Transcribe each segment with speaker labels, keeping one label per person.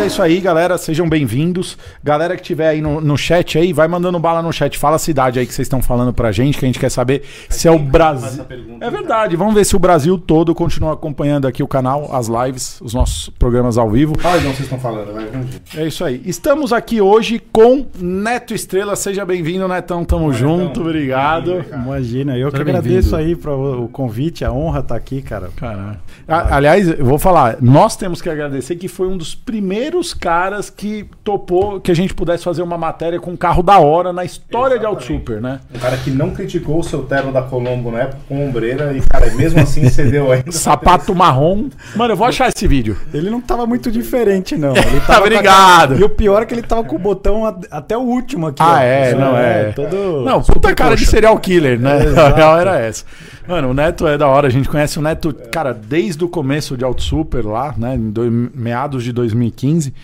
Speaker 1: é isso aí, galera. Sejam bem-vindos. Galera que tiver aí no, no chat aí, vai mandando bala no chat. Fala a cidade aí que vocês estão falando pra gente, que a gente quer saber se é o Brasil. É verdade, vamos ver se o Brasil todo continua acompanhando aqui o canal, as lives, os nossos programas ao vivo.
Speaker 2: Olha onde vocês estão falando, vai. vamos ver.
Speaker 1: É isso aí. Estamos aqui hoje com Neto Estrela. Seja bem-vindo, Netão. Tamo junto. Obrigado.
Speaker 3: Imagina, eu que
Speaker 1: Seja
Speaker 3: agradeço
Speaker 1: bem-vindo.
Speaker 3: aí para o o convite, a honra
Speaker 4: tá
Speaker 3: estar aqui, cara.
Speaker 1: Caralho. A- Aliás, eu vou falar, nós temos que agradecer que foi um dos primeiros caras que topou que a gente pudesse fazer uma matéria com um carro da hora na história de Auto Super, né?
Speaker 2: Um cara que não criticou o seu terno da Colombo na época com ombreira e, cara, mesmo assim cedeu ainda.
Speaker 1: Sapato marrom. Mano, eu vou achar esse vídeo.
Speaker 3: Ele não tava muito diferente, não.
Speaker 4: Tá
Speaker 3: Ele tava
Speaker 1: Obrigado.
Speaker 3: com a- E o pior é que ele tava com o botão a- até o último aqui. ó.
Speaker 1: Ah, é,
Speaker 3: Isso
Speaker 1: não é.
Speaker 3: Todo...
Speaker 1: Não, puta cara de serial killer,
Speaker 2: É,
Speaker 1: né? A real era essa. Mano, o Neto é da hora, a gente conhece o Neto, cara, desde o começo de Auto Super lá, né? Em dois- meados de 2015.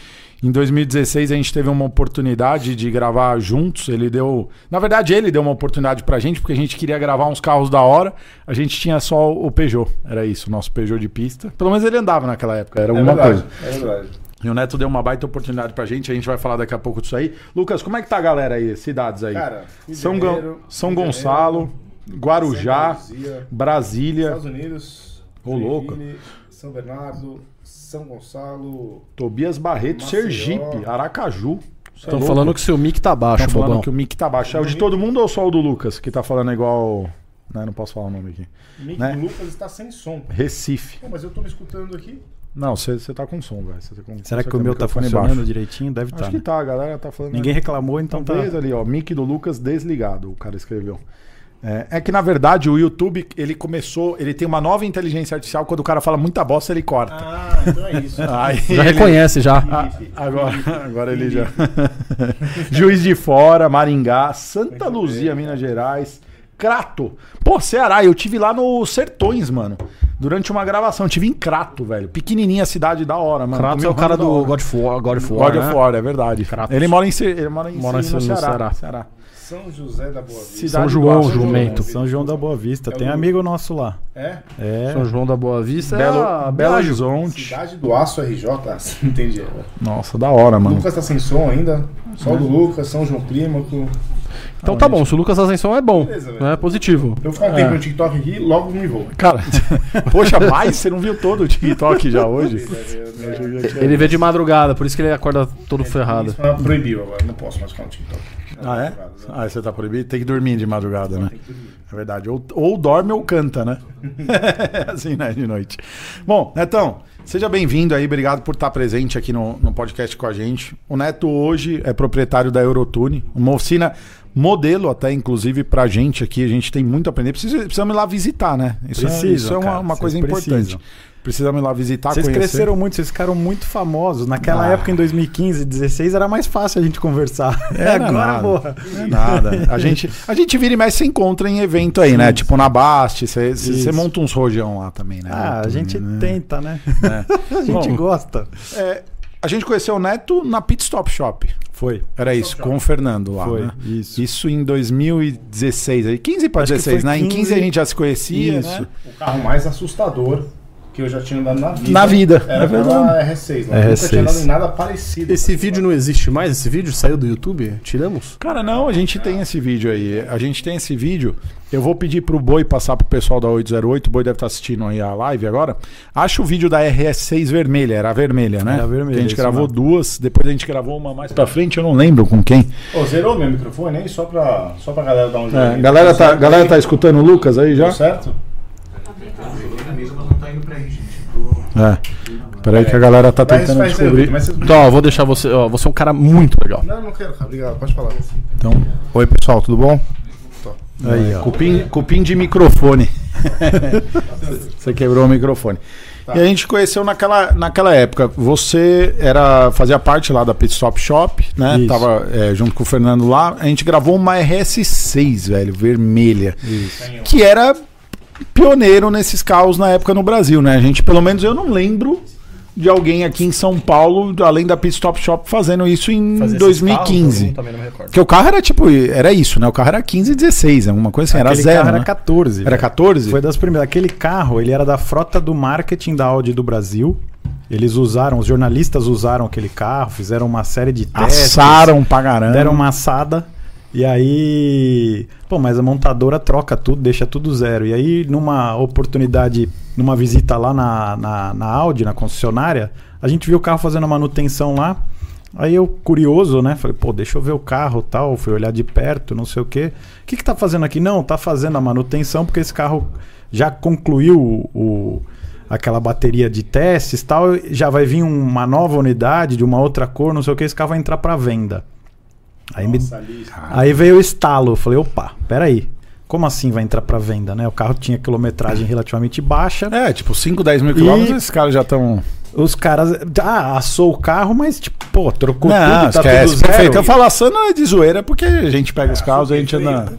Speaker 1: Em 2016 a gente teve uma oportunidade de gravar juntos. Ele deu. Na verdade, ele deu uma oportunidade pra gente, porque a gente queria gravar uns carros da hora. A gente tinha só o Peugeot. Era isso, o nosso Peugeot de pista. Pelo menos ele andava naquela época, era
Speaker 2: É
Speaker 1: alguma
Speaker 2: verdade,
Speaker 1: coisa.
Speaker 2: é verdade.
Speaker 1: E o Neto deu uma baita oportunidade pra gente, a gente vai falar daqui a pouco disso aí. Lucas, como é que tá a galera aí, cidades aí?
Speaker 2: Cara, Rio de
Speaker 1: São, Gon-
Speaker 2: Janeiro,
Speaker 1: São
Speaker 2: Rio de
Speaker 1: Gonçalo, Guarujá,
Speaker 2: Santa Luzia,
Speaker 1: Brasília,
Speaker 2: Estados Unidos,
Speaker 1: Ô, louco.
Speaker 2: Joinville, São Bernardo, São Gonçalo.
Speaker 1: Tobias Barreto,
Speaker 2: Maceió.
Speaker 1: Sergipe, Aracaju.
Speaker 3: tá
Speaker 4: Estão falando que seu mic tá baixo,
Speaker 1: Tão falando
Speaker 4: bobão.
Speaker 1: que o mic tá baixo. É o de todo mundo ou só o do Lucas, que tá falando igual. né, Não posso falar o nome aqui.
Speaker 2: Mick
Speaker 1: Né?
Speaker 2: Lucas está sem som.
Speaker 1: Recife.
Speaker 2: Pô, mas eu tô me escutando aqui.
Speaker 1: Não, você tá com som, velho. Cê tá com-
Speaker 3: Será
Speaker 1: cê
Speaker 3: que
Speaker 1: com
Speaker 3: o meu tá
Speaker 1: microfone
Speaker 3: funcionando
Speaker 1: baixo.
Speaker 3: direitinho? Deve
Speaker 1: Acho
Speaker 3: estar.
Speaker 1: que tá, a galera tá falando.
Speaker 3: né? Ninguém reclamou, então tá.
Speaker 1: Talvez ali, ó. Mic do Lucas desligado, o cara escreveu. É, é que, na verdade, o YouTube, ele começou, ele tem uma nova inteligência artificial, quando o cara fala muita bosta, ele corta.
Speaker 2: Ah, então é isso.
Speaker 1: Aí
Speaker 4: Já
Speaker 1: ele-
Speaker 4: reconhece, já.
Speaker 1: Ah, agora, agora ele já. Juiz de Fora, Maringá, Santa
Speaker 2: Muito
Speaker 1: Luzia, Minas Gerais, Crato. Pô, Ceará, eu tive lá no Sertões, mano. Durante uma gravação, eu tive em Crato, velho. Pequenininha a cidade da hora,
Speaker 3: Tá
Speaker 1: mano.
Speaker 4: Kratos
Speaker 1: Comi
Speaker 4: é o
Speaker 1: um
Speaker 4: cara
Speaker 1: rango da
Speaker 4: do
Speaker 1: hora.
Speaker 4: God of War. God of War,
Speaker 1: God of
Speaker 4: né?
Speaker 1: War, é verdade.
Speaker 4: Kratos.
Speaker 1: Ele mora em, Ce- ele mora em,
Speaker 4: Mora em
Speaker 1: Ceará.
Speaker 4: no
Speaker 1: Ceará.
Speaker 4: Ceará.
Speaker 2: São José da Boa Vista.
Speaker 1: Cidade
Speaker 4: São
Speaker 1: do
Speaker 4: João,
Speaker 1: Aço.
Speaker 4: Jumento.
Speaker 3: São João da Boa Vista.
Speaker 2: É
Speaker 3: Tem
Speaker 2: o-
Speaker 3: amigo nosso lá.
Speaker 2: É?
Speaker 3: É.
Speaker 4: São João da Boa Vista é a
Speaker 1: Belo, Belo
Speaker 4: Bela
Speaker 1: Horizonte.
Speaker 2: Cidade do Aço RJ. Entendi.
Speaker 1: Nossa, da hora, mano.
Speaker 2: Lucas tá sem som ainda. Só do Lucas, São João Clímaco.
Speaker 4: Então tá bom, se o Lucas Ascensão é bom,
Speaker 2: Beleza, velho.
Speaker 4: né? Positivo.
Speaker 2: Eu fico um
Speaker 1: Ah.
Speaker 2: tempo no TikTok aqui, logo me vou.
Speaker 1: Cara, poxa, mais? Você não viu todo o TikTok já hoje?
Speaker 2: É,
Speaker 4: Ele vê de madrugada, por isso que ele acorda todo ferrado.
Speaker 2: Isso é proibido agora, não posso mais ficar no TikTok.
Speaker 1: Ah,
Speaker 3: né?
Speaker 1: é? Ah, você tá proibido? Tem que dormir de madrugada, né? É verdade. Ou, ou dorme ou canta, né? assim, né? De noite. Bom, Netão, seja bem-vindo aí. Obrigado por estar presente aqui no, no podcast com a gente. O Neto hoje é proprietário da Eurotune, uma oficina modelo até, inclusive, pra gente aqui. A gente tem muito a aprender. Precisa- Precisamos ir lá visitar, né? Isso é,
Speaker 3: Precisam,
Speaker 1: isso é uma,
Speaker 3: cara.
Speaker 1: uma coisa
Speaker 3: Vocês
Speaker 1: importante.
Speaker 3: precisam.
Speaker 1: Precisamos ir lá visitar,
Speaker 3: Vocês
Speaker 1: conhecer.
Speaker 3: cresceram muito, vocês ficaram muito famosos. Naquela
Speaker 1: Ah.
Speaker 3: época, em 2015, 2016, era mais fácil a gente conversar. É,
Speaker 1: Era nada. É Nada. A gente, a gente vira e mexe se encontra em evento aí, né? Tipo na Bast, você
Speaker 3: Isso.
Speaker 1: monta uns rojão lá também, né?
Speaker 3: Ah, a gente tenta, né? a gente
Speaker 1: Bom.
Speaker 3: gosta.
Speaker 1: É, a gente conheceu o Neto na Pit Stop Shop.
Speaker 3: Foi.
Speaker 1: Era isso, com o Fernando lá.
Speaker 3: Foi,
Speaker 1: né?
Speaker 3: isso.
Speaker 1: Isso em 2016, aí, 15 para
Speaker 3: Acho que
Speaker 1: 16,
Speaker 3: foi
Speaker 1: né? Em 15 a
Speaker 3: 15,
Speaker 1: gente já se conhecia.
Speaker 3: Isso.
Speaker 1: né?
Speaker 2: O carro mais assustador que eu já tinha andado na vida.
Speaker 1: Na vida,
Speaker 2: Era
Speaker 1: é verdade. É
Speaker 2: aquela R6. Lá. né? Eu Nunca
Speaker 3: RS6.
Speaker 2: tinha andado em nada parecido.
Speaker 4: Esse vídeo não existe mais? Esse vídeo saiu do YouTube? Tiramos?
Speaker 1: Cara, não, a gente tem esse vídeo aí. A gente tem esse vídeo. Eu vou pedir pro Boi passar pro pessoal da 808. O Boi deve estar assistindo aí a live agora. Acha o vídeo da RS6 vermelha. Era a vermelha, né?
Speaker 3: Era a vermelha,
Speaker 1: Que a gente
Speaker 3: isso
Speaker 1: gravou
Speaker 3: mesmo.
Speaker 1: duas. Depois a gente gravou uma mais pra frente. Eu não lembro com quem.
Speaker 2: Ô, zerou meu microfone aí, só pra, só pra galera dar um
Speaker 1: É,
Speaker 2: joinha.
Speaker 1: galera,
Speaker 2: Tá
Speaker 1: tá,
Speaker 2: certo?
Speaker 1: galera tá escutando o Lucas aí já?
Speaker 2: Tá certo?
Speaker 1: É. Peraí que a galera tá
Speaker 2: Vai-
Speaker 1: tentando
Speaker 2: vai ser
Speaker 1: descobrir.
Speaker 2: outro, mas vocês-
Speaker 4: Então, ó, vou deixar você. Ó, você é um cara muito legal.
Speaker 2: Não, não quero, cara. Obrigado, pode falar.
Speaker 1: Então,
Speaker 2: Oi, pessoal, tudo bom?
Speaker 3: Aí, ó.
Speaker 1: cupim, cupim de microfone. Você quebrou o microfone.
Speaker 3: Tá.
Speaker 1: E a gente conheceu naquela, naquela época. Você era fazia parte lá da Pit Stop Shop, né?
Speaker 3: Isso.
Speaker 1: Tava é, junto com o Fernando lá. A gente gravou uma RS6, velho, vermelha. Que era pioneiro nesses carros na época no Brasil, né? A gente, pelo menos eu não lembro de alguém aqui em São Paulo, além da Pit Stop Shop, fazendo isso em 2015.
Speaker 3: tá
Speaker 4: também não me recordo.
Speaker 1: Porque o carro era tipo, era isso, né? O carro era 15, 16, alguma coisa assim,
Speaker 4: Tá
Speaker 1: era
Speaker 3: Aquele
Speaker 1: zero.
Speaker 3: carro
Speaker 1: né?
Speaker 3: era 14.
Speaker 1: Era
Speaker 3: velho.
Speaker 1: 14?
Speaker 3: Foi das primeiras. Aquele carro, ele era da frota do marketing da Audi do Brasil. Eles usaram, os jornalistas usaram aquele carro, fizeram uma série de testes.
Speaker 1: Assaram pra caramba.
Speaker 3: Deram uma assada. E aí. Pô, mas a montadora troca tudo, deixa tudo zero. E aí, numa oportunidade, numa visita lá na, na, na Audi, na concessionária, a gente viu o carro fazendo manutenção lá. Aí eu, curioso, né? Falei, pô, deixa eu ver o carro tal. Fui olhar de perto, não sei o quê. O que, que tá fazendo aqui? Não, tá fazendo a manutenção, porque esse carro já concluiu o- o, aquela bateria de testes tal. Já vai vir uma nova unidade de uma outra cor, não sei o que. Esse carro vai entrar pra venda. Aí me,
Speaker 2: Nossa, ali,
Speaker 3: Aí veio o estalo. Eu falei, opa, peraí. Como assim vai entrar pra venda, né? O carro tinha quilometragem relativamente baixa.
Speaker 1: É, tipo, 5, 10 mil quilômetros,
Speaker 3: E-
Speaker 1: esses caras já estão.
Speaker 3: Os caras. Ah, assou o carro, mas tipo, pô, trocou
Speaker 1: Não,
Speaker 3: tudo, tá
Speaker 1: esquece,
Speaker 3: tudo zero.
Speaker 1: perfeito. Eu falo assando é de zoeira porque a gente pega os carros e a gente
Speaker 2: perfeito.
Speaker 1: anda.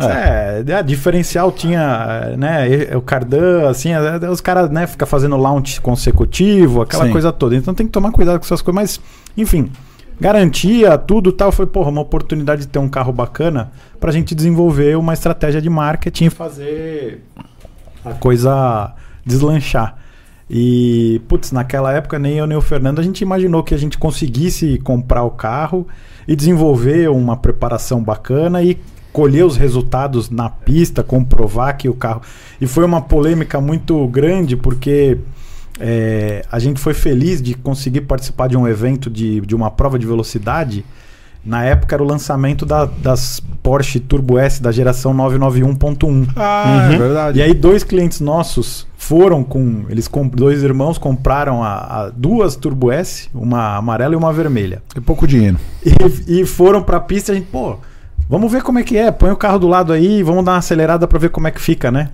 Speaker 3: É, é, diferencial tinha, né, e- o cardan, assim, é, é, os caras, né, fica fazendo launch consecutivo, aquela
Speaker 1: Sim.
Speaker 3: coisa toda. Então tem que tomar cuidado com essas coisas, mas, enfim, garantia, tudo tal. Foi, porra, uma oportunidade de ter um carro bacana pra gente desenvolver uma estratégia de marketing e fazer a coisa deslanchar. E, putz, naquela época nem eu nem o Fernando a gente imaginou que a gente conseguisse comprar o carro e desenvolver uma preparação bacana e colher os resultados na pista, comprovar que o carro. E foi uma polêmica muito grande porque é, a gente foi feliz de conseguir participar de um evento de, de uma prova de velocidade. Na época era o lançamento da- das Porsche Turbo S da geração 991.1.
Speaker 1: Ah, é verdade.
Speaker 3: E aí dois clientes nossos foram com, eles comp- dois irmãos compraram a, a duas Turbo S, uma amarela e uma vermelha.
Speaker 1: É pouco dinheiro.
Speaker 3: E, e foram pra pista, e a gente, pô, vamos ver como é que é, põe o carro do lado aí, vamos dar uma acelerada pra ver como é que fica, né?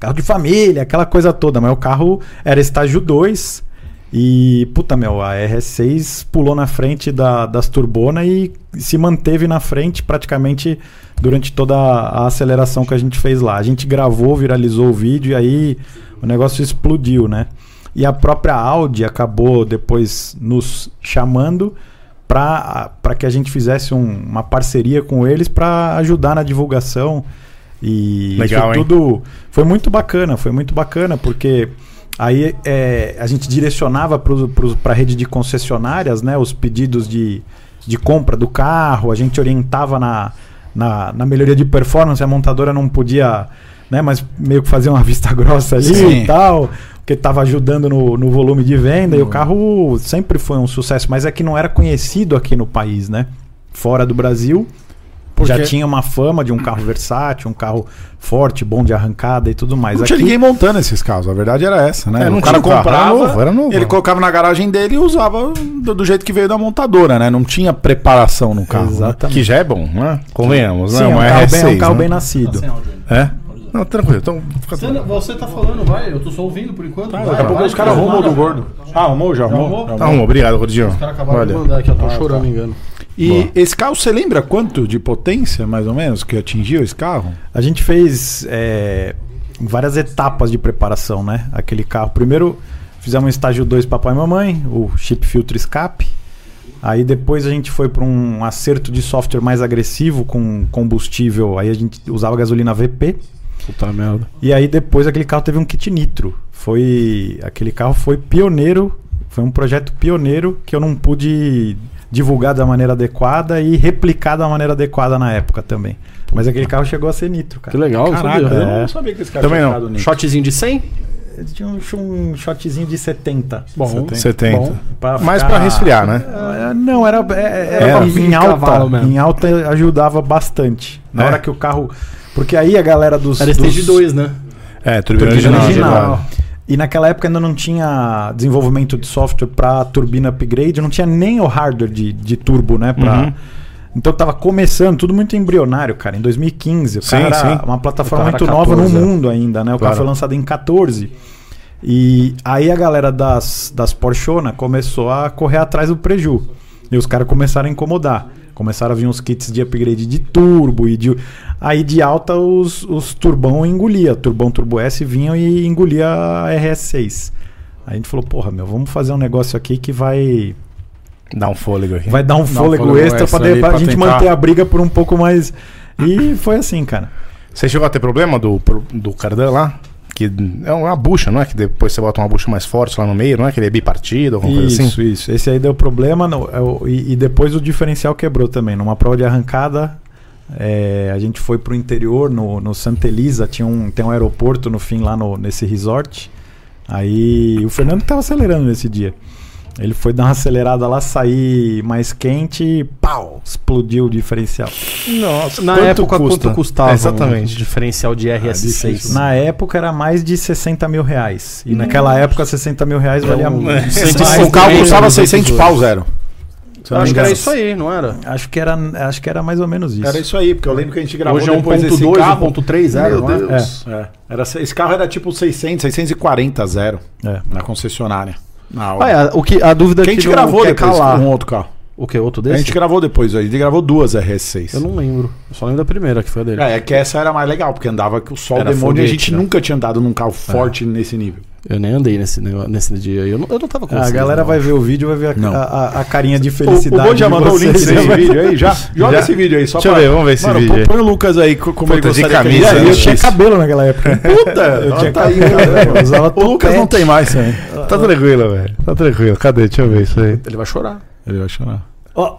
Speaker 3: Carro de família, aquela coisa toda, mas o carro era estágio 2 e, puta meu, a RS6 pulou na frente da, das turbonas e se manteve na frente praticamente durante toda a aceleração que a gente fez lá. A gente gravou, viralizou o vídeo e aí o negócio explodiu, né? E a própria Audi acabou depois nos chamando para que a gente fizesse um- uma parceria com eles para ajudar na divulgação. E
Speaker 1: Legal,
Speaker 3: isso
Speaker 1: hein?
Speaker 3: tudo foi muito bacana, foi muito bacana, porque aí é, a gente direcionava para a rede de concessionárias né, os pedidos de, de compra do carro, a gente orientava na, na, na melhoria de performance, a montadora não podia, né, mas meio que fazer uma vista grossa ali
Speaker 1: Sim.
Speaker 3: e tal, porque estava ajudando no, no volume de venda
Speaker 1: Uhum.
Speaker 3: e o carro sempre foi um sucesso, mas é que não era conhecido aqui no país, né? Fora do Brasil, já
Speaker 1: Porque-
Speaker 3: tinha uma fama de um carro versátil, um carro forte, bom de arrancada e tudo mais.
Speaker 1: Não tinha ninguém montando esses carros, a verdade era essa, né?
Speaker 2: É, não
Speaker 1: o cara
Speaker 2: tinha um carro,
Speaker 1: comprava,
Speaker 2: era novo, era novo.
Speaker 1: ele colocava na garagem dele e usava do, do jeito que veio da montadora, né? Não tinha preparação no carro. né?
Speaker 3: Exatamente.
Speaker 2: Que já é bom, né? Convenhamos,
Speaker 3: Sim,
Speaker 2: né?
Speaker 3: é um,
Speaker 2: Uma
Speaker 3: carro,
Speaker 2: RS6,
Speaker 3: bem, é um carro
Speaker 2: né?
Speaker 3: bem nascido.
Speaker 5: Sem áudio ainda.
Speaker 2: É? Não, tranquilo. Então, fica
Speaker 5: Você, não- você tá falando, vai, eu tô só ouvindo por enquanto. vai,
Speaker 1: Tá, Daqui a pouco
Speaker 5: vai,
Speaker 1: os caras
Speaker 5: vai,
Speaker 1: arrumam
Speaker 5: vai.
Speaker 1: do gordo. Ah, arrumou já, arrumou.
Speaker 5: arrumou?
Speaker 2: Tá bom, obrigado, Rodinho.
Speaker 5: Os caras acabaram de mandar aqui, eu tô
Speaker 1: Ah, tá.
Speaker 5: chorando, me engano.
Speaker 1: E esse carro, você lembra quanto de potência, mais ou menos, que atingiu esse carro?
Speaker 3: A gente fez é, várias etapas de preparação, né? Aquele carro. Primeiro fizemos um estágio 2 papai e mamãe, o chip filtro escape. Aí depois a gente foi para um acerto de software mais agressivo com combustível. Aí a gente usava gasolina VP.
Speaker 4: Puta merda.
Speaker 3: E aí depois aquele carro teve um kit nitro. Foi aquele carro foi pioneiro, foi um projeto pioneiro que eu não pude divulgar da maneira adequada e replicar da maneira adequada na época também. Mas aquele carro chegou a ser nitro,
Speaker 4: Que
Speaker 3: cara.
Speaker 4: legal,
Speaker 1: Caraca,
Speaker 4: sabia?
Speaker 1: eu
Speaker 3: É.
Speaker 1: não sabia que esse carro
Speaker 2: Também
Speaker 1: tinha
Speaker 2: não.
Speaker 1: ficado nisso.
Speaker 4: Shotzinho de 100?
Speaker 3: Ele tinha um, um shotzinho de 70.
Speaker 4: Bom,
Speaker 2: 70.
Speaker 4: Bom.
Speaker 3: Pra
Speaker 2: Mais
Speaker 3: ficar-
Speaker 2: pra resfriar, né?
Speaker 3: Ah, Não, era, é- era,
Speaker 4: Era.
Speaker 3: em alta.
Speaker 4: Cavalo mesmo.
Speaker 3: Em alta ajudava bastante. Na
Speaker 2: É.
Speaker 3: hora que o carro. Porque aí a galera dos.
Speaker 4: Era stage
Speaker 3: dos-
Speaker 4: 2, né?
Speaker 2: É, turbina
Speaker 3: Turbina
Speaker 2: original.
Speaker 3: original. né?
Speaker 2: original.
Speaker 3: E naquela época ainda não tinha desenvolvimento de software para turbina upgrade, não tinha nem o hardware de, de turbo, né? Pra...
Speaker 2: Uhum.
Speaker 3: Então tava começando, tudo muito embrionário, cara. Em 2015, o
Speaker 2: Sim,
Speaker 3: cara era
Speaker 2: sim.
Speaker 3: É uma plataforma
Speaker 4: O carro
Speaker 3: muito
Speaker 4: era
Speaker 3: nova no
Speaker 4: 14, é.
Speaker 3: mundo ainda, né? O carro
Speaker 2: Claro.
Speaker 3: foi lançado em 14. E aí a galera das, das Porschona começou a correr atrás do preju. E os caras começaram a incomodar. Começaram a vir uns kits de upgrade de turbo e de. Aí de alta os, os turbão engolia. Turbão Turbo S vinham e engolia a RS6. Aí a gente falou, porra, meu, vamos fazer um negócio aqui que vai
Speaker 2: Dá um fôlego aqui.
Speaker 3: vai dar um fôlego,
Speaker 1: fôlego
Speaker 3: extra,
Speaker 1: extra
Speaker 3: pra, de-
Speaker 1: ali
Speaker 3: pra
Speaker 1: pra
Speaker 3: gente
Speaker 1: tentar.
Speaker 3: manter a briga por um pouco mais. E foi assim, cara.
Speaker 2: Você chegou a ter problema do, do Cardan lá? que é uma bucha, não é? Que depois você bota uma bucha mais forte lá no meio, não é? Que ele é bipartido, alguma
Speaker 3: isso,
Speaker 2: coisa assim.
Speaker 3: isso. Esse aí deu problema não, é o- e, e depois o diferencial quebrou também. Numa prova de arrancada, é, a gente foi pro interior, no, no Santa Elisa, tinha um, tem um aeroporto no fim lá no, nesse resort. Aí o Fernando tava acelerando nesse dia. Ele foi dar uma acelerada lá, sair mais quente e pau, explodiu o diferencial.
Speaker 2: Nossa,
Speaker 4: Na época, quanto custava
Speaker 2: É,
Speaker 4: um
Speaker 2: exatamente.
Speaker 4: diferencial
Speaker 1: Ah,
Speaker 4: de RS6?
Speaker 3: Na época era mais de 60 mil reais. E naquela época 60 mil reais valia muito.
Speaker 4: Mas
Speaker 6: o carro
Speaker 4: também
Speaker 6: custava
Speaker 4: era 200
Speaker 6: 600 pau zero.
Speaker 4: Eu
Speaker 1: é
Speaker 4: acho que era isso aí, não era?
Speaker 3: Acho que era, acho que era mais ou menos isso.
Speaker 1: Era isso aí, porque eu lembro que a gente gravou
Speaker 5: um
Speaker 4: Hoje é
Speaker 1: depois esse
Speaker 4: 1.2,
Speaker 1: carro.
Speaker 4: 1.3, era, não é?
Speaker 1: Deus. É, era, esse carro era tipo 600, 640 zero
Speaker 3: É.
Speaker 1: na concessionária. Na hora.
Speaker 4: Ah, é, o que, a dúvida
Speaker 1: que a gente
Speaker 4: não
Speaker 1: gravou
Speaker 4: quer
Speaker 1: depois
Speaker 4: calar.
Speaker 1: um outro carro.
Speaker 4: O que, outro
Speaker 1: A
Speaker 4: desse?
Speaker 1: gente gravou depois, a gente gravou duas RS6.
Speaker 4: Eu não lembro. Eu só lembro da primeira, que foi a dele.
Speaker 1: É, é que essa era mais legal, porque andava com o sol
Speaker 4: Era
Speaker 1: demônio e a
Speaker 4: foguete,
Speaker 1: gente
Speaker 4: né?
Speaker 1: nunca tinha andado num
Speaker 6: É.
Speaker 1: carro forte nesse nível.
Speaker 4: Eu nem andei nesse, negócio- nesse dia aí. Eu não, eu não tava
Speaker 1: Ah,
Speaker 4: com
Speaker 3: A
Speaker 4: vocês,
Speaker 3: galera
Speaker 4: não.
Speaker 3: vai ver o vídeo e vai ver
Speaker 1: Não.
Speaker 3: a, a- a carinha de
Speaker 1: O, o
Speaker 3: felicidade.
Speaker 1: Bô já
Speaker 3: de
Speaker 1: mandou o link
Speaker 3: vocês,
Speaker 1: desse
Speaker 3: né?
Speaker 1: vídeo aí? Já? Joga esse vídeo aí, só
Speaker 6: Deixa eu
Speaker 1: pra-
Speaker 6: ver, vamos ver esse
Speaker 1: Mano,
Speaker 6: vídeo
Speaker 1: pô-
Speaker 6: aí.
Speaker 1: Põe o Lucas aí, co- como ele
Speaker 6: Puta, de
Speaker 1: gostaria que ele
Speaker 6: camisa,
Speaker 1: fosse.
Speaker 6: né?
Speaker 3: Eu
Speaker 6: Isso.
Speaker 3: tinha cabelo naquela época.
Speaker 1: Puta, ela tá aí, cara.
Speaker 3: usava
Speaker 1: O Lucas não tem mais né? também.
Speaker 6: Tá tranquilo, velho. Tá tranquilo. Cadê? Deixa eu ver isso aí.
Speaker 4: Ah, Ele vai chorar.
Speaker 1: Ele vai chorar.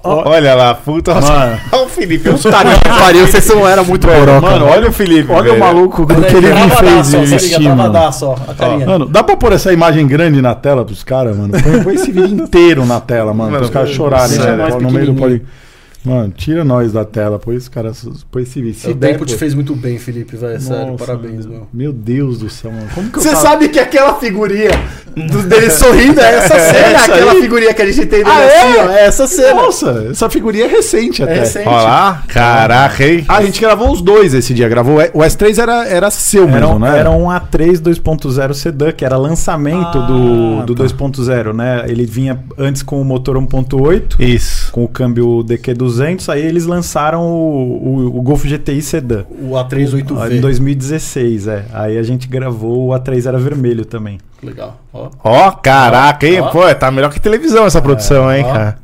Speaker 6: Olha lá, puta.
Speaker 1: Mano.
Speaker 6: Olha o Felipe. Eu
Speaker 1: Tá,
Speaker 6: sou
Speaker 4: Pariu, vocês não eram muito boroca.
Speaker 6: Mano, olha o Felipe.
Speaker 1: Olha o
Speaker 6: velho.
Speaker 1: maluco do que ele me fez de vestir, mano.
Speaker 5: ó, a carinha.
Speaker 1: Mano, dá pra pôr essa imagem grande na tela pros caras, mano? Põe, põe esse vídeo inteiro na tela, mano,
Speaker 6: Mano,
Speaker 1: pros caras chorarem.
Speaker 6: deixa
Speaker 1: né?
Speaker 6: nós
Speaker 1: No meio do poli... Mano, tira nós da tela, põe os caras, põe esse vídeo. Se
Speaker 5: o
Speaker 1: der,
Speaker 5: tempo te
Speaker 1: pô.
Speaker 5: fez muito bem, Felipe, velho. é Sério,
Speaker 1: Nossa,
Speaker 5: parabéns, meu.
Speaker 1: Meu Deus do céu, mano. Como que eu
Speaker 6: Você
Speaker 1: tava-
Speaker 6: sabe que aquela figurinha do- dele sorrindo é essa cena, aquela figurinha que a gente tem dele
Speaker 1: Ah, é?
Speaker 6: assim, ó, é essa cena.
Speaker 1: Nossa, essa figurinha é recente até.
Speaker 6: Olha lá, caraca, hein?
Speaker 1: Ah, a gente gravou os dois esse dia. Gravou o S3 era, era seu
Speaker 3: Era
Speaker 1: mesmo,
Speaker 3: um,
Speaker 1: né?
Speaker 3: era um A3 2.0 sedã, que era lançamento
Speaker 1: Ah,
Speaker 3: do,
Speaker 1: tá.
Speaker 3: do 2.0, né? Ele vinha antes com o motor 1.8,
Speaker 6: Isso.
Speaker 3: com o câmbio DQ200, aí eles lançaram o, o, o Golf GTI sedã.
Speaker 5: O A38V.
Speaker 3: Em 2016, é. Aí a gente gravou o A3 era vermelho também.
Speaker 5: Legal. Ó.
Speaker 6: Ó, caraca, hein?
Speaker 5: Ó.
Speaker 6: Pô, tá melhor que televisão essa produção, hein,
Speaker 5: ó.
Speaker 6: cara?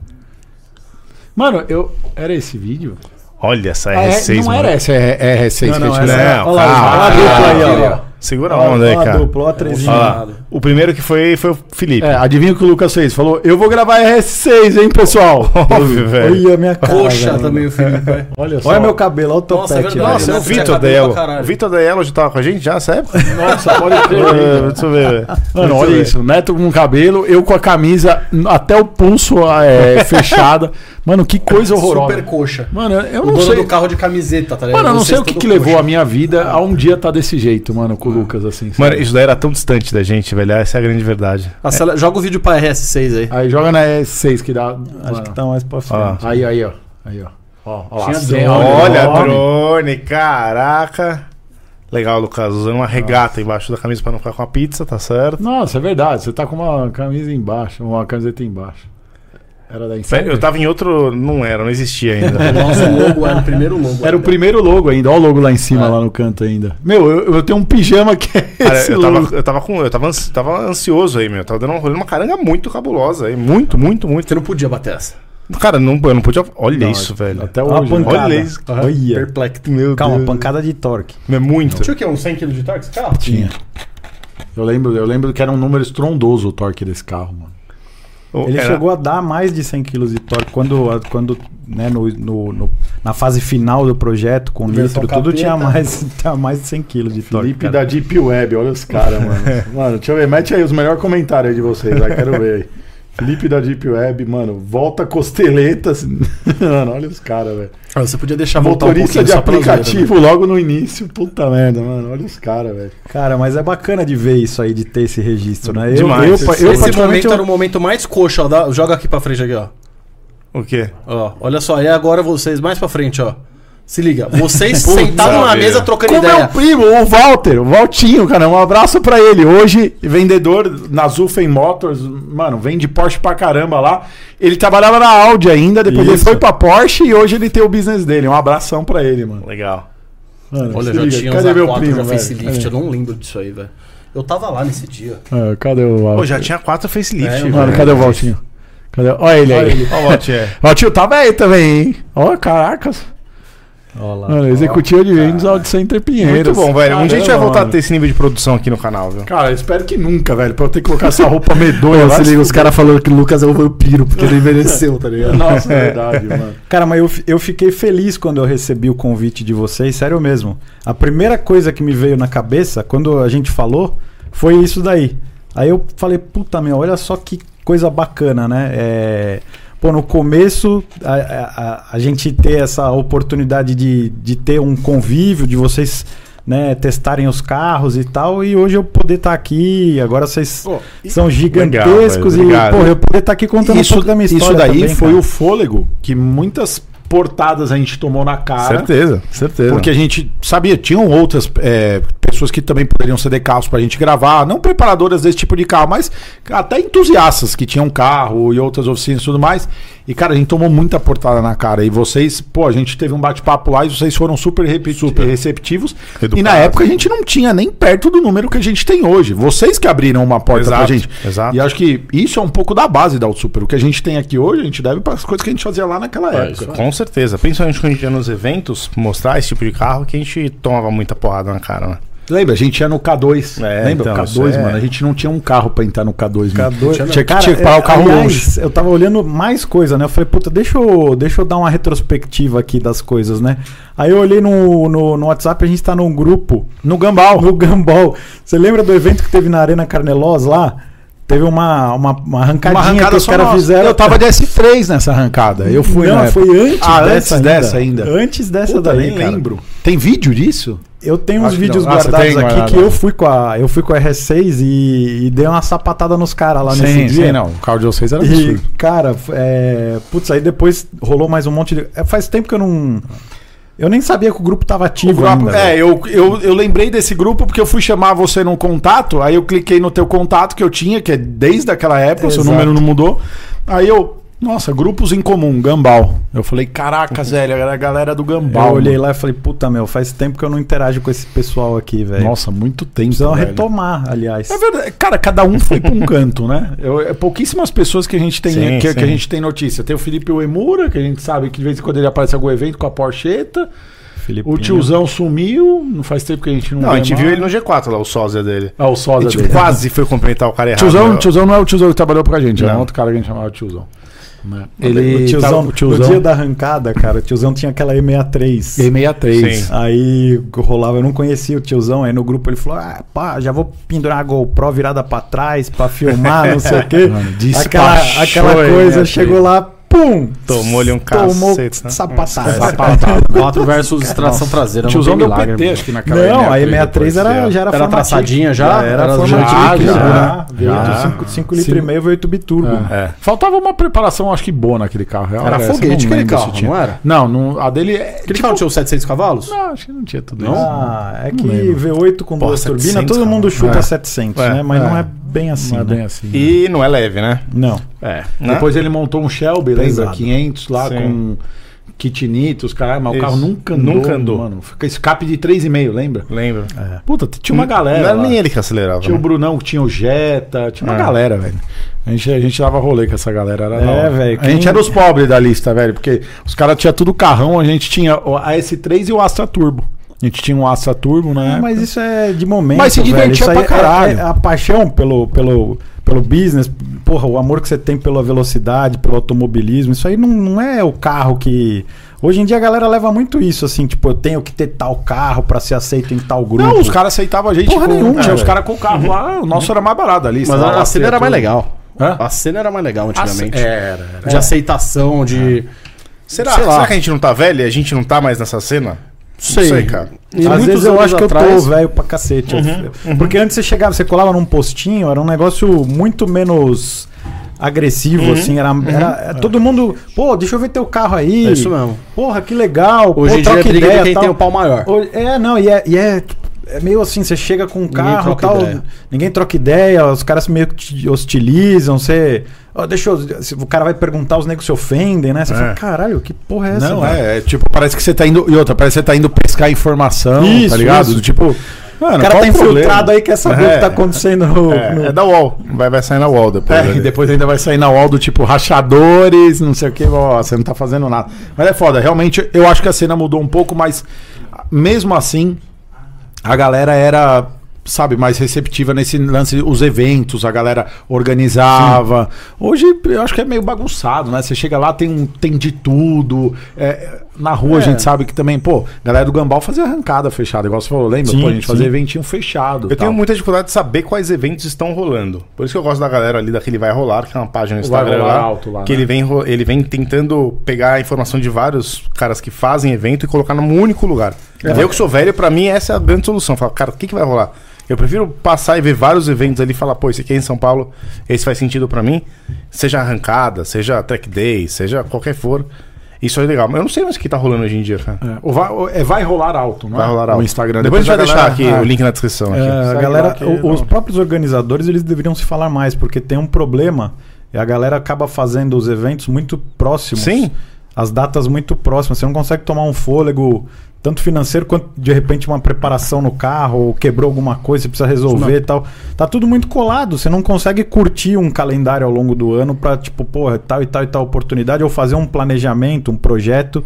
Speaker 1: Mano, eu. Era esse vídeo?
Speaker 6: Olha essa R6,
Speaker 1: não é
Speaker 6: mano.
Speaker 1: era essa R- R6 que
Speaker 3: Não,
Speaker 1: eu
Speaker 3: não,
Speaker 1: te
Speaker 3: essa
Speaker 1: lembro.
Speaker 5: né?
Speaker 3: era-
Speaker 6: Não,
Speaker 3: Olha lá,
Speaker 5: Ah,
Speaker 6: calma,
Speaker 3: olha a dupla aí,
Speaker 6: calma.
Speaker 3: ó.
Speaker 5: tá.
Speaker 6: Segura a
Speaker 3: Olha-
Speaker 6: onda aí,
Speaker 3: olha a
Speaker 6: cara.
Speaker 3: dupla, olha a trezinha.
Speaker 6: Ó lá, o primeiro que foi foi o Felipe.
Speaker 1: É, adivinha o que o Lucas fez? Falou, eu vou gravar RS6, hein, pessoal?
Speaker 6: Óbvio, velho.
Speaker 3: Olha a minha cara.
Speaker 5: Coxa
Speaker 3: velho.
Speaker 5: também, o Felipe, é. velho.
Speaker 1: Olha só.
Speaker 3: Olha meu cabelo, olha o
Speaker 5: Nossa, é
Speaker 3: topete.
Speaker 5: verdade,
Speaker 3: velho.
Speaker 6: Nossa, é o
Speaker 5: Nossa, tinha
Speaker 6: Vitor
Speaker 5: cabelo pra
Speaker 6: Daiello.
Speaker 5: caralho.
Speaker 6: O Vitor Daiello já tava com a gente já, essa época?
Speaker 1: Nossa, pode crer.
Speaker 6: Eh, Deixa eu ver.
Speaker 1: Mano, olha isso. Neto com cabelo, eu com a camisa n- até o pulso é, fechada. Mano, que coisa horrorosa.
Speaker 5: Super coxa.
Speaker 1: Mano, eu
Speaker 5: O
Speaker 1: não
Speaker 5: dono
Speaker 1: sei.
Speaker 5: do carro de camiseta, tá ligado?
Speaker 1: Mano, eu não sei
Speaker 5: Vocês
Speaker 1: o que,
Speaker 5: todo
Speaker 1: que levou
Speaker 5: coxa.
Speaker 1: a minha vida a um dia tá desse jeito, mano, com o Lucas, assim. sabe?
Speaker 6: Ah. Mano, isso daí era tão distante da gente, velho. Essa é a grande verdade.
Speaker 4: Acela- Joga o vídeo pra RS6 aí.
Speaker 1: Aí joga na RS6 que dá.
Speaker 3: Acho
Speaker 5: né?
Speaker 1: mano.
Speaker 3: que tá mais
Speaker 1: Ah.
Speaker 3: pra
Speaker 6: Ó.
Speaker 3: frente.
Speaker 1: Aí, aí, ó. Aí, ó. Ó, ó lá,
Speaker 5: Tinha
Speaker 1: sem-
Speaker 5: drone.
Speaker 6: Olha,
Speaker 1: drone.
Speaker 6: drone, caraca. Legal, Lucas, usando uma regata embaixo da camisa pra não ficar com a pizza, tá certo?
Speaker 1: Nossa, é verdade. Você tá com uma camisa embaixo, uma camiseta embaixo. Era da Insider?
Speaker 6: Sério, eu tava em outro. Não era, não existia ainda.
Speaker 5: Nossa, o logo era o primeiro logo.
Speaker 1: Era o primeiro logo ainda. Olha o logo lá em
Speaker 5: É.
Speaker 1: cima, lá no canto ainda. Meu, eu, eu tenho um pijama que é
Speaker 6: Cara,
Speaker 1: esse
Speaker 6: eu
Speaker 1: logo.
Speaker 6: tava, eu tava com. Eu tava, ansi- tava ansioso aí, meu. Tava dando um rolê uma caranga muito cabulosa aí. Muito, muito, muito.
Speaker 5: Você não podia bater essa.
Speaker 6: Cara, não, eu não podia. Olha isso, velho.
Speaker 1: Até
Speaker 3: Uma
Speaker 1: hoje.
Speaker 3: pancada.
Speaker 6: Olha isso.
Speaker 3: Olha.
Speaker 5: Perplexo.
Speaker 6: Meu
Speaker 3: Calma,
Speaker 6: Deus.
Speaker 3: pancada de torque.
Speaker 6: É muito.
Speaker 5: Tinha o quê? Uns 100kg de torque esse carro?
Speaker 1: Tinha. Eu lembro, eu lembro que era um número estrondoso o torque desse carro, mano.
Speaker 3: Ele
Speaker 6: Era-
Speaker 3: chegou a dar mais de 100 kg de torque. Quando, a- quando né, no, no- no- na fase final do projeto, com
Speaker 5: Versão
Speaker 3: litro, tudo
Speaker 5: capeta.
Speaker 3: tinha mais, tinha mais de 100 kg de torque.
Speaker 1: Felipe
Speaker 3: cara.
Speaker 1: tá? da Deep Web, olha os caras, mano. mano, deixa eu ver, mete aí
Speaker 6: Ah.
Speaker 1: os melhores comentários aí de vocês, aí, quero ver aí. Felipe da Deep Web, mano, volta costeletas. mano, olha os caras, velho.
Speaker 4: Ah, Você podia deixar voltar um
Speaker 1: Motorista
Speaker 4: pouquinho
Speaker 1: de
Speaker 4: só pra zoeira, né?
Speaker 1: aplicativo logo no início. Puta merda, mano. Olha os caras, velho.
Speaker 3: Cara, mas é bacana de ver isso aí, de ter esse registro, né? Eu,
Speaker 6: Demais.
Speaker 3: eu,
Speaker 6: Esse
Speaker 3: eu,
Speaker 5: Esse
Speaker 3: particularmente,
Speaker 5: momento
Speaker 3: eu-
Speaker 5: era o momento mais coxa, ó. Dá- joga aqui pra frente aqui, ó.
Speaker 6: O quê?
Speaker 5: Ó, olha só, e agora vocês, mais pra frente, ó. Se liga, vocês sentados numa
Speaker 6: vida.
Speaker 5: mesa trocando
Speaker 1: Como é
Speaker 5: ideia.
Speaker 1: o primo, o Walter, o Valtinho, cara, um abraço pra ele. Hoje, vendedor na Zufen Motors, mano, vende Porsche pra caramba lá. Ele trabalhava na Audi ainda, depois ele
Speaker 3: Isso.
Speaker 1: foi pra Porsche e hoje ele tem o business dele. Um abração pra ele, mano.
Speaker 6: Legal.
Speaker 1: Mano,
Speaker 5: Olha,
Speaker 1: se
Speaker 5: já
Speaker 1: liga,
Speaker 5: tinha uns
Speaker 1: cadê meu
Speaker 5: A4,
Speaker 1: primo,
Speaker 5: já
Speaker 1: velho?
Speaker 5: fez lift, eu não lembro disso aí, velho. Eu tava lá nesse dia.
Speaker 1: É, é, cadê o
Speaker 6: Pô,
Speaker 1: Walter?
Speaker 6: já tinha quatro
Speaker 5: É,
Speaker 6: facelift.
Speaker 5: eu-
Speaker 1: Mano,
Speaker 6: velho.
Speaker 1: cadê o Valtinho? Cadê? Olha ele aí. tá
Speaker 6: Olha o é. Valtier.
Speaker 1: Valtinho, tava aí também, hein? Ó, caracas.
Speaker 4: Olha lá.
Speaker 1: Mano, executiva de vendas Audio Center
Speaker 6: Muito
Speaker 1: Pinheiros.
Speaker 6: bom, velho. Um dia a gente vai voltar
Speaker 1: Caramba,
Speaker 6: a ter esse nível de produção aqui no canal, viu?
Speaker 1: Cara, espero que nunca, velho, pra eu ter que colocar essa roupa medonha.
Speaker 5: Pô,
Speaker 1: lá.
Speaker 5: se liga, os caras falaram que o Lucas é um vampiro, porque ele envelheceu, tá ligado?
Speaker 1: Nossa, é verdade, mano.
Speaker 3: Cara, mas eu, fi- eu fiquei feliz quando eu recebi o convite de vocês, sério mesmo. A primeira coisa que me veio na cabeça quando a gente falou foi isso daí. Aí eu falei, puta meu, olha só que coisa bacana, né? É, Pô, no começo, a, a- a- a gente ter essa oportunidade de, de ter um convívio, de vocês né, testarem os carros e tal, e hoje eu poder estar aqui, agora vocês são gigantescos
Speaker 6: velho,
Speaker 3: e,
Speaker 6: obrigado.
Speaker 3: porra, eu poder estar aqui
Speaker 5: tá
Speaker 3: contando um
Speaker 1: Isso,
Speaker 3: pouco da minha história
Speaker 1: isso daí
Speaker 3: também,
Speaker 1: foi
Speaker 3: cara.
Speaker 1: o fôlego que muitas portadas a gente tomou na cara.
Speaker 6: Certeza, certeza.
Speaker 1: Porque a gente sabia, tinham outras é, pessoas que também poderiam ceder carros pra gente gravar, não preparadoras desse tipo de carro, mas até entusiastas que tinham carro e outras oficinas e tudo mais. E, cara, a gente tomou muita portada na cara. E vocês, pô, a gente teve um bate-papo lá e vocês foram super, repi- receptivos. E na
Speaker 6: Educados.
Speaker 1: época a gente não tinha nem perto do número que a gente tem hoje. Vocês que abriram uma porta pra
Speaker 6: Exato,
Speaker 1: gente.
Speaker 6: exato.
Speaker 1: E acho que isso é um pouco da base da Auto Super. O que a gente tem aqui hoje, a gente deve para as coisas que a gente fazia lá naquela
Speaker 6: É,
Speaker 1: época.
Speaker 6: com certeza. Principalmente quando a gente ia nos eventos, mostrar esse tipo de carro que a gente tomava muita porrada na cara, né?
Speaker 1: Lembra, a gente ia no K2.
Speaker 6: É,
Speaker 1: lembra?
Speaker 6: então,
Speaker 1: o K2,
Speaker 6: isso é-
Speaker 1: mano. A gente não tinha um carro pra entrar no K2, mano.
Speaker 3: K2.
Speaker 1: Tinha, que-
Speaker 3: Cara, é,
Speaker 1: tinha que parar o carro
Speaker 3: aliás,
Speaker 1: longe.
Speaker 3: Eu tava olhando mais coisa, né? Eu falei, puta, deixa eu, deixa eu dar uma retrospectiva aqui das coisas, né? Aí eu olhei no, no, no WhatsApp, a gente tá num grupo. No Gambal. No Gambal. Você lembra do evento que teve na Arena Carnelós lá? Teve uma, uma, uma arrancadinha que os
Speaker 1: só
Speaker 3: caras
Speaker 1: nossa.
Speaker 3: fizeram.
Speaker 1: Eu tava de S3 nessa arrancada. Eu fui,
Speaker 3: Não,
Speaker 1: na época.
Speaker 3: foi antes
Speaker 1: Ah,
Speaker 3: dessa
Speaker 1: antes
Speaker 3: ainda.
Speaker 1: dessa ainda.
Speaker 3: Antes dessa
Speaker 1: Puta,
Speaker 3: daí,
Speaker 1: nem
Speaker 3: cara.
Speaker 1: lembro. Tem vídeo disso?
Speaker 3: Eu tenho uns
Speaker 1: Acho que
Speaker 3: vídeos
Speaker 1: não. Ah, você
Speaker 3: guardados
Speaker 1: tem
Speaker 3: aqui
Speaker 1: guardado.
Speaker 3: que eu fui com a eu fui com a R6 e, e dei uma sapatada nos caras lá nesse dia.
Speaker 1: não. O carro de vocês era um
Speaker 3: E,
Speaker 1: absurdo.
Speaker 3: cara, f- é, putz, aí depois rolou mais um monte de. é, faz tempo que eu não. Eu nem sabia que o grupo tava ativo. ainda,
Speaker 6: né?
Speaker 3: velho.
Speaker 1: é, eu, eu, eu lembrei desse grupo porque eu fui chamar você num contato, aí eu cliquei no teu contato que eu tinha, que é desde aquela época, seu
Speaker 3: Exato.
Speaker 1: número não mudou. Aí eu, nossa, grupos em comum, Gambal. Eu falei, caraca,
Speaker 6: Uhum.
Speaker 1: velho, era a galera do
Speaker 3: Eu
Speaker 1: Gambal.
Speaker 3: olhei
Speaker 1: mano.
Speaker 3: lá e falei, puta meu, faz tempo que eu não interajo com esse pessoal aqui, velho.
Speaker 1: Nossa, muito tempo.
Speaker 3: Precisamos
Speaker 1: velho.
Speaker 3: retomar, aliás.
Speaker 1: É verdade. Cara, cada um foi pra um canto, né? Eu- é pouquíssimas pessoas que a gente tem
Speaker 6: Sim,
Speaker 1: que,
Speaker 6: sim.
Speaker 1: que a gente tem notícia. Tem o Felipe Uemura, que a gente sabe que de vez em quando ele aparece em algum evento com a Porcheta. O
Speaker 3: Felipinho.
Speaker 1: tiozão sumiu, não faz tempo que a gente não
Speaker 6: Não, a
Speaker 1: vê
Speaker 6: gente
Speaker 1: mais.
Speaker 6: viu ele no G4 lá, o sósia dele.
Speaker 1: Ah, o
Speaker 6: A
Speaker 1: sósia
Speaker 6: gente
Speaker 1: dele.
Speaker 6: quase foi cumprimentar o cara errado.
Speaker 1: Tiozão,
Speaker 6: meu.
Speaker 1: tiozão não é o tiozão que trabalhou pra gente, era
Speaker 6: Não.
Speaker 1: um outro cara que a gente chamava de tiozão. né?
Speaker 3: O
Speaker 1: Ele
Speaker 3: tiozão,
Speaker 1: tava- o tiozão
Speaker 3: No dia da arrancada, cara, o tiozão tinha aquela E63.
Speaker 1: E63.
Speaker 6: Sim.
Speaker 3: Aí rolava, eu não conhecia o tiozão, aí no grupo ele falou: ah, pá, já vou pendurar a GoPro virada pra trás pra filmar, não sei o quê.
Speaker 1: Mano,
Speaker 3: aquela,
Speaker 1: despachou,
Speaker 3: aquela
Speaker 1: hein,
Speaker 3: coisa,
Speaker 1: né,
Speaker 3: chegou lá, pum!
Speaker 6: Tomou-lhe um
Speaker 3: Tomou
Speaker 6: cacete, né?
Speaker 3: sapatada.
Speaker 1: Sapatado.
Speaker 4: 4 versus tração traseira. não
Speaker 1: O tiozão
Speaker 4: tem
Speaker 1: deu
Speaker 4: milagre,
Speaker 1: PT,
Speaker 4: mano.
Speaker 1: acho que naquela
Speaker 3: Não, a
Speaker 1: depois,
Speaker 3: E63 era,
Speaker 1: é.
Speaker 3: já era,
Speaker 4: Era
Speaker 3: formativa.
Speaker 4: traçadinha já?
Speaker 3: Era,
Speaker 4: Era
Speaker 3: formativa,
Speaker 1: já,
Speaker 3: já.
Speaker 1: já.
Speaker 6: Já.
Speaker 3: 5 litros e meio, V8 biturbo.
Speaker 1: É. Faltava uma preparação, acho que boa naquele carro.
Speaker 4: Era
Speaker 1: essa,
Speaker 4: foguete
Speaker 1: eu não
Speaker 4: aquele
Speaker 1: lembro se
Speaker 4: carro,
Speaker 1: tinha.
Speaker 4: não era?
Speaker 1: Não, não, a dele é.
Speaker 4: Aquele
Speaker 5: Tipo,
Speaker 4: carro tinha os 700 cavalos?
Speaker 5: um
Speaker 1: Não, acho que não tinha tudo isso.
Speaker 3: Ah, é que
Speaker 1: lembro.
Speaker 3: V8 com
Speaker 6: Pô,
Speaker 3: duas turbinas,
Speaker 6: 700,
Speaker 3: todo mundo
Speaker 6: cara.
Speaker 3: chuta
Speaker 1: É.
Speaker 3: 700,
Speaker 6: É,
Speaker 3: né? Mas não
Speaker 1: é.
Speaker 3: é bem assim.
Speaker 1: Não é
Speaker 3: né?
Speaker 1: bem assim. né?
Speaker 6: E não é leve, né?
Speaker 3: Não.
Speaker 1: É.
Speaker 6: Né?
Speaker 1: Depois ele montou um Shelby, lembra?
Speaker 3: Pesado.
Speaker 1: 500 lá
Speaker 6: Sim.
Speaker 1: com kitnitos, caralho, mas o
Speaker 6: Isso.
Speaker 1: carro nunca andou.
Speaker 6: Nunca andou.
Speaker 1: Mano, Fica escape de 3,5, lembra? é
Speaker 6: Lembro.
Speaker 1: Puta, tinha uma
Speaker 6: É. Não
Speaker 1: galera.
Speaker 6: era
Speaker 1: lá.
Speaker 6: nem ele que acelerava.
Speaker 1: Tinha o
Speaker 6: né?
Speaker 1: Brunão, tinha o Jetta, tinha uma
Speaker 6: É.
Speaker 1: galera, velho. A gente, a gente dava rolê com essa galera. Era
Speaker 3: É,
Speaker 1: da hora.
Speaker 3: velho,
Speaker 1: A
Speaker 3: quem-
Speaker 1: gente era os pobres da lista, velho, porque os caras tinham tudo carrão, a gente tinha o- a S3 e o Astra Turbo. A gente tinha um Astra Turbo, né?
Speaker 3: Mas isso é de momento.
Speaker 1: Mas se
Speaker 3: velho.
Speaker 1: divertia
Speaker 3: Isso aí
Speaker 1: pra
Speaker 3: é-
Speaker 1: caralho.
Speaker 3: É, a paixão pelo, pelo, pelo business, porra, o amor que você tem pela velocidade, pelo automobilismo, isso aí não, não é o carro que. Hoje em dia a galera leva muito isso, assim, tipo, eu tenho que ter tal carro pra ser aceito em tal grupo.
Speaker 1: Não, os caras aceitavam a gente.
Speaker 3: Porra
Speaker 1: com-
Speaker 3: nenhuma,
Speaker 1: Tinha os
Speaker 3: velho.
Speaker 1: caras com o carro lá, o nosso era mais barato da lista.
Speaker 4: Mas
Speaker 1: lá,
Speaker 4: a, a cena era mais
Speaker 1: tudo.
Speaker 4: legal.
Speaker 1: Hã?
Speaker 4: A cena era mais legal antigamente.
Speaker 1: Era, era.
Speaker 4: De aceitação,
Speaker 5: É.
Speaker 4: de.
Speaker 1: um-
Speaker 6: Será,
Speaker 4: Sei lá.
Speaker 6: será que a gente não tá velho e a gente não tá mais nessa cena? Não sei, cara.
Speaker 4: E
Speaker 3: Às
Speaker 4: muitos
Speaker 3: vezes eu
Speaker 4: anos
Speaker 3: acho que eu
Speaker 4: atrás- Uhum,
Speaker 3: tô velho pra cacete. Porque antes você chegava, você colava num postinho, era um negócio muito menos agressivo,
Speaker 4: Uhum.
Speaker 3: assim. Era, era- todo mundo, pô, deixa eu ver teu carro aí.
Speaker 4: É isso mesmo.
Speaker 3: Porra, que legal.
Speaker 4: Hoje
Speaker 3: pô,
Speaker 4: em dia é
Speaker 3: troca
Speaker 4: briga de
Speaker 3: ideia,
Speaker 4: quem
Speaker 3: tal.
Speaker 4: tem o pau maior.
Speaker 3: Hoje- É, não, e é. e é, é meio assim, você chega com um carro e
Speaker 4: troca
Speaker 3: tal,
Speaker 4: ideia.
Speaker 3: ninguém troca ideia, os caras meio que te hostilizam, você. ó, deixa eu- se o cara vai perguntar, os negros se ofendem, né? Você fala, caralho, que porra é essa?
Speaker 1: Não,
Speaker 3: velho?"
Speaker 1: é, é, tipo, parece que você tá indo. E outra, parece que você tá indo pescar informação,
Speaker 3: Isso,
Speaker 1: tá ligado?
Speaker 3: isso.
Speaker 1: Tipo. Mano,
Speaker 3: O cara
Speaker 1: qual
Speaker 3: tá
Speaker 1: o problema?
Speaker 3: infiltrado aí, quer saber o que
Speaker 6: É.
Speaker 3: tá acontecendo no. no-
Speaker 6: É, é da UOL. Vai, vai sair na UOL depois. né?
Speaker 1: É, e
Speaker 6: ali.
Speaker 1: depois ainda vai sair na wall do tipo rachadores, não sei o que, ó, você não tá fazendo nada. Mas é foda, realmente eu acho que a cena mudou um pouco, mas mesmo assim, a galera era, sabe, mais receptiva nesse lance, os eventos, a galera organizava. Hoje eu acho que é meio bagunçado, né? Você chega lá, tem, um, tem de tudo. é, na rua a gente sabe que também, pô, a galera do Gambal fazia arrancada fechada, igual você falou, lembra?
Speaker 3: Sim,
Speaker 1: pô, a gente
Speaker 3: sim.
Speaker 1: fazia eventinho fechado.
Speaker 6: Eu
Speaker 1: tal.
Speaker 6: tenho muita dificuldade de saber quais eventos estão rolando. Por isso que eu gosto da galera ali daquele Vai Rolar, que é uma página no
Speaker 1: O Vai
Speaker 6: Instagram
Speaker 1: Rolar
Speaker 6: lá,
Speaker 1: alto lá,
Speaker 6: que
Speaker 1: né?
Speaker 6: ele, vem, ro- ele vem tentando pegar a informação de vários caras que fazem evento e colocar num único lugar.
Speaker 1: É.
Speaker 6: Eu que sou velho, pra mim essa é a grande solução. Falar, cara, o que, que vai rolar? Eu prefiro passar e ver vários eventos ali e falar, pô, esse aqui é em São Paulo, esse faz sentido pra mim. Seja arrancada, seja track day, seja qualquer for. Isso é legal. Mas eu não sei mais o que tá rolando hoje em dia, cara.
Speaker 1: É, o vai, o- é, vai rolar alto, não
Speaker 6: Vai
Speaker 1: é?
Speaker 6: rolar
Speaker 1: O
Speaker 6: algo.
Speaker 1: Instagram.
Speaker 6: Depois, a gente vai
Speaker 1: galera-
Speaker 6: deixar aqui
Speaker 1: Ah.
Speaker 6: o link na descrição.
Speaker 3: É,
Speaker 6: aqui.
Speaker 3: a
Speaker 6: Segue
Speaker 3: galera,
Speaker 6: lá que
Speaker 3: o-
Speaker 6: dá
Speaker 3: os
Speaker 6: um-
Speaker 3: próprios organizadores eles deveriam se falar mais, porque tem um problema. E a galera acaba fazendo os eventos muito próximos.
Speaker 6: Sim.
Speaker 3: As datas muito próximas. Você não consegue tomar um fôlego, tanto financeiro quanto de repente uma preparação no carro, ou quebrou alguma coisa, você precisa resolver e tal. Tá tudo muito colado. Você não consegue curtir um calendário ao longo do ano pra, tipo, porra, tal e tal e tal oportunidade, ou fazer um planejamento, um projeto.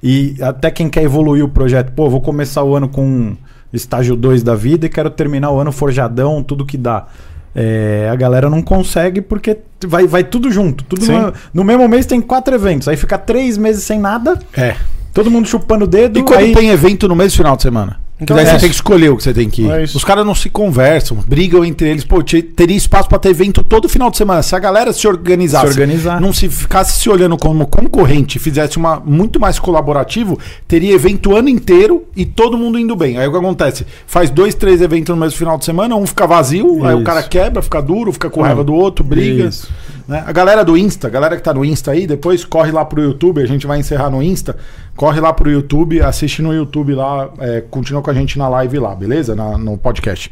Speaker 3: E até quem quer evoluir o projeto, pô, vou começar o ano com um estágio 2 da vida e quero terminar o ano forjadão, tudo que dá. É, a galera não consegue porque vai, vai tudo junto. Tudo
Speaker 6: Sim.
Speaker 3: no, no mesmo mês tem quatro eventos, aí fica três meses sem nada,
Speaker 1: É.
Speaker 3: todo mundo chupando o dedo.
Speaker 1: E quando
Speaker 3: aí,
Speaker 1: tem evento no mesmo final de semana?
Speaker 6: Então
Speaker 1: que daí
Speaker 6: é
Speaker 1: você
Speaker 6: isso.
Speaker 1: tem que escolher o que você tem que ir.
Speaker 6: É isso.
Speaker 1: Os caras não se conversam, brigam entre eles. Pô, te- teria espaço pra ter evento todo final de semana. Se a galera se organizasse,
Speaker 3: Se organizar.
Speaker 1: não se ficasse se olhando como concorrente, fizesse uma muito mais colaborativo, teria evento o ano inteiro e todo mundo indo bem. Aí o que acontece? Faz dois, três eventos no mesmo final de semana, um fica vazio, aí o
Speaker 3: Isso.
Speaker 1: cara quebra, fica duro, fica com raiva do outro, briga.
Speaker 3: Isso.
Speaker 1: né? A galera do Insta, a galera que tá no Insta aí, depois corre lá pro YouTube, a gente vai encerrar no Insta, corre lá pro YouTube, assiste no YouTube lá, é, continua com a gente na live lá, beleza? Na- no podcast.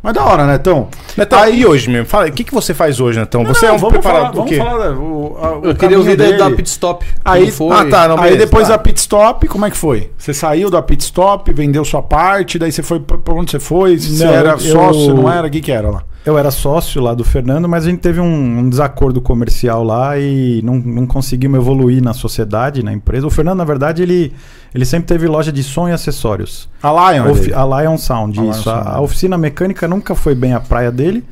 Speaker 1: Mas da hora, né, Netão.
Speaker 6: Netão, aí hoje mesmo, fala aí, o que, que você faz hoje, Netão? você é um preparado do
Speaker 1: vamos
Speaker 6: quê?
Speaker 1: falar o, a- o
Speaker 5: Eu queria
Speaker 1: caminho
Speaker 5: ouvir da-
Speaker 1: dele.
Speaker 5: da pit stop.
Speaker 1: Aí,
Speaker 5: Como foi?
Speaker 1: ah, tá, não, aí
Speaker 6: beleza,
Speaker 1: depois
Speaker 6: tá.
Speaker 1: da pit stop, como é que foi? Você saiu da pit stop, vendeu sua parte, daí você foi pra pra onde você foi? Se
Speaker 3: Não,
Speaker 1: era
Speaker 3: eu-
Speaker 1: sócio, se não era, o que que era lá?
Speaker 3: Eu era sócio lá do Fernando, mas a gente teve um, um desacordo comercial lá e não, não conseguimos evoluir na sociedade, na empresa. O Fernando, na verdade, ele, ele sempre teve loja de som e acessórios.
Speaker 1: A Lion.
Speaker 3: Ofi-
Speaker 1: dele.
Speaker 3: a Lion Sound,
Speaker 1: A Lion
Speaker 3: isso.
Speaker 1: Sound. é.
Speaker 3: A, a oficina mecânica nunca foi bem a praia dele.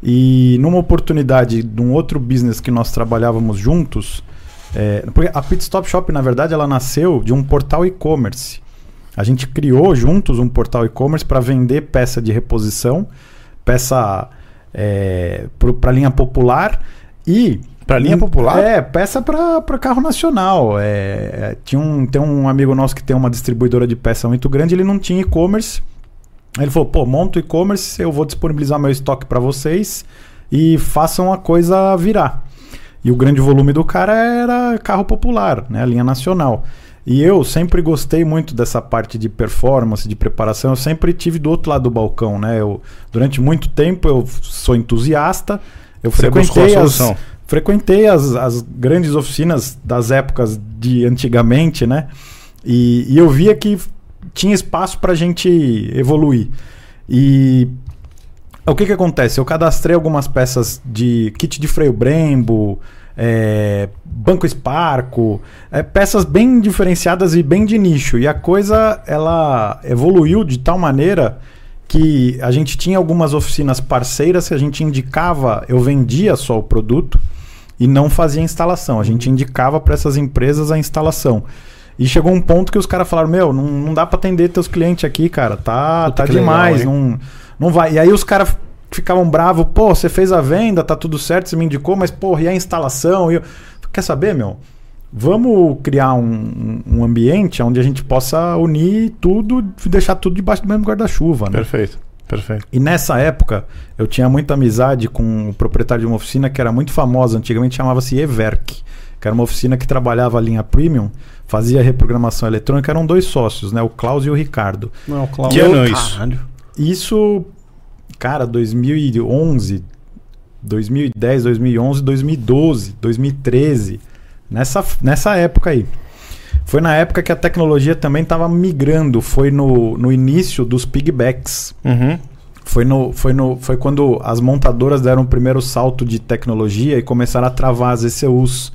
Speaker 3: E numa oportunidade de um outro business que nós trabalhávamos juntos, é, porque a Pit Stop Shop, na verdade, ela nasceu de um portal e-commerce. A gente criou juntos um portal e-commerce para vender peça de reposição, peça para linha popular e.
Speaker 6: Pra linha popular?
Speaker 3: É, peça para carro nacional. É, tinha um, tem um amigo nosso que tem uma distribuidora de peça muito grande, ele não tinha e-commerce. Aí Ele falou: pô, monta o e-commerce, eu vou disponibilizar meu estoque para vocês e façam a coisa virar. E o grande volume do cara era carro popular, né? A linha nacional. E eu sempre gostei muito dessa parte de performance, de preparação. Eu sempre tive do outro lado do balcão, né? Eu, durante muito tempo eu sou entusiasta. Eu
Speaker 6: Você buscou a
Speaker 3: frequentei as,
Speaker 6: solução.
Speaker 3: frequentei as, as grandes oficinas das épocas de antigamente, né? E, e eu via que tinha espaço para a gente evoluir. E o que que acontece? Eu cadastrei algumas peças de kit de freio Brembo, é, banco Sparco, é, peças bem diferenciadas e bem de nicho. E a coisa ela evoluiu de tal maneira que a gente tinha algumas oficinas parceiras que a gente indicava, eu vendia só o produto e não fazia instalação. A gente indicava para essas empresas a instalação. E chegou um ponto que os caras falaram: Meu, não, não dá para atender teus clientes aqui, cara. Tá, tá
Speaker 5: que
Speaker 3: demais.
Speaker 5: legal,
Speaker 3: não, não vai. E aí os caras ficavam bravos: Pô, você fez a venda, tá tudo certo, você me indicou, mas porra, e a instalação? E eu, Quer saber, meu? Vamos criar um, um ambiente onde a gente possa unir tudo, deixar tudo debaixo do mesmo guarda-chuva, né?
Speaker 6: Perfeito, perfeito.
Speaker 3: E nessa época, eu tinha muita amizade com o proprietário de uma oficina que era muito famosa, antigamente chamava-se Everk, que era uma oficina que trabalhava a linha premium, fazia reprogramação eletrônica, eram dois sócios, né, o Klaus e o Ricardo.
Speaker 5: Não, Cláudio.
Speaker 6: Que ano é isso?
Speaker 5: Caralho.
Speaker 3: Isso, cara, 2011, 2010, 2011, 2012, 2013, nessa, nessa época aí. Foi na época que a tecnologia também estava migrando. Foi no, no início dos pigbacks.
Speaker 6: Uhum.
Speaker 3: Foi, no, foi, no, foi quando as montadoras deram o primeiro salto de tecnologia e começaram a travar as ECUs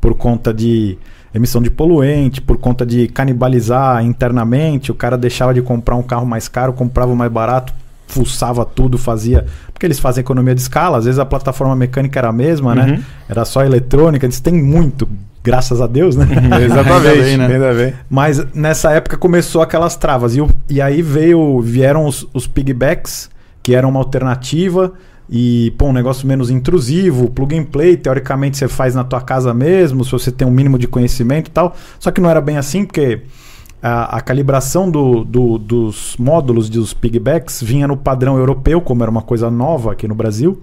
Speaker 3: por conta de emissão de poluente, por conta de canibalizar internamente. O cara deixava de comprar um carro mais caro, comprava o mais barato, fuçava tudo, fazia. Porque eles fazem economia de escala, às vezes a plataforma mecânica era a mesma, né? Era só eletrônica, eles têm muito, graças a Deus, né?
Speaker 6: Exatamente.
Speaker 1: bem, né?
Speaker 6: Ainda bem.
Speaker 3: Mas nessa época começou aquelas travas. E, o- e aí veio, vieram os, os pigbacks, que eram uma alternativa. E, pô, um negócio menos intrusivo, plug and play, teoricamente você faz na tua casa mesmo, se você tem um mínimo de conhecimento e tal. Só que não era bem assim, porque a, a calibração do- do- dos módulos dos pigbacks vinha no padrão europeu, como era uma coisa nova aqui no Brasil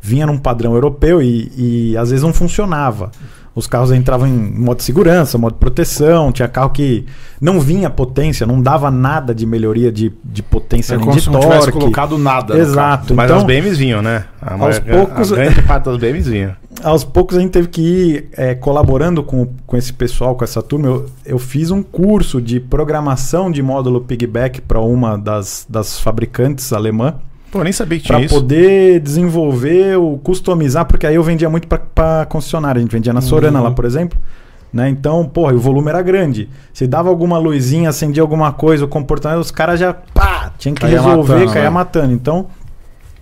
Speaker 3: vinha num padrão europeu e, e às vezes não funcionava. Os carros entravam em modo de segurança, modo de proteção, tinha carro que não vinha potência, não dava nada de melhoria de, de potência
Speaker 1: É
Speaker 3: nem
Speaker 1: como
Speaker 3: de
Speaker 1: se não tivesse
Speaker 3: torque.
Speaker 1: colocado nada. no
Speaker 3: Exato.
Speaker 6: Mas
Speaker 3: então,
Speaker 6: as BMWs vinham, né? A
Speaker 3: aos poucos-
Speaker 6: A grande parte das BMWs vinham.
Speaker 3: aos poucos a gente teve que ir eh, colaborando com, com esse pessoal, com essa turma. Eu, eu fiz um curso de programação de módulo pigback para uma das, das fabricantes alemã.
Speaker 6: Pô, eu nem sabia que tinha
Speaker 3: Pra
Speaker 6: isso.
Speaker 3: poder desenvolver, o customizar, porque aí eu vendia muito pra- pra concessionária. A gente vendia na
Speaker 6: Uhum.
Speaker 3: Sorana lá, por exemplo. Né? Então, porra, e o volume era grande. Se dava alguma luzinha, acendia alguma coisa, o comportamento, os caras já pá, tinha que
Speaker 1: Caía
Speaker 3: resolver,
Speaker 1: matando,
Speaker 3: caía
Speaker 1: né?
Speaker 3: matando. Então,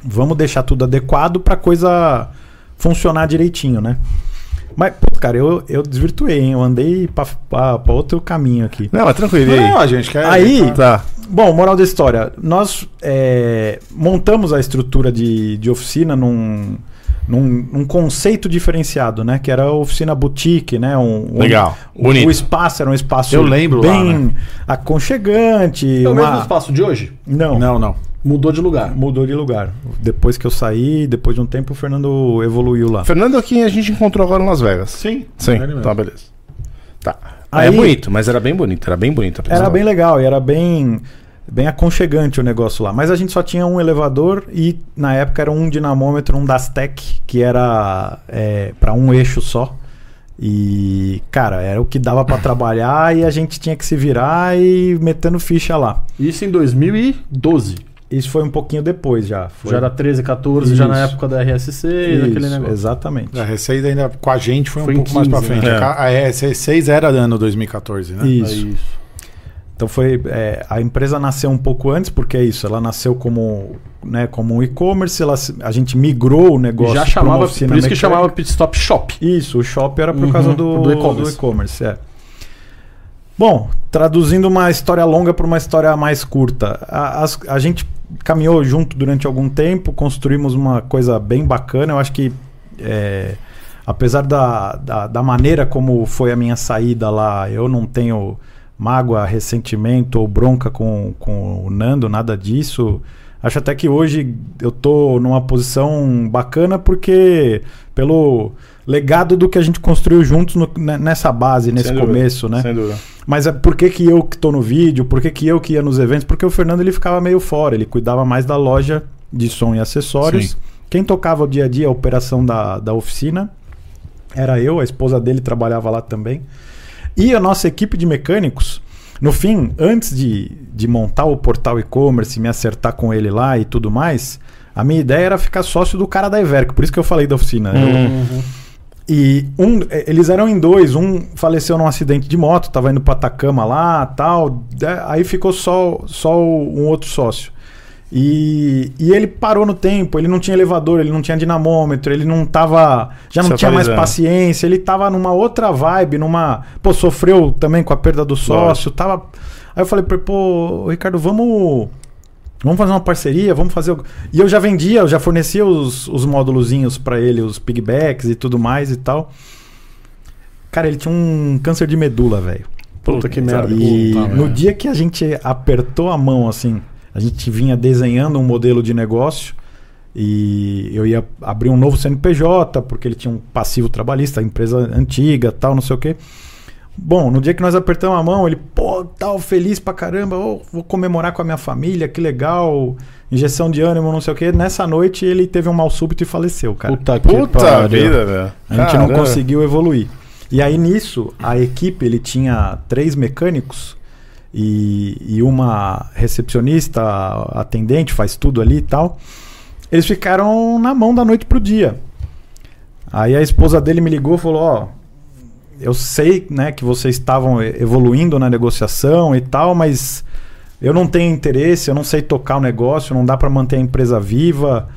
Speaker 3: vamos deixar tudo adequado pra coisa funcionar direitinho, né? Mas, pô, cara, eu, eu desvirtuei, hein? Eu andei pra, pra, pra outro caminho aqui.
Speaker 6: Não, mas tranquilo. E aí?
Speaker 1: Não, a gente quer.
Speaker 3: Aí,
Speaker 6: Tá.
Speaker 3: Bom, moral da história. Nós é, montamos a estrutura de, de oficina num, num, num conceito diferenciado, né? Que era a oficina boutique, né? Um, um-
Speaker 6: Legal. Bonito.
Speaker 3: O espaço era um espaço
Speaker 1: Eu lembro lá, né?
Speaker 3: bem aconchegante.
Speaker 5: É o
Speaker 3: uma-
Speaker 5: mesmo espaço de hoje?
Speaker 3: Não,
Speaker 1: Não, não.
Speaker 5: Mudou de lugar.
Speaker 3: mudou de lugar. Depois que eu saí, depois de um tempo, o Fernando evoluiu lá.
Speaker 6: Fernando aqui a gente encontrou agora em Las Vegas.
Speaker 1: Sim.
Speaker 6: Sim.
Speaker 1: Ele mesmo.
Speaker 6: Tá, beleza. Tá.
Speaker 3: Aí-
Speaker 6: é bonito, mas era bem bonito. Era bem bonito. a
Speaker 3: Era
Speaker 6: pessoa.
Speaker 3: bem legal e era bem, bem aconchegante o negócio lá. Mas a gente só tinha um elevador e na época era um dinamômetro, um Dastec, que era é, para um eixo só. E, cara, era o que dava pra trabalhar e a gente tinha que se virar e metendo ficha lá.
Speaker 5: Isso em 2012.
Speaker 3: Isso foi um pouquinho depois já. Foi
Speaker 5: Já era 13, 14, já na
Speaker 3: Isso.
Speaker 5: época da RSC,
Speaker 3: Isso,
Speaker 5: daquele negócio.
Speaker 3: Exatamente.
Speaker 1: A receita ainda com a gente foi um
Speaker 5: Foi em
Speaker 1: pouco mais pra
Speaker 5: 15,
Speaker 1: frente.
Speaker 6: né?
Speaker 1: A RC6 era ano 2014, né?
Speaker 3: Isso.
Speaker 5: É isso.
Speaker 3: Então foi é, a empresa nasceu um pouco antes porque é isso, ela nasceu como né, como um e-commerce, ela se- a gente migrou o negócio.
Speaker 5: E já
Speaker 3: pra uma
Speaker 5: chamava, por isso
Speaker 3: oficina
Speaker 5: que
Speaker 3: mecânica.
Speaker 5: chamava Pit Stop Shop.
Speaker 3: Isso, o shop era por
Speaker 5: Uhum,
Speaker 3: causa do
Speaker 5: do
Speaker 3: do
Speaker 5: e-commerce.
Speaker 3: e-commerce. é. Bom, traduzindo uma história longa para uma história mais curta. A, as- a gente caminhou junto durante algum tempo, construímos uma coisa bem bacana. Eu acho que, é, apesar da, da, da maneira como foi a minha saída lá, eu não tenho mágoa, ressentimento ou bronca com, com o Nando, nada disso. Acho até que hoje eu tô numa posição bacana porque pelo legado do que a gente construiu juntos no- ne- nessa base, nesse
Speaker 6: Sem dúvida,
Speaker 3: começo, né?
Speaker 6: Sem dúvida.
Speaker 3: Mas é por que, que eu que tô no vídeo, por que, que eu que ia nos eventos? Porque o Fernando ele ficava meio fora, ele cuidava mais da loja de som e acessórios. Quem tocava o dia a dia, a operação da, da oficina, era eu, a esposa dele trabalhava lá também. E a nossa equipe de mecânicos, no fim, antes de, de montar o portal e-commerce, me acertar com ele lá e tudo mais, a minha ideia era ficar sócio do cara da Everco, por isso que eu falei da oficina. Eu- e um, eh, eles eram em dois, um faleceu num acidente de moto, tava indo pra Atacama lá, tal, da- aí ficou só só o- um outro sócio. E, e ele parou no tempo, ele não tinha elevador, ele não tinha dinamômetro, ele não tava, já não
Speaker 6: Se
Speaker 3: tinha mais
Speaker 6: atualizando.
Speaker 3: paciência, ele tava numa outra vibe, numa, pô, sofreu também com a perda do sócio, tava. Aí eu falei, pra ele, pô, Ricardo, vamos Vamos fazer uma parceria, vamos fazer. algu- E eu já vendia, eu já fornecia os, os módulozinhos pra ele, os pigbacks e tudo mais e tal. Cara, ele tinha um câncer de medula, velho.
Speaker 5: Puta que merda.
Speaker 3: E
Speaker 1: Puta,
Speaker 3: no
Speaker 1: velho.
Speaker 3: dia que a gente apertou a mão, assim, a gente vinha desenhando um modelo de negócio e eu ia abrir um novo CNPJ, porque ele tinha um passivo trabalhista, empresa antiga, tal, não sei o quê. Bom, no dia que nós apertamos a mão, ele, pô, tal, feliz pra caramba, ô, vou comemorar com a minha família, que legal, injeção de ânimo, não sei o quê. Nessa noite ele teve um mal súbito e faleceu, cara.
Speaker 5: Puta que
Speaker 6: Puta
Speaker 5: pariu.
Speaker 6: vida, né? velho.
Speaker 3: A gente não
Speaker 6: Caramba.
Speaker 3: conseguiu evoluir. E aí nisso, a equipe ele tinha três mecânicos e, e uma recepcionista, atendente, faz tudo ali e tal. Eles ficaram na mão da noite pro dia. Aí a esposa dele me ligou e falou: Ó, eu sei né, que vocês estavam e- evoluindo na negociação e tal, mas eu não tenho interesse, eu não sei tocar o negócio, não dá para manter a empresa viva.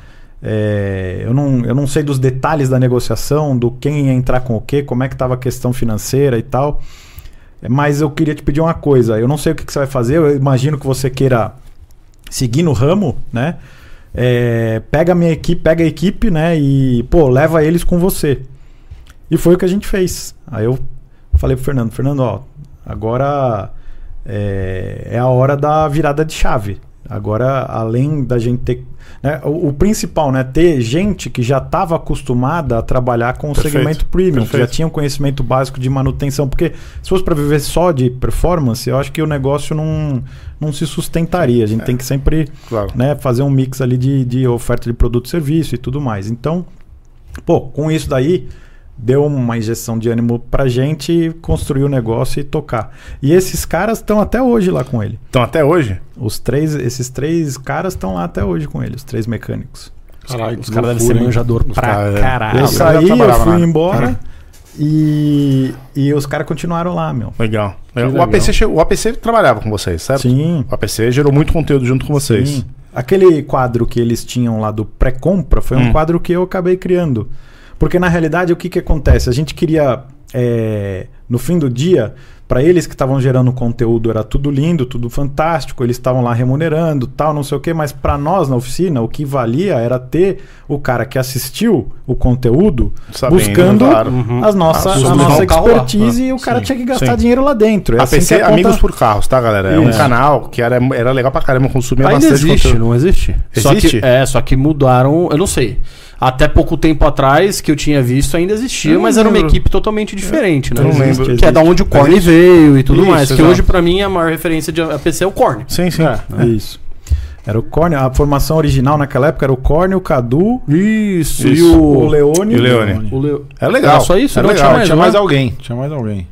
Speaker 3: é, eu, não, eu não sei dos detalhes da negociação, do quem ia entrar com o quê, como é que estava a questão financeira e tal. É, Mas eu queria te pedir uma coisa. Eu não sei o que, que você vai fazer, eu imagino que você queira seguir no ramo, né? É, pega a minha equipe, pega a equipe, né? E, pô, leva eles com você. E foi o que a gente fez. Aí eu falei pro Fernando, Fernando, ó, agora é, é a hora da virada de chave. Agora, além da gente ter. né, o, o principal, né? Ter gente que já estava acostumada a trabalhar com o
Speaker 6: Perfeito,
Speaker 3: segmento premium, que já
Speaker 6: perfeito.
Speaker 3: tinha um conhecimento básico de manutenção. Porque se fosse para viver só de performance, eu acho que o negócio não, não se sustentaria. A gente tem que sempre
Speaker 6: Claro.
Speaker 3: né, fazer um mix ali de, de oferta de produto e serviço e tudo mais. Então, pô, com isso daí, deu uma injeção de ânimo pra gente construir o negócio e tocar. E esses caras estão até hoje lá com ele.
Speaker 6: Então, até hoje,
Speaker 3: Os três, esses três caras estão lá até hoje com ele, os três mecânicos.
Speaker 5: Caralho, os
Speaker 6: loucura,
Speaker 5: caras devem ser
Speaker 6: hein?
Speaker 5: manjador
Speaker 6: Os
Speaker 5: pra
Speaker 6: caras- é.
Speaker 5: caralho.
Speaker 3: eu
Speaker 6: os caras
Speaker 3: saí,
Speaker 6: já
Speaker 3: eu
Speaker 6: trabalhavam
Speaker 3: fui
Speaker 6: lá.
Speaker 3: embora e, e os caras continuaram lá, meu.
Speaker 6: legal.
Speaker 5: legal.
Speaker 6: O APC, chegou- o APC trabalhava com vocês, certo?
Speaker 3: Sim.
Speaker 6: O APC gerou muito conteúdo junto com vocês.
Speaker 3: Sim. Aquele quadro que eles tinham lá do pré-compra foi um
Speaker 6: Hum.
Speaker 3: quadro que eu acabei criando. Porque na realidade o que, que acontece? A gente queria, é, no fim do dia, para eles que estavam gerando conteúdo era tudo lindo, tudo fantástico, eles estavam lá remunerando, tal, não sei o quê, mas para nós na oficina o que valia era ter o cara que assistiu o conteúdo
Speaker 6: Sabendo,
Speaker 3: buscando
Speaker 6: claro.
Speaker 3: as nossa,
Speaker 6: Ah,
Speaker 3: a nossa
Speaker 5: o carro lá.
Speaker 3: expertise e o cara
Speaker 6: Sim,
Speaker 3: tinha que gastar
Speaker 6: sim.
Speaker 3: dinheiro lá dentro. É assim
Speaker 6: APC,
Speaker 3: que a conta-
Speaker 6: Amigos por Carros, tá, galera? É um
Speaker 3: Isso.
Speaker 6: canal que era, era legal pra caramba, consumia
Speaker 5: Tá Ainda
Speaker 6: bastante
Speaker 5: existe,
Speaker 6: conteúdo.
Speaker 5: não existe? Só
Speaker 6: Existe?
Speaker 5: que, é, só que mudaram, eu não sei. Até pouco tempo atrás que eu tinha visto ainda existia,
Speaker 6: Eu não
Speaker 5: mas era uma
Speaker 6: lembro.
Speaker 5: equipe totalmente diferente, né?
Speaker 6: Eu não
Speaker 5: Existe,
Speaker 6: lembro.
Speaker 5: Que é da onde o Korn veio e tudo
Speaker 6: Isso,
Speaker 5: mais. Que
Speaker 6: exato.
Speaker 5: hoje, pra mim, é a maior referência de APC é o Korn.
Speaker 6: Sim, sim.
Speaker 1: né?
Speaker 3: Isso. Era o Corne, a formação original naquela época era o Corne, o Cadu,
Speaker 5: Isso,
Speaker 6: Isso.
Speaker 5: e o.
Speaker 3: Leone.
Speaker 6: E o Leone.
Speaker 5: o Leo-
Speaker 6: Era É legal.
Speaker 5: Era só isso?
Speaker 6: Era
Speaker 5: Não
Speaker 6: legal.
Speaker 5: tinha mais,
Speaker 1: Tinha
Speaker 5: não é?
Speaker 1: mais alguém. Tinha mais alguém.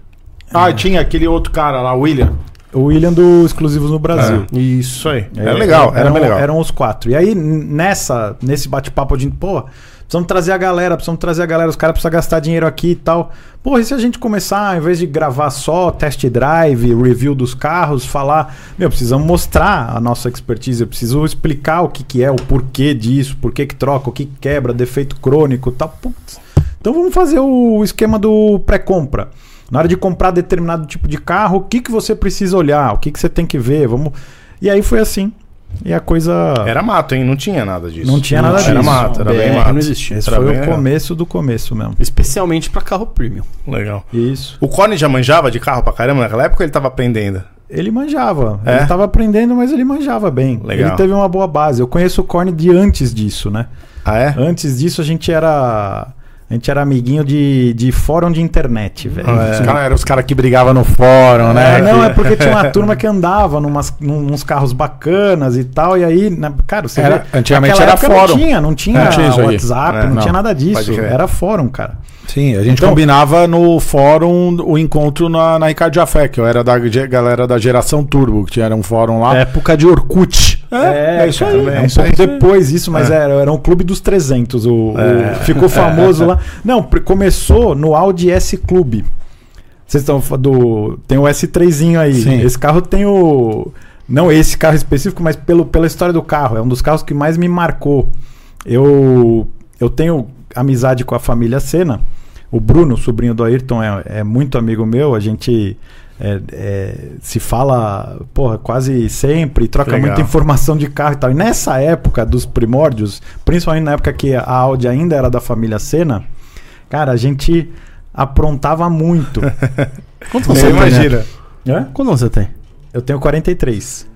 Speaker 1: Ah,
Speaker 6: É.
Speaker 1: tinha aquele outro cara lá, o William.
Speaker 3: O William do Exclusivos no Brasil.
Speaker 6: Isso aí. Ah. Era
Speaker 3: É,
Speaker 6: legal, era,
Speaker 3: eram,
Speaker 6: bem legal.
Speaker 3: Eram os quatro. E aí, n- nessa, nesse bate-papo, a gente, pô, precisamos trazer a galera, precisamos trazer a galera, os caras precisam gastar dinheiro aqui e tal. Pô, e se a gente começar, em vez de gravar só test drive, review dos carros, falar, meu, precisamos mostrar a nossa expertise, eu preciso explicar o que, que é, o porquê disso, por que que troca, o que que quebra, defeito crônico e tal. Putz. Então vamos fazer o esquema do pré-compra. Na hora de comprar determinado tipo de carro, o que, que você precisa olhar? O que, que você tem que ver? Vamos. E aí foi assim. E a coisa.
Speaker 1: É,
Speaker 6: Era mato, hein? Não tinha nada disso.
Speaker 3: Não tinha nada
Speaker 6: Era
Speaker 3: disso.
Speaker 6: mato, era bem
Speaker 5: BR
Speaker 6: mato.
Speaker 5: não existia.
Speaker 3: Esse
Speaker 6: era
Speaker 3: foi
Speaker 6: bem
Speaker 3: o
Speaker 1: é-
Speaker 6: legal.
Speaker 3: começo do começo mesmo.
Speaker 5: Especialmente pra carro premium.
Speaker 6: Legal.
Speaker 3: Isso.
Speaker 6: O Cone já manjava de carro pra caramba naquela época ou ele tava aprendendo?
Speaker 3: Ele manjava.
Speaker 6: É?
Speaker 3: Ele tava aprendendo, mas ele manjava bem.
Speaker 6: Legal.
Speaker 3: Ele teve uma boa base. Eu conheço o Corne de antes disso, né?
Speaker 6: Ah, é?
Speaker 3: Antes disso, a gente era. A gente era amiguinho de, de fórum de internet, velho.
Speaker 1: Os caras eram os caras que brigavam no fórum, né?
Speaker 3: É, não, é
Speaker 1: Que-
Speaker 3: porque tinha uma turma que andava numas, num- nos carros bacanas e tal, e aí, né, cara, você
Speaker 1: Era-
Speaker 3: vê,
Speaker 1: antigamente
Speaker 3: naquela
Speaker 1: era
Speaker 3: época
Speaker 1: fórum.
Speaker 3: Não tinha, não tinha,
Speaker 1: Não tinha isso aí.
Speaker 3: WhatsApp,
Speaker 6: É,
Speaker 3: não,
Speaker 6: não.
Speaker 3: tinha nada disso.
Speaker 6: Pode crer.
Speaker 3: Era fórum, cara.
Speaker 1: Sim, É, a gente
Speaker 3: Então-
Speaker 1: combinava no fórum o encontro na, na Ricardo Jafé, que eu era da ge- galera da geração Turbo, que tinha era um fórum lá.
Speaker 4: Época de Orkut. É.
Speaker 3: É,
Speaker 6: isso
Speaker 3: cara,
Speaker 6: aí,
Speaker 3: É
Speaker 6: é
Speaker 3: um
Speaker 6: isso
Speaker 3: pouco
Speaker 6: aí.
Speaker 3: depois isso, mas era, era um clube dos 300. O, o- ficou famoso lá. Não, pre- começou no Audi S Clube. Vocês estão fa- do. Tem o S3zinho aí.
Speaker 1: Sim.
Speaker 3: Esse carro tem o. Não esse carro específico, mas pelo, pela história do carro. É um dos carros que mais me marcou. Eu, eu tenho amizade com a família Senna. O Bruno, sobrinho do Ayrton, é, é muito amigo meu. A gente é, é, se fala, porra, quase sempre, troca
Speaker 6: Legal.
Speaker 3: muita informação de carro e tal. E nessa época dos primórdios, principalmente na época que a Audi ainda era da família Senna, cara, a gente aprontava muito.
Speaker 5: Quantos
Speaker 6: Você
Speaker 3: né?
Speaker 6: imagina.
Speaker 3: Hã?
Speaker 5: Quantos anos você tem?
Speaker 3: Eu tenho 43.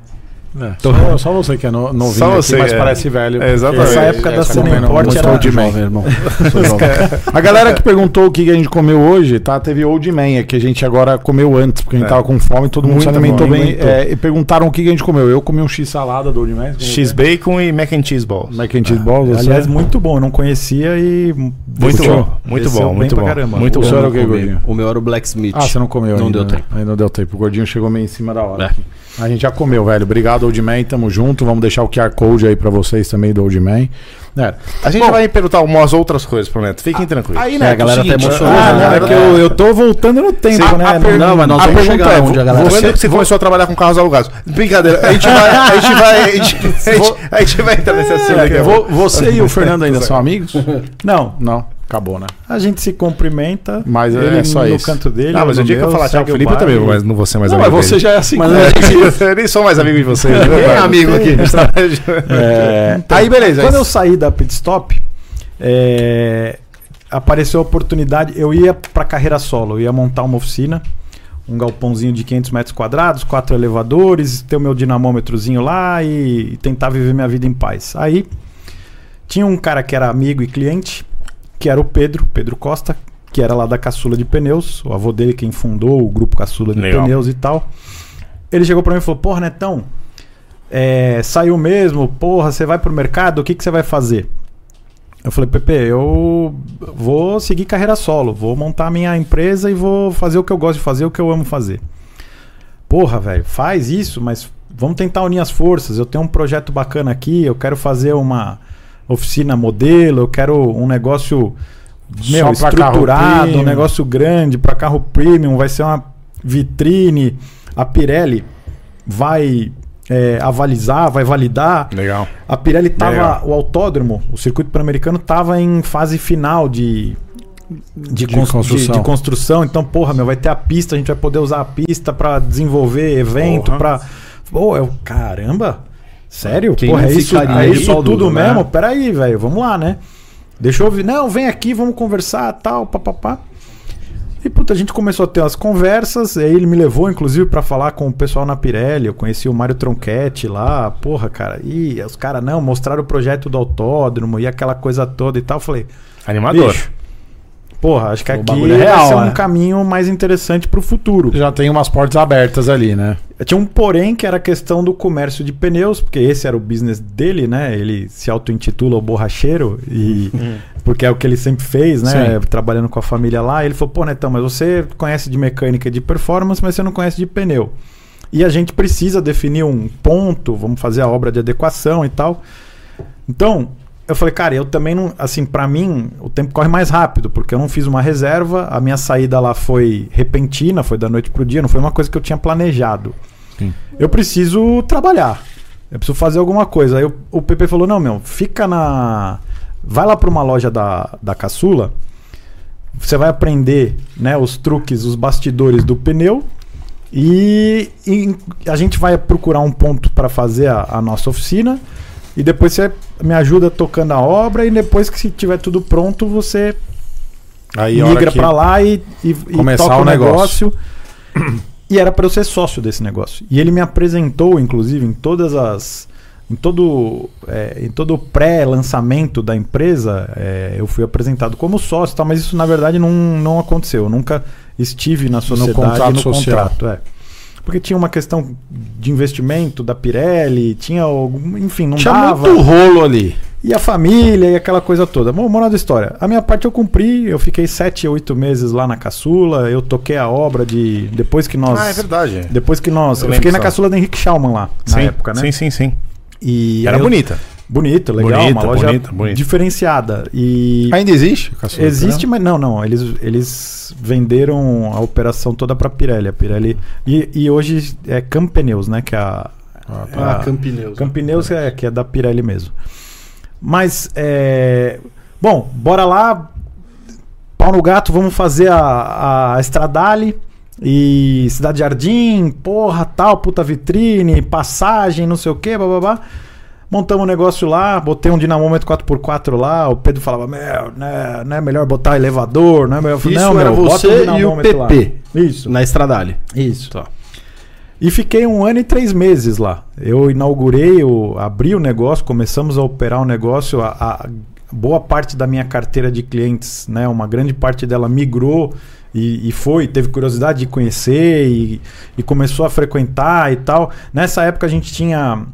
Speaker 1: só, só você que é no, novinho,
Speaker 6: Só
Speaker 1: aqui,
Speaker 6: você,
Speaker 1: mas
Speaker 6: é.
Speaker 1: parece velho.
Speaker 6: É, exatamente.
Speaker 3: Essa época da Cine Import
Speaker 1: muito
Speaker 3: era-
Speaker 1: old man.
Speaker 4: irmão.
Speaker 1: Sou jovem. A galera que perguntou o que que a gente comeu hoje, tá? Teve Old Man, é que a gente agora comeu antes, porque a gente
Speaker 6: É.
Speaker 1: tava com fome, todo mundo se
Speaker 6: Muito
Speaker 1: alimentou
Speaker 6: bom,
Speaker 1: bem.
Speaker 6: muito.
Speaker 1: é, e perguntaram o que que a gente comeu. Eu comi um X-salada do Old Man.
Speaker 6: X-Bacon e Mac and Cheese Balls.
Speaker 1: é Mac and Cheese Balls, você-
Speaker 3: Aliás, muito bom. Eu não conhecia e
Speaker 6: Muito
Speaker 1: Curtiu?
Speaker 6: bom, muito
Speaker 5: Desceu
Speaker 6: bom,
Speaker 3: é um bem
Speaker 6: muito
Speaker 3: pra
Speaker 6: bom.
Speaker 3: caramba.
Speaker 6: Muito
Speaker 1: O
Speaker 6: bom.
Speaker 1: senhor é o quê,
Speaker 5: comi.
Speaker 1: gordinho?
Speaker 5: O meu era o Blacksmith.
Speaker 1: Ah, você não comeu
Speaker 5: Não
Speaker 1: ainda.
Speaker 5: deu tempo.
Speaker 1: Aí não deu tempo. O gordinho chegou meio em cima da hora.
Speaker 5: É.
Speaker 1: aqui. A gente já comeu, velho. Obrigado, Old Man. Tamo junto. Vamos deixar o QR Code aí pra vocês também do Old Man. É.
Speaker 6: A gente vai perguntar umas outras coisas pro Neto. Fiquem tranquilos.
Speaker 1: Aí,
Speaker 5: É,
Speaker 1: né,
Speaker 5: a galera tá emocionada.
Speaker 1: Ah,
Speaker 3: Ah, não, é que eu, eu tô voltando no tempo,
Speaker 6: Sim.
Speaker 3: né?
Speaker 6: A- a
Speaker 3: Não-
Speaker 6: pergunta-
Speaker 5: Não, mas nós
Speaker 6: a
Speaker 5: vamos
Speaker 6: pergunta
Speaker 5: chegar
Speaker 6: é,
Speaker 1: né?
Speaker 5: onde a galera
Speaker 6: quando
Speaker 5: quer.
Speaker 6: é que você começou a trabalhar com carros alugados? Brincadeira, a gente vai, a gente vai, a gente, a gente- a gente vai entrar nesse assunto daqui a pouco.
Speaker 1: Vo- Você e o Fernando ainda são amigos?
Speaker 3: Não,
Speaker 1: Não, acabou, né?
Speaker 3: a gente se cumprimenta.
Speaker 1: Mas é
Speaker 3: ele
Speaker 1: só
Speaker 3: no
Speaker 1: isso.
Speaker 3: canto dele.
Speaker 6: Ah, mas
Speaker 3: no
Speaker 6: o dia que eu
Speaker 3: meu,
Speaker 6: falar tchau,
Speaker 3: segue o
Speaker 6: Felipe, eu também,
Speaker 3: baile.
Speaker 6: mas não vou ser mais
Speaker 1: Não, mas
Speaker 6: amigo
Speaker 1: você
Speaker 6: dele.
Speaker 1: já é assim.
Speaker 5: Mas
Speaker 1: né?
Speaker 5: a gente-
Speaker 6: Eu nem sou mais amigo de vocês. né, Tá,
Speaker 5: Quem é amigo aqui?
Speaker 3: É, então,
Speaker 6: Aí, beleza.
Speaker 3: Quando eu saí da pit stop, é, apareceu a oportunidade. Eu ia para carreira solo, eu ia montar uma oficina, um galpãozinho de 500 metros quadrados, quatro elevadores, ter o meu dinamômetrozinho lá e, e tentar viver minha vida em paz. Aí tinha um cara que era amigo e cliente, que era o Pedro, Pedro Costa, que era lá da Caçula de Pneus, o avô dele quem fundou o grupo Caçula de
Speaker 6: Legal.
Speaker 3: Pneus e tal. Ele chegou pra mim e falou: Porra, Netão, é, saiu mesmo, porra, você vai pro mercado, o que, que você vai fazer? Eu falei, Pepe, eu vou seguir carreira solo, vou montar minha empresa e vou fazer o que eu gosto de fazer, o que eu amo fazer. Porra, velho, faz isso, mas vamos tentar unir as forças. Eu tenho um projeto bacana aqui, eu quero fazer uma oficina modelo, eu quero um negócio meu,
Speaker 1: Só pra carro
Speaker 3: estruturado, um
Speaker 1: premium.
Speaker 3: negócio grande para carro premium, vai ser uma vitrine. A Pirelli vai é, avalizar, vai validar.
Speaker 6: Legal.
Speaker 3: A Pirelli tava.
Speaker 6: Legal.
Speaker 3: O autódromo, o circuito pan-americano, tava em fase final de. De, cons-
Speaker 1: construção.
Speaker 3: de- de construção. Então, porra, meu, vai ter a pista, a gente vai poder usar a pista pra desenvolver evento,
Speaker 6: Porra.
Speaker 3: pra. Pô, eu, caramba! Sério?
Speaker 5: Quem
Speaker 3: porra, é
Speaker 5: não
Speaker 3: isso,
Speaker 5: ficaria
Speaker 3: é isso
Speaker 5: de pau
Speaker 3: tudo
Speaker 5: duro, né?
Speaker 3: mesmo? Peraí, velho, vamos lá, né? Deixa eu ouvir. Não, vem aqui, vamos conversar, tal, papapá. E puta, a gente começou a ter umas conversas, e aí ele me levou, inclusive, pra falar com o pessoal na Pirelli. Eu conheci o Mário Tronchetti lá, porra, cara. E os caras, não, mostraram o projeto do autódromo e aquela coisa toda e tal. Eu falei,
Speaker 6: Animador.
Speaker 3: Bicho. porra, acho que aqui
Speaker 1: bagulho é
Speaker 3: vai
Speaker 1: real,
Speaker 3: ser um
Speaker 1: né?
Speaker 3: caminho mais interessante pro futuro.
Speaker 1: Já tem umas portas abertas ali, né?
Speaker 3: Tinha um porém que era a questão do comércio de pneus, porque esse era o business dele, né? Ele se auto-intitula o borracheiro, e porque é o que ele sempre fez, né? Trabalhando com a família lá. Ele falou, pô, Netão, mas você conhece de mecânica e de performance, mas você não conhece de pneu. E a gente precisa definir um ponto, vamos fazer a obra de adequação e tal. Então, eu falei, cara, eu também não. Assim, pra mim, o tempo corre mais rápido, porque eu não fiz uma reserva, a minha saída lá foi repentina, foi da noite pro dia, não foi uma coisa que eu tinha planejado. Eu preciso trabalhar, eu preciso fazer alguma coisa. Aí o, o PP falou: não, meu, fica na. Vai lá pra uma loja da, da caçula, você vai aprender né, os truques, os bastidores do pneu. E, e a gente vai procurar um ponto para fazer a, a nossa oficina. E depois você me ajuda tocando a obra. E depois que se tiver tudo pronto, você
Speaker 1: Aí a hora
Speaker 3: migra
Speaker 1: que-
Speaker 3: pra lá e, e, e
Speaker 1: começar o negócio.
Speaker 3: E era pra eu ser sócio desse negócio. E ele me apresentou, inclusive, em todas as. Em todo, é, em todo o pré-lançamento da empresa, é, eu fui apresentado como sócio, e tal, mas isso na verdade não, não aconteceu. Eu nunca estive na sociedade
Speaker 1: contrato
Speaker 3: no
Speaker 1: social.
Speaker 3: contrato. é. Porque tinha uma questão de investimento da Pirelli, tinha algum. Enfim, não
Speaker 1: Tinha
Speaker 3: dava.
Speaker 1: muito rolo ali.
Speaker 3: E a família e aquela coisa toda. Bom, moral da história. A minha parte eu cumpri, eu fiquei sete, oito meses lá na caçula, eu toquei a obra de. Depois que nós.
Speaker 6: Ah, é verdade.
Speaker 3: Depois que nós.
Speaker 6: Eu
Speaker 3: Eu,
Speaker 6: lembro
Speaker 3: fiquei na
Speaker 6: só.
Speaker 3: caçula do Henrique Schaumann lá, na época, né?
Speaker 6: Sim, sim, sim.
Speaker 3: E
Speaker 6: Era
Speaker 3: aí eu-
Speaker 6: bonita.
Speaker 3: Bonito, legal,
Speaker 6: Bonita,
Speaker 3: uma loja
Speaker 6: bonita, bonita.
Speaker 3: diferenciada. E
Speaker 1: Ainda existe? Caçula,
Speaker 3: Existe, mas não, não. Eles, eles venderam a operação toda pra Pirelli. A Pirelli. E, e hoje é Campeneus, né? Que é a.
Speaker 6: tá.
Speaker 3: a-
Speaker 5: Ah, Campineus.
Speaker 3: Campineus é, que é da Pirelli mesmo. Mas, é, bom, bora lá. Pau no gato, vamos fazer a, a Estradale e Cidade Jardim, porra, tal, puta vitrine, passagem, não sei o que, bababá. Montamos um negócio lá, botei um dinamômetro 4x4 lá, o Pedro falava, meu, né, não é melhor botar elevador, não é melhor... Eu falei,
Speaker 5: Isso
Speaker 3: não,
Speaker 5: era
Speaker 3: meu, bota
Speaker 5: você e o
Speaker 3: dinamômetro lá."
Speaker 5: PP.
Speaker 3: Isso.
Speaker 5: Na Estradale.
Speaker 3: Isso. Tá. E fiquei um ano e três meses lá. Eu inaugurei, eu abri o negócio, começamos a operar o negócio. A, a boa parte da minha carteira de clientes, né, uma grande parte dela migrou e, e foi, teve curiosidade de conhecer e, e começou a frequentar e tal. Nessa época a gente tinha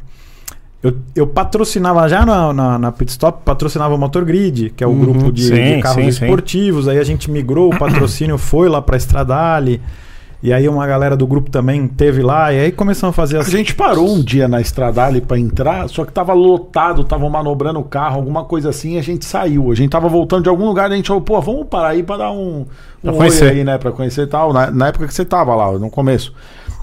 Speaker 3: Eu, eu patrocinava já na, na, na Pit Stop, patrocinava o Motor Grid, que é o grupo de,
Speaker 6: Uhum. Sim,
Speaker 3: de carros
Speaker 6: sim, sim.
Speaker 3: esportivos. Aí a gente migrou, o patrocínio foi lá pra Estradale. E aí uma galera do grupo também teve lá. E aí começamos a fazer
Speaker 1: A
Speaker 3: as
Speaker 1: gente parou um dia na estrada ali pra entrar, só que tava lotado, tava manobrando o carro, alguma coisa assim, e a gente saiu. A gente tava voltando de algum lugar, a gente falou, pô, vamos parar aí pra dar um, um
Speaker 6: Pra conhecer.
Speaker 1: oi aí, né, pra conhecer e tal, na, na época que você tava lá, no começo.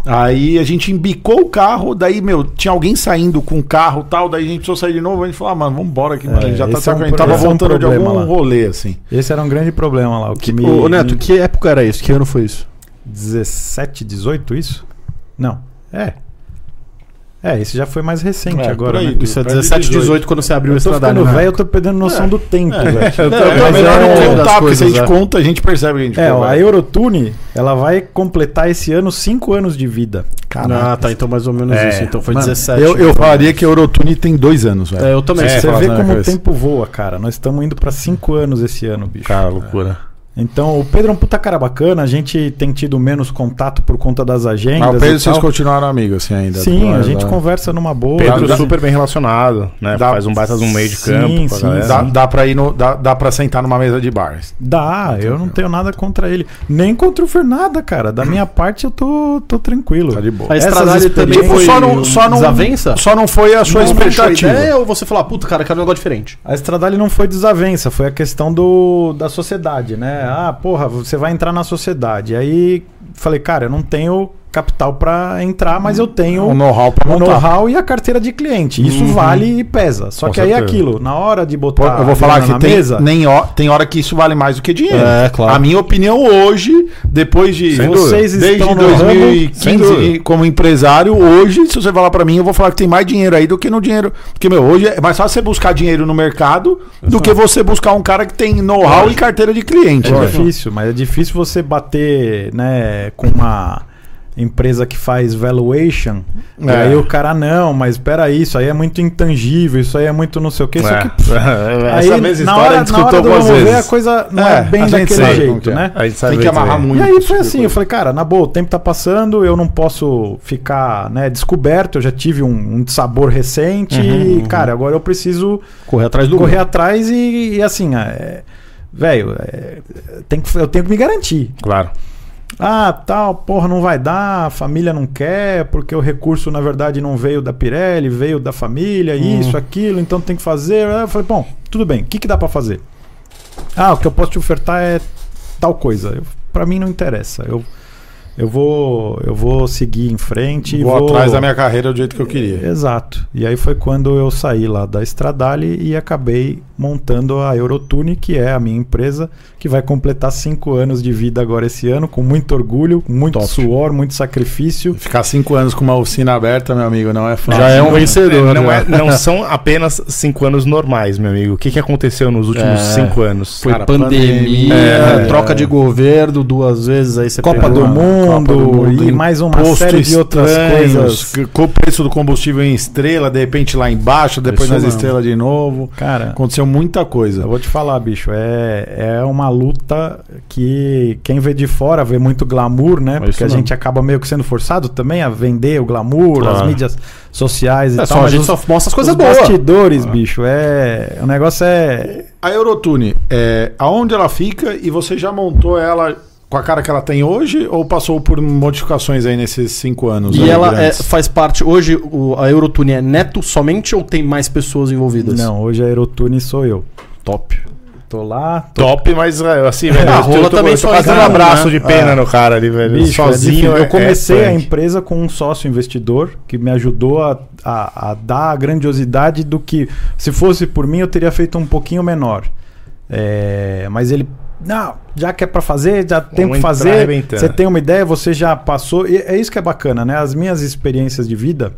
Speaker 1: Aí a gente embicou o carro, daí, meu, tinha alguém saindo com o carro e tal, daí a gente precisou sair de novo, a gente falou, ah, mano, vambora aqui, mano, a gente já tá
Speaker 3: esse é um
Speaker 1: saco, a gente tava
Speaker 3: pro- esse é um
Speaker 1: voltando de algum
Speaker 3: problema lá.
Speaker 1: rolê, assim.
Speaker 3: Esse era um grande problema lá. O que me,
Speaker 5: Ô, Neto,
Speaker 3: me-
Speaker 5: que época era isso? Que ano foi isso?
Speaker 3: 17, 18, isso? Não. É. É, esse já foi mais recente
Speaker 1: É,
Speaker 3: agora,
Speaker 1: por aí,
Speaker 3: né?
Speaker 1: do-
Speaker 5: Isso é
Speaker 1: perto de
Speaker 5: 17, 18, quando você abriu o
Speaker 3: Eu tô
Speaker 5: Estradalho.
Speaker 3: ficando
Speaker 5: né?
Speaker 3: velho, eu tô perdendo noção do tempo, velho.
Speaker 1: É,
Speaker 5: Não, mas
Speaker 1: melhor
Speaker 5: é
Speaker 1: não
Speaker 5: um-
Speaker 1: contar, porque
Speaker 5: das
Speaker 1: se a
Speaker 5: coisas,
Speaker 1: gente
Speaker 5: é.
Speaker 1: conta, a gente percebe que a gente
Speaker 3: É,
Speaker 1: ficou
Speaker 3: ó, a
Speaker 1: velho.
Speaker 3: Eurotune, ela vai completar esse ano 5 anos de vida.
Speaker 5: Ah, tá. Então mais ou menos
Speaker 6: É.
Speaker 5: isso. Então foi
Speaker 3: Mano,
Speaker 5: 17.
Speaker 1: eu, eu falaria que a Eurotune tem dois anos, velho.
Speaker 5: É, eu também.
Speaker 6: É,
Speaker 5: Você
Speaker 3: Você
Speaker 6: fala
Speaker 5: vê-
Speaker 3: vê
Speaker 1: na minha
Speaker 3: como o
Speaker 1: cabeça.
Speaker 3: tempo voa, cara. Nós estamos indo pra 5 anos esse ano, bicho.
Speaker 6: Cara, loucura.
Speaker 3: Então, o Pedro é um puta cara bacana. A gente tem tido menos contato por conta das agendas.
Speaker 1: Mas o Pedro,
Speaker 3: e tal.
Speaker 1: vocês continuaram amigos, assim, ainda.
Speaker 3: então. Sim,
Speaker 1: Claro,
Speaker 3: a gente
Speaker 1: né?
Speaker 3: conversa numa boa.
Speaker 6: Pedro
Speaker 3: Dá-
Speaker 6: super bem relacionado, né?
Speaker 1: Dá-
Speaker 6: Faz um baita de um meio de
Speaker 3: Sim,
Speaker 6: campo com a
Speaker 3: sim,
Speaker 6: galera.
Speaker 3: sim.
Speaker 1: Dá, dá pra ir no, dá, dá pra sentar numa mesa de bar.
Speaker 3: Dá, eu não tenho nada contra ele. Nem contra o Fernanda, cara. Da minha parte, eu tô, tô tranquilo.
Speaker 1: Tá de boa.
Speaker 5: A
Speaker 3: Essas
Speaker 5: Estradalho também
Speaker 3: experiências-
Speaker 5: foi
Speaker 1: só não, só não,
Speaker 5: desavença?
Speaker 1: só não foi a sua
Speaker 5: Não fechou a
Speaker 1: expectativa.
Speaker 5: Ideia, é ou você falar, puta, cara, quero um negócio diferente.
Speaker 3: A Estradale não foi desavença, foi a questão do, da sociedade, né? Ah, porra, você vai entrar na sociedade. Aí falei, cara, eu não tenho capital pra entrar, mas eu tenho
Speaker 1: O know-how pra
Speaker 3: o
Speaker 1: montar.
Speaker 3: um
Speaker 1: Uhum.
Speaker 3: know-how e a carteira de cliente. Isso vale e pesa. Só
Speaker 6: Com
Speaker 3: que aí é
Speaker 6: certeza.
Speaker 3: aquilo, na hora de
Speaker 1: Pô,
Speaker 3: botar
Speaker 1: eu vou falar
Speaker 3: grana
Speaker 1: que
Speaker 3: na
Speaker 1: tem,
Speaker 3: mesa,
Speaker 1: nem ho- tem hora que isso vale mais do que dinheiro.
Speaker 5: É, claro.
Speaker 1: A minha opinião hoje, depois de
Speaker 6: Sem dúvida.
Speaker 1: vocês desde
Speaker 3: estão no
Speaker 1: 2015
Speaker 6: ramo, sem dúvida.
Speaker 1: como empresário, hoje, se você falar pra mim, eu vou falar que tem mais dinheiro aí do que no dinheiro. Porque, meu, hoje é mais fácil você buscar dinheiro no mercado do que você buscar um cara que tem know-how e carteira de cliente.
Speaker 3: É
Speaker 1: velho.
Speaker 3: difícil, mas é difícil você bater, né, com uma empresa que faz valuation. E
Speaker 1: É.
Speaker 3: aí o cara, não, mas espera aí, isso aí é muito intangível, isso aí é muito não sei o quê. Isso aqui,
Speaker 6: É.
Speaker 3: aí,
Speaker 6: Essa mesma história a gente
Speaker 3: na
Speaker 6: escutou
Speaker 3: hora do
Speaker 6: algumas
Speaker 3: vamos ver,
Speaker 6: vezes.
Speaker 3: a coisa não é,
Speaker 1: É, a
Speaker 3: bem
Speaker 1: gente
Speaker 3: daquele
Speaker 1: sabe como
Speaker 3: jeito,
Speaker 1: que é.
Speaker 3: né?
Speaker 6: A gente sabe
Speaker 1: Tem que amarrar
Speaker 6: muito.
Speaker 1: muito.
Speaker 3: E aí foi assim, eu falei, cara, na boa, o tempo tá passando, eu não posso ficar né, descoberto, eu já tive um, um sabor recente e, cara, agora eu preciso
Speaker 5: Correr atrás do
Speaker 3: correr atrás e, e assim, é, velho, é, tem que- eu tenho que me garantir.
Speaker 6: Claro.
Speaker 3: Ah, tal, porra, não vai dar, a família não quer, porque o recurso, na verdade, não veio da Pirelli, veio da família,
Speaker 1: Uhum.
Speaker 3: isso, aquilo, então tem que fazer. Eu falei, bom, tudo bem, o que, que dá pra fazer? Ah, o que eu posso te ofertar é tal coisa. Eu, pra mim não interessa. Eu, eu, vou, eu vou seguir em frente. e É,
Speaker 1: Vou, atrás da minha carreira do jeito que eu queria.
Speaker 3: Exato. E aí foi quando eu saí lá da Estradale e acabei montando a Eurotune, que é a minha empresa, que vai completar cinco anos de vida agora esse ano, com muito orgulho, muito
Speaker 1: Top.
Speaker 3: suor, muito sacrifício.
Speaker 1: Ficar cinco anos com uma oficina aberta, meu amigo, não é fácil.
Speaker 5: Já é um vencedor.
Speaker 6: não,
Speaker 5: né?
Speaker 6: é- não são apenas cinco anos normais, meu amigo. O que, que aconteceu nos últimos
Speaker 5: É.
Speaker 6: cinco anos?
Speaker 5: Foi
Speaker 1: Cara,
Speaker 5: pandemia,
Speaker 1: pandemia,
Speaker 5: troca de governo duas vezes, aí você
Speaker 3: Copa
Speaker 5: pegou
Speaker 3: do,
Speaker 5: uma-
Speaker 3: mundo,
Speaker 1: Copa do Mundo,
Speaker 3: e mais uma
Speaker 1: Postos
Speaker 3: série de outras
Speaker 1: estranhos,
Speaker 3: coisas.
Speaker 1: que- Com o preço do combustível em estrela, de repente lá embaixo, depois
Speaker 5: Isso
Speaker 1: nas
Speaker 5: mesmo.
Speaker 1: estrelas de novo.
Speaker 3: Cara,
Speaker 1: Aconteceu muita
Speaker 3: eu
Speaker 1: coisa.
Speaker 3: vou te falar, bicho, é, é uma luta que quem vê de fora vê muito glamour, né?
Speaker 5: isso
Speaker 3: Porque a
Speaker 5: mesmo.
Speaker 3: gente acaba meio que sendo forçado também a vender o glamour, as
Speaker 6: Claro.
Speaker 3: mídias sociais e
Speaker 5: É,
Speaker 3: tal.
Speaker 5: só, a
Speaker 3: mas
Speaker 5: gente
Speaker 3: os-
Speaker 5: só mostra as coisas
Speaker 3: Os
Speaker 5: boas.
Speaker 3: bastidores, bicho, é. O negócio é.
Speaker 1: A Eurotune, é, aonde ela fica e você já montou ela com a cara que ela tem hoje ou passou por modificações aí nesses cinco anos?
Speaker 5: E
Speaker 1: aí,
Speaker 5: ela é-
Speaker 1: grandes?
Speaker 5: faz parte. Hoje o- a Eurotune é neto somente ou tem mais pessoas envolvidas?
Speaker 3: Não, hoje a Aerotune sou eu.
Speaker 5: Top.
Speaker 3: Tô lá. Tô...
Speaker 6: Top, mas é, assim, velho. eu
Speaker 5: a
Speaker 6: tô-
Speaker 5: rola
Speaker 6: eu tô,
Speaker 5: também
Speaker 6: eu tô
Speaker 5: só
Speaker 6: fazendo um
Speaker 5: engana,
Speaker 6: abraço
Speaker 5: né?
Speaker 6: de pena no cara ali, velho.
Speaker 3: Bicho, é
Speaker 6: Sozinho.
Speaker 3: difícil. eu comecei a
Speaker 6: empresa.
Speaker 3: empresa com um sócio investidor que me ajudou a, a- a dar a grandiosidade do que, se fosse por mim, eu teria feito um pouquinho menor. É, mas ele, não, já que é pra fazer, já tem
Speaker 6: Vamos
Speaker 3: que
Speaker 6: entrar
Speaker 3: fazer.
Speaker 6: arrebentando.
Speaker 3: Você tem uma ideia, você já passou. E é isso que é bacana, né? As minhas experiências de vida.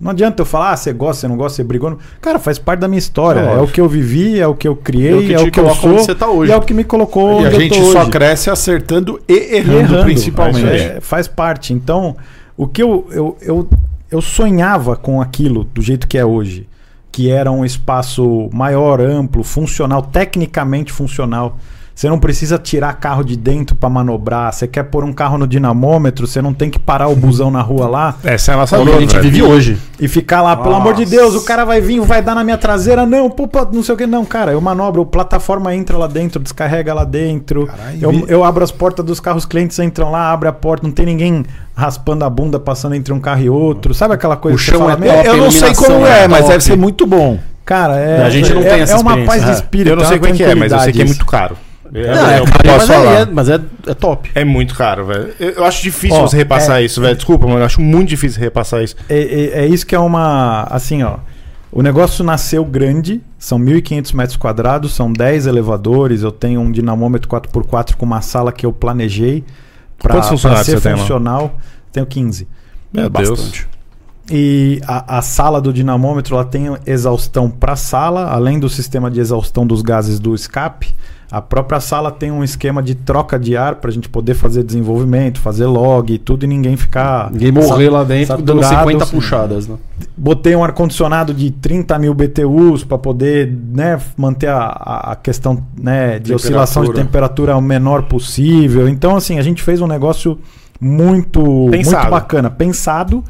Speaker 3: Não adianta eu falar, ah, você gosta, você não gosta, você brigou. Cara, faz parte da minha história. É, o que eu vivi, é o que eu criei,
Speaker 5: É
Speaker 3: é
Speaker 5: o
Speaker 3: o que,
Speaker 5: que te
Speaker 3: eu
Speaker 5: coloca
Speaker 3: sou.
Speaker 5: onde você tá hoje.
Speaker 3: E é o que me colocou
Speaker 1: E a
Speaker 3: onde eu
Speaker 1: gente
Speaker 3: tô
Speaker 1: só
Speaker 3: hoje.
Speaker 1: cresce acertando e errando,
Speaker 3: Errando,
Speaker 1: principalmente.
Speaker 3: mas é, faz parte. Então, o que eu, eu, eu, eu sonhava com aquilo do jeito que é hoje, que era um espaço maior, amplo, funcional, tecnicamente funcional. Você não precisa tirar carro de dentro para manobrar. Você quer pôr um carro no dinamômetro, você não tem que parar o busão na rua lá
Speaker 6: Essa é a nossa
Speaker 5: Como a
Speaker 6: dor,
Speaker 5: gente
Speaker 6: velho.
Speaker 5: vive hoje.
Speaker 3: e ficar lá, pelo amor de Deus, o cara vai vir, vai dar na minha traseira, não, pupa, não sei o que, não, cara, eu manobro, a plataforma entra lá dentro, descarrega lá dentro, eu, eu abro as portas dos carros, os clientes entram lá, abre a porta, não tem ninguém raspando a bunda, passando entre um carro e outro, sabe aquela coisa
Speaker 5: O
Speaker 3: você
Speaker 5: chão é
Speaker 3: "Meu,
Speaker 5: top,
Speaker 3: eu não sei
Speaker 5: iluminação
Speaker 3: como
Speaker 5: é
Speaker 3: é, mas
Speaker 5: top."
Speaker 3: deve ser muito bom. Cara, é,
Speaker 5: A gente não
Speaker 3: é,
Speaker 5: tem essa
Speaker 3: é uma paz
Speaker 5: experiência,
Speaker 3: de
Speaker 5: é.
Speaker 3: espírito,
Speaker 6: Eu não sei
Speaker 3: uma
Speaker 6: como é que é, mas eu sei que é
Speaker 3: tranquilidade,
Speaker 6: muito caro. Eu-
Speaker 5: Não, é
Speaker 6: eu
Speaker 5: caro,
Speaker 6: posso
Speaker 5: mas, aí
Speaker 6: falar.
Speaker 5: é, mas é- é top.
Speaker 6: É muito caro, velho. Eu, eu acho difícil
Speaker 3: Ó,
Speaker 6: você repassar isso, velho. Desculpa, mano. Eu acho muito difícil repassar isso.
Speaker 3: É, é- é isso que é uma. Assim, ó. O negócio nasceu grande, são 1.500 metros quadrados, são 10 elevadores. Eu tenho um dinamômetro 4x4 com uma sala que eu planejei para
Speaker 6: Quantos funcionários
Speaker 3: ser
Speaker 6: você tem lá?
Speaker 3: funcional. Tenho 15.
Speaker 6: Meu
Speaker 5: Bastante.
Speaker 3: E a, a sala do dinamômetro ela tem exaustão para sala, além do sistema de exaustão dos gases do escape. A própria sala tem um esquema de troca de ar para a gente poder fazer desenvolvimento, fazer log e tudo e ninguém ficar.
Speaker 5: Ninguém morreu lá dentro dando
Speaker 3: saturado,
Speaker 5: 50
Speaker 3: assim.
Speaker 5: puxadas, né?
Speaker 3: botei um ar-condicionado de 30 mil BTUs para poder né, manter a, a- a questão né, de oscilação de temperatura o menor possível. Então, assim, a gente fez um negócio muito,
Speaker 6: Pensado.
Speaker 3: muito bacana, pensado.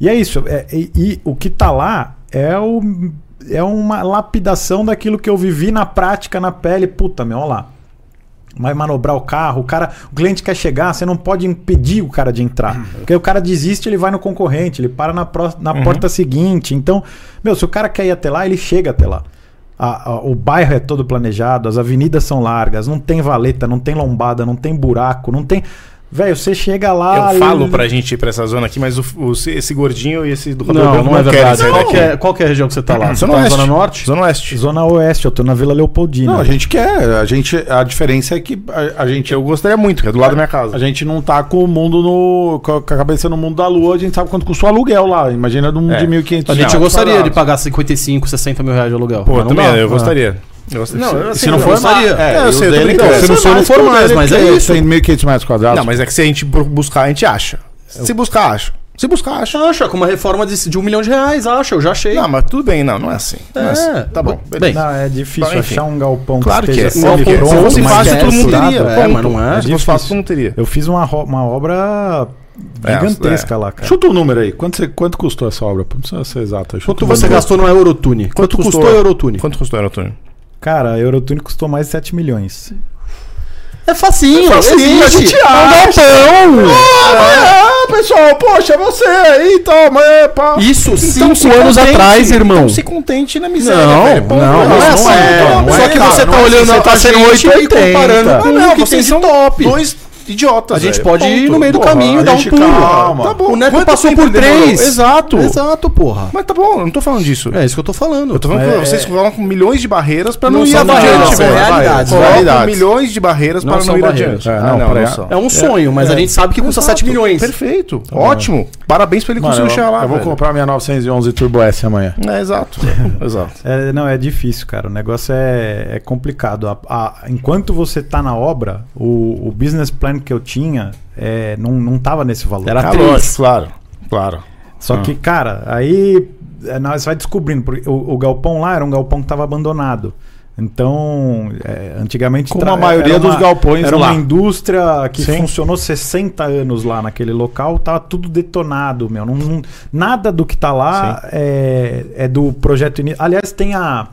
Speaker 3: E é isso. É- e, e o que tá lá é o. É uma lapidação daquilo que eu vivi na prática, na pele. Puta, meu, olha lá vai manobrar o carro, o cara, o cliente quer chegar, você não pode impedir o cara de entrar.
Speaker 6: Uhum.
Speaker 3: Porque o cara desiste, ele vai no concorrente, ele para na, pró- na porta seguinte. Então, meu, se o cara quer ir até lá, ele chega até lá. A- a- o bairro é todo planejado, as avenidas são largas, não tem valeta, não tem lombada, não tem buraco, não tem. Velho, você chega lá.
Speaker 6: eu falo
Speaker 3: ele-
Speaker 6: pra gente ir pra essa zona aqui, mas o, o- esse gordinho e esse do cabelo
Speaker 5: Não,
Speaker 6: branco
Speaker 5: não é
Speaker 6: querem
Speaker 5: verdade.
Speaker 6: sair
Speaker 5: Qual
Speaker 6: daqui.
Speaker 5: que é, qual que é a região que você tá lá? Você
Speaker 6: Zona
Speaker 5: tá na
Speaker 6: Oeste.
Speaker 5: Zona Norte?
Speaker 6: Zona Oeste.
Speaker 3: Zona Oeste, eu tô na Vila Leopoldina.
Speaker 1: Não, a gente quer. A, gente, a diferença é que a, a gente.
Speaker 6: Eu gostaria muito, que é do lado da minha casa.
Speaker 1: A gente não tá com o mundo no. com a cabeça no mundo da lua, a gente sabe quanto custa o aluguel lá. Imagina de um
Speaker 6: É.
Speaker 1: de 1.500
Speaker 5: A gente
Speaker 1: reais.
Speaker 5: gostaria de pagar 55, 60 mil reais de aluguel.
Speaker 6: Pô,
Speaker 5: Mas não
Speaker 6: também,
Speaker 5: dá.
Speaker 6: eu gostaria. Eu gostaria.
Speaker 1: Não,
Speaker 6: Se-
Speaker 5: assim,
Speaker 1: se não for
Speaker 5: gostaria.
Speaker 1: mais-
Speaker 6: É, eu
Speaker 1: e o
Speaker 6: sei, eu tô
Speaker 1: dele
Speaker 6: brincando.
Speaker 1: deve
Speaker 5: Se não
Speaker 1: ser
Speaker 5: for
Speaker 1: que o
Speaker 5: mais,
Speaker 1: dele,
Speaker 5: mas é
Speaker 1: porque
Speaker 5: isso.
Speaker 1: Tem 1.500 metros quadrados.
Speaker 6: Não, mas é que se a gente bu- buscar, a gente acha. Se buscar, acha. Se buscar, acha.
Speaker 5: Acha, com uma reforma de, de um milhão de reais, acha, eu já achei.
Speaker 6: Não, mas tudo bem, não, não é assim. Não é
Speaker 5: É,
Speaker 6: assim. Tá bom.
Speaker 5: bem,
Speaker 6: beleza.
Speaker 3: Não, é difícil
Speaker 6: Então, enfim.
Speaker 3: achar um galpão
Speaker 6: Claro que é.
Speaker 3: esteja
Speaker 6: Óbvio que é. Se
Speaker 3: pronto,
Speaker 6: fosse
Speaker 3: mas
Speaker 6: fácil,
Speaker 3: que
Speaker 6: todo mundo
Speaker 5: estruturado,
Speaker 6: teria.
Speaker 5: é,
Speaker 6: ponto.
Speaker 5: mas não é.
Speaker 6: Se fosse fácil, todo mundo teria.
Speaker 3: Eu fiz uma, ro- uma obra
Speaker 6: É,
Speaker 3: gigantesca
Speaker 6: é.
Speaker 3: lá, cara.
Speaker 1: Chuta um número aí. Quanto, você- quanto custou essa obra? Não precisa ser exata. Chuta
Speaker 5: Quanto
Speaker 1: um
Speaker 5: você
Speaker 1: número.
Speaker 5: gastou no Eurotune? Quanto, custou o Eurotune?
Speaker 6: é. Quanto custou o Eurotune?
Speaker 3: Cara, a Eurotune custou mais de 7 milhões.
Speaker 5: É facinho,
Speaker 1: a gente acha. Ah, pessoal, poxa, você aí, toma, é, pá.
Speaker 5: Isso, cinco
Speaker 6: se
Speaker 5: anos
Speaker 6: contente.
Speaker 5: atrás, irmão.
Speaker 6: Não se contente na miséria.
Speaker 5: Não,
Speaker 6: velho. Pô,
Speaker 5: não,
Speaker 6: velho,
Speaker 5: não é
Speaker 6: assim,
Speaker 5: assim,
Speaker 6: pô,
Speaker 5: não
Speaker 6: velho,
Speaker 5: é. Só que
Speaker 6: cara,
Speaker 5: você tá
Speaker 6: não é
Speaker 5: olhando
Speaker 6: assim,
Speaker 5: a
Speaker 6: tá sendo
Speaker 5: 80
Speaker 6: 80
Speaker 5: e
Speaker 6: e comparando
Speaker 5: Ah,
Speaker 6: com
Speaker 5: não,
Speaker 6: o que
Speaker 5: vocês
Speaker 6: vocês são
Speaker 5: top.
Speaker 6: dois idiotas.
Speaker 5: A gente
Speaker 6: velho.
Speaker 5: pode ir no meio do
Speaker 6: Porra,
Speaker 5: caminho e dar
Speaker 6: a
Speaker 5: um
Speaker 6: gente-
Speaker 5: pulo.
Speaker 1: calma.
Speaker 6: Tá bom.
Speaker 5: O Neto
Speaker 6: Quanto
Speaker 5: passou
Speaker 6: tempo
Speaker 5: por
Speaker 6: demorou?
Speaker 5: três.
Speaker 6: Exato.
Speaker 5: Exato, porra.
Speaker 6: Mas tá bom, eu não tô falando disso.
Speaker 5: É isso que eu tô falando.
Speaker 6: Eu tô falando
Speaker 3: É,
Speaker 6: que vocês
Speaker 3: é.
Speaker 6: falam com milhões de barreiras pra não,
Speaker 5: Não
Speaker 6: ir
Speaker 5: são barreiras,
Speaker 6: adiante,
Speaker 5: são
Speaker 6: velho.
Speaker 5: realidades,
Speaker 6: Colocam
Speaker 1: realidades.
Speaker 6: milhões de barreiras
Speaker 5: Não
Speaker 6: para
Speaker 5: são
Speaker 6: não ir
Speaker 5: barreiras.
Speaker 6: adiante.
Speaker 1: É, não, pra-
Speaker 5: É um sonho, mas a gente sabe que custa 7 milhões.
Speaker 6: Perfeito. Ótimo. Parabéns pra ele
Speaker 1: Mano,
Speaker 6: conseguir
Speaker 1: eu,
Speaker 6: chegar lá.
Speaker 1: eu vou
Speaker 6: velho.
Speaker 1: comprar minha 911 Turbo S amanhã.
Speaker 6: É, exato. exato.
Speaker 3: É, não, é difícil, cara. O negócio é, é complicado. A- a- enquanto você tá na obra, o, o business plan que eu tinha é, não, não tava nesse valor.
Speaker 5: Era
Speaker 6: Ah,
Speaker 5: três.
Speaker 6: lógico, claro. Claro.
Speaker 3: Só que, cara, aí é, não, você vai descobrindo. Porque o, o galpão lá era um galpão que tava abandonado. Então, é, antigamente.
Speaker 1: Como
Speaker 3: tra-
Speaker 1: a maioria
Speaker 3: era
Speaker 1: dos galpões
Speaker 6: um
Speaker 3: Era
Speaker 1: lá.
Speaker 3: uma indústria que
Speaker 1: Sim.
Speaker 3: funcionou 60 anos lá naquele local, tava tudo detonado, meu. Não- não- nada do que tá lá é, é do projeto inicial. Aliás, tem a,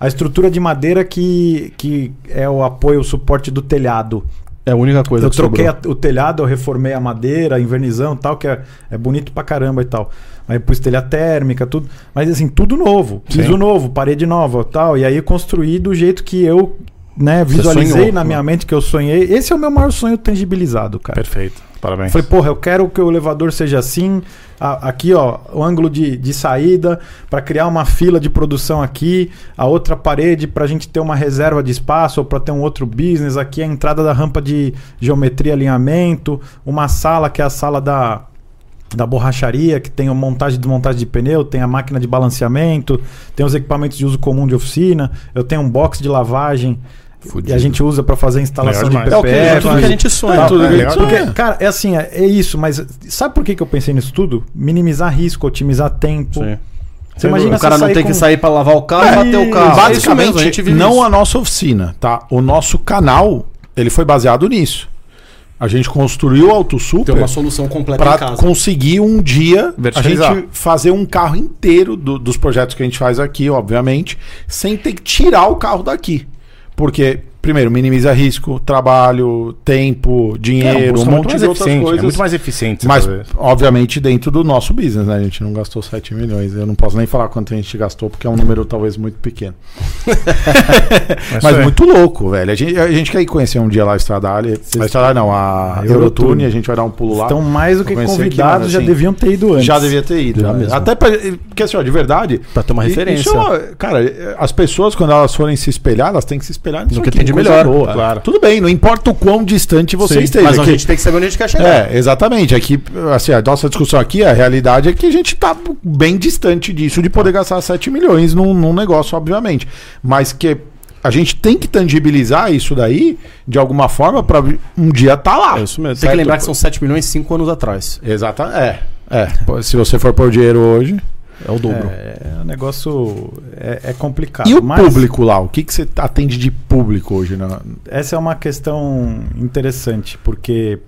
Speaker 3: a estrutura de madeira que, que é o apoio, o suporte do telhado.
Speaker 5: É a única coisa
Speaker 3: Eu
Speaker 5: que
Speaker 3: troquei
Speaker 5: sobrou.
Speaker 3: a- o telhado, eu reformei a madeira, invernizão e tal, que é, é bonito pra caramba e tal. Aí pus telha térmica, tudo. Mas assim, tudo novo. Piso novo, parede nova tal. E aí eu construí do jeito que eu né, visualizei
Speaker 5: sonhou,
Speaker 3: na minha mente, que eu sonhei. Esse é o meu maior sonho tangibilizado, cara.
Speaker 6: Perfeito.
Speaker 3: Eu
Speaker 6: Parabéns.
Speaker 3: Falei, porra, eu quero que o elevador seja assim. a- aqui, ó, o ângulo de, de saída, pra criar uma fila de produção aqui. A outra parede, pra gente ter uma reserva de espaço ou pra ter um outro business. Aqui é a entrada da rampa de geometria e alinhamento. Uma sala que é a sala da, da borracharia, que tem a montagem e desmontagem de pneu, tem a máquina de balanceamento, tem os equipamentos de uso comum de oficina. Eu tenho um box de lavagem. E a gente usa pra fazer a instalação de
Speaker 6: Legal
Speaker 3: PPF.
Speaker 6: demais.
Speaker 5: É, tudo que a gente sonha.
Speaker 6: tudo que a gente
Speaker 3: Ah, Porque,
Speaker 6: sonha.
Speaker 3: cara, é assim, é, é isso, mas sabe por que, que eu pensei nisso tudo? Minimizar risco, otimizar tempo.
Speaker 5: Sim.
Speaker 3: Você imagina
Speaker 5: o cara
Speaker 3: você
Speaker 5: não tem
Speaker 3: com-
Speaker 5: que sair pra lavar o carro e bater o carro. É isso mesmo,
Speaker 1: Basicamente,
Speaker 5: a gente vive
Speaker 1: não
Speaker 5: isso.
Speaker 1: a nossa oficina, tá? O nosso canal ele foi baseado nisso. A gente construiu o Auto Super
Speaker 5: Tem uma solução completa em
Speaker 1: para
Speaker 5: casa.
Speaker 1: conseguir um dia a
Speaker 6: Verticalizar.
Speaker 1: gente fazer um carro inteiro do- dos projetos que a gente faz aqui, obviamente, sem ter que tirar o carro daqui. Porque, primeiro, minimiza risco, trabalho, tempo, dinheiro, um monte de outras
Speaker 6: eficiente, É
Speaker 1: coisas.
Speaker 6: muito É, mais eficiente.
Speaker 1: Mas,
Speaker 6: talvez.
Speaker 1: obviamente, dentro do nosso business, né? A gente não gastou 7 milhões. Eu não posso nem falar quanto a gente gastou, porque é um número talvez muito pequeno.
Speaker 6: Mas
Speaker 1: Mas
Speaker 6: é.
Speaker 1: muito louco, velho. A gente, a gente quer ir conhecer um dia lá a Estradalha. A Estradalha não, a
Speaker 3: A
Speaker 1: Eurotune.
Speaker 3: Eurotune.
Speaker 1: A gente vai dar um pulo lá.
Speaker 3: Então, mais do que
Speaker 1: Vou conhecer aqui,
Speaker 3: convidados,
Speaker 1: mano,
Speaker 3: já
Speaker 1: assim,
Speaker 3: deviam ter ido antes.
Speaker 1: Já devia ter ido.
Speaker 5: Já
Speaker 1: né?
Speaker 5: mesmo.
Speaker 1: Até pra, porque, assim, ó, de verdade...
Speaker 5: Pra ter uma
Speaker 1: i-
Speaker 5: referência.
Speaker 1: isso é uma- cara, as pessoas, quando elas forem se espelhar, elas têm que se espelhar nisso
Speaker 5: No que
Speaker 1: aqui,
Speaker 5: tem de
Speaker 1: coisa
Speaker 5: melhor,
Speaker 1: boa.
Speaker 5: claro.
Speaker 1: Tudo bem, não importa o quão distante você
Speaker 5: Sim,
Speaker 1: esteja.
Speaker 5: Mas a
Speaker 1: que-
Speaker 5: gente tem que saber onde a gente quer chegar.
Speaker 1: é, exatamente. Aqui, assim, a nossa discussão aqui, a realidade é que a gente tá bem distante disso, de poder gastar 7 milhões num, num negócio, obviamente. Mas que a gente tem que tangibilizar isso daí de alguma forma para um dia tá lá.
Speaker 5: isso mesmo. Tem
Speaker 1: Certo.
Speaker 5: que lembrar que são 7 milhões 5 anos atrás.
Speaker 1: Exatamente. É. É, pô, se você for pôr dinheiro hoje.
Speaker 5: É o dobro.
Speaker 3: É, o negócio é, é complicado.
Speaker 1: e o
Speaker 3: mas
Speaker 1: público lá? O que, que você atende de público hoje? Na...
Speaker 3: Essa é uma questão interessante, porque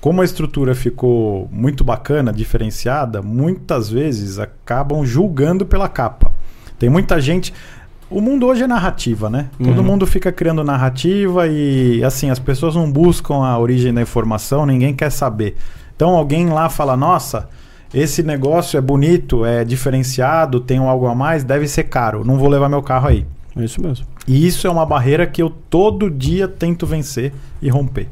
Speaker 3: como a estrutura ficou muito bacana, diferenciada, muitas vezes acabam julgando pela capa. Tem muita gente. O mundo hoje é narrativa, né? Todo mundo fica criando narrativa e, assim, as pessoas não buscam a origem da informação, ninguém quer saber. Então, alguém lá fala: nossa, esse negócio é bonito, é diferenciado, tem algo a mais, deve ser caro, não vou levar meu carro aí.
Speaker 5: É isso mesmo.
Speaker 3: E isso é uma barreira que eu todo dia tento vencer e romper.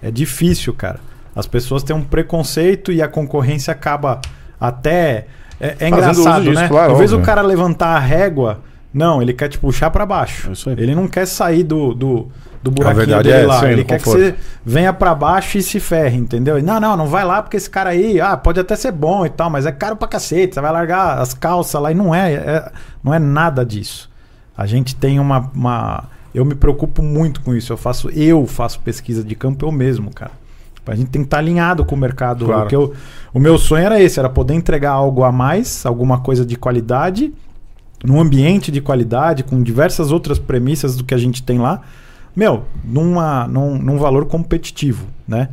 Speaker 3: É difícil, cara. As pessoas têm um preconceito e a concorrência acaba até. É, é
Speaker 6: Fazendo
Speaker 3: engraçado,
Speaker 6: uso disso,
Speaker 3: né?
Speaker 6: claro,
Speaker 3: Em vez do
Speaker 6: óbvio.
Speaker 3: cara levantar a régua, não, ele quer te puxar pra baixo.
Speaker 5: É isso aí.
Speaker 3: Ele não quer sair do, do, do buraquinho
Speaker 6: verdade
Speaker 3: dele
Speaker 6: é
Speaker 3: lá.
Speaker 6: essa aí,
Speaker 3: Ele
Speaker 6: do
Speaker 3: quer
Speaker 6: conforto.
Speaker 3: que você venha pra baixo e se ferre, entendeu? E, Não, não, não vai lá porque esse cara aí, ah, pode até ser bom e tal, mas é caro pra cacete. Você vai largar as calças lá e não é, é- não é nada disso. A gente tem uma, uma- Eu me preocupo muito com isso. Eu faço, eu faço pesquisa de campo eu mesmo, cara. A gente tem que estar alinhado com o mercado.
Speaker 6: Claro.
Speaker 3: Porque eu- o meu sonho era esse, era poder entregar algo a mais, alguma coisa de qualidade, num ambiente de qualidade, com diversas outras premissas do que a gente tem lá. Meu, numa, num, num valor competitivo, né?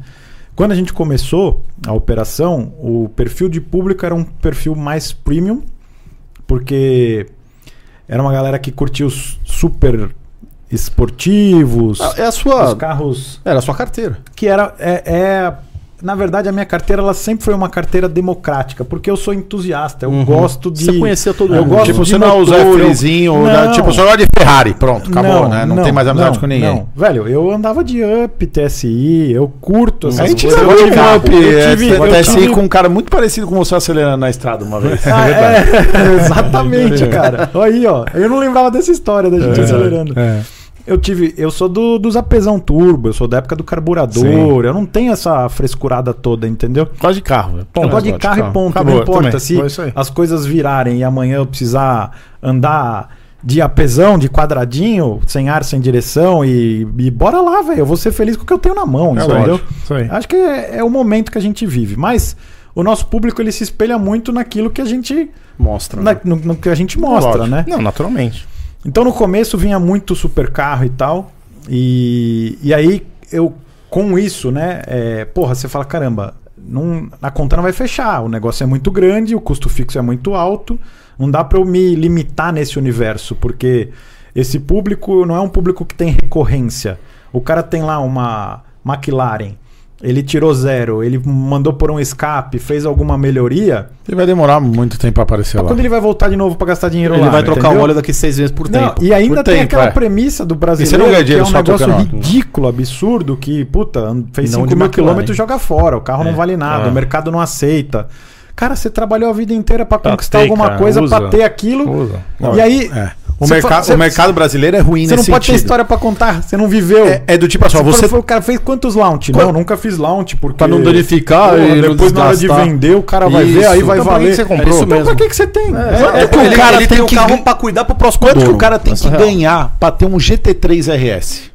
Speaker 3: Quando a gente começou a operação, o perfil de público era um perfil mais premium, porque era uma galera que curtia os super esportivos,
Speaker 5: É a
Speaker 3: os
Speaker 5: sua.
Speaker 3: carros
Speaker 5: Era a sua carteira.
Speaker 3: que era é, é- na verdade a minha carteira ela sempre foi uma carteira democrática porque eu sou entusiasta eu gosto de
Speaker 5: Você conhecia todo
Speaker 3: eu
Speaker 5: mundo.
Speaker 3: gosto
Speaker 1: Uhum. Tipo,
Speaker 3: de
Speaker 1: você não usa
Speaker 3: motor, eu-
Speaker 1: F3zinho,
Speaker 3: Não.
Speaker 1: né? tipo, você gosta de Ferrari. Pronto, acabou, né? Não, tem mais amizade
Speaker 3: não,
Speaker 1: com ninguém.
Speaker 3: não. velho eu andava de up TSI eu curto essas
Speaker 1: Uhum. A gente
Speaker 3: coisas.
Speaker 1: jogou
Speaker 3: Eu
Speaker 1: de
Speaker 3: tive-
Speaker 1: carro.
Speaker 3: eu tive, eu
Speaker 1: acontece
Speaker 3: tive-
Speaker 1: com um cara muito parecido com você acelerando na estrada uma vez.
Speaker 3: Ah, é, exatamente, cara. Aí, ó. Eu não lembrava dessa história da
Speaker 1: É
Speaker 3: gente acelerando. Eu tive. Eu sou do, dos apesão turbo, eu sou da época do carburador.
Speaker 6: Sim.
Speaker 3: Eu não tenho essa frescurada toda, entendeu?
Speaker 6: Gosto de carro. velho.
Speaker 3: eu
Speaker 6: Ponto,
Speaker 3: gosto de carro e ponto,
Speaker 6: Acabou,
Speaker 3: não importa
Speaker 6: também.
Speaker 3: se
Speaker 6: Foi isso aí.
Speaker 3: as coisas virarem e amanhã eu precisar andar de apesão, de quadradinho, sem ar, sem direção e, e bora lá, velho. Eu vou ser feliz com o que eu tenho na mão,
Speaker 6: É
Speaker 3: entendeu?
Speaker 6: lógico, isso aí.
Speaker 3: Acho que é, é o momento que a gente vive, mas o nosso público ele se espelha muito naquilo que a gente
Speaker 5: Mostra. né?
Speaker 3: na- no, no que a gente mostra,
Speaker 6: Tá. Lógico.
Speaker 3: né?
Speaker 6: Não, naturalmente.
Speaker 3: Então no começo vinha muito super carro e tal. E, e aí eu, com isso, né? é, porra, você fala, caramba, não, a conta não vai fechar. O negócio é muito grande, o custo fixo é muito alto. Não dá pra eu me limitar nesse universo, porque esse público não é um público que tem recorrência. O cara tem lá uma McLaren, ele tirou zero, ele mandou por um escape, fez alguma melhoria.
Speaker 1: Ele vai demorar muito tempo pra aparecer lá.
Speaker 3: Quando ele vai voltar de novo pra gastar dinheiro
Speaker 5: Ele
Speaker 3: lá,
Speaker 5: vai trocar o
Speaker 3: entendeu?
Speaker 5: óleo daqui seis vezes por
Speaker 3: Não,
Speaker 5: tempo.
Speaker 3: E ainda
Speaker 1: Por
Speaker 3: tem
Speaker 1: tempo,
Speaker 3: aquela
Speaker 1: é.
Speaker 3: premissa do brasileiro
Speaker 1: E você não ganha
Speaker 3: que é
Speaker 1: dinheiro
Speaker 3: um
Speaker 1: só
Speaker 3: negócio
Speaker 1: trocando nota.
Speaker 3: ridículo, absurdo, que, puta, and- fez
Speaker 5: Não
Speaker 3: 5
Speaker 5: de
Speaker 3: mil
Speaker 5: McLaren.
Speaker 3: quilômetros e joga fora, o carro não
Speaker 5: É.
Speaker 3: vale nada,
Speaker 6: Ah.
Speaker 3: o mercado não aceita. Cara, você trabalhou a vida inteira pra
Speaker 6: Pra
Speaker 3: conquistar
Speaker 6: ter,
Speaker 3: alguma
Speaker 6: cara,
Speaker 3: coisa, pra
Speaker 6: usa.
Speaker 3: ter aquilo.
Speaker 6: Usa.
Speaker 3: E aí,
Speaker 1: É. O,
Speaker 3: Você
Speaker 1: merca-
Speaker 3: fa- você-
Speaker 1: o mercado brasileiro é ruim
Speaker 3: você não
Speaker 1: nesse
Speaker 3: pode ter
Speaker 1: sentido.
Speaker 3: história pra contar, você não viveu.
Speaker 1: É, é do tipo assim, ó,
Speaker 3: Você
Speaker 1: você
Speaker 3: falou, o cara fez quantos launch?
Speaker 1: Quando-
Speaker 3: Não, nunca fiz launch, porque. tá,
Speaker 5: Pra não danificar
Speaker 3: Porra,
Speaker 5: e não
Speaker 3: depois na hora de
Speaker 5: desgastar.
Speaker 3: vender, o cara vai ver,
Speaker 5: Isso.
Speaker 3: aí vai
Speaker 5: Então, pra
Speaker 3: valer.
Speaker 5: que você comprou?
Speaker 3: Então,
Speaker 5: Mesmo.
Speaker 3: pra que, que você tem?
Speaker 1: É porque
Speaker 5: ele,
Speaker 1: o cara
Speaker 5: ele
Speaker 1: tem
Speaker 5: tem o
Speaker 1: que
Speaker 5: um carro
Speaker 1: gan-
Speaker 5: pra cuidar pro próximo
Speaker 1: Quanto que
Speaker 5: dono.
Speaker 1: o cara tem que
Speaker 5: Essa é a real.
Speaker 1: ganhar pra ter um GT3 RS?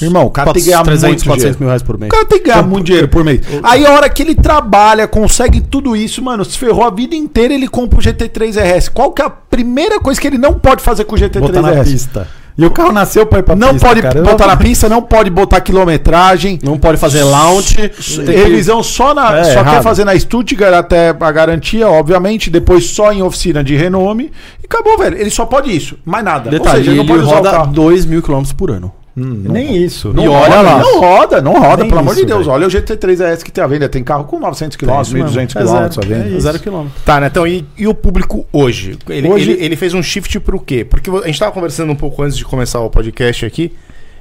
Speaker 1: Irmão, o cara tem que ganhar
Speaker 5: 300,
Speaker 1: muito 400
Speaker 5: 400 mil reais por mês.
Speaker 1: O cara tem que ganhar muito dinheiro por mês. Aí a hora que ele trabalha, consegue tudo isso, mano, se ferrou a vida inteira, ele compra o GT3 RS. Qual que é a primeira coisa que ele não pode fazer com o GT3
Speaker 3: Botar na
Speaker 1: RS?
Speaker 3: pista. E o carro nasceu pra ir pra
Speaker 1: Não
Speaker 3: pista,
Speaker 1: pode
Speaker 3: cara. Eu-
Speaker 1: botar na pista, não pode botar quilometragem.
Speaker 5: Não pode fazer launch. tem que-
Speaker 1: Revisão só na.
Speaker 3: É,
Speaker 1: só quer
Speaker 3: errado.
Speaker 1: fazer na Stuttgart até a garantia, obviamente, depois só em oficina de renome. E acabou, velho. Ele só pode isso, mais nada.
Speaker 5: Detalhe,
Speaker 1: ele
Speaker 5: ele,
Speaker 1: não pode usar o
Speaker 5: roda
Speaker 1: carro.
Speaker 5: 2 mil km por ano.
Speaker 3: Nem isso.
Speaker 5: E
Speaker 1: Não
Speaker 5: olha
Speaker 1: roda,
Speaker 5: lá.
Speaker 1: Não roda, não roda,
Speaker 3: Nem
Speaker 1: pelo amor de
Speaker 3: isso,
Speaker 1: Deus. Olha o GT3 AS que tem a venda. Tem carro com 900 km, 1.200
Speaker 3: É
Speaker 1: km
Speaker 3: zero,
Speaker 1: à venda.
Speaker 3: é
Speaker 5: Zero quilômetro.
Speaker 6: Tá, Netão, e, e o público hoje? Ele,
Speaker 3: Hoje-
Speaker 6: ele, ele fez um shift pro quê? Porque a gente tava conversando um pouco antes de começar o podcast aqui,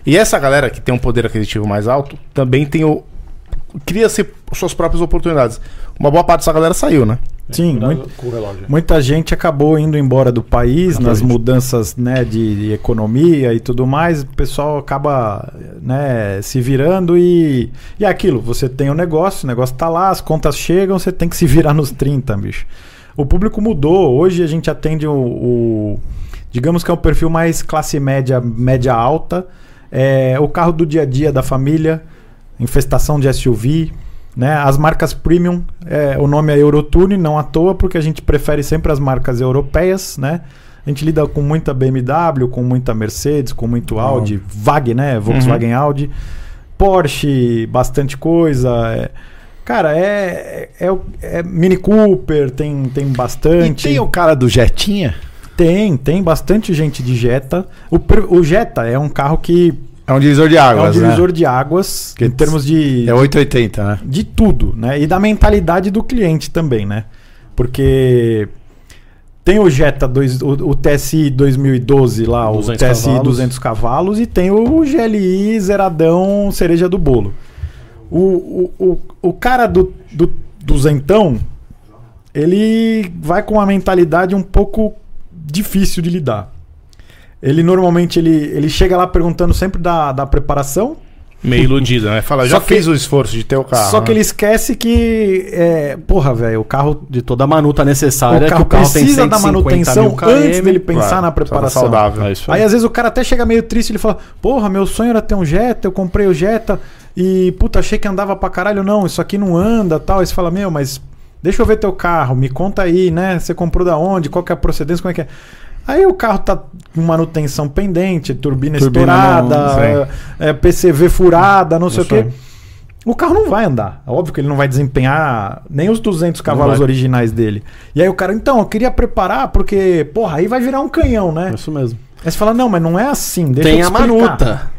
Speaker 6: e essa galera que tem um poder aquisitivo mais alto também tem o. Cria-se suas próprias oportunidades. Uma boa parte dessa galera saiu, né?
Speaker 3: Sim, muito,
Speaker 1: Com o relógio.
Speaker 3: Muita gente acabou indo embora do país nas mudanças né, de, de economia e tudo mais. O pessoal acaba né, se virando e, e é aquilo. Você tem o negócio, o negócio tá lá, as contas chegam, você tem que se virar nos 30, bicho. O público mudou. Hoje a gente atende o, o- digamos que é um perfil mais classe média, média alta. É, o carro do dia a dia da família, infestação de SUV, né? As marcas premium, é, o nome é Eurotune, não à toa, porque a gente prefere sempre as marcas europeias, né? A gente lida com muita BMW, com muita Mercedes, com muito Audi, VAG, né? Volkswagen
Speaker 1: Uhum.
Speaker 3: Audi, Porsche, bastante coisa. é. Cara, é, é, o- é Mini Cooper, tem, tem
Speaker 1: E
Speaker 3: bastante.
Speaker 1: tem o cara do Jetinha?
Speaker 3: tem, tem bastante gente de Jetta. O, per- o Jetta é um carro que
Speaker 1: É um divisor de
Speaker 3: é um
Speaker 1: águas,
Speaker 3: divisor de águas
Speaker 1: Que
Speaker 3: em termos de,
Speaker 1: né? É 880, né?
Speaker 3: de tudo, né? E da mentalidade do cliente também, né? Porque tem o Jetta, dois, o, o TSI 2012 lá, o
Speaker 5: 200
Speaker 3: TSI
Speaker 5: cavalos.
Speaker 3: 200 cavalos, e tem o GLI zeradão cereja do bolo. O, o, o, o cara do, do duzentão, ele vai com uma mentalidade um pouco difícil de lidar. Ele normalmente ele, ele chega lá perguntando sempre da, da preparação,
Speaker 6: Meio iludido, né? Fala,
Speaker 3: Só
Speaker 6: já
Speaker 3: que-
Speaker 6: fez o esforço de ter o carro.
Speaker 3: só que
Speaker 6: né?
Speaker 3: ele esquece que, é, porra, velho, o carro
Speaker 5: De toda a manuta
Speaker 3: o
Speaker 5: necessária.
Speaker 3: carro,
Speaker 5: que o carro
Speaker 3: precisa
Speaker 5: tem
Speaker 3: da
Speaker 5: 150
Speaker 3: manutenção
Speaker 5: mil km.
Speaker 3: antes dele pensar
Speaker 6: Claro,
Speaker 3: na preparação.
Speaker 6: precisava saudável.
Speaker 5: É isso
Speaker 3: Aí às vezes o cara até chega meio triste, ele fala: "Porra, meu sonho era ter um Jetta, eu comprei o Jetta e puta, achei que andava pra caralho, não, isso aqui não anda", tal. Aí você fala: "Meu, mas deixa eu ver teu carro, me conta aí, né? Você comprou da onde? Qual que é a procedência? Como é que é?" Aí o carro tá com manutenção pendente, turbina,
Speaker 1: Turbina não-
Speaker 3: estourada, é, PCV furada, não sei o quê. O carro não vai andar. É Óbvio que ele não vai desempenhar nem os 200 cavalos
Speaker 5: vai.
Speaker 3: originais dele. E aí o cara, então, eu queria preparar porque, porra, aí vai virar um canhão, né?
Speaker 5: Isso mesmo.
Speaker 3: Aí você fala, não, mas não é assim. Deixa
Speaker 5: tem
Speaker 3: eu
Speaker 5: a
Speaker 3: te explicar.
Speaker 5: manuta.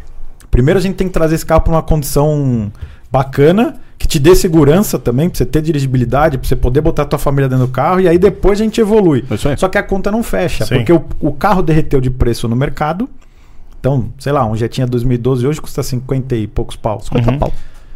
Speaker 3: Primeiro a gente tem que trazer esse carro para uma condição bacana, que te dê segurança também, pra você ter dirigibilidade, pra você poder botar a tua família dentro do carro, e aí depois a gente evolui.
Speaker 1: Isso aí.
Speaker 3: Só que a conta não fecha,
Speaker 6: Sim.
Speaker 3: porque o, o carro derreteu de preço no mercado. Então, sei lá, um Jetinha 2012 hoje custa 50 e poucos pau. 50
Speaker 1: Uhum.
Speaker 3: pau.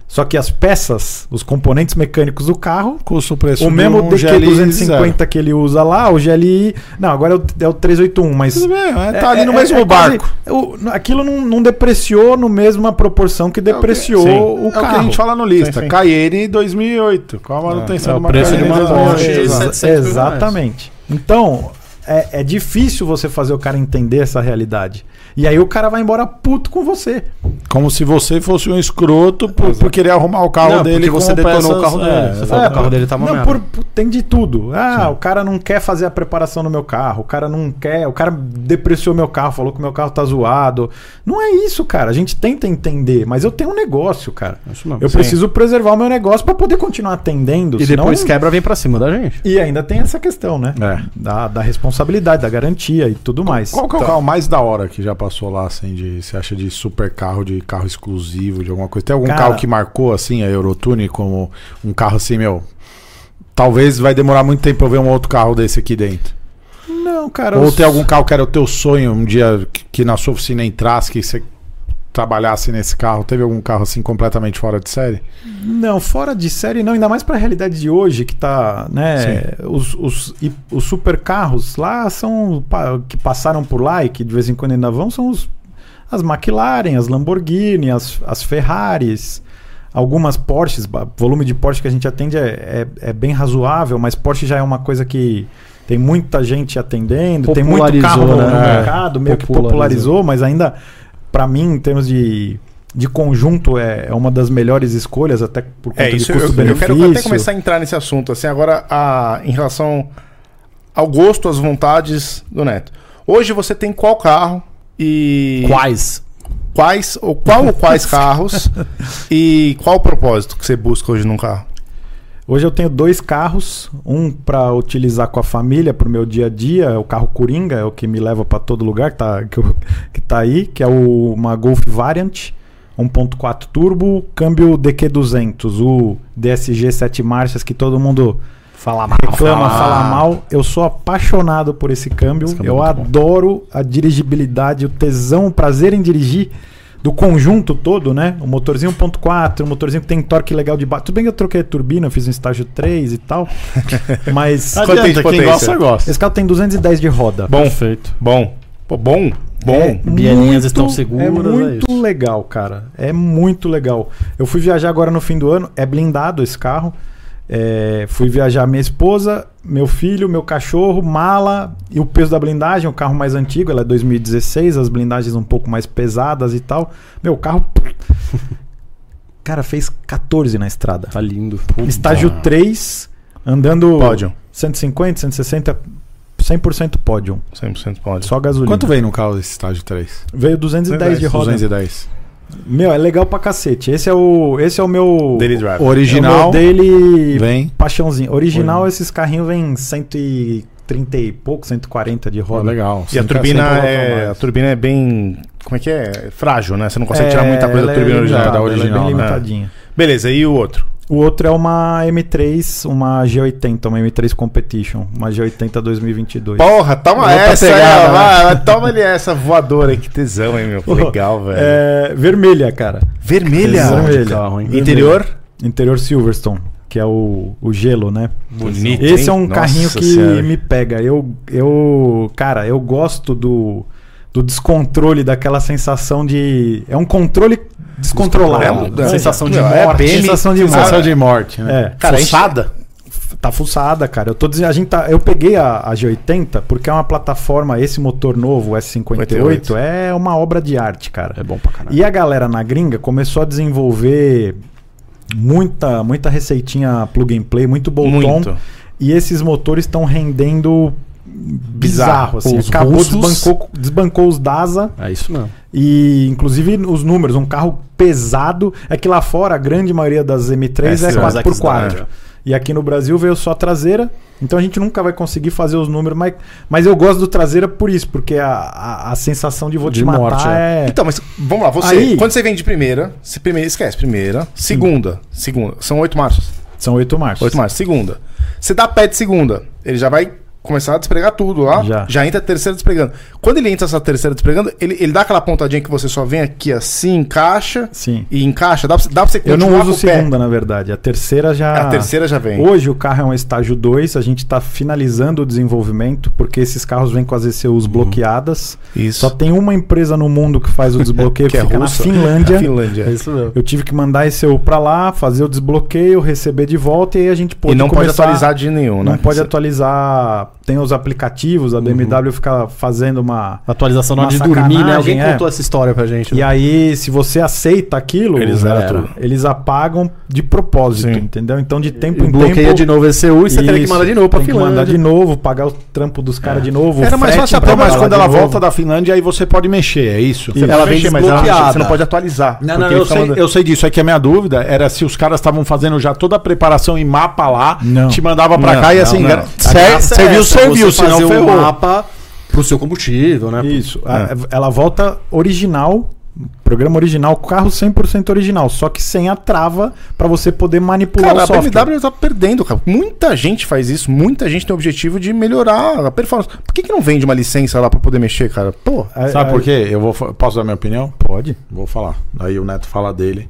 Speaker 3: Só que as peças, os componentes mecânicos do carro,
Speaker 1: Custo preço
Speaker 3: o mesmo
Speaker 1: de um GLI zero.
Speaker 3: DQ250 que ele usa lá, o GLI. Não, agora é o, é o 381, mas.
Speaker 1: Tudo bem, é,
Speaker 3: É,
Speaker 1: tá ali no
Speaker 3: é,
Speaker 1: mesmo
Speaker 3: é quase-
Speaker 1: barco.
Speaker 3: o- n- aquilo não, não depreciou na mesma proporção que depreciou
Speaker 6: sim.
Speaker 3: o,
Speaker 1: É o que
Speaker 3: carro.
Speaker 1: a gente fala no lista.
Speaker 6: Sim, sim.
Speaker 1: Caiene 2008. Qual a manutenção
Speaker 5: É,
Speaker 1: do
Speaker 5: o preço de uma
Speaker 1: É
Speaker 5: Porsche de
Speaker 3: Exa-
Speaker 5: 700 mil reais.
Speaker 3: exatamente. Então, é, é difícil você fazer o cara entender essa realidade. E aí o cara vai embora puto com você.
Speaker 1: Como se você fosse um escroto por, por querer arrumar o carro
Speaker 5: Não,
Speaker 1: dele
Speaker 5: porque você detonou o carro dele.
Speaker 1: é,
Speaker 5: Você
Speaker 1: exato.
Speaker 5: falou, o carro dele tá uma
Speaker 3: não,
Speaker 5: merda.
Speaker 3: por, por- tem de tudo. Ah, o cara não quer fazer a preparação no meu carro, o cara não quer, o cara depreciou meu carro, falou que meu carro tá zoado. Não é isso, cara. A gente tenta entender, mas eu tenho um negócio, cara.
Speaker 5: É Isso mesmo.
Speaker 3: Eu preciso preservar o meu negócio pra poder continuar atendendo.
Speaker 5: E
Speaker 3: senão-
Speaker 5: depois quebra, vem pra cima da gente.
Speaker 3: E ainda tem essa questão, né?
Speaker 1: É.
Speaker 3: Da, da responsabilidade, da garantia e tudo mais.
Speaker 1: Qual que é o carro mais da hora que já passou lá, assim, de, você acha de super carro, de carro exclusivo, de alguma coisa? Tem algum
Speaker 3: Cara-
Speaker 1: carro que marcou, assim, a Eurotune como um carro assim, meu... Talvez vai demorar muito tempo pra eu ver um outro carro desse aqui dentro.
Speaker 3: Não, cara.
Speaker 1: Ou
Speaker 3: os-
Speaker 1: tem algum carro que era o teu sonho um dia que, que na sua oficina entrasse, que você trabalhasse nesse carro? Teve algum carro assim completamente fora de série?
Speaker 3: Não, fora de série não, ainda mais pra realidade de hoje, que tá, né? Os, os, e- os supercarros lá são. pa- que passaram por lá e que de vez em quando ainda vão, são os, as McLaren, as Lamborghini, as, as Ferraris, algumas Porsches. ba- O volume de Porsche que a gente atende é, é, é bem razoável, mas Porsche já é uma coisa que. Tem muita gente atendendo, tem muito carro no,
Speaker 5: Popularizou,
Speaker 3: no
Speaker 1: É.
Speaker 5: né?
Speaker 3: mercado, meio que né?
Speaker 5: Popularizou.
Speaker 3: popularizou, mas ainda, pra mim, em termos de, de conjunto, é, é uma das melhores escolhas, até por conta
Speaker 6: É
Speaker 3: de
Speaker 6: isso, eu, eu
Speaker 3: custo-benefício.
Speaker 6: quero até começar a entrar nesse assunto, assim, agora a, em relação ao gosto, às vontades do Neto. Hoje você tem qual carro E
Speaker 5: Quais?
Speaker 6: quais ou qual ou quais carros e qual o propósito que você busca hoje num carro?
Speaker 3: Hoje eu tenho dois carros, um para utilizar com a família para o meu dia a dia, é o carro Coringa, é o que me leva para todo lugar que tá, que, eu- que tá aí, que é o- uma Golf Variant 1.4 turbo, câmbio DQ200, o DSG 7 marchas que todo mundo
Speaker 5: Fala mal.
Speaker 3: reclama, fala mal. Eu sou apaixonado por esse câmbio,
Speaker 5: Ah. câmbio é
Speaker 3: eu
Speaker 5: muito bom.
Speaker 3: adoro a dirigibilidade, o tesão, o prazer em dirigir. Do conjunto todo, né? O motorzinho 1.4, o motorzinho que tem torque legal de baixo. Tudo bem que eu troquei a turbina, eu fiz um estágio 3 e tal. Mas
Speaker 6: Quanto tem de
Speaker 1: Adianta, quem
Speaker 6: potência?
Speaker 1: gosta, gosta.
Speaker 3: esse carro tem 210 de roda.
Speaker 6: Bom,
Speaker 4: Perfeito.
Speaker 6: bom, Pô, bom, bom.
Speaker 3: É
Speaker 5: Bielinhas
Speaker 3: muito-
Speaker 5: estão seguras,
Speaker 3: É
Speaker 5: é
Speaker 3: muito
Speaker 5: isso.
Speaker 3: legal, cara. É muito legal. Eu fui viajar agora no fim do ano, é blindado esse carro. É, fui viajar minha esposa, meu filho, meu cachorro, mala e o peso da blindagem, o carro mais antigo, ela é 2016, as blindagens um pouco mais pesadas e tal. Meu o carro Cara, fez 14 na estrada.
Speaker 5: Tá lindo.
Speaker 3: Estágio 3, andando
Speaker 6: Pódio.
Speaker 3: 150, 160, 100% pódio.
Speaker 6: 100% pode.
Speaker 3: Só gasolina.
Speaker 1: Quanto veio no carro desse estágio 3?
Speaker 3: Veio 210 de roda.
Speaker 1: 210.
Speaker 3: Meu, é legal pra cacete. Esse é o, esse é o meu.
Speaker 6: Daily Drive.
Speaker 1: Original.
Speaker 3: É o meu daily
Speaker 1: Vem.
Speaker 3: paixãozinho. Original, esses carrinhos vêm 130 e pouco, 140 de
Speaker 1: Ó,
Speaker 3: roda.
Speaker 1: legal.
Speaker 6: E a
Speaker 1: Sem-
Speaker 6: turbina
Speaker 1: sem colocar
Speaker 6: é,
Speaker 1: mais.
Speaker 6: a turbina é bem, como é que é? Frágil, né? Você não consegue
Speaker 3: É,
Speaker 6: tirar muita coisa
Speaker 3: ela
Speaker 6: da
Speaker 3: é
Speaker 6: turbina original,
Speaker 3: limitada,
Speaker 6: da
Speaker 3: ela
Speaker 6: original,
Speaker 3: É bem
Speaker 6: né?
Speaker 3: limitadinha.
Speaker 6: Beleza, e o outro?
Speaker 3: O outro é uma M3, uma G80, uma M3 Competition, uma G80 2022.
Speaker 6: Porra, toma
Speaker 1: Outra
Speaker 6: essa,
Speaker 1: pegada,
Speaker 6: cara,
Speaker 1: né?
Speaker 6: vai, vai, toma ali essa voadora aí, que tesão, hein, meu? Que legal, velho.
Speaker 3: É, vermelha, cara.
Speaker 6: Vermelha.
Speaker 3: Tesão de
Speaker 5: carro, hein?
Speaker 6: Interior?
Speaker 3: Interior Silverstone, que é o, o gelo, né?
Speaker 6: Bonito.
Speaker 3: Esse é
Speaker 6: hein?
Speaker 3: um
Speaker 6: Nossa
Speaker 3: carrinho que
Speaker 6: Senhora.
Speaker 3: me pega. Eu, eu, cara, eu gosto do, do descontrole, daquela sensação de. É um controle descontrolado.
Speaker 6: É um-
Speaker 5: Sensação de
Speaker 6: Meu, é
Speaker 5: morte.
Speaker 6: BM,
Speaker 3: sensação de
Speaker 1: Sensação
Speaker 3: morte.
Speaker 1: de morte, né?
Speaker 3: É,
Speaker 6: Cara,
Speaker 3: fuça- tá fuçada, cara. Eu tô dizendo, a gente tá, eu peguei a, a G80 porque é uma plataforma, esse motor novo, o S58,
Speaker 6: 58.
Speaker 3: é uma obra de arte, cara.
Speaker 4: É bom pra caralho.
Speaker 3: E a galera na gringa começou a desenvolver muita, muita receitinha plug and play, muito bolt
Speaker 6: Muito.
Speaker 3: E esses motores estão rendendo bizarro, assim.
Speaker 4: Os
Speaker 3: Acabou,
Speaker 4: russos-
Speaker 3: desbancou, desbancou os DASA
Speaker 4: É isso mesmo.
Speaker 3: e inclusive os números, um carro pesado. É que lá fora a grande maioria das M3 é,
Speaker 6: É, são as
Speaker 3: 4x4.
Speaker 6: X-Drive.
Speaker 3: E aqui no Brasil veio só a traseira, então a gente nunca vai conseguir fazer os números, mas, mas eu gosto do traseira por isso, porque a, a, a sensação de vou
Speaker 1: De
Speaker 3: te matar
Speaker 1: morte, é.
Speaker 3: é.
Speaker 6: Então, mas vamos lá, você.
Speaker 3: Aí-
Speaker 6: Quando você vem de primeira, se primeira, esquece, primeira, segunda, segunda. São oito marchas.
Speaker 3: São oito marchas.
Speaker 6: Oito marchas, segunda. Você dá pé de segunda, ele já vai começar a despregar tudo lá.
Speaker 3: Já.
Speaker 6: Já, entra a terceira despregando. Quando ele entra essa terceira despregando, ele, ele dá aquela pontadinha que você só vem aqui assim, encaixa
Speaker 3: Sim.
Speaker 6: e encaixa. Dá pra, dá pra você
Speaker 3: Eu não
Speaker 6: continuar
Speaker 3: uso
Speaker 6: com o pé. É,
Speaker 3: segunda, na verdade. A terceira já.
Speaker 6: A terceira já vem.
Speaker 3: Hoje o carro é um estágio 2, a gente está finalizando o desenvolvimento, porque esses carros vêm com as ECUs
Speaker 6: Uhum.
Speaker 3: bloqueadas.
Speaker 6: Isso.
Speaker 3: Só tem uma empresa no mundo que faz o desbloqueio, que,
Speaker 6: Que é
Speaker 3: fica na
Speaker 6: russa.
Speaker 3: Finlândia.
Speaker 6: Finlândia.
Speaker 5: isso mesmo.
Speaker 3: Eu tive que mandar esse EU pra lá, fazer o desbloqueio, receber de volta e aí a gente pôde
Speaker 6: e não pode
Speaker 3: começar-
Speaker 6: atualizar de nenhum, né? Uhum.
Speaker 3: Não pode
Speaker 6: Você-
Speaker 3: atualizar. Tem os aplicativos, a BMW fica fazendo uma.
Speaker 5: Atualização na
Speaker 3: Uma
Speaker 5: hora de dormir, né?
Speaker 3: sacanagem,
Speaker 5: Alguém
Speaker 3: é.
Speaker 5: contou essa história pra gente.
Speaker 3: E
Speaker 5: né?
Speaker 3: aí, se você aceita aquilo,
Speaker 6: Uhum. Eles zeram
Speaker 3: era.
Speaker 6: tudo.
Speaker 3: eles apagam de propósito,
Speaker 6: Sim.
Speaker 3: entendeu? Então, de tempo
Speaker 5: E
Speaker 3: em
Speaker 5: bloqueia
Speaker 3: tempo.
Speaker 5: de novo a ECU e você teria que mandar de novo pra
Speaker 3: tem que mandar de
Speaker 5: Finlândia.
Speaker 3: novo, pagar o trampo dos caras de novo.
Speaker 1: Era mais
Speaker 3: frete
Speaker 1: fácil
Speaker 3: pra
Speaker 1: até, mas
Speaker 3: pagar
Speaker 1: quando
Speaker 3: de
Speaker 1: ela
Speaker 3: novo.
Speaker 1: volta da Finlândia, aí você pode mexer, é isso?
Speaker 6: você
Speaker 5: Ela
Speaker 6: pode
Speaker 5: vem
Speaker 6: mexer, mas
Speaker 5: desbloqueada.
Speaker 6: Você não pode atualizar.
Speaker 1: Não,
Speaker 6: porque
Speaker 1: não,
Speaker 6: ele
Speaker 1: eu
Speaker 6: fica
Speaker 1: sei,
Speaker 6: mandando-
Speaker 1: eu sei disso. É que a minha dúvida era se os caras estavam fazendo já toda a preparação em mapa lá,
Speaker 3: Não.
Speaker 1: te mandava pra
Speaker 6: Não,
Speaker 1: cá e
Speaker 6: não,
Speaker 1: assim,
Speaker 6: não.
Speaker 1: gra-
Speaker 6: A
Speaker 1: Ser,
Speaker 5: Essa é
Speaker 1: serviu,
Speaker 5: essa,
Speaker 1: serviu,
Speaker 5: você fazer
Speaker 1: senão
Speaker 5: um
Speaker 1: ferrou.
Speaker 5: mapa pro seu combustível, né?
Speaker 3: Isso. a-
Speaker 1: É.
Speaker 3: Ela volta original, programa original, carro 100% original, só que sem a trava pra você poder manipular
Speaker 6: Cara,
Speaker 3: o
Speaker 6: a
Speaker 3: software.
Speaker 6: BMW tá perdendo, cara. Muita gente faz isso, muita gente tem o objetivo de melhorar a performance. Por que, que não vende uma licença lá pra poder mexer, cara? Pô, é,
Speaker 3: A-
Speaker 1: Sabe
Speaker 3: a-
Speaker 1: por quê? Eu vou, fa- posso dar minha opinião? Pode. Vou falar. Aí o Neto fala dele.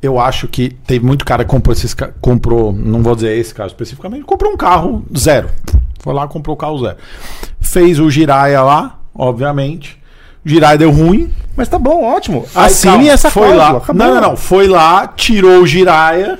Speaker 1: Eu acho que teve muito cara que comprou, esses, ca- comprou, não vou dizer esse caso especificamente, comprou um carro zero. Foi lá, comprou o carro zero. Fez o Jiraya lá, obviamente. O Jiraya deu ruim.
Speaker 6: mas tá bom, ótimo.
Speaker 1: Aí,
Speaker 6: Assine
Speaker 1: calma,
Speaker 6: essa
Speaker 1: foi
Speaker 6: cláusula,
Speaker 1: lá.
Speaker 6: acabou.
Speaker 1: Não, não, não. Foi lá, tirou o Jiraya,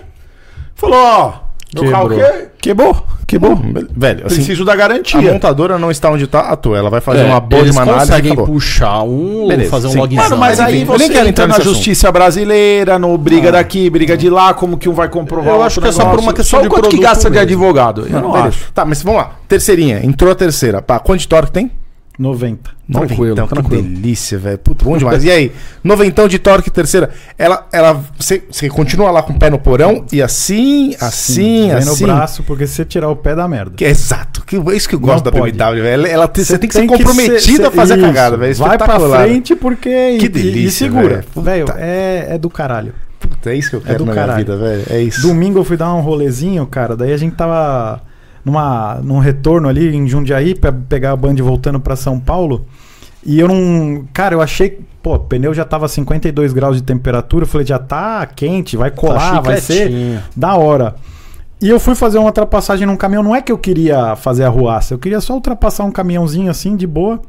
Speaker 1: falou, ó, meu carro
Speaker 4: Quebrou.
Speaker 1: que- quebrou, quebrou.
Speaker 6: Velho, assim,
Speaker 1: Preciso da
Speaker 6: a
Speaker 1: garantia.
Speaker 6: montadora não está onde tá à toa. Ela vai fazer
Speaker 5: É,
Speaker 6: uma boa de
Speaker 5: eles
Speaker 6: uma análise e
Speaker 5: conseguem
Speaker 6: acabou.
Speaker 5: puxar um,
Speaker 6: Beleza,
Speaker 5: fazer um
Speaker 6: sim.
Speaker 5: login.
Speaker 1: Mano, mas aí
Speaker 6: Enfim, eu nem
Speaker 1: você
Speaker 6: quero
Speaker 1: entra
Speaker 6: entrar
Speaker 1: na
Speaker 6: nesse
Speaker 1: justiça brasileira, no briga daqui, briga de lá, como que um vai comprovar
Speaker 5: Eu
Speaker 1: o
Speaker 5: acho
Speaker 1: outro
Speaker 5: que é só por
Speaker 1: negócio.
Speaker 5: uma questão
Speaker 1: Só
Speaker 5: de
Speaker 1: o quanto que
Speaker 5: produto
Speaker 1: gasta de
Speaker 5: mesmo.
Speaker 1: advogado. Eu não,
Speaker 6: Beleza.
Speaker 1: acho.
Speaker 6: Tá, mas vamos lá. Terceirinha, entrou a terceira. Pá, quanto de torque tem?
Speaker 3: 90.
Speaker 5: Tranquilo,
Speaker 6: Noventão, que
Speaker 5: tranquilo.
Speaker 6: delícia, velho. Puta, bom demais. E aí, noventão de torque, terceira. Ela, ela, você você continua lá com o pé no porão e assim, assim,
Speaker 3: Vem
Speaker 6: assim.
Speaker 3: no braço, porque se você tirar o pé, dá merda.
Speaker 6: Que é Exato, que, é isso que eu gosto da
Speaker 3: Não pode.
Speaker 6: BMW, velho. Ela, ela tem- você tem que ser
Speaker 3: comprometida
Speaker 6: comprometida a fazer a cagada, velho. é
Speaker 3: Vai pra
Speaker 6: Espetacular.
Speaker 3: frente porque... e-
Speaker 6: Que
Speaker 3: e- E
Speaker 6: delícia,
Speaker 3: segura.
Speaker 6: velho. Puta.
Speaker 3: Velho, é, é do caralho.
Speaker 6: Puta, é isso que eu quero
Speaker 3: do
Speaker 6: na minha
Speaker 3: caralho.
Speaker 6: vida, velho. É isso.
Speaker 3: Domingo eu fui dar um rolezinho, cara. Daí a gente tava numa, num retorno ali em Jundiaí pra pegar a Band voltando pra São Paulo. E eu não. Cara, eu achei. Pô, o pneu já tava 52 graus de temperatura. Eu falei, já tá quente, vai colar, vai ser
Speaker 5: chicletinho.
Speaker 3: da hora. E eu fui fazer uma ultrapassagem num caminhão. Não é que eu queria fazer arruaça, eu queria só ultrapassar um caminhãozinho assim, de boa.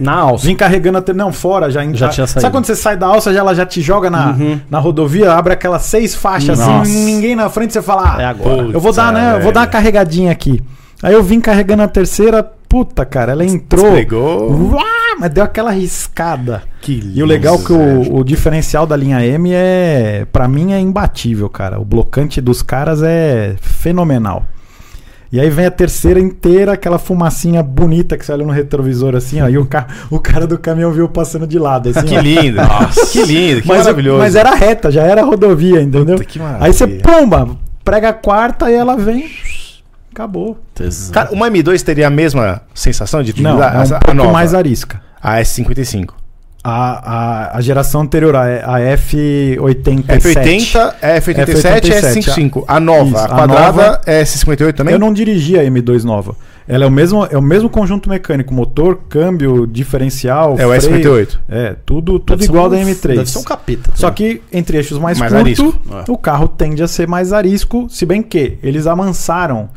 Speaker 5: Na alça.
Speaker 3: Vim carregando até. Não, fora já.
Speaker 5: Já tinha
Speaker 3: Sabe
Speaker 5: saído. Uhum.
Speaker 3: quando você sai da alça, já, ela já te joga na, na rodovia, abre aquelas seis faixas
Speaker 1: Nossa.
Speaker 3: assim, ninguém na frente, você fala. Ah,
Speaker 5: É agora.
Speaker 3: Eu vou dar, né? Eu vou dar uma carregadinha aqui. Aí eu vim carregando a terceira, puta, cara, ela entrou.
Speaker 6: Pegou.
Speaker 3: Uá, mas deu aquela riscada.
Speaker 6: Que
Speaker 3: E o legal é
Speaker 6: lindo,
Speaker 3: que
Speaker 6: velho.
Speaker 3: o, o diferencial da linha M é, Pra mim, é imbatível, cara. O blocante dos caras é fenomenal. E aí vem a terceira inteira, aquela fumacinha bonita que você olha no retrovisor assim, ó. E o, ca o cara do caminhão viu passando de lado, assim.
Speaker 6: Que
Speaker 3: ó.
Speaker 6: lindo. Nossa, que lindo, que
Speaker 3: mas,
Speaker 6: maravilhoso.
Speaker 3: mas era reta, já era rodovia, entendeu?
Speaker 6: Puta, que maravilha.
Speaker 3: aí você, pumba, prega a quarta e ela vem. Acabou.
Speaker 6: Cara, uma M2 teria a mesma sensação de
Speaker 3: Não, é um
Speaker 6: essa-
Speaker 3: pouco
Speaker 6: nova.
Speaker 3: mais arisca.
Speaker 6: A S55.
Speaker 3: A, a, a geração anterior, a, a F87.
Speaker 6: F80,
Speaker 3: É
Speaker 6: F87 é e
Speaker 3: F87,
Speaker 6: S55. A nova,
Speaker 3: Isso,
Speaker 6: a
Speaker 3: a
Speaker 6: quadrada
Speaker 3: nova-
Speaker 6: é S58 também?
Speaker 3: Eu não dirigi a M2 nova. Ela é o mesmo, é o mesmo conjunto mecânico, motor, câmbio, diferencial,
Speaker 6: É o
Speaker 3: freio.
Speaker 6: S58.
Speaker 3: É, tudo, tudo
Speaker 5: Deve ser
Speaker 3: igual
Speaker 5: um-
Speaker 3: da M3.
Speaker 5: Deve ser um capeta.
Speaker 3: Só que entre eixos mais,
Speaker 6: Mais
Speaker 3: curto,
Speaker 6: arisco. é.
Speaker 3: o carro tende a ser mais arisco, se bem que eles amansaram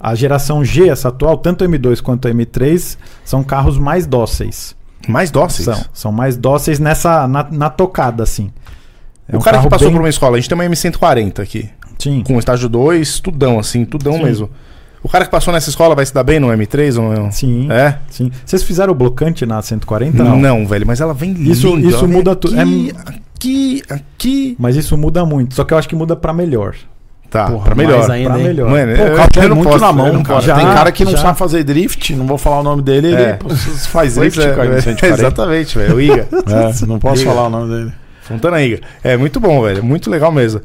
Speaker 3: a geração G, essa atual, tanto a M2 quanto a M3, são carros mais dóceis.
Speaker 6: Mais dóceis.
Speaker 3: São, são mais dóceis nessa na, na tocada, assim. É
Speaker 6: o
Speaker 3: um
Speaker 6: cara que
Speaker 3: carro
Speaker 6: passou
Speaker 3: bem-
Speaker 6: por uma escola, a gente tem uma M140 aqui,
Speaker 3: Sim.
Speaker 6: com estágio 2, tudão, assim, tudão mesmo. O cara que passou nessa escola vai se dar bem no M3 ou não?
Speaker 3: Sim.
Speaker 6: É?
Speaker 3: Sim. Vocês fizeram o blocante na 140?
Speaker 6: Não. velho, mas ela vem linda.
Speaker 3: Isso- isso
Speaker 6: ela vem
Speaker 3: muda tudo.
Speaker 6: Aqui, aqui, aqui.
Speaker 3: Mas isso muda muito. Só que eu acho que muda pra melhor.
Speaker 6: Tá,
Speaker 5: Porra,
Speaker 6: pra melhor.
Speaker 5: mais ainda,
Speaker 3: pra
Speaker 5: hein?
Speaker 3: melhor.
Speaker 6: Mano,
Speaker 1: Pô,
Speaker 6: eu-
Speaker 1: o carro
Speaker 6: eu
Speaker 1: tem
Speaker 6: não
Speaker 1: muito
Speaker 6: posso,
Speaker 1: na
Speaker 6: eu
Speaker 1: mão,
Speaker 6: não
Speaker 1: cara.
Speaker 6: posso.
Speaker 3: Já,
Speaker 1: tem cara que não
Speaker 3: já.
Speaker 1: sabe fazer drift, não vou falar o nome dele,
Speaker 6: É.
Speaker 1: ele faz
Speaker 6: Pois
Speaker 1: drift
Speaker 6: é,
Speaker 1: com a
Speaker 6: velho,
Speaker 1: M140.
Speaker 6: Exatamente, velho. O Iga.
Speaker 1: É, não posso falar o nome dele.
Speaker 6: Fontana Iga. É muito bom, velho. Muito legal mesmo.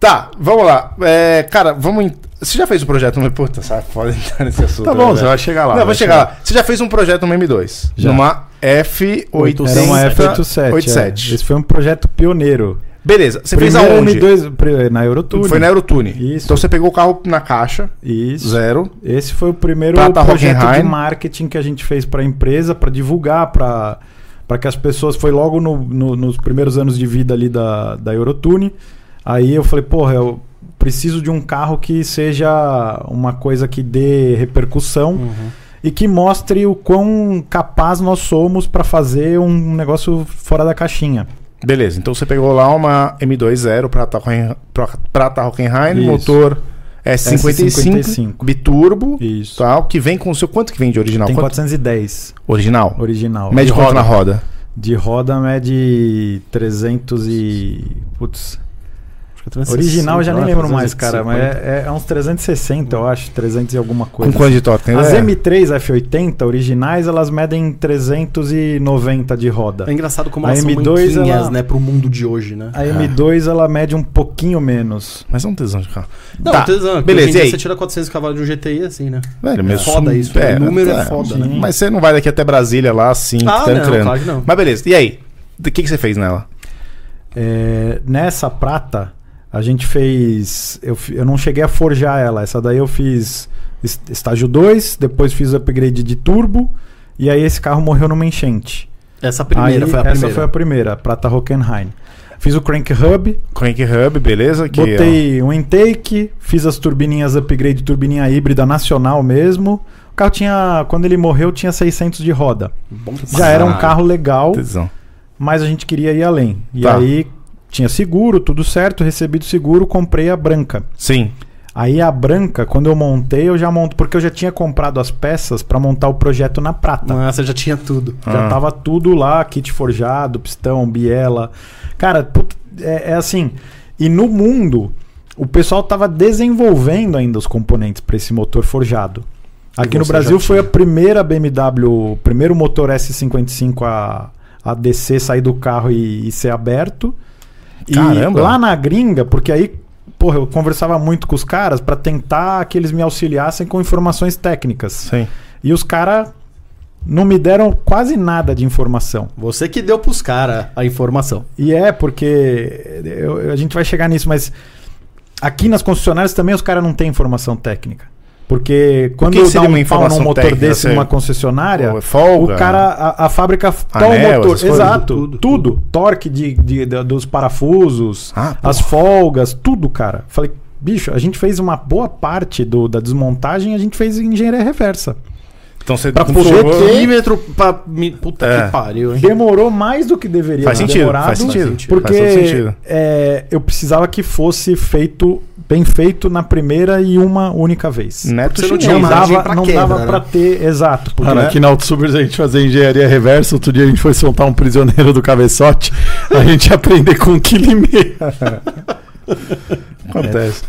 Speaker 6: Tá, vamos lá. É, cara, vamos. en- Você já fez um projeto no. Puta, sabe? Pode entrar nesse assunto.
Speaker 1: Tá
Speaker 6: né,
Speaker 1: bom,
Speaker 6: velho?
Speaker 1: você vai chegar lá.
Speaker 6: Não, vou
Speaker 1: vai
Speaker 6: chegar lá. Você já fez um projeto no M2.
Speaker 3: Já.
Speaker 6: Numa F87.
Speaker 3: Era uma F87.
Speaker 6: 87.
Speaker 3: é. Esse foi um projeto pioneiro.
Speaker 6: Beleza. Você
Speaker 3: Primeiro
Speaker 6: fez aonde?
Speaker 3: M2, pri- na Eurotune.
Speaker 6: Foi na Eurotune.
Speaker 3: Isso.
Speaker 6: Então você pegou o carro na caixa,
Speaker 3: Isso.
Speaker 6: zero.
Speaker 3: Esse foi o primeiro
Speaker 6: Prata
Speaker 3: projeto de
Speaker 6: Hockenheim.
Speaker 3: marketing que a gente fez pra empresa, pra divulgar, pra para que as pessoas. Foi logo no- no- nos primeiros anos de vida ali da, da Eurotune. Aí eu falei, porra, eu preciso de um carro que seja uma coisa que dê repercussão
Speaker 6: Uhum.
Speaker 3: e que mostre o quão capaz nós somos pra fazer um negócio fora da caixinha.
Speaker 6: Beleza. Então você pegou lá uma M2 zero Prata Hocken- Pro- Prata Hockenheim,
Speaker 3: Isso.
Speaker 6: motor é S55,
Speaker 3: S55.
Speaker 6: biturbo.
Speaker 3: Isso.
Speaker 6: Tal, que vem com o seu. Quanto que vem de original?
Speaker 3: Tem
Speaker 6: Tá, Quanto-
Speaker 3: 410
Speaker 6: Original.
Speaker 3: original.
Speaker 6: Mede quanto na roda?
Speaker 3: De roda mede 300 e. Putz. Original eu já nem lembro mais, cara, mas é, é uns 360, eu acho, 300 e alguma coisa. assim.
Speaker 6: Com é? quanto de torque? Tem
Speaker 3: As
Speaker 6: ideia?
Speaker 3: M3 F80 originais, elas medem 390 de roda.
Speaker 5: É engraçado como
Speaker 3: A
Speaker 5: elas são
Speaker 3: M2,
Speaker 5: manquinhas,
Speaker 3: ela-
Speaker 5: né? Pro mundo de hoje, né?
Speaker 3: A M2 ela mede um pouquinho menos.
Speaker 6: Mas é um tesão de carro.
Speaker 5: Não,
Speaker 6: Tá,
Speaker 5: tesão, porque
Speaker 6: beleza,
Speaker 5: hoje em dia
Speaker 6: e aí?
Speaker 5: Você tira 400 cavalos de um GTI assim, né?
Speaker 6: Velho,
Speaker 5: É
Speaker 6: meu
Speaker 5: foda
Speaker 6: sonho-
Speaker 5: isso, o número é foda, né?
Speaker 6: Mas você não vai daqui até Brasília lá assim,
Speaker 5: Ah, não,
Speaker 6: trancando.
Speaker 5: claro que não.
Speaker 6: Mas beleza, e aí? O que, que você fez nela?
Speaker 3: É, nessa prata, a gente fez. Eu, fi- eu não cheguei a forjar ela. Essa daí eu fiz es- estágio 2, depois fiz upgrade de turbo. E aí esse carro morreu numa enchente.
Speaker 5: Essa primeira
Speaker 3: Aí
Speaker 5: foi a primeira.
Speaker 3: Essa foi a primeira, a prata Hockenheim. Fiz o crank hub,
Speaker 6: Crank Hub, beleza? Que, é ó,
Speaker 3: botei um intake, fiz as turbininhas upgrade, turbininha híbrida nacional mesmo. O carro tinha, quando ele morreu, tinha 600 de roda.
Speaker 5: Bom
Speaker 3: Já era um
Speaker 6: Ah.
Speaker 5: caralho.
Speaker 3: carro legal
Speaker 6: tesão.
Speaker 3: mas a gente queria ir além. E
Speaker 6: Tá.
Speaker 3: aí tinha seguro, tudo certo, recebido seguro, comprei a branca.
Speaker 6: Sim.
Speaker 3: Aí a branca, quando eu montei, eu já monto porque eu já tinha comprado as peças pra montar o projeto na prata.
Speaker 5: Ah, você já tinha tudo.
Speaker 3: Já
Speaker 6: Ah.
Speaker 3: tava tudo lá, kit forjado, pistão, biela. Cara, put- é, é assim. E no mundo, o pessoal tava desenvolvendo ainda os componentes pra esse motor forjado. Aqui
Speaker 5: E
Speaker 3: no
Speaker 5: você
Speaker 3: Brasil
Speaker 5: já
Speaker 3: foi a
Speaker 5: tinha.
Speaker 3: primeira BMW, o primeiro motor S55 a, a descer, sair do carro e, e ser aberto. E
Speaker 6: Caramba.
Speaker 3: lá na gringa, porque aí, porra, eu conversava muito com os caras pra tentar que eles me auxiliassem com informações técnicas.
Speaker 6: Sim.
Speaker 3: E os caras não me deram quase nada de informação.
Speaker 5: Você que deu pros caras a informação.
Speaker 3: E é, porque eu- eu- a gente vai chegar nisso, mas aqui nas concessionárias também os caras não têm informação técnica. Porque quando
Speaker 6: que seria uma
Speaker 3: dá um pau
Speaker 6: informação
Speaker 3: num motor
Speaker 6: técnica?
Speaker 3: desse
Speaker 6: Você-
Speaker 3: numa concessionária,
Speaker 6: Pô, é folga, né?
Speaker 3: o cara, a, a fábrica tal
Speaker 6: Anel, essas
Speaker 3: motor,
Speaker 6: coisas,
Speaker 3: exato, tudo, torque de, de- da- dos parafusos,
Speaker 6: Ah, porra.
Speaker 3: as folgas, tudo, cara. Falei, bicho, a gente fez uma boa parte do, da desmontagem, a gente fez em engenharia reversa.
Speaker 6: Então você
Speaker 3: Pra
Speaker 6: controlou-
Speaker 3: poder ter-
Speaker 5: Milímetro pra. mi- Puta
Speaker 6: É.
Speaker 5: que pariu, hein?
Speaker 3: Demorou mais do que deveria
Speaker 6: Faz
Speaker 3: ter
Speaker 6: sentido,
Speaker 3: demorado,
Speaker 6: faz sentido,
Speaker 3: Porque
Speaker 6: faz todo sentido.
Speaker 3: é, eu precisava que fosse feito, bem feito na primeira e uma única vez.
Speaker 6: Neto
Speaker 5: Você não
Speaker 6: chinês.
Speaker 5: tinha
Speaker 3: Não
Speaker 5: margem
Speaker 3: dava,
Speaker 5: pra
Speaker 3: não
Speaker 5: quebra,
Speaker 3: dava
Speaker 5: né?
Speaker 3: pra ter, exato. Porque né?
Speaker 1: Cara, aqui na Autosubers a gente fazia engenharia reversa. Outro dia a gente foi soltar um prisioneiro do cabeçote. A gente ia aprender com um quilo e meio.
Speaker 6: Acontece.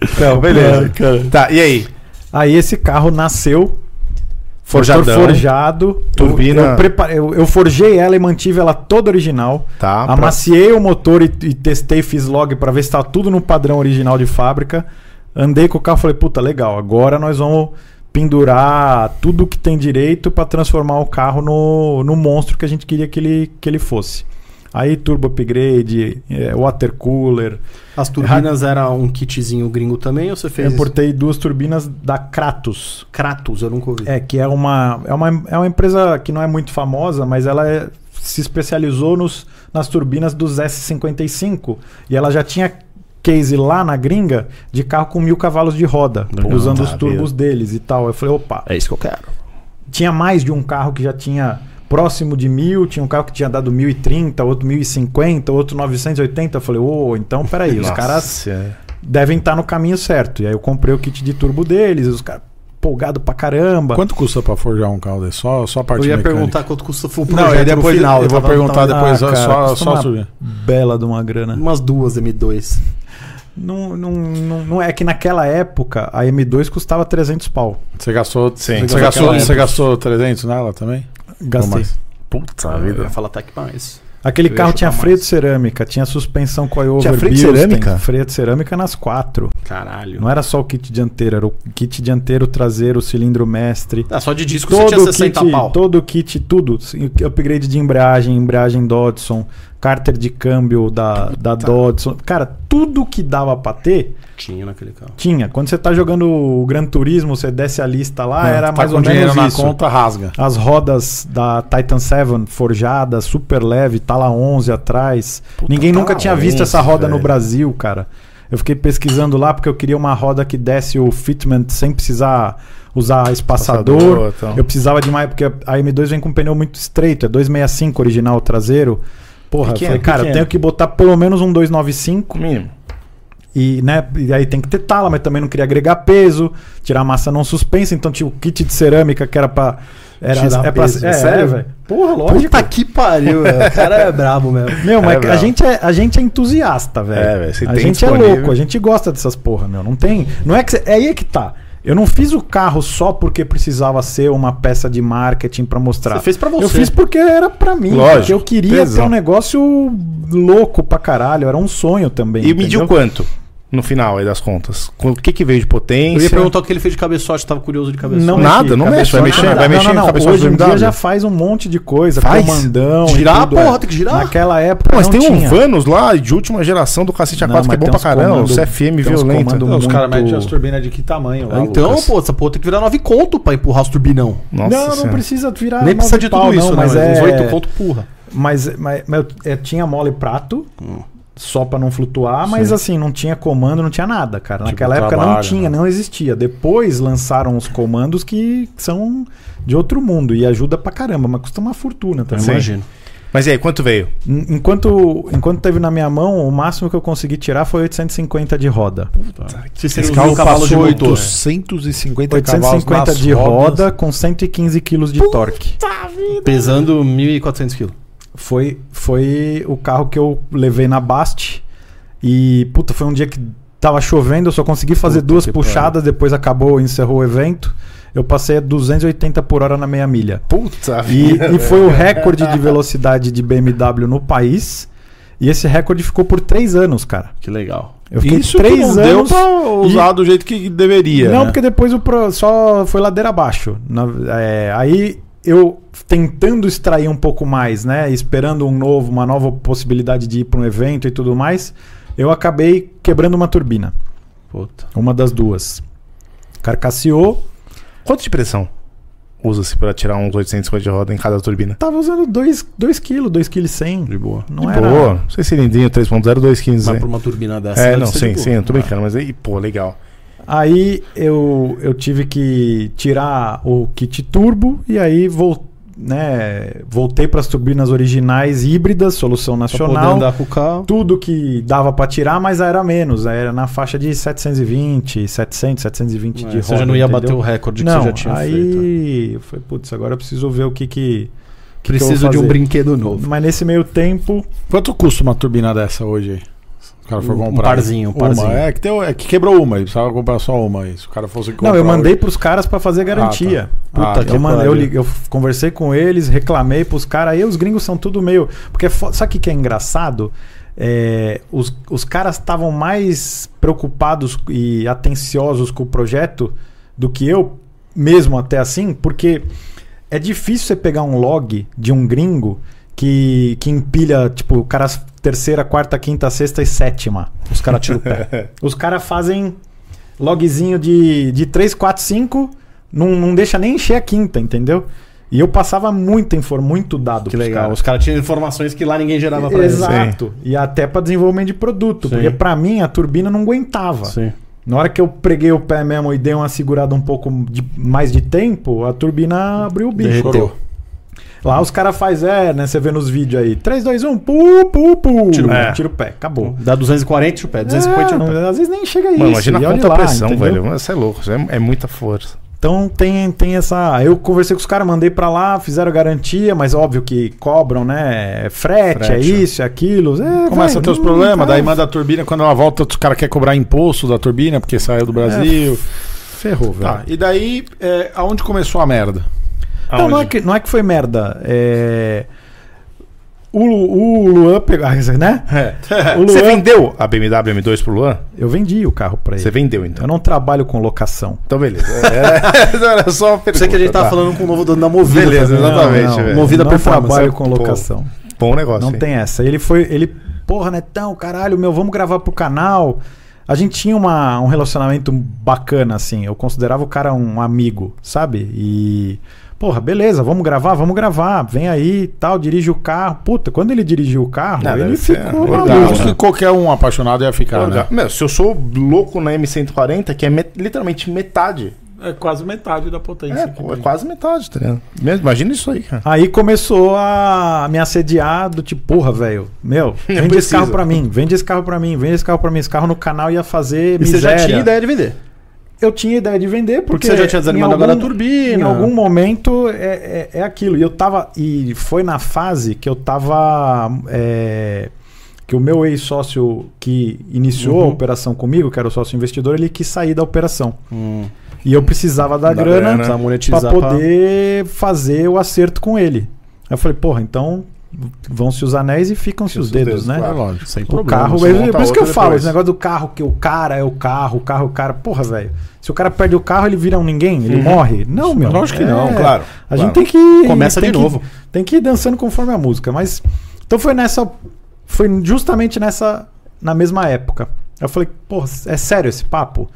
Speaker 6: então, beleza.
Speaker 1: cara.
Speaker 6: Tá, e aí?
Speaker 3: Aí esse carro nasceu
Speaker 6: Forjadão.
Speaker 3: motor forjado.
Speaker 6: Turbina.
Speaker 3: Eu, eu, preparei- eu- eu forjei ela e mantive ela toda original.
Speaker 6: Tá, pra-
Speaker 3: Amaciei o motor e, e testei, fiz log pra ver se tá tudo no padrão original de fábrica. Andei com o carro, falei, puta, legal, agora nós vamos pendurar tudo que tem direito pra transformar o carro no, no monstro que a gente queria que ele, que ele fosse. Aí turbo upgrade, eh, water cooler.
Speaker 5: As turbinas era um kitzinho gringo também, ou você
Speaker 3: Eu
Speaker 5: fez
Speaker 3: importei duas turbinas da Kratos.
Speaker 5: Kratos? Eu nunca ouvi.
Speaker 3: É, que é uma, é uma, é uma empresa que não é muito famosa, mas ela é- se especializou nos, nas turbinas dos S55. E ela já tinha case lá na gringa de carro com mil cavalos de roda, usando os turbos deles e tal. Eu falei, opa.
Speaker 5: Ah, É isso que eu quero.
Speaker 3: Tinha mais de um carro que já tinha próximo de mil, tinha um carro que tinha dado 1030, outro 1050, outro 980. Eu falei, ô, então peraí, os caras
Speaker 5: é.
Speaker 3: devem estar no caminho certo. E aí eu comprei o kit de turbo deles, os caras empolgado pra caramba.
Speaker 1: Quanto custa pra forjar um carro desse? Só, só a parte
Speaker 5: Eu ia
Speaker 1: mecânica.
Speaker 5: perguntar quanto custa o projeto
Speaker 1: Não, e
Speaker 5: no
Speaker 1: depois
Speaker 5: final.
Speaker 1: eu vou
Speaker 5: tava-
Speaker 1: perguntar
Speaker 5: tava-
Speaker 1: depois.
Speaker 3: Ah,
Speaker 1: só-
Speaker 3: cara,
Speaker 1: só
Speaker 3: custa
Speaker 1: só
Speaker 3: uma
Speaker 1: subir.
Speaker 3: Bela de uma grana.
Speaker 5: Umas duas M2.
Speaker 3: Não, não, não, não é que naquela época a M2 custava 300 pau.
Speaker 1: Você gastou,
Speaker 6: Sim.
Speaker 1: você gastou, você gastou 300 nela também? Ou
Speaker 3: Gastei.
Speaker 1: mais?
Speaker 6: Puta
Speaker 5: Eu
Speaker 6: vida.
Speaker 5: ia falar até que mais.
Speaker 3: Aquele
Speaker 5: Eu ia
Speaker 3: carro tinha
Speaker 5: chutar
Speaker 3: freio
Speaker 5: mais.
Speaker 3: de cerâmica, tinha suspensão coilover.
Speaker 6: Tinha freio de
Speaker 3: Bilstein,
Speaker 6: cerâmica?
Speaker 3: Freio de cerâmica nas quatro.
Speaker 5: Caralho.
Speaker 3: Não era só o kit dianteiro, era o kit dianteiro, traseiro, cilindro mestre.
Speaker 5: Ah, só de disco
Speaker 3: Todo
Speaker 5: você tinha
Speaker 3: o
Speaker 5: 60
Speaker 3: kit,
Speaker 5: pau.
Speaker 3: todo o kit, tudo. Sim, Upgrade de embreagem, embreagem Dodson, cárter de câmbio da, da Dodson. Cara, tudo que dava pra ter,
Speaker 5: Tinha naquele carro.
Speaker 3: Tinha. Quando você tá jogando o Gran Turismo, você desce a lista lá, era
Speaker 1: tá
Speaker 3: mais
Speaker 1: com
Speaker 3: ou
Speaker 1: dinheiro
Speaker 3: menos
Speaker 1: na
Speaker 3: isso.
Speaker 1: conta, rasga.
Speaker 3: As rodas da Titan 7 forjadas, super leve, tá lá 11 atrás. Ninguém
Speaker 6: tá
Speaker 3: nunca
Speaker 6: lá
Speaker 3: tinha visto
Speaker 6: 11,
Speaker 3: essa roda
Speaker 6: velho.
Speaker 3: no Brasil, cara. Eu fiquei pesquisando lá porque eu queria uma roda que desse o fitment sem precisar usar espaçador.
Speaker 6: Espaçador, então.
Speaker 3: Eu precisava de mais, porque a M2 vem com um pneu muito estreito, é 265 original traseiro. Porra,
Speaker 6: Pequeno,
Speaker 3: eu falei, cara, eu
Speaker 6: pequeno.
Speaker 3: tenho que botar pelo menos um 295
Speaker 6: Mínimo.
Speaker 3: e, né, e aí tem que ter tala, mas também não queria agregar peso, tirar a massa não suspensa, então tinha o kit de cerâmica que era pra. Era,
Speaker 5: Tirar
Speaker 3: é pra-
Speaker 5: peso,
Speaker 3: é,
Speaker 5: sério?
Speaker 3: é, velho. Porra, lógico.
Speaker 5: Puta que pariu, velho. O cara é brabo mesmo.
Speaker 3: Meu,
Speaker 6: É,
Speaker 3: mas a,
Speaker 6: bravo.
Speaker 3: gente é, a gente é entusiasta, velho.
Speaker 6: É, velho, se
Speaker 3: A
Speaker 6: tem
Speaker 3: gente é
Speaker 6: disponível.
Speaker 3: louco, a gente gosta dessas porra, meu. Não tem. Não é que. cê- é aí que tá. Eu não fiz o carro só porque precisava ser uma peça de marketing pra mostrar.
Speaker 5: Você Ah, fez pra você.
Speaker 3: Eu fiz porque era pra mim.
Speaker 6: Lógico,
Speaker 3: porque eu queria
Speaker 6: tesão.
Speaker 3: ter um negócio louco pra caralho. Era um sonho também.
Speaker 6: E
Speaker 3: entendeu?
Speaker 6: mediu quanto? No final aí das contas. Com- O que que veio de
Speaker 5: Eu
Speaker 6: potência?
Speaker 5: ia perguntar o que ele fez de cabeçote, tava curioso de cabeçote.
Speaker 3: Não
Speaker 6: Nada,
Speaker 3: mexi,
Speaker 6: não mexe, vai
Speaker 3: cabeçote,
Speaker 6: mexer,
Speaker 3: nada.
Speaker 6: vai mexer
Speaker 3: não,
Speaker 6: no
Speaker 3: não, não.
Speaker 6: cabeçote
Speaker 3: Hoje em dia
Speaker 6: BMW?
Speaker 3: já faz um monte de coisa,
Speaker 6: Faz?
Speaker 3: comandão.
Speaker 5: Girar,
Speaker 3: e tudo, é.
Speaker 5: porra, tem que girar.
Speaker 3: Naquela época.
Speaker 6: Mas
Speaker 3: não
Speaker 6: tem um
Speaker 3: tinha.
Speaker 6: Vanos lá de última geração do cacete
Speaker 3: Não,
Speaker 6: A4 que é
Speaker 3: mas
Speaker 6: bom
Speaker 3: tem
Speaker 6: pra
Speaker 3: uns
Speaker 6: caramba. O
Speaker 3: comando-
Speaker 6: CFM
Speaker 3: tem uns
Speaker 6: violento.
Speaker 3: comando- Não, os caras Muito- metem as
Speaker 1: turbinas de que tamanho
Speaker 5: Ah, então, pô, essa porra tem que virar 9 conto pra empurrar os turbinão.
Speaker 6: Nossa
Speaker 3: não, não
Speaker 6: Senhora.
Speaker 3: precisa virar.
Speaker 5: Nem
Speaker 3: nove
Speaker 5: precisa de tudo
Speaker 3: pau,
Speaker 5: isso,
Speaker 3: não,
Speaker 5: né?
Speaker 3: Mas,
Speaker 5: Uns
Speaker 3: é,
Speaker 5: 8 conto, porra. Hum.
Speaker 3: mas, mas, mas eu- é, tinha mole prato. Só pra não flutuar, mas assim, não tinha comando, não tinha nada, cara.
Speaker 5: Tipo
Speaker 3: Naquela época não
Speaker 1: trabalho,
Speaker 5: né?
Speaker 3: tinha, não existia. Depois lançaram os comandos que são de outro mundo e ajuda pra caramba, mas custa uma fortuna também.
Speaker 6: Sim. Mas e aí, quanto veio?
Speaker 3: En- Enquanto, enquanto teve na minha mão, o máximo que eu consegui tirar foi 850 de roda.
Speaker 5: Se você
Speaker 1: Esse
Speaker 5: usou
Speaker 1: carro
Speaker 5: o cavalo de
Speaker 1: passou
Speaker 5: motor.
Speaker 1: 850 cavalos
Speaker 3: 850
Speaker 1: nas
Speaker 3: de roda
Speaker 1: rodas.
Speaker 3: com 115 quilos de torque.
Speaker 5: Pesando 1.400 quilos.
Speaker 3: Foi, foi o carro que eu levei na Bast. E, puta, foi um dia que tava chovendo, eu só consegui fazer duas puxadas, depois acabou, encerrou o evento. eu passei a 280 por hora na meia milha.
Speaker 6: Puta
Speaker 3: E,
Speaker 6: vida.
Speaker 3: e foi o recorde de velocidade de BMW no país. E esse recorde ficou por três anos, cara.
Speaker 5: Que legal.
Speaker 3: Eu fiquei
Speaker 1: Isso
Speaker 3: três
Speaker 1: que não
Speaker 3: anos.
Speaker 1: deu pra usar do jeito que deveria.
Speaker 3: Não,
Speaker 1: né?
Speaker 3: porque depois o pro- só foi ladeira abaixo. Na- é, aí eu tentando extrair um pouco mais, né? Esperando um novo, uma nova possibilidade de ir para um evento e tudo mais, eu acabei quebrando uma turbina.
Speaker 5: Puta.
Speaker 3: Uma das duas. Carcasseou,
Speaker 6: Quanto de pressão usa-se pra tirar uns 850 de roda em cada turbina?
Speaker 3: tava usando 2 kg, 2,1 kg.
Speaker 5: De boa.
Speaker 3: Não
Speaker 6: de
Speaker 3: era.
Speaker 6: boa. Não sei é cilindrinho 3.0, 2.15.
Speaker 5: Mas
Speaker 6: né?
Speaker 5: pra uma turbina dessa.
Speaker 6: É,
Speaker 5: deve
Speaker 6: não,
Speaker 5: ser de
Speaker 6: sim,
Speaker 5: boa. Ah,
Speaker 6: sim, eu tô brincando, mas aí, pô, legal.
Speaker 3: Aí eu, eu tive que tirar o kit turbo e aí vol- né, voltei para as turbinas originais híbridas, solução
Speaker 5: Pra poder
Speaker 3: nacional.
Speaker 5: andar com o carro.
Speaker 3: tudo que dava pra tirar, mas era menos, era na faixa de 720, 700, 720
Speaker 5: É,
Speaker 3: de roda.
Speaker 5: você já não ia
Speaker 3: entendeu?
Speaker 5: bater o recorde que
Speaker 3: não,
Speaker 5: você já tinha
Speaker 3: aí
Speaker 5: feito. né?
Speaker 3: eu falei, putz, agora eu preciso ver o que que, que que eu vou
Speaker 5: Preciso de um
Speaker 3: fazer.
Speaker 5: brinquedo novo.
Speaker 3: Mas nesse meio tempo,
Speaker 1: Quanto custa uma turbina dessa hoje aí? Se O cara for
Speaker 5: Um- um
Speaker 1: comprar.
Speaker 5: parzinho, um
Speaker 1: Uma.
Speaker 5: parzinho.
Speaker 1: É, que tem- é que quebrou uma, ele precisava comprar só uma aí. Se o cara fosse comprar.
Speaker 3: não, eu mandei
Speaker 1: hoje-
Speaker 3: pros caras pra fazer garantia.
Speaker 1: Ah,
Speaker 5: tá. Puta
Speaker 1: tá.
Speaker 5: que
Speaker 3: Eu, mandei, eu,
Speaker 5: pariu.
Speaker 3: li- eu conversei com eles, reclamei pros caras. Aí os gringos são tudo meio. Porque fo- sabe o que que é engraçado? É, os, os caras estavam mais preocupados e atenciosos com o projeto do que eu, mesmo até assim, porque é difícil você pegar um log de um gringo que, que empilha, tipo, o cara terceira, quarta, quinta, sexta e sétima. Os caras tiram o pé. Os caras fazem logzinho de, de 3, 4, 5, não, não deixa nem encher a quinta, entendeu? E eu passava muito, infor, muito dado
Speaker 5: Que
Speaker 3: pros
Speaker 5: legal.
Speaker 3: caras.
Speaker 5: Os caras tinham informações que lá ninguém gerava pra eles.
Speaker 3: Exato. E até pra desenvolvimento de produto.
Speaker 5: Sim.
Speaker 3: Porque pra mim a turbina não aguentava.
Speaker 5: Sim.
Speaker 3: Na hora que eu preguei o pé mesmo e dei uma segurada um pouco de- mais de tempo, a turbina abriu o bicho.
Speaker 1: Chorou.
Speaker 3: Lá os caras fazem, é, né? Você vê nos vídeos aí. 3, 2, 1, pu, pu, pu.
Speaker 5: Tira o pé.
Speaker 3: Tira o pé, acabou.
Speaker 5: Dá 240 e o pé. 250 e
Speaker 3: É,
Speaker 5: o pé.
Speaker 3: não- às vezes nem chega isso.
Speaker 6: Mano, imagina
Speaker 3: e olha
Speaker 6: quanta
Speaker 3: lá,
Speaker 6: pressão, velho.
Speaker 3: entendeu?
Speaker 6: Você é louco, isso é, é muita força.
Speaker 3: Então tem, tem essa. Eu conversei com os caras, mandei pra lá, fizeram garantia, mas óbvio que cobram, né? Frete, é
Speaker 6: Frete.
Speaker 3: isso, é aquilo. É,
Speaker 1: Começa
Speaker 3: vai,
Speaker 1: a ter os
Speaker 3: não- é,
Speaker 1: problemas,
Speaker 3: vai,
Speaker 1: daí manda a turbina, quando ela volta, os caras querem cobrar imposto da turbina, porque saiu do Brasil.
Speaker 3: Ferrou, velho.
Speaker 1: Tá, e daí, é, aonde começou a merda?
Speaker 3: Não, não é, que, não é que foi merda. É. O, Lu- o Luan pegou. Né? O
Speaker 6: Você
Speaker 3: Luan-
Speaker 6: vendeu a BMW M2 pro Luan?
Speaker 3: Eu vendi o carro pra ele.
Speaker 6: Você vendeu, então.
Speaker 3: Eu não trabalho com locação.
Speaker 6: Então, beleza. Era, era só uma pergunta.
Speaker 5: Sei que a gente tava
Speaker 6: tá.
Speaker 5: falando com o novo dono da Movida.
Speaker 6: Beleza,
Speaker 5: também.
Speaker 6: exatamente,
Speaker 3: não,
Speaker 6: velho.
Speaker 3: não,
Speaker 5: Movida
Speaker 3: não
Speaker 5: performance,
Speaker 3: trabalho
Speaker 5: é-
Speaker 3: com
Speaker 5: pô,
Speaker 3: locação.
Speaker 6: Bom negócio.
Speaker 3: Não
Speaker 6: hein?
Speaker 3: tem essa. Ele foi, ele, porra, Netão, caralho, meu, vamos gravar pro canal. A gente tinha uma, um relacionamento bacana, assim. Eu considerava o cara um amigo, sabe? E, porra, beleza, vamos gravar, vamos gravar. Vem aí e tal, dirige o carro. Puta, quando ele dirigiu o carro,
Speaker 6: Não,
Speaker 3: ele
Speaker 6: deve ser um
Speaker 3: ficou
Speaker 6: legal,
Speaker 1: Eu
Speaker 3: maluco.
Speaker 1: acho que qualquer um apaixonado ia ficar,
Speaker 6: Cara, né? Meu, se eu sou louco na M140, que é met- literalmente metade.
Speaker 1: né? É quase metade da potência.
Speaker 6: É, pô, é quase metade, tá ligado? Mesmo- Imagina isso aí, cara.
Speaker 3: Aí começou a me assediar do tipo, porra, velho, meu, vende esse
Speaker 6: preciso.
Speaker 3: carro pra mim, vende esse carro pra mim, vende esse carro pra mim. Esse carro no canal ia fazer
Speaker 5: E você
Speaker 3: miséria.
Speaker 5: já tinha ideia de vender.
Speaker 3: eu tinha ideia de vender, porque.
Speaker 5: Porque você já tinha
Speaker 3: em
Speaker 5: desanimado
Speaker 3: algum-
Speaker 5: agora a turbina.
Speaker 3: Em algum momento é, é, é aquilo. E eu tava. E foi na fase que eu tava. é, que o meu ex-sócio que iniciou
Speaker 5: Uhum.
Speaker 3: a operação comigo, que era o sócio investidor, ele quis sair da operação.
Speaker 5: Hum,
Speaker 3: E eu precisava da,
Speaker 6: Da
Speaker 3: grana,
Speaker 6: grana.
Speaker 5: Precisava monetizar.
Speaker 3: pra poder fazer o acerto com ele. Aí eu falei, porra, então vão-se os anéis e ficam-se os dedos, né?
Speaker 1: É lógico.
Speaker 5: Sem
Speaker 3: O
Speaker 5: problema.
Speaker 3: carro,
Speaker 6: você
Speaker 3: ele-
Speaker 6: monta
Speaker 3: por isso que eu
Speaker 6: outro
Speaker 3: falo,
Speaker 6: depois.
Speaker 3: esse negócio do carro, que o cara é o carro, o carro é o cara. Porra, velho. Se o cara perde o carro, ele vira um ninguém? Ele morre? Não, meu.
Speaker 1: Lógico que
Speaker 3: É,
Speaker 1: não,
Speaker 6: claro,
Speaker 3: A
Speaker 6: claro.
Speaker 3: gente tem que.
Speaker 5: Começa
Speaker 3: tem
Speaker 5: de
Speaker 3: que-
Speaker 5: novo.
Speaker 3: Tem que ir dançando conforme a música. Mas. Então foi nessa. Foi justamente nessa. Na mesma época. Eu falei, porra, é sério esse papo?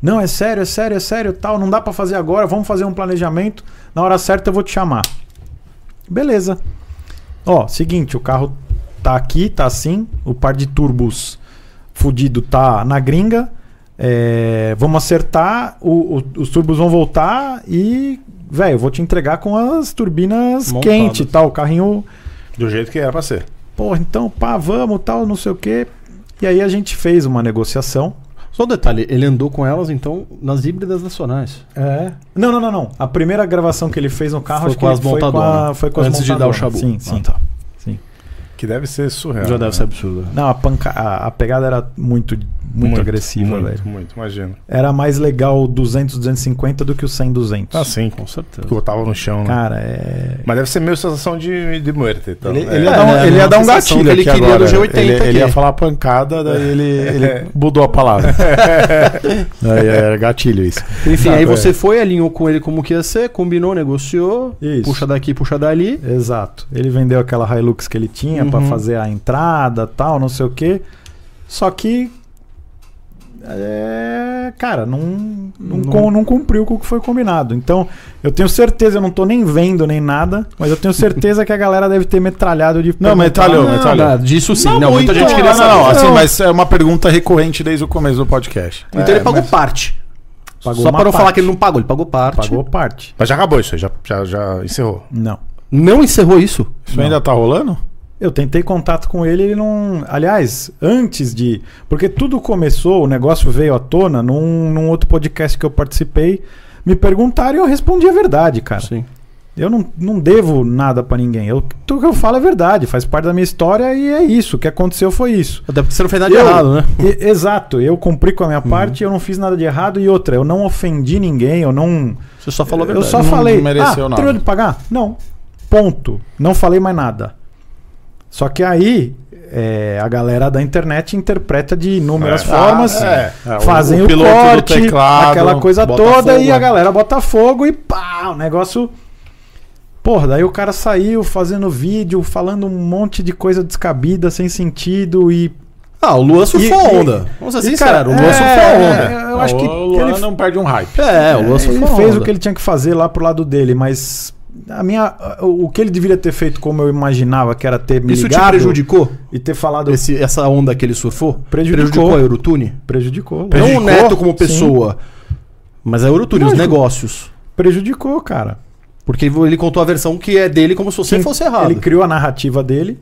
Speaker 3: Não, é sério, é sério, é sério, tal. Não dá pra fazer agora, vamos fazer um planejamento. Na hora certa eu vou te chamar. Beleza. Ó, seguinte, o carro tá aqui, tá assim. O par de turbos fudido tá na gringa. é, vamos acertar, o- o- os turbos vão voltar e, velho, eu vou te entregar com as turbinas
Speaker 5: Montadas.
Speaker 3: quente e tal. O carrinho,
Speaker 6: Do jeito que era pra ser.
Speaker 3: porra, então, pá, vamos, tal, não sei o quê. E aí a gente fez uma negociação.
Speaker 5: Só um detalhe, ele andou com elas, então, nas híbridas nacionais.
Speaker 3: É. Não, não, não, não. A primeira gravação que ele fez no carro
Speaker 5: Foi
Speaker 3: acho
Speaker 5: com
Speaker 3: que
Speaker 5: as
Speaker 3: foi com, a,
Speaker 5: montadoras.
Speaker 3: foi com as
Speaker 5: Antes de dar o
Speaker 3: montadoras.
Speaker 5: chabu.
Speaker 3: Sim, sim.
Speaker 5: Ah, tá.
Speaker 3: sim.
Speaker 6: Que deve ser surreal. né?
Speaker 5: Já deve ser absurdo.
Speaker 3: Não, a, panca- a- a pegada era muito, muito, agressiva,
Speaker 6: muito,
Speaker 3: velho.
Speaker 6: Muito, imagina.
Speaker 3: Era mais legal 200, 250 do que o 100, 200.
Speaker 6: Ah, sim.
Speaker 4: Com certeza.
Speaker 6: Porque eu tava no chão, né?
Speaker 3: Cara, é.
Speaker 6: Mas deve ser meio sensação de, de muerte. Então,
Speaker 3: Ele,
Speaker 6: né?
Speaker 3: ele ia dar um,
Speaker 5: né,
Speaker 3: ele ia
Speaker 5: uma
Speaker 3: dar um
Speaker 5: sensação
Speaker 3: gatilho
Speaker 5: que ele
Speaker 3: aqui
Speaker 5: queria
Speaker 3: agora.
Speaker 5: no G80
Speaker 3: ele, ele
Speaker 5: aqui.
Speaker 3: ia falar pancada, daí ele, ele mudou a palavra.
Speaker 1: É,
Speaker 3: Aí era gatilho isso.
Speaker 5: Enfim, aí
Speaker 3: é.
Speaker 5: você foi, alinhou com ele como que ia ser, combinou, negociou,
Speaker 3: Isso.
Speaker 5: puxa daqui, puxa dali.
Speaker 3: Exato. Ele vendeu aquela Hilux que ele tinha pra
Speaker 5: Uhum.
Speaker 3: fazer a entrada, tal, não sei o quê. Só que é, cara, não não,
Speaker 4: Não-
Speaker 3: com- não cumpriu com o que foi combinado. Então, eu tenho certeza, eu não tô nem vendo nem nada, mas eu tenho certeza que a galera deve ter metralhado de
Speaker 1: Não, metralhou,
Speaker 3: perguntar,
Speaker 1: metralhou.
Speaker 4: Ah, disso sim.
Speaker 1: Não,
Speaker 4: Não, muita
Speaker 1: então,
Speaker 4: gente queria
Speaker 1: não, não,
Speaker 4: saber.
Speaker 1: assim, mas é uma pergunta recorrente desde o começo do podcast.
Speaker 5: Então ele pagou parte.
Speaker 3: Pagou
Speaker 5: Só
Speaker 3: uma
Speaker 5: para eu falar
Speaker 3: parte.
Speaker 5: que ele não pagou, ele pagou parte.
Speaker 3: Pagou parte.
Speaker 6: Mas já acabou isso aí, já, já, já encerrou.
Speaker 3: Não.
Speaker 5: Não encerrou isso?
Speaker 1: Isso ainda tá rolando?
Speaker 3: Eu tentei contato com ele, ele não. Aliás, antes de. Porque tudo começou, o negócio veio à tona num, num outro podcast que eu participei. Me perguntaram e eu respondi a verdade, cara.
Speaker 5: Sim.
Speaker 3: Eu não, não devo nada pra ninguém. Eu, tudo que eu falo é verdade, faz parte da minha história e é isso. O que aconteceu foi isso.
Speaker 5: Até porque você não fez nada de
Speaker 3: Eu-
Speaker 5: errado, né?
Speaker 3: E- exato, eu cumpri com a minha parte, eu não fiz nada de errado. E outra, eu não ofendi ninguém, eu não.
Speaker 5: Você só falou a
Speaker 3: Eu
Speaker 5: verdade.
Speaker 3: só
Speaker 1: Não
Speaker 3: falei.
Speaker 1: mereceu
Speaker 3: ah,
Speaker 1: nada."
Speaker 3: terminou de pagar? Não. Ponto. Não falei mais nada. Só que aí é, a galera da internet interpreta de inúmeras formas,
Speaker 6: é.
Speaker 1: É, o-
Speaker 3: fazem
Speaker 1: o
Speaker 3: o,
Speaker 1: piloto do
Speaker 3: corte,
Speaker 1: teclado,
Speaker 3: aquela coisa
Speaker 1: bota
Speaker 3: toda,
Speaker 1: fogo,
Speaker 3: e a
Speaker 1: é.
Speaker 3: galera bota fogo e pá, o negócio. Porra, daí o cara saiu fazendo vídeo, falando um monte de coisa descabida, sem sentido e.
Speaker 5: Ah, o Luan surfou a
Speaker 3: E- e-
Speaker 5: onda. Vamos ser
Speaker 3: e,
Speaker 5: sinceros, o
Speaker 3: cara,
Speaker 5: Luan surfou a
Speaker 3: é,
Speaker 5: onda.
Speaker 1: né?
Speaker 3: Eu acho que
Speaker 1: o Luan
Speaker 3: ele-
Speaker 1: não perde um hype.
Speaker 5: É, o Luan surfou
Speaker 3: ele
Speaker 5: a onda.
Speaker 3: fez o que ele tinha que fazer lá pro lado dele, mas a minha, o que ele deveria ter feito como eu imaginava, que era ter me
Speaker 5: Isso te
Speaker 3: ligado
Speaker 5: prejudicou?
Speaker 3: e ter falado
Speaker 5: Esse- essa onda que ele surfou?
Speaker 3: Prejudicou.
Speaker 5: a Eurotune?
Speaker 3: prejudicou.
Speaker 5: Não o Neto como
Speaker 3: Sim.
Speaker 5: pessoa, mas a Eurotune, os
Speaker 3: Lógico.
Speaker 5: negócios.
Speaker 3: prejudicou, cara.
Speaker 5: Porque ele contou a versão que é dele como se você
Speaker 3: Sim,
Speaker 5: fosse errado.
Speaker 3: Ele criou a narrativa dele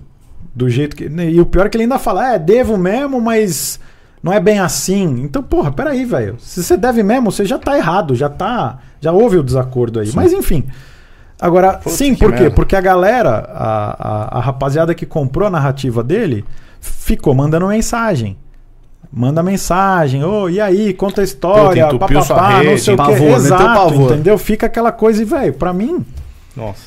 Speaker 3: do jeito que e o pior é que ele ainda fala, é, devo mesmo, mas não é bem assim. Então, porra, peraí, velho. Se você deve mesmo, você já tá errado, já tá, já houve o desacordo aí. Mas enfim. Agora, sim,
Speaker 6: que
Speaker 3: por quê?
Speaker 6: merda.
Speaker 3: Porque a galera, a, a, a rapaziada que comprou a narrativa dele, ficou mandando mensagem. Manda mensagem, ô, e aí, conta a história,
Speaker 6: entupiu sua
Speaker 3: papapá, não
Speaker 6: rede,
Speaker 3: sei o quê.
Speaker 5: pavor, né? Tem o
Speaker 3: Exato,
Speaker 5: pavor.
Speaker 3: entendeu? Fica aquela coisa e, velho, pra mim,
Speaker 6: Nossa.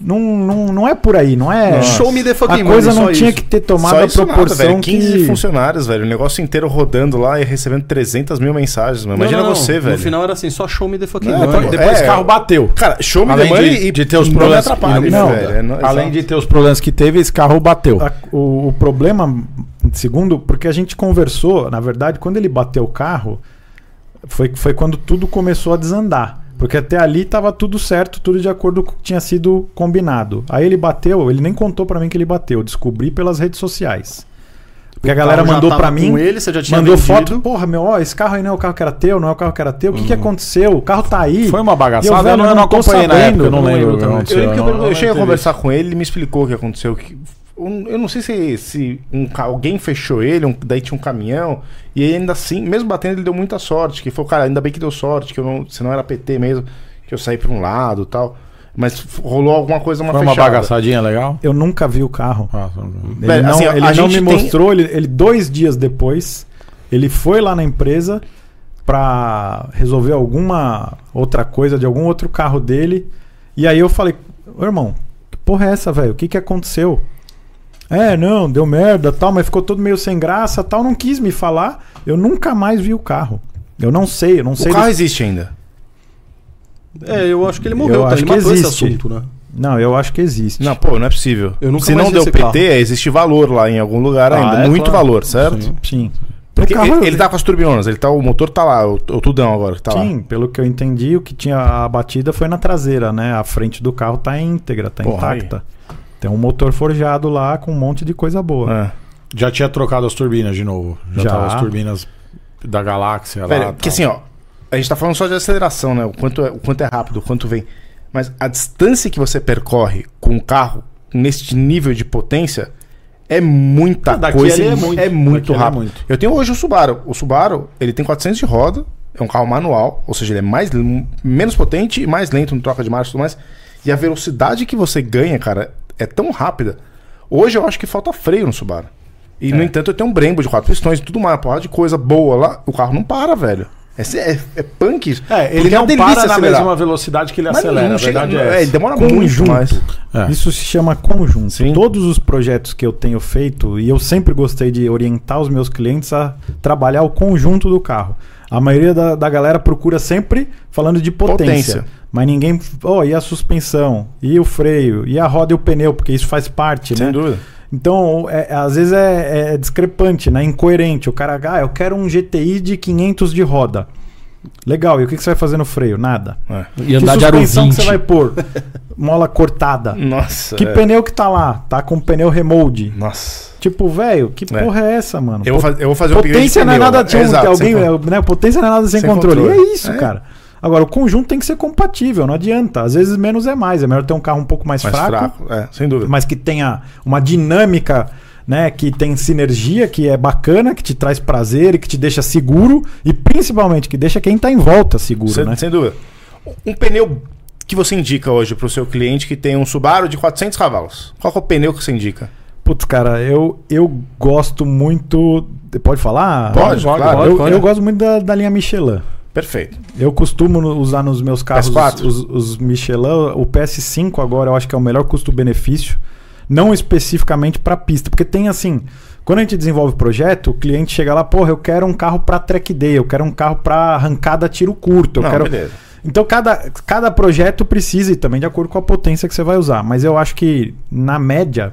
Speaker 3: não, não, não é por aí, não é.
Speaker 5: Show me the fucking
Speaker 3: A coisa
Speaker 5: money,
Speaker 3: não
Speaker 5: só
Speaker 3: tinha
Speaker 5: isso.
Speaker 3: que ter tomado
Speaker 6: Só
Speaker 3: a
Speaker 6: isso nada,
Speaker 3: proporção
Speaker 6: velho. 15
Speaker 3: que.
Speaker 6: funcionários, velho. O negócio inteiro rodando lá e recebendo 300 mil mensagens, meu.
Speaker 5: Não,
Speaker 6: Imagina
Speaker 5: não, não.
Speaker 6: você, velho.
Speaker 5: No final era assim, só show me the fucking
Speaker 6: Não,
Speaker 5: money.
Speaker 6: tá-
Speaker 1: Depois
Speaker 6: É.
Speaker 1: o carro bateu.
Speaker 6: Cara, show me the
Speaker 1: Além
Speaker 6: money
Speaker 1: de-
Speaker 6: e
Speaker 1: de ter os
Speaker 6: não me
Speaker 1: problemas-
Speaker 6: atrapalha,
Speaker 1: e não-
Speaker 6: velho. É, não-
Speaker 1: Além
Speaker 6: exato. É,
Speaker 1: de ter os problemas que teve, esse carro bateu.
Speaker 3: a- o, o problema, segundo, porque a gente conversou, na verdade, quando ele bateu o carro, foi, foi quando tudo começou a desandar. Porque até ali estava tudo certo, tudo de acordo com o que tinha sido combinado. Aí ele bateu, ele nem contou pra mim que ele bateu, eu descobri pelas redes sociais. Porque a galera
Speaker 5: Então, já
Speaker 3: mandou
Speaker 5: tava
Speaker 3: pra
Speaker 5: Com
Speaker 3: mim,
Speaker 5: ele, você já tinha
Speaker 3: mandou
Speaker 5: vendido. Hum.
Speaker 3: foto, porra, meu, ó, esse carro aí não é o carro que era teu, não é o carro que era teu, o que, que aconteceu? O carro tá aí.
Speaker 1: Foi uma
Speaker 3: E eu,
Speaker 1: bagaçada, eu,
Speaker 3: velho,
Speaker 1: não, eu
Speaker 3: não
Speaker 1: não
Speaker 3: tô
Speaker 1: acompanhei na
Speaker 3: sabendo,
Speaker 1: época, eu não
Speaker 3: não
Speaker 1: lembro.
Speaker 3: lembro
Speaker 1: o que
Speaker 3: também.
Speaker 1: aconteceu,
Speaker 6: Eu lembro que eu,
Speaker 1: não-
Speaker 6: perguntei-
Speaker 1: não
Speaker 6: eu cheguei a
Speaker 1: entendi.
Speaker 6: conversar com ele, ele me explicou o que aconteceu. que- um- eu não sei se, se um ca- alguém fechou ele, um- daí tinha um caminhão, e ele ainda assim, mesmo batendo, ele deu muita sorte. Que falou, cara, ainda bem que deu sorte, que eu não, se não era PT mesmo, que eu saí pra um lado e tal. Mas f- rolou alguma coisa, uma
Speaker 1: Foi uma
Speaker 6: fechada.
Speaker 1: bagaçadinha legal?
Speaker 3: eu nunca vi o carro.
Speaker 1: Ah,
Speaker 3: Ele
Speaker 6: Velho,
Speaker 3: não,
Speaker 6: assim, a
Speaker 3: ele não
Speaker 6: gente
Speaker 3: me
Speaker 6: tem-
Speaker 3: mostrou, ele, ele- dois dias depois, ele foi lá na empresa pra resolver alguma outra coisa de algum outro carro dele. E aí eu falei, "Ô, irmão, que porra é essa, velho? O que, que aconteceu? É, não, deu merda tal, mas ficou todo meio sem graça tal, não quis me falar. Eu nunca mais vi o carro. Eu não sei, eu não sei.
Speaker 6: O carro
Speaker 3: desse-
Speaker 6: existe ainda.
Speaker 5: É, eu acho que ele morreu,
Speaker 3: Eu
Speaker 5: tá?
Speaker 3: acho
Speaker 5: ele
Speaker 3: que
Speaker 5: matou esse
Speaker 3: existe.
Speaker 5: assunto, né?
Speaker 3: Não, eu acho que existe.
Speaker 6: é Não, pô, não é possível.
Speaker 5: Eu nunca
Speaker 6: se não
Speaker 5: mais vi
Speaker 6: deu
Speaker 5: esse
Speaker 6: PT,
Speaker 5: carro.
Speaker 6: existe valor lá em algum lugar
Speaker 5: Ah,
Speaker 6: ainda.
Speaker 5: é,
Speaker 6: muito
Speaker 5: claro.
Speaker 6: valor, certo?
Speaker 5: Sim.
Speaker 3: Sim.
Speaker 6: Porque
Speaker 3: O carro- é
Speaker 6: ele, ele tá com as turbinas, ele tá, o motor tá lá, o, o tudão agora que tá lá.
Speaker 3: Sim, pelo que eu entendi, o que tinha a batida foi na traseira, né? A frente do carro tá íntegra, tá
Speaker 6: Porra,
Speaker 3: intacta. Tem um motor forjado lá com um monte de coisa boa.
Speaker 6: É.
Speaker 1: Já tinha trocado as turbinas de novo. Já,
Speaker 3: Já.
Speaker 1: tava as turbinas da galáxia lá.
Speaker 6: Velho,
Speaker 1: tal.
Speaker 6: porque assim, ó, a gente tá falando só de aceleração, né? O quanto é, o quanto é rápido, o quanto vem. Mas a distância que você percorre com o carro neste nível de potência é muita
Speaker 1: Daqui
Speaker 6: coisa.
Speaker 1: ali
Speaker 6: e
Speaker 1: é muito.
Speaker 6: é
Speaker 1: Daqui
Speaker 6: muito
Speaker 1: ali é
Speaker 6: rápido.
Speaker 1: muito.
Speaker 6: Eu tenho hoje o Subaru. O Subaru, ele tem 400 de roda, é um carro manual, ou seja, ele é mais, l- menos potente e mais lento no troca de marcha e tudo mais. E a velocidade que você ganha, cara, é tão rápida. Hoje eu acho que falta freio no Subaru. E, no entanto, eu tenho um Brembo de quatro pistões, tudo mais, uma porrada de coisa boa lá. O carro não para, velho. É, é, é punk isso.
Speaker 1: É, ele
Speaker 6: Porque
Speaker 1: não
Speaker 6: uma delícia
Speaker 1: para na
Speaker 6: acelerar.
Speaker 1: mesma velocidade que ele
Speaker 6: Mas
Speaker 1: acelera.
Speaker 6: não
Speaker 1: a
Speaker 6: chega,
Speaker 1: verdade
Speaker 6: é,
Speaker 1: é,
Speaker 6: ele
Speaker 1: essa.
Speaker 6: demora muito
Speaker 3: Conjunto.
Speaker 6: mais.
Speaker 1: É.
Speaker 3: Isso se chama conjunto.
Speaker 6: Sim.
Speaker 3: Todos os projetos que eu tenho feito, e eu sempre gostei de orientar os meus clientes a trabalhar o conjunto do carro. A maioria da, da galera procura sempre falando de potência.
Speaker 6: Potência.
Speaker 3: Mas ninguém. Oh, e a suspensão? E o freio? E a roda e o pneu? Porque isso faz parte, né?
Speaker 6: dúvida.
Speaker 3: Então, é- é- às vezes é, é discrepante, né? Incoerente. O cara, ah, eu quero um GTI de 500 de roda. Legal, e o que que você vai fazer no freio? Nada.
Speaker 4: E andar
Speaker 3: que
Speaker 4: de aro
Speaker 3: suspensão
Speaker 4: 20.
Speaker 3: que você vai pôr? Mola cortada.
Speaker 6: Nossa.
Speaker 3: Que
Speaker 6: é.
Speaker 3: pneu que tá lá? Tá com pneu remold.
Speaker 6: Nossa.
Speaker 3: Tipo, velho, que
Speaker 6: É.
Speaker 3: porra é essa, mano?
Speaker 6: Eu vou fazer, eu vou fazer um upgrade de
Speaker 3: potência não é
Speaker 6: pneu,
Speaker 3: nada
Speaker 6: né?
Speaker 3: tinha um-
Speaker 6: Exato,
Speaker 3: alguém,
Speaker 6: sem
Speaker 3: é, né? Potência não é nada sem,
Speaker 6: Sem
Speaker 3: controle.
Speaker 6: controle.
Speaker 3: E é isso,
Speaker 6: É.
Speaker 3: cara. Agora, o conjunto tem que ser compatível, não adianta. Às vezes menos é mais. É melhor ter um carro um pouco mais,
Speaker 6: mais
Speaker 3: fraco,
Speaker 6: fraco. É, sem dúvida.
Speaker 3: mas que tenha uma dinâmica, né? Que tem sinergia, que é bacana, que te traz prazer e que te deixa seguro. E principalmente que deixa quem tá em volta seguro,
Speaker 6: sem,
Speaker 3: né?
Speaker 6: sem dúvida. Um pneu que você indica hoje pro seu cliente que tem um Subaru de 400 cavalos. Qual que é o pneu que você indica?
Speaker 3: Putz, cara, eu, eu gosto muito. Ah, Pode falar?
Speaker 1: pode,
Speaker 6: claro.
Speaker 3: eu, eu gosto muito da, da linha Michelin.
Speaker 6: Perfeito.
Speaker 3: Eu costumo no- usar nos meus carros
Speaker 6: PS4.
Speaker 3: Os, os Michelin. O PS5 agora eu acho que é o melhor custo-benefício. Não especificamente para pista, porque tem assim. Quando a gente desenvolve o projeto, o cliente chega lá, porra, eu quero um carro para track day, eu quero um carro para arrancada tiro curto, eu
Speaker 6: Não,
Speaker 3: quero.
Speaker 6: beleza.
Speaker 3: Então cada, cada projeto precisa e também de acordo com a potência que você vai usar. Mas eu acho que na média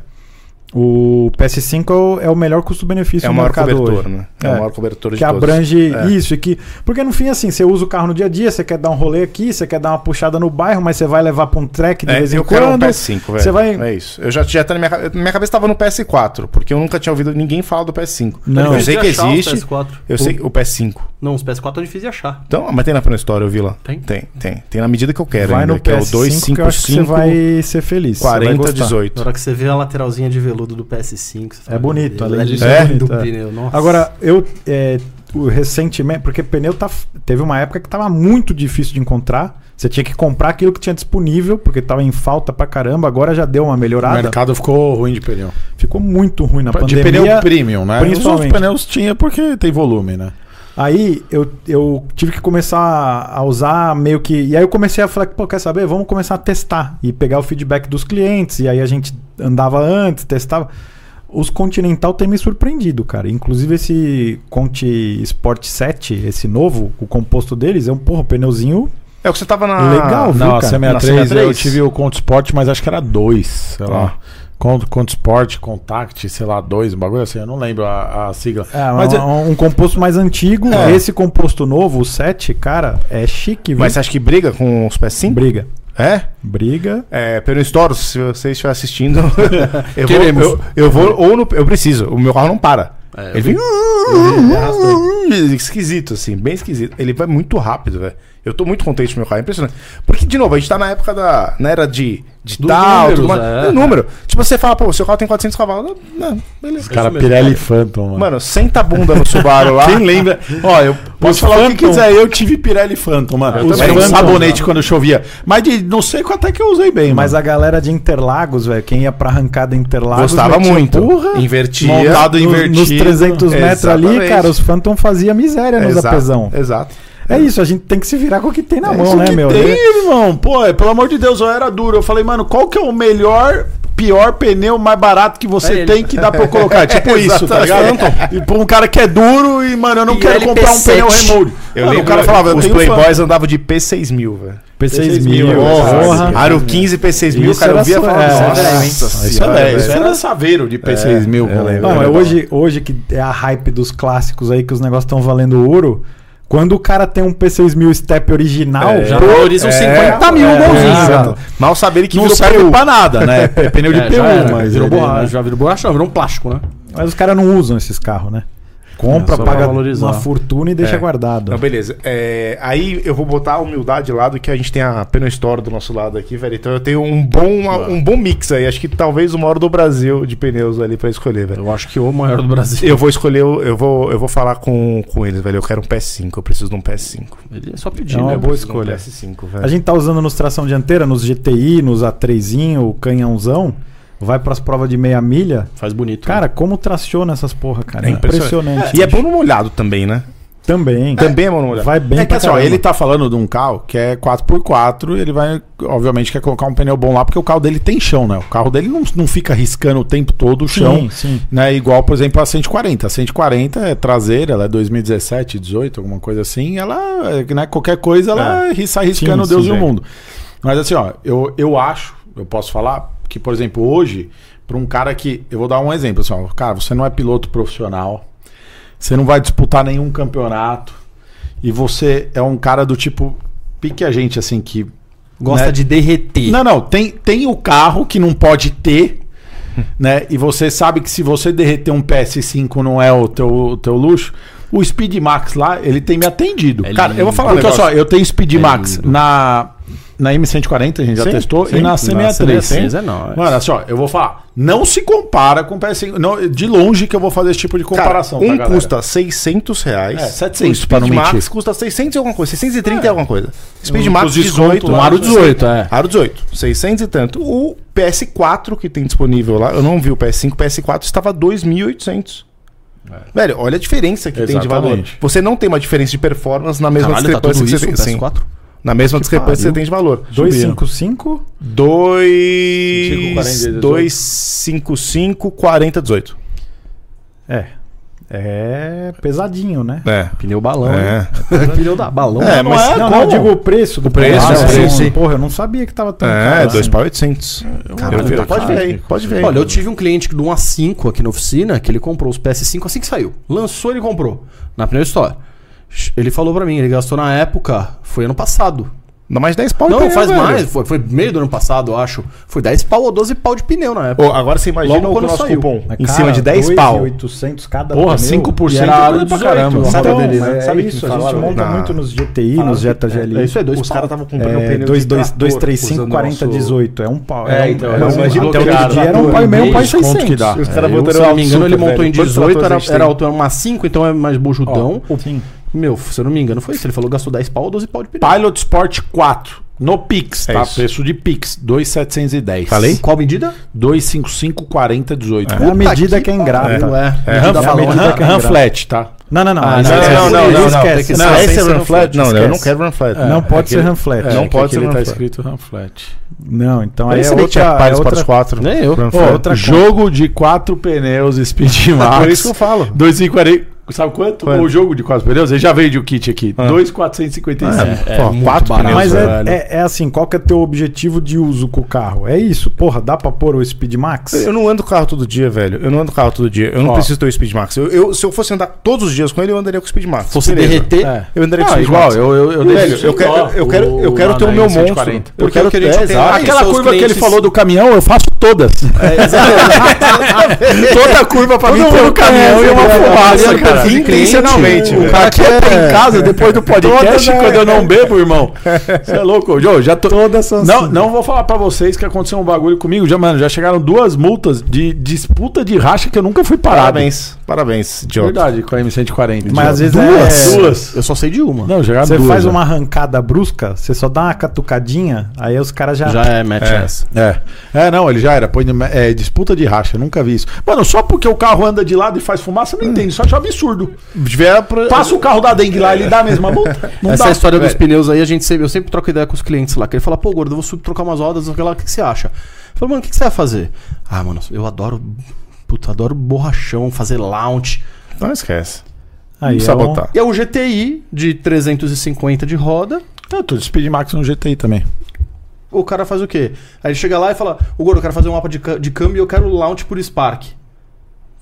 Speaker 3: o PS5 é o, é o melhor custo-benefício
Speaker 6: É o
Speaker 3: do
Speaker 6: maior
Speaker 3: mercado hoje
Speaker 6: cobertor, né? É,
Speaker 3: É.
Speaker 6: o maior cobertor de
Speaker 3: que
Speaker 6: todos.
Speaker 3: abrange
Speaker 6: É.
Speaker 3: isso e que porque no fim assim você usa o carro no dia a dia você quer dar um rolê aqui você quer dar uma puxada no bairro mas você vai levar pra um track de
Speaker 6: É,
Speaker 3: vez em
Speaker 6: eu
Speaker 3: quando
Speaker 6: quero um PS5, velho.
Speaker 3: você vai
Speaker 6: É isso. Eu já, já tá na minha, ca- minha cabeça estava no PS4, porque eu nunca tinha ouvido ninguém falar do PS5.
Speaker 5: Tá
Speaker 3: Não.
Speaker 6: eu sei que
Speaker 5: Difícil de achar os
Speaker 6: existe.
Speaker 5: PS4.
Speaker 6: Eu sei que- o PS5.
Speaker 5: Não, os PS4 é difícil de achar.
Speaker 6: Então, ah, mas tem na Plano História, eu vi lá.
Speaker 5: Tem?
Speaker 6: Tem, tem. Tem na medida que eu quero
Speaker 3: vai
Speaker 6: ainda,
Speaker 3: no
Speaker 6: que é o
Speaker 3: PS5 que eu acho que você
Speaker 6: 255
Speaker 3: vai ser feliz você vai
Speaker 6: 40
Speaker 3: gostar.
Speaker 6: 18.
Speaker 5: Na hora que você vê a lateralzinha de veludo do PS5, você fala,
Speaker 3: É bonito,
Speaker 5: "Meu Deus,
Speaker 3: além disso
Speaker 5: é
Speaker 6: é
Speaker 5: lindo
Speaker 3: bonito,
Speaker 5: o
Speaker 3: é.
Speaker 5: pneu, nossa.
Speaker 3: agora eu é, o- recentemente porque pneu tá teve uma época que tava muito difícil de encontrar você tinha que comprar aquilo que tinha disponível porque tava em falta pra caramba agora já deu uma
Speaker 1: O
Speaker 3: melhorada
Speaker 1: mercado ficou ruim de pneu.
Speaker 3: ficou muito ruim na
Speaker 1: de
Speaker 3: pandemia
Speaker 1: pneu premium, né? Os outros
Speaker 3: principalmente.
Speaker 1: pneus tinha porque tem volume, né?
Speaker 3: Aí eu, eu tive que começar a usar meio que. E aí eu comecei a falar, pô, quer saber? Vamos começar a testar e pegar o feedback dos clientes. E aí a gente andava antes, testava. Os Continental tem me surpreendido, cara. Inclusive esse Conti Sport 7, esse novo, o composto deles, é um porra, pneuzinho.
Speaker 6: É o que você tava na. é
Speaker 3: Legal, viu?
Speaker 1: Não, a
Speaker 3: cara?
Speaker 6: Na
Speaker 1: C63
Speaker 6: C63?
Speaker 1: eu tive o Conto Sport, mas acho que era dois, sei lá.
Speaker 6: Ah.
Speaker 1: Conto, Conto Sport, Contact, sei lá, dois, um bagulho assim, eu não lembro a, a sigla.
Speaker 3: É,
Speaker 1: mas
Speaker 3: um,
Speaker 1: é-
Speaker 3: um composto mais antigo.
Speaker 1: É.
Speaker 3: Esse composto novo, o 7, cara, é chique, viu?
Speaker 6: Mas você acha que briga com os PS5?
Speaker 3: Briga.
Speaker 6: É?
Speaker 3: Briga.
Speaker 6: É, pelo Store, se você estiver assistindo, eu, vou,
Speaker 5: Queremos.
Speaker 6: eu, eu vou ou no- eu preciso, o meu carro não para.
Speaker 5: É,
Speaker 6: ele
Speaker 5: eu
Speaker 6: vem
Speaker 5: vi, arrastei.
Speaker 6: esquisito assim, bem esquisito. Ele vai muito rápido, velho. Eu tô muito contente com o meu carro, é impressionante. Porque de novo, a gente tá na época da, na era de de
Speaker 5: Dos
Speaker 6: tal, tudo
Speaker 5: números,
Speaker 6: mais.
Speaker 5: é.
Speaker 6: Do número. Tipo você fala, pô, seu carro tem 400 cavalos, não, não, beleza.
Speaker 1: Cara, Pirelli Phantom, mano.
Speaker 6: Mano, senta a bunda no Subaru lá.
Speaker 1: Quem lembra? Ó, eu posso falar o que
Speaker 6: Phantom.
Speaker 1: quiser. Eu tive Pirelli Phantom,
Speaker 6: Eu
Speaker 1: mano. Usei
Speaker 6: também.
Speaker 1: um
Speaker 6: Phantom,
Speaker 1: sabonete quando chovia. Mas de não sei quanto é que eu usei bem,
Speaker 3: Mas
Speaker 1: mas
Speaker 3: a galera de Interlagos, velho, quem ia pra arrancada em Interlagos.
Speaker 6: Gostava
Speaker 3: metia
Speaker 6: muito.
Speaker 3: Porra,
Speaker 6: Invertia.
Speaker 1: Montado
Speaker 3: nos,
Speaker 1: invertido.
Speaker 3: é nos 300 metros ali,
Speaker 6: Exatamente.
Speaker 3: cara, os Phantom fazia miséria nos
Speaker 6: Exato,
Speaker 3: apesão.
Speaker 6: Exato.
Speaker 3: É isso, a gente tem que se virar com o que tem na
Speaker 1: É
Speaker 3: mão,
Speaker 1: isso
Speaker 3: né,
Speaker 1: que
Speaker 3: meu?
Speaker 1: Tem, irmão. Pô, é, pelo amor de Deus, eu era duro. Eu falei, mano, qual que é o melhor, pior pneu mais barato que você
Speaker 5: É ele.
Speaker 1: tem que dá pra eu colocar? Tipo isso, tá ligado? E pra um cara que é duro e, mano, eu não quero comprar um
Speaker 5: LP7.
Speaker 1: pneu remold.
Speaker 6: Eu
Speaker 1: Mano,
Speaker 6: lembro,
Speaker 1: o cara falava, eu
Speaker 6: os
Speaker 1: tenho Playboy.
Speaker 6: Playboys andavam de P6000, velho. é
Speaker 3: P6000,
Speaker 1: porra.
Speaker 3: porra.
Speaker 6: Aro 15 P6000,
Speaker 3: Isso
Speaker 6: cara, eu
Speaker 3: era
Speaker 6: via
Speaker 3: só-
Speaker 6: falar,
Speaker 3: é,
Speaker 6: nossa,
Speaker 3: isso é velho,
Speaker 1: hein? Isso
Speaker 6: senhora,
Speaker 1: é velho. Isso
Speaker 6: velho.
Speaker 1: era saveiro de P6000.
Speaker 6: eu lembro.
Speaker 1: pô.
Speaker 3: Não, é
Speaker 6: Era
Speaker 3: hoje, hoje que é a hype dos clássicos aí, que os negócios estão valendo ouro. Quando o cara tem um P6000 Step original,
Speaker 6: É.
Speaker 5: Já
Speaker 3: pô,
Speaker 5: valorizam 50 mil
Speaker 3: é,
Speaker 5: bonzinho.
Speaker 3: é,
Speaker 6: Exato. Mal saber que
Speaker 1: Não
Speaker 6: virou
Speaker 1: serve
Speaker 6: PU.
Speaker 1: pra nada, né? É pneu de
Speaker 5: É, já
Speaker 1: PU,
Speaker 5: era,
Speaker 1: mas...
Speaker 5: virou
Speaker 1: ele-
Speaker 5: borracha, já virou borracha, não, virou um plástico, né?
Speaker 3: mas os caras não usam esses carros, né? Compra,
Speaker 4: É, só pra
Speaker 3: paga
Speaker 4: valorizar.
Speaker 3: uma fortuna e deixa
Speaker 6: É.
Speaker 3: guardado.
Speaker 6: Não, beleza. É, aí eu vou botar a humildade de lado, que a gente tem a Pena Store do nosso lado aqui, velho. Então eu tenho um bom, uma- um bom mix aí. Acho que talvez o maior do Brasil de pneus ali pra escolher, velho.
Speaker 5: Eu acho que o maior do Brasil.
Speaker 6: Eu vou escolher, o- eu vou, eu vou falar com, com eles, velho. Eu quero um PS5, eu preciso de um PS5.
Speaker 5: Ele é só pedir,
Speaker 3: É uma
Speaker 5: né?
Speaker 3: boa
Speaker 6: Preciso de um
Speaker 3: escolha.
Speaker 6: PS5,
Speaker 3: A
Speaker 6: velho.
Speaker 3: gente tá usando nos tração dianteira, nos GTI, nos A3, o canhãozão. vai pras provas de meia milha.
Speaker 5: Faz bonito.
Speaker 3: Cara, como traciona essas porra, cara.
Speaker 6: É
Speaker 3: É impressionante.
Speaker 6: E é bom no molhado também, né?
Speaker 3: Também.
Speaker 6: Também é bom no molhado.
Speaker 3: Vai bem
Speaker 1: é que
Speaker 3: pra
Speaker 1: assim, ó,
Speaker 3: caramba.
Speaker 1: ele tá falando de um carro que é 4x4, ele vai, obviamente, quer colocar um pneu bom lá, porque o carro dele tem chão, né? O carro dele não, não fica riscando o tempo todo o chão,
Speaker 3: Sim, sim.
Speaker 1: né? Igual, por exemplo, a 140. A 140 é traseira, ela é 2017, 18, alguma coisa assim, ela, é, né, qualquer coisa, ela ri- sai riscando
Speaker 3: Sim,
Speaker 1: Deus
Speaker 3: sim,
Speaker 1: e o
Speaker 3: velho.
Speaker 1: mundo. Mas assim, ó, eu, eu acho, eu posso falar que, por exemplo, hoje, pra um cara que, eu vou dar um exemplo, assim, ó, cara, você não é piloto profissional, você não vai disputar nenhum campeonato. E você é um cara do tipo. Pique a gente, assim, que.
Speaker 4: Gosta
Speaker 1: né?
Speaker 4: de derreter.
Speaker 1: Não, não. Tem, tem o carro que não pode ter, né? E você sabe que se você derreter um PS5 não é o teu, o teu luxo. O Speed Max lá, ele tem me atendido.
Speaker 4: É
Speaker 1: cara, eu vou falar
Speaker 6: um
Speaker 1: Porque olha
Speaker 6: negócio.
Speaker 1: só, eu tenho Speed
Speaker 4: É
Speaker 1: Max
Speaker 4: lindo.
Speaker 1: na, na M140, a gente já
Speaker 6: Sim,
Speaker 1: testou,
Speaker 6: sim.
Speaker 1: e na
Speaker 6: Na
Speaker 1: C63.
Speaker 5: assim.
Speaker 4: C63 é nóis.
Speaker 1: Mano, olha só, eu vou falar. Não se compara com o PS5. não, de longe que eu vou fazer esse tipo de comparação.
Speaker 6: Cara,
Speaker 1: tá,
Speaker 6: um
Speaker 1: galera?
Speaker 6: custa 600 reais.
Speaker 1: É, 700,
Speaker 6: O
Speaker 1: pra não
Speaker 6: Speed
Speaker 1: mentir.
Speaker 6: Max custa 600 e alguma coisa. 630 e alguma coisa. Speed
Speaker 1: Um-
Speaker 6: Max
Speaker 1: os É. desconto
Speaker 6: 18.
Speaker 1: lá,
Speaker 6: Aro
Speaker 4: 18, é.
Speaker 6: Aro 18. 600 e tanto. O PS4 que tem disponível lá, eu não vi o PS5, o PS4 estava 2.800. Velho, olha a diferença que tem de valor.
Speaker 1: É. Exatamente.
Speaker 6: Você não tem uma diferença de performance na mesma
Speaker 5: Caralho, tá tudo
Speaker 6: discrepância que
Speaker 5: isso
Speaker 6: você
Speaker 5: no
Speaker 6: tem. Sim,
Speaker 5: PS4?
Speaker 6: na mesma discrepância que você tem de valor.
Speaker 3: 255?
Speaker 6: 2... 255, 40, 18.
Speaker 3: É. É pesadinho, né?
Speaker 6: É.
Speaker 4: Pneu balão. né?
Speaker 6: É.
Speaker 4: Pneu da balão.
Speaker 6: É, mas
Speaker 1: Tá
Speaker 3: não, não, eu digo o preço do
Speaker 6: preço,
Speaker 3: carro,
Speaker 6: é, o
Speaker 3: assim,
Speaker 6: preço,
Speaker 5: sim.
Speaker 3: Porra, eu não sabia que tava tão
Speaker 6: É,
Speaker 3: caro assim.
Speaker 6: 2.800. Eu vi- Pode ver aí, pode ver aí.
Speaker 5: Olha, eu tive um cliente do 1 a 5 aqui na oficina que ele comprou os PS5 assim que saiu. Lançou, ele comprou. Na Pneu Store. Ele falou pra mim, ele gastou na época, foi ano passado.
Speaker 6: Dá mais 10 pau de
Speaker 5: não,
Speaker 6: pneu,
Speaker 5: faz
Speaker 6: velho.
Speaker 5: mais, foi, foi meio do ano passado, eu acho. Foi 10 pau ou 12 pau de pneu na época.
Speaker 6: Ô, agora você imagina
Speaker 5: Logo
Speaker 6: o
Speaker 5: quando
Speaker 6: nosso
Speaker 5: saiu.
Speaker 6: cupom.
Speaker 3: Mas,
Speaker 6: em
Speaker 3: cara,
Speaker 6: cima de 10
Speaker 3: dois
Speaker 6: pau.
Speaker 3: e 800 cada
Speaker 1: Porra,
Speaker 3: pneu.
Speaker 1: 5%
Speaker 3: E era
Speaker 1: é coisa pra caramba.
Speaker 3: Então,
Speaker 6: Sabe
Speaker 3: sabe,
Speaker 6: dele, né?
Speaker 3: mas
Speaker 6: Sabe
Speaker 3: é
Speaker 6: que
Speaker 3: isso, a
Speaker 6: falaram? assim,
Speaker 3: gente monta
Speaker 6: Na-
Speaker 3: muito nos GTI, nos Jetta GLI.
Speaker 5: É, isso é dois
Speaker 6: Os
Speaker 5: pau.
Speaker 6: caras estavam comprando um
Speaker 3: É,
Speaker 6: pneu
Speaker 3: dois-
Speaker 6: de
Speaker 3: dois-
Speaker 6: trator,
Speaker 3: dois, três, cinco,
Speaker 6: usando o
Speaker 3: 40,
Speaker 6: nosso-
Speaker 3: 18. É um pau.
Speaker 1: É,
Speaker 3: um-
Speaker 1: então,
Speaker 3: um-
Speaker 6: imagina
Speaker 3: até
Speaker 6: o
Speaker 3: outro
Speaker 6: cara
Speaker 3: dia era um pau e meio, um pau e
Speaker 1: desconto que
Speaker 3: 600.
Speaker 1: dá.
Speaker 6: Os caras
Speaker 5: Eu,
Speaker 6: botaram
Speaker 5: se eu não me
Speaker 6: um
Speaker 5: engano, ele
Speaker 6: super,
Speaker 5: montou
Speaker 6: velho.
Speaker 5: em
Speaker 6: Quantos
Speaker 5: 18,
Speaker 6: tratores a
Speaker 5: era,
Speaker 6: gente tem?
Speaker 5: era alto, era uma 5, então é mais bojudão.
Speaker 3: Sim.
Speaker 5: Meu, se eu não me engano, foi isso. Ele falou que gastou 10 pau ou 12 pau de pneu.
Speaker 1: Pilot Sport 4. No Pix,
Speaker 6: É
Speaker 1: tá?
Speaker 6: isso.
Speaker 1: Preço de Pix, 2,710.
Speaker 6: Falei?
Speaker 5: Qual medida?
Speaker 1: 255 40 18.
Speaker 3: É a medida
Speaker 5: que
Speaker 3: que é ingrata.
Speaker 5: Ué,
Speaker 6: É,
Speaker 5: medida
Speaker 3: é a
Speaker 5: balão,
Speaker 3: medida
Speaker 5: né?
Speaker 3: que é ingrata.
Speaker 1: flat, tá?
Speaker 3: Não, não, não.
Speaker 5: Ah,
Speaker 3: mas
Speaker 5: não,
Speaker 3: esquece,
Speaker 5: não,
Speaker 6: não, não,
Speaker 3: esquece.
Speaker 6: Não, esse é
Speaker 3: sem
Speaker 6: run flat? Não, eu não
Speaker 3: esquece.
Speaker 6: quero run flat.
Speaker 3: Não pode ser run flat.
Speaker 6: É,
Speaker 1: não
Speaker 6: que
Speaker 1: pode
Speaker 6: aqui
Speaker 1: ser.
Speaker 6: ele
Speaker 1: Não
Speaker 6: tá
Speaker 1: escrito Ram Flat.
Speaker 3: Não, então
Speaker 6: Aí
Speaker 3: aí é outra... é outra-
Speaker 6: 4.
Speaker 5: Nem eu.
Speaker 6: Run
Speaker 1: Ó, É
Speaker 6: flat.
Speaker 3: outra
Speaker 1: jogo de quatro pneus Speed Max.
Speaker 6: Por isso que eu falo.
Speaker 1: 2,540. Sabe quanto?
Speaker 6: Quanto?
Speaker 1: O jogo de quatro pneus? Ele já veio de um kit aqui. 2,455.
Speaker 5: é.
Speaker 6: Pô, quatro pneus,
Speaker 3: Mas é,
Speaker 6: velho.
Speaker 3: é- é assim, qual que é teu objetivo de uso com o carro? É isso, porra, dá pra pôr o Speed Max?
Speaker 6: É, Eu não ando com o carro todo dia, velho. Eu não ando com o carro todo dia. Eu não
Speaker 1: Ó.
Speaker 6: preciso ter o Speed Max. Eu, eu- se eu fosse andar todos os dias com ele, eu andaria com o Speed Max.
Speaker 5: Se fosse
Speaker 6: Beleza. É.
Speaker 5: derreter,
Speaker 6: Eu andaria com o
Speaker 1: Ah,
Speaker 6: Speed
Speaker 1: igual,
Speaker 6: Max.
Speaker 1: eu, eu, eu deixo
Speaker 6: Velho,
Speaker 1: sem
Speaker 6: eu quero,
Speaker 1: dó
Speaker 6: eu quero, eu
Speaker 1: o-
Speaker 6: quero ter o
Speaker 1: na
Speaker 6: meu monstro.
Speaker 1: M140.
Speaker 6: Eu quero
Speaker 5: que
Speaker 6: que
Speaker 5: a gente tenha Ah,
Speaker 1: Aquela
Speaker 5: isso, os
Speaker 1: curva que ele
Speaker 5: clientes-
Speaker 1: falou do caminhão, eu faço todas. Toda curva pra mim tem um caminhão e uma fumaça, cara.
Speaker 6: Intencionalmente,
Speaker 1: O
Speaker 6: velho.
Speaker 1: cara que entra em casa depois do podcast,
Speaker 6: Todas, né?
Speaker 1: quando eu não bebo, irmão. Você é louco, Joe, já tô...
Speaker 3: Todas são
Speaker 1: Não,
Speaker 3: assim.
Speaker 1: não vou falar pra vocês que aconteceu um bagulho comigo, já, mano, já chegaram duas multas de disputa de racha que eu nunca fui parado.
Speaker 6: Parabéns, parabéns, Diogo.
Speaker 1: Verdade, com a M140.
Speaker 3: Mas às vezes
Speaker 1: duas,
Speaker 3: é-
Speaker 1: duas.
Speaker 5: eu só sei de uma.
Speaker 1: Não, chegaram
Speaker 3: Você
Speaker 1: duas.
Speaker 3: faz
Speaker 1: né?
Speaker 3: uma arrancada brusca, você só dá uma catucadinha, aí os caras já.
Speaker 5: Já é match essa.
Speaker 1: É. É, não, ele já era. Põe, no- é, disputa de racha, nunca vi isso. Mano, só porque o carro anda de lado e faz fumaça, eu não entendo. Isso eu acho absurdo.
Speaker 6: Tiver pro-
Speaker 1: Passa o carro da dengue lá, ele dá a mesma multa? Não
Speaker 5: Essa
Speaker 1: dá.
Speaker 5: história dos
Speaker 1: Velho,
Speaker 5: pneus aí, a gente sempre, eu sempre troco ideia com os clientes lá. Que ele fala, pô, gordo, eu vou sub trocar umas rodas, sei lá, o que, que você acha? Eu falo, mano, o que, que você vai fazer? Ah, mano, eu adoro. Puta, adoro borrachão, fazer lounge.
Speaker 6: É. Não esquece.
Speaker 3: Aí
Speaker 6: Vamos
Speaker 3: é um-
Speaker 6: sabotar.
Speaker 5: E é um GTI de 350 de roda.
Speaker 1: Tá, tudo Speed Max no GTI também.
Speaker 5: O cara faz o quê? Aí ele chega lá e fala: Ô gordo, eu quero fazer um mapa de, ca- de câmbio e eu quero launch por Spark.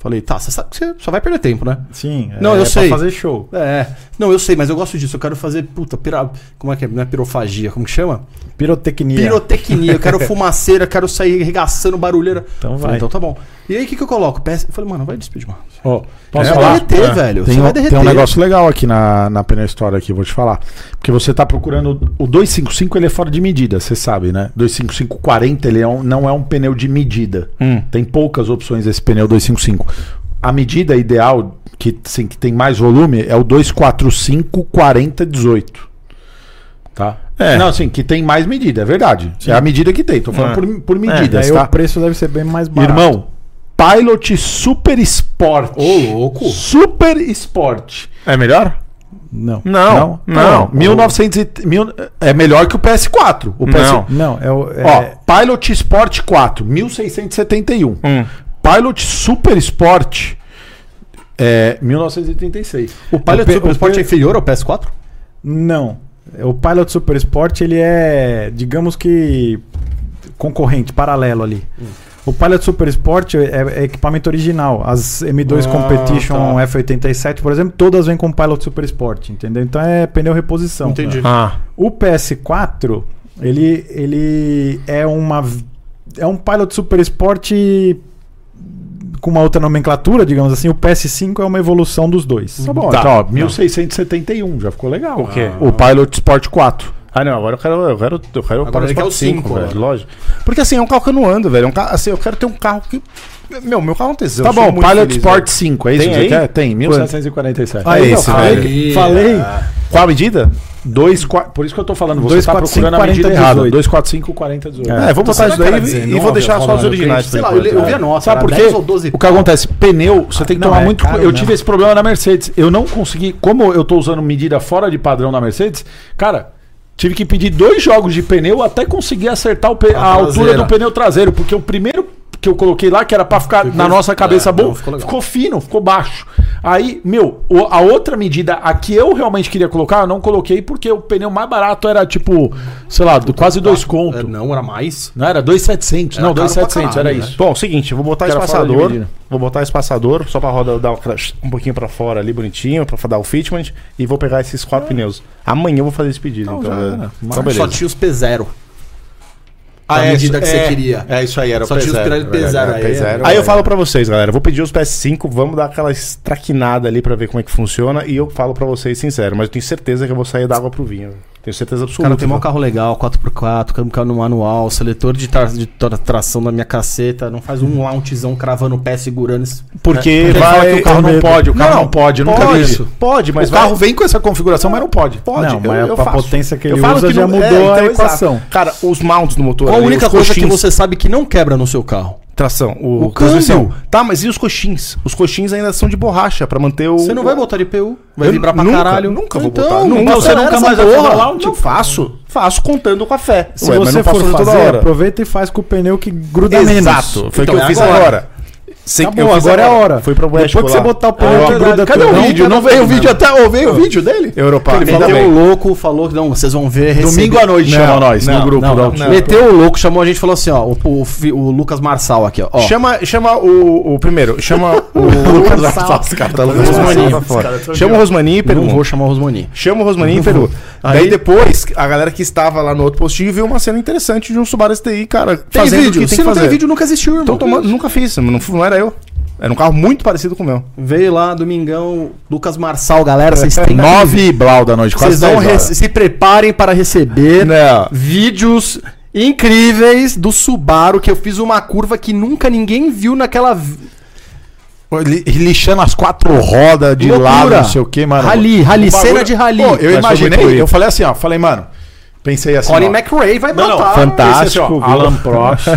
Speaker 5: Falei, tá, você sabe que você só vai perder tempo, né?
Speaker 3: Sim, é,
Speaker 5: Não, eu
Speaker 3: pra
Speaker 5: sei.
Speaker 3: fazer show.
Speaker 5: É. Não, eu sei, mas eu gosto disso. Eu quero fazer, puta, pira... como é que é? Não é pirofagia, como que chama?
Speaker 3: Pirotecnia.
Speaker 5: Pirotecnia, eu quero fumaceira, quero sair arregaçando barulheira.
Speaker 3: Então
Speaker 5: Falei,
Speaker 3: vai.
Speaker 5: então tá bom. E aí o que, que eu coloco? PS... Eu Falei, mano, vai despedir, mano.
Speaker 1: Ó, posso
Speaker 5: Você vai
Speaker 1: falar?
Speaker 5: derreter, velho.
Speaker 1: Tem,
Speaker 5: você
Speaker 1: um-
Speaker 5: vai
Speaker 1: tem
Speaker 5: derreter.
Speaker 1: um negócio legal aqui na, na Pneu História aqui, vou te falar. Porque você tá procurando. O 255 ele é fora de medida, você sabe, né? 25540 ele é um- não é um pneu de medida.
Speaker 6: Hum.
Speaker 1: Tem poucas opções esse pneu 255. A medida ideal, que, sim, que tem mais volume, é o 245 40 18. Tá?
Speaker 6: É.
Speaker 7: Não, assim, que tem mais medida, é verdade. É a medida que tem. Tô falando
Speaker 6: É.
Speaker 7: por, por
Speaker 3: É,
Speaker 7: medidas,
Speaker 3: daí
Speaker 7: tá?
Speaker 3: o preço deve ser bem mais barato.
Speaker 7: Irmão, Pilot Super Sport.
Speaker 5: Ô, louco.
Speaker 7: Super Sport.
Speaker 6: É melhor?
Speaker 3: Não.
Speaker 6: Não, Tá
Speaker 7: Não,
Speaker 6: não.
Speaker 7: 1900 e- mil- é melhor que o PS4. O PS...
Speaker 6: Não.
Speaker 3: Não, é o. é-
Speaker 7: Ó, Pilot Sport 4, 1671.
Speaker 6: Hum.
Speaker 7: Pilot Super Sport é 1986.
Speaker 5: O Pilot
Speaker 3: O P-
Speaker 5: Super
Speaker 3: o
Speaker 5: Sport
Speaker 3: P-
Speaker 5: é inferior ao PS4?
Speaker 3: Não. O Pilot Super Sport, ele é, digamos que, concorrente, paralelo ali. O Pilot Super Sport é, é equipamento original. As M2
Speaker 5: Ah,
Speaker 3: Competition
Speaker 5: tá.
Speaker 3: F87, por exemplo, todas vêm com Pilot Super Sport, entendeu? Então é pneu reposição.
Speaker 6: Ah,
Speaker 3: O PS4, ele, ele é uma. É um Pilot Super Sport com uma outra nomenclatura, digamos assim. O PS5 é uma evolução dos dois.
Speaker 7: Tá bom,
Speaker 6: Tá.
Speaker 7: então, ó, 1671, já ficou legal.
Speaker 6: O quê?
Speaker 1: Ah.
Speaker 7: O Pilot Sport 4.
Speaker 6: ah, não, agora eu quero, eu quero, eu quero
Speaker 5: Agora ele quer o cinco,
Speaker 6: velho,
Speaker 5: agora.
Speaker 6: lógico. Porque assim, é um carro que eu não ando, velho. É um carro, assim, eu quero ter um carro que. Meu, meu carro é um tesão.
Speaker 7: Tá
Speaker 6: eu sou
Speaker 7: bom,
Speaker 6: muito
Speaker 7: Pilot
Speaker 6: feliz,
Speaker 7: Sport 5, é isso
Speaker 6: Tem
Speaker 7: que você
Speaker 6: aí?
Speaker 7: quer? Tem, 1747.
Speaker 6: Aí,
Speaker 3: Aí,
Speaker 6: é
Speaker 3: ó,
Speaker 6: esse,
Speaker 3: falei,
Speaker 6: velho.
Speaker 3: falei.
Speaker 6: Qual a medida?
Speaker 7: Dois, qua- por isso que eu tô falando, você
Speaker 3: Dois,
Speaker 7: tá
Speaker 3: quatro, cinco,
Speaker 7: procurando a medida
Speaker 3: 40,
Speaker 7: errada.
Speaker 3: 18.
Speaker 7: 245, 40, 18.
Speaker 6: É, vou botar
Speaker 5: Será
Speaker 6: isso
Speaker 5: que era
Speaker 6: daí e- e vou
Speaker 5: 19,
Speaker 6: deixar só os
Speaker 5: Ronaldo?
Speaker 6: originais.
Speaker 5: Sei
Speaker 6: por
Speaker 5: lá, eu,
Speaker 6: enquanto,
Speaker 5: eu
Speaker 6: é.
Speaker 5: vi a nota.
Speaker 7: Sabe
Speaker 5: era
Speaker 7: por quê?
Speaker 5: 10 ou 12
Speaker 7: O que acontece? Pneu, você tem que
Speaker 3: não,
Speaker 7: tomar
Speaker 3: é
Speaker 7: muito.
Speaker 3: caro
Speaker 7: cu- eu
Speaker 3: mesmo.
Speaker 7: tive esse problema na Mercedes. Eu não consegui. Como eu tô usando medida fora de padrão na Mercedes, cara, tive que pedir dois jogos de pneu até conseguir acertar o pe- a,
Speaker 5: A
Speaker 7: altura
Speaker 5: traseira.
Speaker 7: do pneu traseiro. Porque o primeiro que eu coloquei lá, que era pra ficar na nossa cabeça
Speaker 5: é,
Speaker 7: bom,
Speaker 5: não, ficou
Speaker 7: ficou,
Speaker 5: legal.
Speaker 7: fino, ficou baixo. Aí, meu, o- a outra medida, a que eu realmente queria colocar, eu não coloquei porque o pneu mais barato era tipo, sei lá, do- quase dois
Speaker 5: É,
Speaker 7: conto.
Speaker 5: não, era mais.
Speaker 7: Não, era 2,700.
Speaker 5: Era
Speaker 7: Não,
Speaker 5: caro pra
Speaker 7: 2,700, era
Speaker 5: caralho,
Speaker 7: isso.
Speaker 6: Bom, seguinte, eu vou botar
Speaker 7: Que era fora de
Speaker 6: espaçador.
Speaker 7: medida.
Speaker 6: Vou botar espaçador, só pra roda dar uma- um pouquinho pra fora ali, bonitinho, pra dar o fitment. E vou pegar esses quatro pneus. Amanhã eu vou fazer esse pedido. então,
Speaker 7: É. já
Speaker 6: é.
Speaker 7: era.
Speaker 6: então
Speaker 5: Só
Speaker 6: beleza.
Speaker 5: tinha os P0. a medida que você queria.
Speaker 8: É isso aí, era
Speaker 5: Só tinha os Pirelli P0 aí.
Speaker 8: P0.
Speaker 6: Aí eu falo pra vocês, galera, vou pedir os PS5, vamos dar aquela estraquinada ali pra ver como é que funciona. E eu falo pra vocês sincero, mas eu tenho certeza que eu vou sair da água pro vinho. Tenho certeza absoluta.
Speaker 5: Cara, tem um carro legal, 4x4, um carro no manual, seletor de, tra de tra- tração na minha caceta, não faz um launchzão cravando o pé segurando isso.
Speaker 6: Porque,
Speaker 5: Porque ele
Speaker 6: vai...
Speaker 5: fala que o carro não
Speaker 6: pode, o
Speaker 7: carro não pode, eu nunca vi isso.
Speaker 6: Pode, mas
Speaker 7: o
Speaker 6: vai-
Speaker 7: carro vem com essa configuração, mas é não pode.
Speaker 6: Pode,
Speaker 3: Não, mas a
Speaker 6: faço.
Speaker 3: potência que ele
Speaker 6: falo
Speaker 3: usa já
Speaker 6: não-
Speaker 3: mudou a
Speaker 6: um- É, então, exato.
Speaker 3: equação.
Speaker 6: Cara, os mounts do motor.
Speaker 5: Qual a
Speaker 6: ali,
Speaker 5: única
Speaker 6: os
Speaker 5: coisa que
Speaker 6: coxins.
Speaker 5: você sabe que não quebra no seu carro?
Speaker 6: Tração, o,
Speaker 5: O
Speaker 6: transmissão.
Speaker 5: câmbio.
Speaker 6: Tá, mas e os coxins? Os coxins ainda são de borracha pra manter o.
Speaker 5: Você não vai botar IPU, vai
Speaker 6: Eu
Speaker 5: vibrar pra
Speaker 6: nunca,
Speaker 5: caralho.
Speaker 6: Nunca vou
Speaker 5: então,
Speaker 6: botar.
Speaker 5: Não
Speaker 6: Nunca, você nunca mais vai tipo,
Speaker 5: vai
Speaker 6: fazer
Speaker 5: falar.
Speaker 6: launch? Não faço. Faço contando com a fé.
Speaker 3: Se
Speaker 6: Ué, mas
Speaker 3: você
Speaker 6: não
Speaker 3: for
Speaker 6: faço
Speaker 3: fazer,
Speaker 6: toda hora.
Speaker 3: aproveita e faz com o pneu que gruda
Speaker 6: Exato.
Speaker 3: menos.
Speaker 6: Foi o
Speaker 5: Então,
Speaker 6: que eu
Speaker 5: é
Speaker 6: fiz
Speaker 5: agora.
Speaker 6: agora. Sei
Speaker 3: Tá
Speaker 6: que eu
Speaker 3: bom,
Speaker 6: fiz
Speaker 3: agora é a hora.
Speaker 6: Foi pro
Speaker 3: Depois
Speaker 6: México
Speaker 3: que você
Speaker 6: lá.
Speaker 3: botar o pneu
Speaker 6: Ah,
Speaker 3: que
Speaker 6: eu-
Speaker 3: gruda
Speaker 7: Cadê o
Speaker 3: tudo,
Speaker 7: vídeo? Não veio o vídeo até. Ô, veio o vídeo dele?
Speaker 6: Europa.
Speaker 5: Ele
Speaker 6: ainda
Speaker 5: meteu
Speaker 6: bem.
Speaker 5: o louco, falou que não, vocês vão ver.
Speaker 7: Domingo à noite
Speaker 6: Não,
Speaker 7: chama nós
Speaker 6: não,
Speaker 7: no grupo
Speaker 5: Não,
Speaker 7: da
Speaker 5: não,
Speaker 7: Altis.
Speaker 5: não. Meteu o louco, chamou a gente e falou assim, ó, o, o fi- o Lucas Marçal aqui, ó. ó.
Speaker 6: Chama, chama o, o primeiro, chama o Lucas Artas, cara, tá louco. Rosmaninho. tá Chama o Rosmaninho e
Speaker 5: não vou
Speaker 6: pergunta.
Speaker 5: chamar o Rosmoni.
Speaker 6: Chama o Rosmaninho e pergunta.
Speaker 5: Aí-
Speaker 6: Daí depois, a galera que estava lá no outro postinho viu uma cena interessante de um Subaru STI, cara,
Speaker 5: Tem
Speaker 6: fazendo o
Speaker 5: vídeo?
Speaker 6: que tem
Speaker 5: Se
Speaker 6: que
Speaker 5: não
Speaker 6: fazer.
Speaker 5: tem vídeo, nunca existiu, irmão.
Speaker 6: Tô tomando, nunca fiz, não, fu- não era eu. Era um carro muito parecido com o meu.
Speaker 5: Veio lá, domingão, Lucas Marçal, galera, vocês têm...
Speaker 7: 9 e Blau da noite, quase né?
Speaker 5: Vocês vão
Speaker 7: 10 horas.
Speaker 5: rece- se preparem para receber
Speaker 6: Não.
Speaker 5: vídeos incríveis do Subaru, que eu fiz uma curva que nunca ninguém viu naquela... vi-
Speaker 7: Li- Lixando as quatro rodas de
Speaker 5: Loucura.
Speaker 7: lado, não sei o que, mano.
Speaker 5: Rally, rally,
Speaker 7: O bagulho-
Speaker 5: cena de rally.
Speaker 7: Pô, eu
Speaker 5: Mas
Speaker 7: imaginei, eu falei assim, ó, falei, mano, pensei assim,
Speaker 5: Colin
Speaker 7: ó,
Speaker 5: McRae vai
Speaker 7: Não, não,
Speaker 5: brotar.
Speaker 7: fantástico. Alan Prost.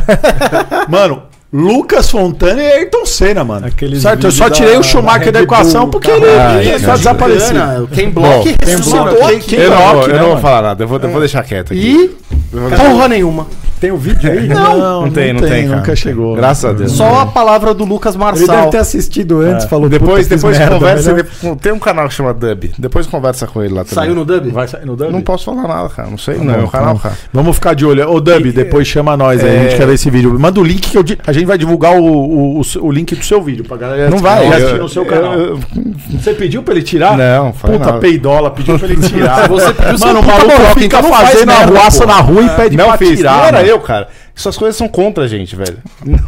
Speaker 7: mano, Lucas Fontana e Ayrton Senna, mano.
Speaker 3: Aqueles
Speaker 7: certo? Eu só
Speaker 3: vídeos
Speaker 7: tirei
Speaker 3: da-
Speaker 7: o Schumacher
Speaker 3: da
Speaker 7: da
Speaker 3: Red
Speaker 7: equação
Speaker 3: Bull,
Speaker 7: porque
Speaker 3: cara.
Speaker 7: ele,
Speaker 6: Ai,
Speaker 7: ele só
Speaker 6: cara.
Speaker 7: desapareceu.
Speaker 5: Bacana, Ken Block
Speaker 6: Bom,
Speaker 5: ressuscitou
Speaker 7: Block,
Speaker 5: aqui.
Speaker 7: Ken-
Speaker 6: Eu não, eu
Speaker 7: Rock, né,
Speaker 6: não vou
Speaker 7: mano?
Speaker 6: falar nada, eu vou, eu vou deixar quieto aqui.
Speaker 5: E porra nenhuma.
Speaker 3: Tem o vídeo aí?
Speaker 5: Não,
Speaker 6: É, Não, tem, né? não tem, cara.
Speaker 7: Nunca chegou.
Speaker 6: Graças a Deus.
Speaker 5: Só a palavra do Lucas
Speaker 3: Ele deve
Speaker 5: Marçal.
Speaker 3: ter assistido antes, falou
Speaker 6: Depois,
Speaker 3: "Puta, fiz
Speaker 6: depois
Speaker 3: merda,
Speaker 6: conversa.
Speaker 3: melhor-
Speaker 6: de- Tem um canal que chama Dub. Depois conversa com ele lá também.
Speaker 5: Saiu no dub?
Speaker 7: Vai sair no
Speaker 6: Não
Speaker 7: Dub?
Speaker 6: posso falar nada, cara. Não sei, não. É o canal, cara.
Speaker 7: Vamos ficar de olho. Ô, Dub, depois chama nós aí. A gente
Speaker 6: É.
Speaker 7: quer ver esse vídeo. Manda o link que eu di- a gente vai divulgar o, o, o, o link do seu vídeo pra galera.
Speaker 6: Não vai.
Speaker 7: Já
Speaker 6: eu-
Speaker 7: assistir no seu canal.
Speaker 6: eu-
Speaker 7: Você pediu pra ele tirar?
Speaker 6: Não, fala
Speaker 7: Puta
Speaker 6: nada.
Speaker 7: peidola, pediu pra ele tirar.
Speaker 5: Você pediu seu
Speaker 7: Mano, o
Speaker 5: puta
Speaker 7: maluco
Speaker 5: boca,
Speaker 7: fica
Speaker 5: então não faz
Speaker 7: fazendo
Speaker 5: merda,
Speaker 7: arruaça
Speaker 5: pô.
Speaker 7: na rua e pede pra
Speaker 6: É Não fiz, Ah,
Speaker 7: tirar.
Speaker 6: não era
Speaker 7: mano.
Speaker 6: eu, cara. Essas coisas são contra a gente, velho.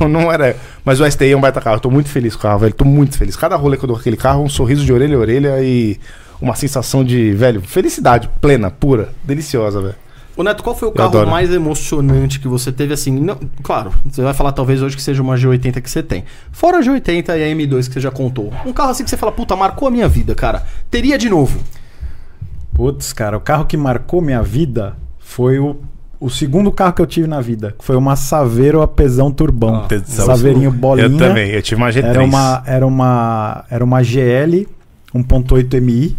Speaker 6: Não, não era eu. Mas o STI é um baita carro. Eu tô muito feliz com o carro, velho. Tô muito feliz. Cada rolê que eu dou com aquele carro, um sorriso de orelha a orelha e uma sensação de, velho, felicidade plena, pura, deliciosa, velho.
Speaker 5: Ô Neto, qual foi o carro
Speaker 6: adoro.
Speaker 5: mais emocionante que você teve assim? Não, claro, você vai falar talvez hoje que seja uma G80 que você tem. Fora a G80 e a M2 que você já contou. Um carro assim que você fala, puta, marcou a minha vida, cara. Teria de novo.
Speaker 3: Putz, cara, o carro que marcou minha vida Foi o, o segundo carro que eu tive na vida. que Foi uma Saveiro Apesão Turbão.
Speaker 6: Deus do céu,
Speaker 3: Saveirinho
Speaker 6: isso-
Speaker 3: bolinha.
Speaker 6: Ah, Eu também, eu tive uma G3.
Speaker 3: Era uma, era uma, era uma um GL 1.8 MI,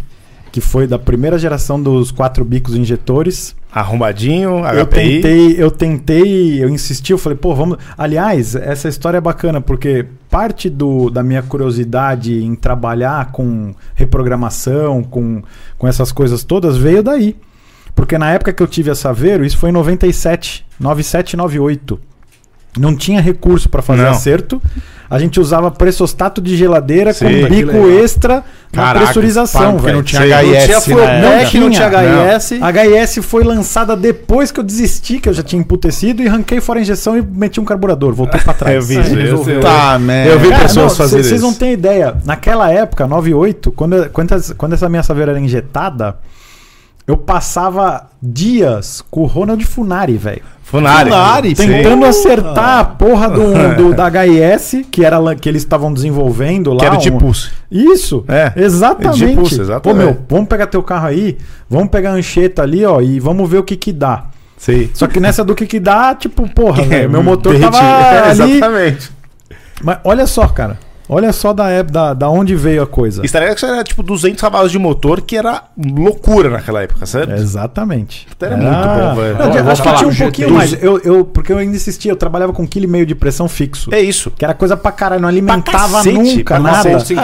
Speaker 3: que foi da primeira geração dos quatro bicos injetores.
Speaker 6: Arrombadinho, HPI.
Speaker 3: Eu tentei, eu tentei, eu insisti, eu falei, pô, vamos. Aliás, essa história é bacana, porque parte do, da minha curiosidade em trabalhar com reprogramação, com, com essas coisas todas, veio daí. Porque na época que eu tive a Saveiro, isso foi em 97, 97, 98. Não tinha recurso para fazer
Speaker 6: Não.
Speaker 3: acerto. A gente usava pressostato de geladeira
Speaker 6: Sim,
Speaker 3: com
Speaker 6: que
Speaker 3: bico
Speaker 4: legal.
Speaker 3: extra
Speaker 6: Caraca,
Speaker 3: na pressurização,
Speaker 6: porque
Speaker 3: velho.
Speaker 6: não tinha
Speaker 3: Sim.
Speaker 6: HIS.
Speaker 5: Tinha
Speaker 6: IS, né?
Speaker 5: Flowback, não tinha
Speaker 3: Não
Speaker 5: HIS.
Speaker 3: A HIS foi lançada depois que eu desisti, que eu já tinha emputecido, e ranquei fora a injeção e meti um carburador. Voltei pra trás. É.
Speaker 6: Eu vi isso.
Speaker 2: resolveu.
Speaker 6: Tá, merda. Eu vi
Speaker 3: Cara,
Speaker 6: pessoas
Speaker 3: não,
Speaker 6: fazerem
Speaker 3: cê- Vocês
Speaker 6: isso.
Speaker 3: não têm ideia. Naquela época, 98, quando, eu- quando, as- quando essa minha saveira era injetada, eu passava dias com o Ronald Funari, velho.
Speaker 6: Funari.
Speaker 5: Funari,
Speaker 6: Sim. Ah.
Speaker 3: Tentando acertar a porra do, do- da HIS, que era lá- que eles estavam desenvolvendo lá.
Speaker 6: Que era de
Speaker 3: um-
Speaker 6: pulso.
Speaker 3: isso,
Speaker 6: É,
Speaker 3: exatamente.
Speaker 6: de pulso, exatamente.
Speaker 3: Pô, meu, vamos pegar teu carro aí, vamos pegar a ancheta ali, ó, e vamos ver o que que dá.
Speaker 6: Sim. Hum,
Speaker 3: Só que nessa do que que dá, tipo, porra, velho, meu motor
Speaker 6: derretido.
Speaker 3: tava
Speaker 6: É,
Speaker 3: ali.
Speaker 6: Exatamente.
Speaker 3: Mas olha só, cara. Olha só da, época- da, da onde veio a coisa.
Speaker 6: Star Electric era tipo 200 cavalos de motor, que era loucura naquela época, certo?
Speaker 3: Exatamente.
Speaker 6: Era muito bom, velho.
Speaker 3: É. Ah. Não,
Speaker 6: Eu
Speaker 3: acho que
Speaker 4: falar,
Speaker 3: tinha
Speaker 4: o
Speaker 3: um pouquinho
Speaker 4: G12.
Speaker 3: mais. Eu, eu, porque eu ainda insistia, eu trabalhava com 1,5 kg de pressão fixo.
Speaker 6: É isso.
Speaker 3: Que era coisa pra caralho, não alimentava
Speaker 6: cacete,
Speaker 3: nunca
Speaker 6: pra
Speaker 3: nada.
Speaker 6: cacete.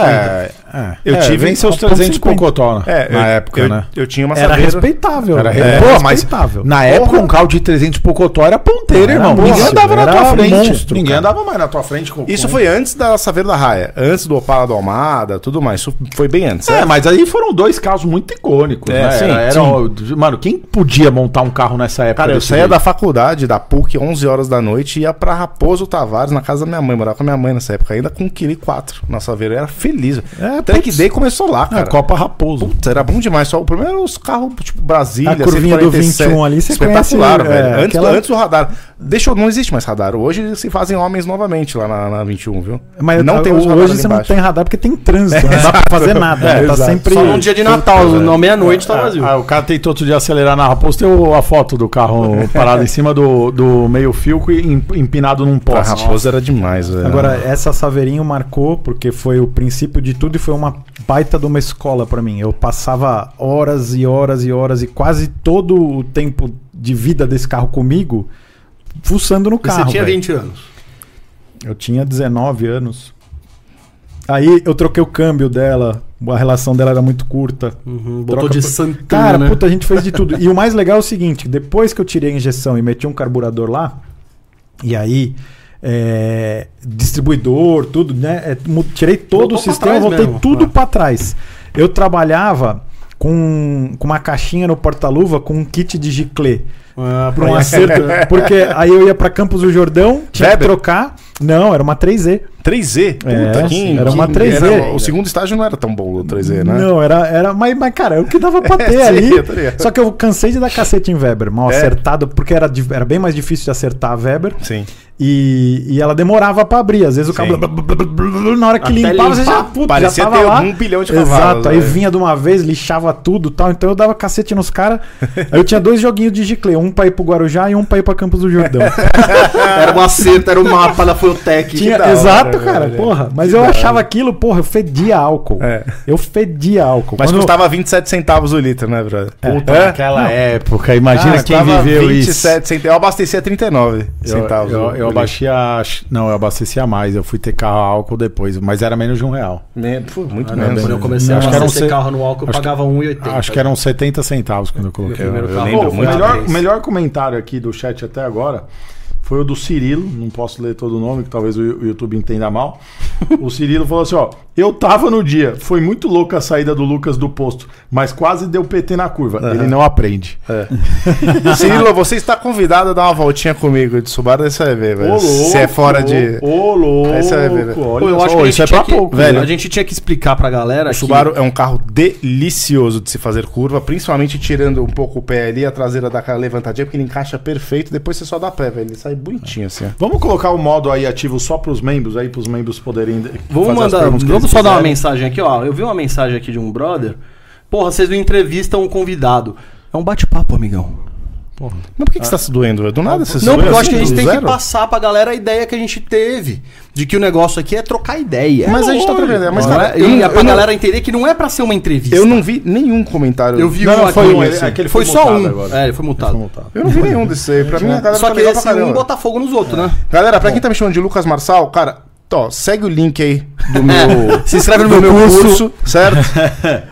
Speaker 6: É, eu tive
Speaker 1: vem seus 300 cocotó
Speaker 6: É,
Speaker 1: na
Speaker 6: eu-
Speaker 1: época,
Speaker 6: eu,
Speaker 1: né?
Speaker 6: Eu tinha uma
Speaker 3: Era
Speaker 6: Saveiro.
Speaker 3: respeitável.
Speaker 6: Era
Speaker 3: velho.
Speaker 6: É,
Speaker 1: Pô, mas
Speaker 3: respeitável.
Speaker 1: na época um carro de 300 pocotó era ponteiro,
Speaker 3: Era
Speaker 1: irmão. um Ninguém
Speaker 3: monstro,
Speaker 1: andava na
Speaker 3: era
Speaker 1: tua frente.
Speaker 3: monstro,
Speaker 1: Ninguém
Speaker 3: cara.
Speaker 1: andava mais na tua frente. Com,
Speaker 6: Isso
Speaker 1: com-
Speaker 6: foi antes da Saveiro da Raia, antes do Opala do Almada, tudo mais. Isso foi bem antes.
Speaker 1: É,
Speaker 6: certo?
Speaker 1: mas aí foram dois carros muito icônicos,
Speaker 6: É,
Speaker 1: né?
Speaker 6: sim,
Speaker 1: era, era-
Speaker 6: sim.
Speaker 1: ó, Mano, quem podia montar um carro nessa época?
Speaker 6: Cara, eu
Speaker 1: desse
Speaker 6: saía
Speaker 1: jeito?
Speaker 6: da faculdade, da PUC, 11 horas da noite, e ia pra Raposo Tavares, na casa da minha mãe. Morava com a minha mãe nessa época, ainda com 1,4kg. Nossa, Saveiro eu era feliz.
Speaker 3: É,
Speaker 6: Até que Day começou lá,
Speaker 1: É,
Speaker 6: cara.
Speaker 1: Copa Raposo.
Speaker 6: Puta, era bom demais. Só o problema era os carros, tipo, Brasília,
Speaker 3: A curvinha do 21 ali, você
Speaker 6: Espetacular,
Speaker 3: conhece,
Speaker 6: velho.
Speaker 3: é,
Speaker 6: antes,
Speaker 3: aquela-
Speaker 6: antes do radar. Deixa, eu- não existe mais radar. Hoje se fazem homens novamente lá na, na 21, viu?
Speaker 3: Mas tá
Speaker 6: não
Speaker 3: não
Speaker 6: tem os radar
Speaker 3: hoje
Speaker 6: ali
Speaker 3: você não
Speaker 6: embaixo.
Speaker 3: tem radar porque tem trânsito, né? não dá pra fazer nada. né? tá
Speaker 1: exato.
Speaker 3: sempre.
Speaker 5: Só num dia de Natal, na meia-noite tá vazio.
Speaker 1: Ah, o cara tentou outro dia acelerar na Raposo. Tem o- a foto do
Speaker 3: É.
Speaker 1: carro parado em cima do, do meio fio e em- empinado num
Speaker 6: Pô, a
Speaker 1: poste.
Speaker 6: Raposo era demais, velho.
Speaker 3: Agora, essa Saveirinho marcou porque foi o princípio de tudo e foi uma baita de uma escola pra mim. Eu passava horas e horas e horas e quase todo o tempo de vida desse carro comigo fuçando no carro.
Speaker 5: Você tinha
Speaker 3: velho.
Speaker 5: 20 anos.
Speaker 3: Eu tinha 19 anos. Aí eu troquei o câmbio dela, a relação dela era muito curta.
Speaker 5: Uhum, Botou
Speaker 3: Troca
Speaker 5: de
Speaker 3: por-
Speaker 5: Santana.
Speaker 3: Cara, puta, a gente fez de tudo. E o mais legal é o seguinte: depois que eu tirei a injeção e meti um carburador lá, e aí. é, distribuidor, tudo, né? É, mu- tirei todo
Speaker 5: Voltou
Speaker 3: o
Speaker 5: pra
Speaker 3: sistema,
Speaker 5: trás
Speaker 3: voltei
Speaker 5: mesmo,
Speaker 3: tudo
Speaker 5: é.
Speaker 3: pra trás. Eu trabalhava com, com uma caixinha no porta-luva com um kit de giclê.
Speaker 5: Ah,
Speaker 3: Pra um acerto. Porque aí eu ia pra Campos do Jordão, tinha que
Speaker 6: Weber?
Speaker 3: trocar. Não, era uma 3E.
Speaker 6: 3E?
Speaker 3: É, era uma 3E.
Speaker 6: era- o segundo estágio não era tão bom o 3E, né?
Speaker 3: Não, era. era mas, mas, cara, é o que dava pra ter
Speaker 6: Sim,
Speaker 3: ali.
Speaker 6: eu tô ligado.
Speaker 3: Só que eu cansei de dar cacete em Weber, mal
Speaker 6: É.
Speaker 3: acertado, porque era, di- era bem mais difícil de acertar a Weber.
Speaker 6: Sim.
Speaker 3: E, e ela demorava pra abrir. Às vezes o cabo. Na hora que
Speaker 5: Até
Speaker 3: limpava, você
Speaker 5: limpar,
Speaker 3: já, puta,
Speaker 6: Parecia
Speaker 3: já tava
Speaker 6: ter
Speaker 3: lá.
Speaker 6: um bilhão de cavalos.
Speaker 3: Exato, aí
Speaker 6: né?
Speaker 3: vinha de uma vez, lixava tudo e tal. Então eu dava cacete nos caras. Aí eu tinha dois joguinhos de giclê, um pra ir pro Guarujá e um pra ir pra Campos do Jordão.
Speaker 5: Era um acerto, era o mapa da Fuiotec.
Speaker 3: Tinha-
Speaker 6: da hora,
Speaker 3: exato,
Speaker 6: velho.
Speaker 3: cara, porra. Mas eu achava aquilo, porra, eu fedia álcool.
Speaker 6: É.
Speaker 3: Eu fedia álcool.
Speaker 6: Mas
Speaker 3: Quando-
Speaker 6: custava 27 centavos o litro, né, brother? Puta,
Speaker 1: Naquela época, imagina
Speaker 6: Cara,
Speaker 1: quem
Speaker 6: tava
Speaker 1: viveu
Speaker 6: 27 centavos. Eu abastecia 39
Speaker 1: isso. Eu,
Speaker 6: centavos.
Speaker 1: eu, eu
Speaker 6: o
Speaker 1: abaixei a. Não, eu abastecia mais. Eu fui ter carro a álcool depois, mas era menos de um real.
Speaker 6: litro. Pô, muito
Speaker 5: Ah, não,
Speaker 6: menos.
Speaker 5: quando eu
Speaker 6: né?
Speaker 5: comecei
Speaker 1: Não, acho
Speaker 5: a
Speaker 1: que era um
Speaker 5: fazer
Speaker 1: se-
Speaker 5: carro no álcool, eu
Speaker 1: acho que-
Speaker 5: pagava 1,80.
Speaker 1: Acho que eram 70 centavos quando eu coloquei.
Speaker 5: primeiro
Speaker 6: eu
Speaker 5: carro.
Speaker 6: lembro
Speaker 1: Pô, o
Speaker 5: foi
Speaker 6: muito.
Speaker 5: na
Speaker 1: melhor,
Speaker 5: três.
Speaker 1: o melhor comentário aqui do chat até agora foi o do Cirilo. Não posso ler todo o nome, que talvez o o YouTube entenda mal. O Cirilo falou assim: ó, eu tava no dia, foi muito louca a saída do Lucas do posto, mas quase deu PT na curva. Ele não aprende.
Speaker 6: Cirilo, você está convidado a dar uma voltinha comigo de Subaru, aí você vai ver, velho. Se é fora de.
Speaker 1: Ô, louco!
Speaker 6: Aí você vai ver, velho.
Speaker 1: olha
Speaker 5: Pô, eu
Speaker 1: só,
Speaker 5: acho que a gente
Speaker 1: isso é
Speaker 5: tinha
Speaker 1: pra
Speaker 5: que-
Speaker 1: pouco,
Speaker 5: velho.
Speaker 1: velho.
Speaker 5: A gente tinha que explicar pra galera.
Speaker 6: O Subaru é um carro delicioso de se fazer curva, principalmente tirando um pouco o pé ali, a traseira daquela levantadinha, porque ele encaixa perfeito, depois você só dá pé, velho. Ele sai bonitinho assim, ó.
Speaker 1: Vamos colocar o modo aí ativo só pros membros, aí pros membros poderem. de-
Speaker 5: Vamos
Speaker 1: fazer as
Speaker 5: mandar.
Speaker 1: perguntas que
Speaker 5: Vamos
Speaker 1: eles
Speaker 5: só dar uma
Speaker 1: quiserem.
Speaker 5: mensagem aqui, ó. Eu vi uma mensagem aqui de um brother. Porra, vocês não entrevistam um convidado. É um bate-papo, amigão.
Speaker 1: Porra.
Speaker 6: Mas por que, que você tá se doendo? velho? Do nada você se
Speaker 5: Não,
Speaker 6: doeu
Speaker 5: porque eu
Speaker 6: assim,
Speaker 5: acho que a gente
Speaker 6: do
Speaker 5: tem que
Speaker 6: zero?
Speaker 5: passar pra galera a ideia que a gente teve. De que o negócio aqui é trocar ideia.
Speaker 6: Mas a gente tá trocando ideia. Mas,
Speaker 5: Não
Speaker 6: cara,
Speaker 5: é-
Speaker 6: eu,
Speaker 5: e
Speaker 6: não-
Speaker 5: é pra
Speaker 6: eu não-
Speaker 5: galera entender que não é pra ser uma entrevista.
Speaker 6: eu não vi nenhum comentário.
Speaker 5: Eu vi
Speaker 6: não,
Speaker 5: um
Speaker 6: não, foi
Speaker 5: aqui,
Speaker 6: um,
Speaker 5: esse.
Speaker 6: esse.
Speaker 5: Foi,
Speaker 6: Aquele
Speaker 5: só um.
Speaker 6: agora.
Speaker 5: É, ele foi multado.
Speaker 6: Eu não vi nenhum desses aí.
Speaker 1: Uhum.
Speaker 6: Pra mim, a galera
Speaker 5: Só
Speaker 6: tá
Speaker 5: que
Speaker 6: legal pra
Speaker 5: esse um
Speaker 6: caramba.
Speaker 5: bota fogo nos outros, né?
Speaker 6: Galera, pra quem tá me chamando de Lucas Marçal, cara, ó, segue o link aí do meu.
Speaker 5: Se inscreve no
Speaker 6: do
Speaker 5: meu curso.
Speaker 6: certo?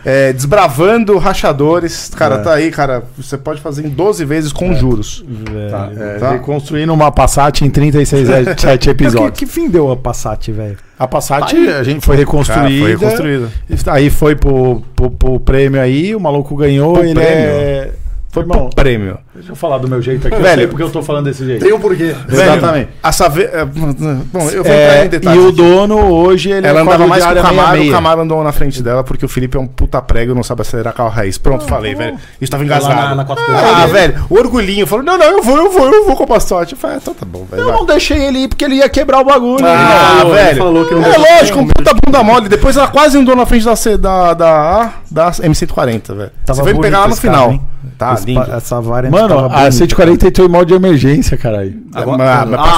Speaker 6: É, desbravando rachadores.
Speaker 5: É.
Speaker 6: Cara, tá aí, cara. Você pode fazer em 12 vezes com juros.
Speaker 1: Tá, é,
Speaker 6: tá.
Speaker 1: Reconstruindo uma Passat em 36 e- sete
Speaker 3: Mas que,
Speaker 1: episódios.
Speaker 3: que fim deu a Passat, velho?
Speaker 1: A Passat a gente foi reconstruída.
Speaker 6: Cara, foi reconstruída.
Speaker 1: Aí foi pro, pro, pro prêmio aí, o maluco ganhou.
Speaker 6: Pro
Speaker 1: ele
Speaker 6: prêmio?
Speaker 1: é. Foi
Speaker 6: Pô, prêmio.
Speaker 1: Deixa eu falar do meu jeito aqui.
Speaker 6: Velho,
Speaker 1: Velho, porque eu tô falando desse jeito.
Speaker 6: um porquê.
Speaker 1: Exatamente.
Speaker 6: A Save... é, Bom, eu vou entrar
Speaker 1: É,
Speaker 6: em
Speaker 1: e
Speaker 6: detalhes.
Speaker 1: o dono hoje ele
Speaker 6: Ela
Speaker 1: é
Speaker 6: andava mais que o
Speaker 1: quadro de área
Speaker 6: Camaro, o
Speaker 1: 66.
Speaker 6: Camaro andou na frente dela porque o Felipe é um puta prego e não sabe acelerar carro raiz. Pronto, falei, velho. Isso tava engasgado.
Speaker 5: Lá na- na quatro
Speaker 6: ah, velho, o orgulhinho falou: não, não, eu vou, eu vou, eu vou com a Passat. Eu falei, ah, então tá bom, velho.
Speaker 1: Eu
Speaker 6: vai.
Speaker 1: não deixei ele ir porque ele ia quebrar o bagulho. Ele
Speaker 6: Ah,
Speaker 1: falou,
Speaker 6: velho.
Speaker 1: ele falou que não
Speaker 6: é lógico, um puta bunda mole. Depois ela quase andou na frente da, C- da, da, da M140, velho.
Speaker 3: Tava
Speaker 6: Você veio
Speaker 3: bonito
Speaker 6: pegar lá no
Speaker 3: esse carro,
Speaker 6: final.
Speaker 3: hein?
Speaker 6: tá,
Speaker 3: Esse
Speaker 6: lindo.
Speaker 3: pa- Essa variante
Speaker 1: Mano,
Speaker 3: tava
Speaker 1: a
Speaker 3: bonita.
Speaker 1: 140 entrou em modo de emergência, caralho.
Speaker 6: Ah, mas passou-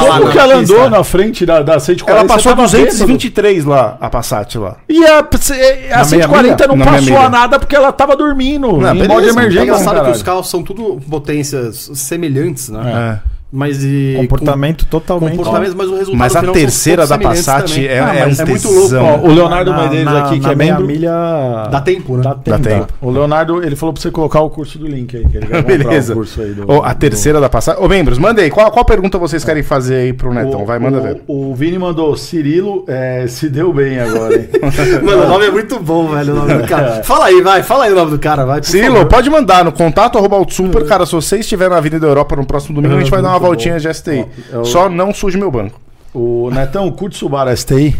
Speaker 5: lá
Speaker 1: Como
Speaker 5: na
Speaker 1: que ela
Speaker 5: pista.
Speaker 1: andou na frente da, da 140?
Speaker 6: ela passou
Speaker 1: Você tava
Speaker 6: 223 lá, a Passat lá.
Speaker 1: bêbado. E a, cê- a
Speaker 6: Na
Speaker 1: 140
Speaker 6: meia
Speaker 1: não
Speaker 6: milha? Na
Speaker 1: passou
Speaker 6: meia
Speaker 1: a
Speaker 6: milha.
Speaker 1: nada porque ela tava dormindo.
Speaker 6: Não,
Speaker 1: em
Speaker 6: beleza,
Speaker 1: modo de
Speaker 6: não tá
Speaker 5: É
Speaker 1: emergência.
Speaker 5: engraçado que
Speaker 1: caralho.
Speaker 5: os carros são tudo potências semelhantes, né?
Speaker 6: É.
Speaker 5: Mas e.
Speaker 3: Comportamento
Speaker 5: com-
Speaker 3: totalmente.
Speaker 5: Comportamento, mas o resultado
Speaker 6: Mas a
Speaker 5: final são
Speaker 6: terceira
Speaker 5: todos
Speaker 6: da
Speaker 5: semelhantes
Speaker 6: Passat
Speaker 5: também.
Speaker 6: é,
Speaker 3: Ah,
Speaker 6: é um
Speaker 3: mas é
Speaker 1: Muito louco, ó.
Speaker 6: tesão.
Speaker 1: O Leonardo
Speaker 3: Na-
Speaker 1: Medeiros
Speaker 3: na-
Speaker 1: aqui, que
Speaker 3: na
Speaker 1: é
Speaker 3: meia
Speaker 1: membro.
Speaker 3: milha.
Speaker 5: Dá tempo, né?
Speaker 3: Dá tempo.
Speaker 6: Dá tempo.
Speaker 1: O Leonardo, ele falou pra você colocar o curso do link aí, que ele vai comprar
Speaker 6: Beleza.
Speaker 1: o curso aí do.
Speaker 6: Ô, a terceira da Passat. Ô, membros, manda aí. Qual, qual pergunta vocês querem fazer aí pro
Speaker 1: do-
Speaker 6: Netão? Vai, manda
Speaker 1: o,
Speaker 6: ver.
Speaker 1: O Vini mandou, Cirilo é, se deu bem agora, hein?
Speaker 5: Mano, o nome é muito bom, velho. O nome do cara. Fala aí, vai. Fala aí o nome do cara, vai. por
Speaker 6: Cirilo,
Speaker 5: favor.
Speaker 6: pode mandar no contato arroba
Speaker 1: Hum.
Speaker 6: Altsuper. Cara, se você estiver na Avenida Europa no próximo domingo, a
Speaker 7: Ah,
Speaker 6: gente vai dar uma voltinha de STI.
Speaker 1: Ah, Ó, eu-
Speaker 6: Só não surge meu banco.
Speaker 1: o Netão, curte Subaru STI?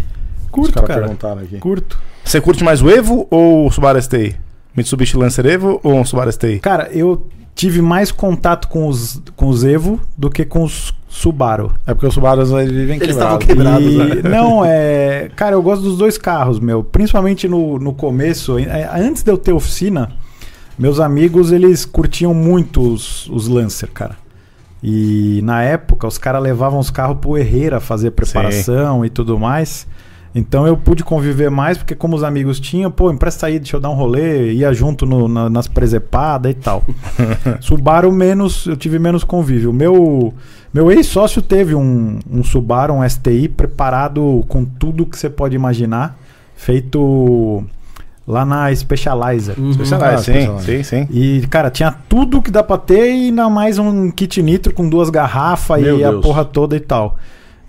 Speaker 1: Curto, Os caras
Speaker 3: cara.
Speaker 1: perguntaram aqui.
Speaker 3: Curto.
Speaker 6: Você curte mais o Evo ou o Subaru STI? Mitsubishi Lancer Evo ou um Subaru STI?
Speaker 3: Cara, eu tive mais contato com os, com os Evo do que com os Subaru.
Speaker 1: É porque os Subarus eles vivem
Speaker 5: Eles estavam
Speaker 1: quebrados.
Speaker 5: quebrados,
Speaker 3: E,
Speaker 5: né?
Speaker 3: não, é. Cara, eu gosto dos dois carros, meu. Principalmente no, no começo, é, antes de eu ter oficina, meus amigos eles curtiam muito os, os Lancer, cara. E na época os caras levavam os carros pro Herrera fazer preparação e tudo mais. Então eu pude conviver mais, porque como os amigos tinham, pô, empresta aí, deixa eu dar um rolê, ia junto no- na- nas presepadas e tal. Subaru menos, eu tive menos convívio. Meu meu ex-sócio teve um, um Subaru, um STI preparado com tudo que você pode imaginar, feito lá na Specializer.
Speaker 6: Specialized,
Speaker 1: Ah,
Speaker 6: sim,
Speaker 1: Specialized.
Speaker 6: sim, sim.
Speaker 3: E, cara, tinha tudo que dá pra ter e ainda mais um kit nitro com duas garrafas e
Speaker 1: Meu
Speaker 3: a
Speaker 1: Deus.
Speaker 3: porra toda e tal.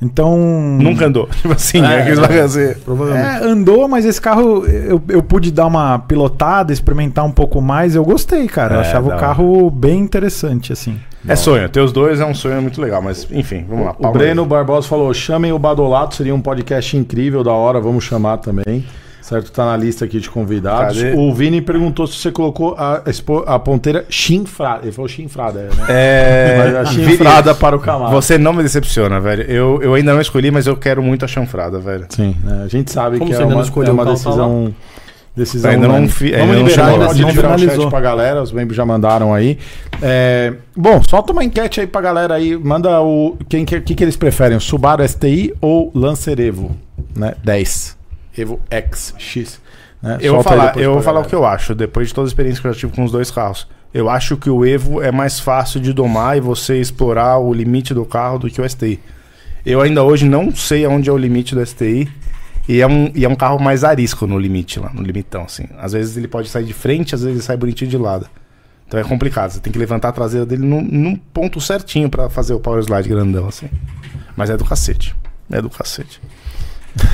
Speaker 3: Então.
Speaker 6: Nunca andou. Tipo assim, é, aqueles bagulhos.
Speaker 3: É, andou, mas esse carro eu, eu pude dar uma pilotada, experimentar um pouco mais. Eu gostei, cara. eu
Speaker 6: É,
Speaker 3: achava
Speaker 6: da hora.
Speaker 3: o carro bem interessante, assim.
Speaker 6: É sonho. Ter os dois é um sonho muito legal, mas enfim, vamos lá.
Speaker 1: O
Speaker 6: palma
Speaker 1: Breno Barbosa falou: chamem o Badolato, seria um podcast incrível, da hora, vamos chamar também. Certo? Tá na lista aqui de convidados.
Speaker 6: Cadê?
Speaker 1: O Vini perguntou se você colocou a, expo- a ponteira chinfrada. Ele falou chinfrada, é, né? Mas
Speaker 6: É.
Speaker 1: a
Speaker 6: Vini,
Speaker 1: chinfrada para o Camaro.
Speaker 6: Você não me decepciona, velho. Eu, eu ainda não escolhi, mas eu quero muito a chanfrada, velho.
Speaker 1: Sim, né? a gente sabe
Speaker 5: Como
Speaker 1: que
Speaker 5: você
Speaker 1: é
Speaker 5: ainda
Speaker 1: uma,
Speaker 5: não escolheu
Speaker 1: é uma
Speaker 7: tá
Speaker 5: o carro,
Speaker 1: decisão. Decisão
Speaker 6: Ainda não
Speaker 1: unânime.
Speaker 6: fi- ainda
Speaker 1: Vamos
Speaker 6: não
Speaker 1: liberar,
Speaker 6: chegou.
Speaker 1: ainda
Speaker 6: Não
Speaker 1: pode liberar o chat
Speaker 3: finalizou.
Speaker 1: pra galera, os membros já mandaram aí. É, bom, solta uma enquete aí pra galera aí. Manda o. Quem que, que, que eles preferem? O Subaru STI ou Lancer Evo? Né? 10. Evo X, X. né?
Speaker 6: Eu vou
Speaker 1: Solta aí
Speaker 6: falar,
Speaker 1: depois
Speaker 6: eu
Speaker 1: pra
Speaker 6: vou falar o
Speaker 1: galera.
Speaker 6: que eu acho, depois de toda a experiência que eu já tive com os dois carros. Eu acho que o Evo é mais fácil de domar e você explorar o limite do carro do que o STI. Eu ainda hoje não sei aonde é o limite do STI. E é, um, e é um carro mais arisco no limite lá, no limitão, assim. Às vezes ele pode sair de frente, às vezes ele sai bonitinho de lado. Então é complicado, você tem que levantar a traseira dele num, num ponto certinho pra fazer o power slide grandão, assim. Mas é do cacete. É do cacete.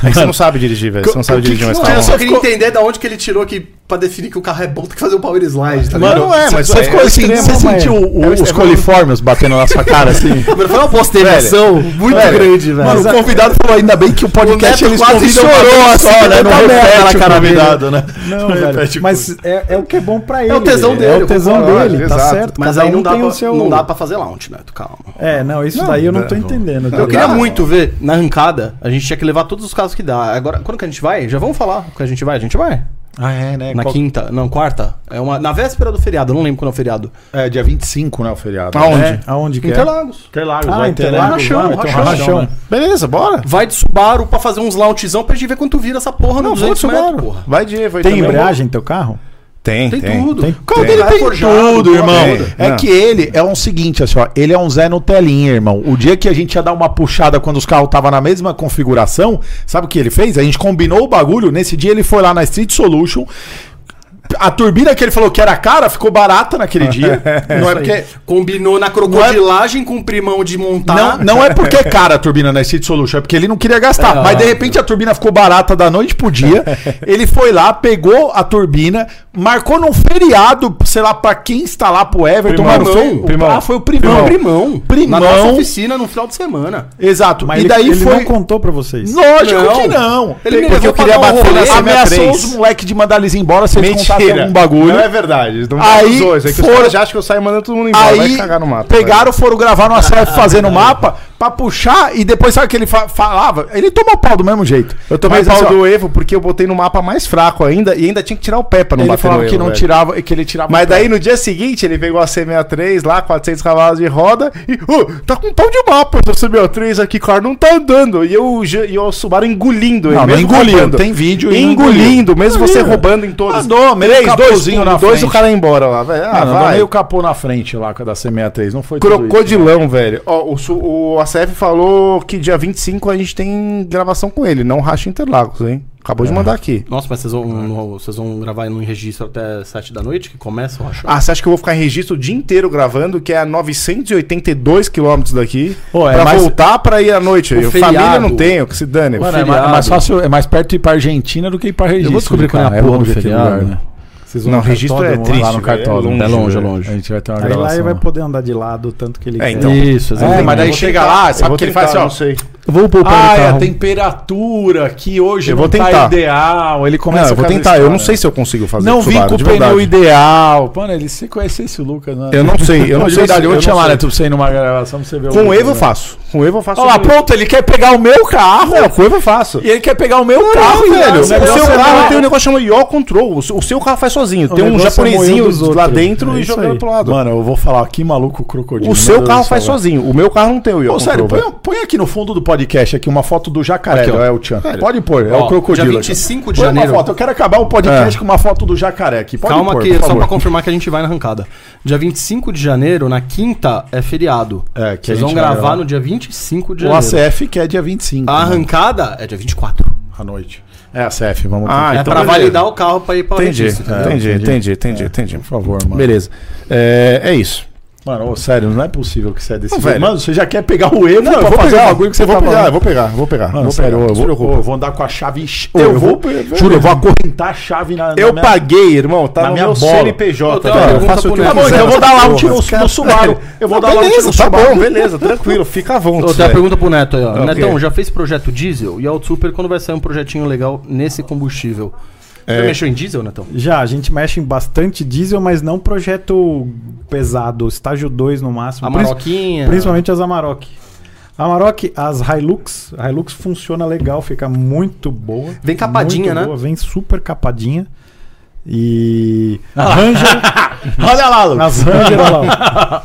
Speaker 6: É que você não sabe dirigir, velho. Você não sabe dirigir mais
Speaker 5: Não, eu
Speaker 6: carro.
Speaker 5: só queria entender da onde que ele tirou que pra definir que o carro é bom tem que fazer um power slide, tá
Speaker 1: Mano,
Speaker 5: ligado?
Speaker 1: não é, mas
Speaker 6: Você
Speaker 1: você
Speaker 6: ficou
Speaker 1: ficou
Speaker 6: assim,
Speaker 1: você sentiu o- o- os coliformes batendo na sua cara assim?
Speaker 5: Mano, foi uma postergação muito
Speaker 1: Velho,
Speaker 5: grande, velho.
Speaker 1: Mano, o convidado falou ainda bem que o podcast
Speaker 5: O Neto
Speaker 1: eles
Speaker 5: quase
Speaker 1: convidam
Speaker 5: chorou,
Speaker 1: pra um
Speaker 5: assim,
Speaker 1: só, né?
Speaker 5: de
Speaker 1: Não
Speaker 5: tanta merda
Speaker 1: repete
Speaker 5: na
Speaker 1: o
Speaker 5: cara
Speaker 1: convidado, né?
Speaker 3: Não, velho,
Speaker 1: repete
Speaker 3: mas é, é o que é bom pra ele.
Speaker 5: o tesão
Speaker 3: velho.
Speaker 5: dele,
Speaker 3: É o tesão
Speaker 5: eu
Speaker 6: concordo,
Speaker 3: dele, tá
Speaker 6: exato.
Speaker 3: certo?
Speaker 5: Mas
Speaker 3: Cada
Speaker 5: aí
Speaker 3: um
Speaker 5: não dá,
Speaker 3: tem o
Speaker 5: pra,
Speaker 3: seu-
Speaker 5: não dá pra fazer launch, Neto, calma.
Speaker 3: É, não, isso daí eu não tô entendendo.
Speaker 5: Eu queria muito ver, na arrancada, a gente tinha que levar todos os casos que dá. Agora, quando que a gente vai? Já vamos falar que a gente vai? A gente vai.
Speaker 7: Ah, é, né?
Speaker 5: Na
Speaker 7: Qual-
Speaker 5: quinta, não, quarta. É uma, na véspera do feriado, eu não lembro quando é o feriado.
Speaker 7: É, dia 25, né? O feriado.
Speaker 6: Aonde?
Speaker 7: É.
Speaker 3: Aonde que é?
Speaker 5: Interlagos.
Speaker 7: Interlagos,
Speaker 3: Ah,
Speaker 7: vai ter, né?
Speaker 3: Interlagos,
Speaker 5: Rachão,
Speaker 7: vai ter um
Speaker 5: rachão.
Speaker 7: rachão, né?
Speaker 6: Beleza, bora.
Speaker 5: Vai de Subaru pra fazer uns launchzão pra gente ver quanto vira essa porra
Speaker 6: Não, vou
Speaker 5: no
Speaker 6: de
Speaker 5: 200 metros,
Speaker 6: Subaru.
Speaker 5: porra.
Speaker 6: Vai de vai
Speaker 3: Tem
Speaker 6: também.
Speaker 3: embreagem no teu carro?
Speaker 6: Tem,
Speaker 5: Tem,
Speaker 6: tem.
Speaker 5: tudo.
Speaker 3: tem-
Speaker 5: O
Speaker 7: Tem,
Speaker 5: dele Tá
Speaker 7: tem
Speaker 5: forjado,
Speaker 7: tudo, irmão.
Speaker 6: tem.
Speaker 7: É
Speaker 6: Não.
Speaker 7: que ele é um seguinte, assim, ó, ele é um Zé Nutelinha, irmão. O dia que a gente ia dar uma puxada quando os carros estavam na mesma configuração, sabe o que ele fez? A gente combinou o bagulho, nesse dia ele foi lá na Street Solution. A turbina que ele falou que era cara ficou barata naquele dia. Não é porque
Speaker 5: Combinou na crocodilagem com o primão de montar.
Speaker 7: não,
Speaker 6: Tá.
Speaker 7: não é porque é cara a turbina na Street Solution, é porque ele não queria gastar.
Speaker 5: É,
Speaker 7: mas de
Speaker 5: ó.
Speaker 7: repente a turbina ficou barata da noite pro dia. ele foi lá, pegou a turbina, marcou num feriado, sei lá, pra quem instalar pro Everton.
Speaker 5: Primão.
Speaker 7: Mano, foi, o-
Speaker 5: Primão.
Speaker 7: Ah, foi o
Speaker 5: Não,
Speaker 7: primão.
Speaker 5: primão.
Speaker 7: Primão.
Speaker 5: Na nossa oficina no final de semana.
Speaker 7: Exato.
Speaker 3: Mas
Speaker 7: e
Speaker 3: ele,
Speaker 7: daí
Speaker 3: ele
Speaker 7: foi.
Speaker 3: não contou pra vocês.
Speaker 7: Lógico
Speaker 5: Não.
Speaker 7: que não.
Speaker 5: Ele me
Speaker 7: Porque
Speaker 5: levou
Speaker 7: eu queria
Speaker 5: pra dar um
Speaker 7: bater
Speaker 5: rolê.
Speaker 7: na Ameaçou
Speaker 6: 63.
Speaker 7: os moleques de mandar eles embora se eles contassem
Speaker 6: Mentira.
Speaker 7: algum tá bagulho.
Speaker 6: Não é verdade. Não
Speaker 7: Aí
Speaker 6: os dois. É que
Speaker 7: foram-
Speaker 6: os caras já acham que eu saio mandando todo mundo embora.
Speaker 7: Aí
Speaker 6: vai cagar no mato.
Speaker 7: pegaram, foram gravar numa selfie fazendo o mapa pra puxar e depois sabe o que ele fa- falava? Ele tomou pau do mesmo jeito.
Speaker 6: Eu tomei
Speaker 7: Mas,
Speaker 6: pau
Speaker 7: assim, ó,
Speaker 6: do Evo porque eu botei no mapa mais fraco ainda e ainda tinha que tirar o pé pra não
Speaker 7: Ele
Speaker 6: bater
Speaker 7: falava
Speaker 6: no
Speaker 7: que
Speaker 6: Evo,
Speaker 7: não
Speaker 6: velho.
Speaker 7: tirava, que ele tirava.
Speaker 6: Mas daí no dia seguinte ele pegou a C63 lá, 400 cavalos de roda e, "Ô, tá com um pau de mapa seu C63 aqui, cara, não tá andando. E eu, já- e eu Subaru engolindo ele,
Speaker 7: Não, não engoliu,
Speaker 6: roubando.
Speaker 7: tem vídeo e não
Speaker 6: Engolindo, mesmo você
Speaker 7: Engoliu.
Speaker 6: roubando em todas.
Speaker 7: Andou, meio
Speaker 6: Três, dois, um,
Speaker 7: capuzinho na
Speaker 6: dois
Speaker 7: frente.
Speaker 6: o cara ia embora lá, velho. Ah, vai.
Speaker 7: meio capô na frente lá com a da C63, não foi
Speaker 6: Crocodilão, velho. Ó, o, Su- o ACF falou que dia 25 a gente tem gravação com ele, não racha Interlagos, hein? Acabou de mandar aqui.
Speaker 5: Nossa, mas vocês vão, vocês vão gravar no registro até 7 da noite, que começa, eu acho.
Speaker 6: Ah, você acha que eu vou ficar em registro o dia inteiro gravando, que é a 982 quilômetros daqui,
Speaker 7: Pô, é
Speaker 6: pra
Speaker 7: mais-
Speaker 6: voltar pra ir à noite?
Speaker 5: O
Speaker 6: Eu,
Speaker 5: feriado.
Speaker 6: família não tenho, que se dane.
Speaker 7: Mano, é mais, é mais fácil, é mais perto ir pra Argentina do que ir pra registro.
Speaker 1: descobrir
Speaker 7: né,
Speaker 1: qual é a
Speaker 7: cara?
Speaker 1: porra do
Speaker 7: longe aquele
Speaker 1: feriado,
Speaker 7: lugar,
Speaker 1: né?
Speaker 7: Vocês
Speaker 6: Não,
Speaker 7: no
Speaker 6: registro é
Speaker 7: cartódromo,
Speaker 6: triste,
Speaker 7: Lá no
Speaker 6: velho, é
Speaker 7: cartódromo.
Speaker 6: longe,
Speaker 7: velho.
Speaker 5: velho.
Speaker 1: É
Speaker 7: A gente vai ter uma
Speaker 3: Aí lá
Speaker 7: gravação.
Speaker 3: ele vai poder andar de lado o tanto que ele
Speaker 6: É,
Speaker 3: quer.
Speaker 6: então.
Speaker 1: Isso,
Speaker 7: É, mas daí
Speaker 6: Eu vou
Speaker 7: chega
Speaker 6: tentar,
Speaker 7: lá,
Speaker 6: eu
Speaker 7: sabe
Speaker 6: vou
Speaker 7: o que ele
Speaker 6: tentar,
Speaker 7: faz assim, ó?
Speaker 6: Não sei.
Speaker 1: Vou poupar
Speaker 7: Ah,
Speaker 1: o
Speaker 7: é a
Speaker 1: carro.
Speaker 7: temperatura que hoje
Speaker 6: Eu vou
Speaker 7: não tá
Speaker 6: tentar.
Speaker 7: ideal. Ele
Speaker 6: Não,
Speaker 7: começa
Speaker 6: eu vou
Speaker 7: a fazer
Speaker 6: tentar,
Speaker 7: isso,
Speaker 6: eu não
Speaker 7: cara.
Speaker 6: sei se eu consigo fazer
Speaker 7: Não vim
Speaker 6: Subaru,
Speaker 7: com o
Speaker 6: de
Speaker 7: pneu
Speaker 6: verdade.
Speaker 7: ideal. Mano, ele se conhecesse o Lucas, né?
Speaker 6: Eu não sei, eu não
Speaker 7: de
Speaker 6: sei.
Speaker 7: verdade, eu
Speaker 6: eu
Speaker 7: vou te
Speaker 6: não
Speaker 7: chamar,
Speaker 6: sei.
Speaker 7: né? Tu pra você ir numa gravação pra você ver
Speaker 6: Com o
Speaker 7: Lucas,
Speaker 6: Evo eu
Speaker 7: né?
Speaker 6: faço. Com o Evo eu faço.
Speaker 7: Olha lá,
Speaker 6: sobre-
Speaker 7: pronto, ele quer pegar o meu carro
Speaker 6: Não, com o Evo eu faço.
Speaker 7: e ele quer pegar o meu
Speaker 6: carro,
Speaker 7: carro, é
Speaker 6: velho.
Speaker 7: velho.
Speaker 6: O seu carro tem um negócio chamado Yaw Control. O seu- o seu carro faz sozinho. Tem um
Speaker 3: negócio é moer
Speaker 6: japonesinho
Speaker 3: dos outros.
Speaker 6: lá dentro
Speaker 3: É
Speaker 6: e
Speaker 3: isso
Speaker 6: jogando
Speaker 3: aí.
Speaker 6: pro lado.
Speaker 7: Mano, eu vou falar, que maluco crocodilo. né,
Speaker 6: o seu carro faz sozinho. O meu carro não tem o Yaw
Speaker 7: Ô, sério,
Speaker 6: Control.
Speaker 7: põe,
Speaker 6: velho.
Speaker 7: põe aqui no fundo do podcast aqui uma foto do jacaré.
Speaker 5: Aqui, ó.
Speaker 7: ó, é o Tchan. Pode pôr, é
Speaker 5: Ó,
Speaker 7: o crocodilo.
Speaker 5: dia
Speaker 7: aqui.
Speaker 5: 25 de
Speaker 7: Põe
Speaker 5: janeiro.
Speaker 7: Uma foto. Eu quero acabar o podcast um com uma foto do jacaré aqui. Pode
Speaker 5: Calma
Speaker 7: pôr,
Speaker 5: que, só
Speaker 7: por
Speaker 5: pra
Speaker 7: favor.
Speaker 5: confirmar que a gente vai na arrancada. Dia 25 de janeiro, na quinta, é feriado.
Speaker 7: É, que a
Speaker 5: Vocês
Speaker 7: gente
Speaker 5: vão
Speaker 7: vai
Speaker 5: gravar
Speaker 7: gravar.
Speaker 5: no dia 25 de
Speaker 7: O
Speaker 5: janeiro.
Speaker 7: ACF que é dia 25.
Speaker 5: A
Speaker 7: né?
Speaker 5: arrancada é dia 24.
Speaker 7: à noite. É, ACF, vamos
Speaker 6: Ah,
Speaker 7: por
Speaker 5: é
Speaker 6: então
Speaker 5: pra
Speaker 6: beleza.
Speaker 5: validar o carro pra ir pra
Speaker 6: Entendi,
Speaker 5: registro.
Speaker 7: É,
Speaker 6: entendi,
Speaker 7: entendi.
Speaker 6: entendi, entendi, entendi.
Speaker 7: favor, mano.
Speaker 6: Beleza. É, é isso.
Speaker 7: Mano, ô, sério, não é possível que você é desse
Speaker 6: Não,
Speaker 7: jeito.
Speaker 6: velho.
Speaker 7: Mano, você já quer pegar o erro
Speaker 6: Não, eu
Speaker 7: pra
Speaker 6: vou
Speaker 7: fazer
Speaker 6: pegar,
Speaker 7: o bagulho que você
Speaker 6: eu vou
Speaker 7: tá
Speaker 6: pegar,
Speaker 7: falando.
Speaker 6: eu vou pegar, eu vou pegar.
Speaker 7: Mano,
Speaker 6: vou
Speaker 7: sério,
Speaker 6: pegar,
Speaker 7: eu,
Speaker 6: não se
Speaker 7: vou,
Speaker 6: preocupa.
Speaker 7: pô, eu vou andar com a chave. enche-
Speaker 6: Eu
Speaker 7: Eu
Speaker 6: vou
Speaker 7: vou.
Speaker 6: pe-
Speaker 7: Juro, eu vou acorrentar a chave na. na
Speaker 6: Eu
Speaker 7: minha-
Speaker 6: paguei, irmão, tá
Speaker 7: na
Speaker 6: no
Speaker 7: minha
Speaker 6: meu
Speaker 7: bola.
Speaker 5: Eu
Speaker 6: CNPJ.
Speaker 5: tenho
Speaker 6: velho,
Speaker 5: uma
Speaker 6: Eu
Speaker 5: pergunta
Speaker 6: faço o que
Speaker 5: pro
Speaker 7: Tá
Speaker 6: eu
Speaker 7: bom,
Speaker 6: quiser.
Speaker 7: então eu vou dar lá um
Speaker 6: porra.
Speaker 7: tiro no, no Subaru. Eu vou dar lá um tiro no
Speaker 6: Beleza, tá
Speaker 7: Subaru.
Speaker 6: bom, beleza, tranquilo, fica à vontade.
Speaker 5: Outra pergunta pro Neto aí, ó.
Speaker 6: Ah, o
Speaker 5: Netão,
Speaker 6: quê?
Speaker 5: já fez projeto diesel? E a Super quando vai sair um projetinho legal nesse combustível? Você mexeu em diesel, Netão?
Speaker 3: Já, a gente mexe em bastante diesel, mas não projeto pesado, estágio 2 no máximo.
Speaker 5: A
Speaker 3: Princi-
Speaker 5: maroquinha?
Speaker 3: Principalmente as Amarok. A Amarok, as Hilux, a Hilux funciona legal, fica muito boa.
Speaker 5: Vem capadinha,
Speaker 3: muito
Speaker 5: né?
Speaker 3: Boa, vem super capadinha. E. A
Speaker 5: Ah.
Speaker 3: Ranger,
Speaker 7: Olha lá, Lu.
Speaker 3: as Ranger, olha lá.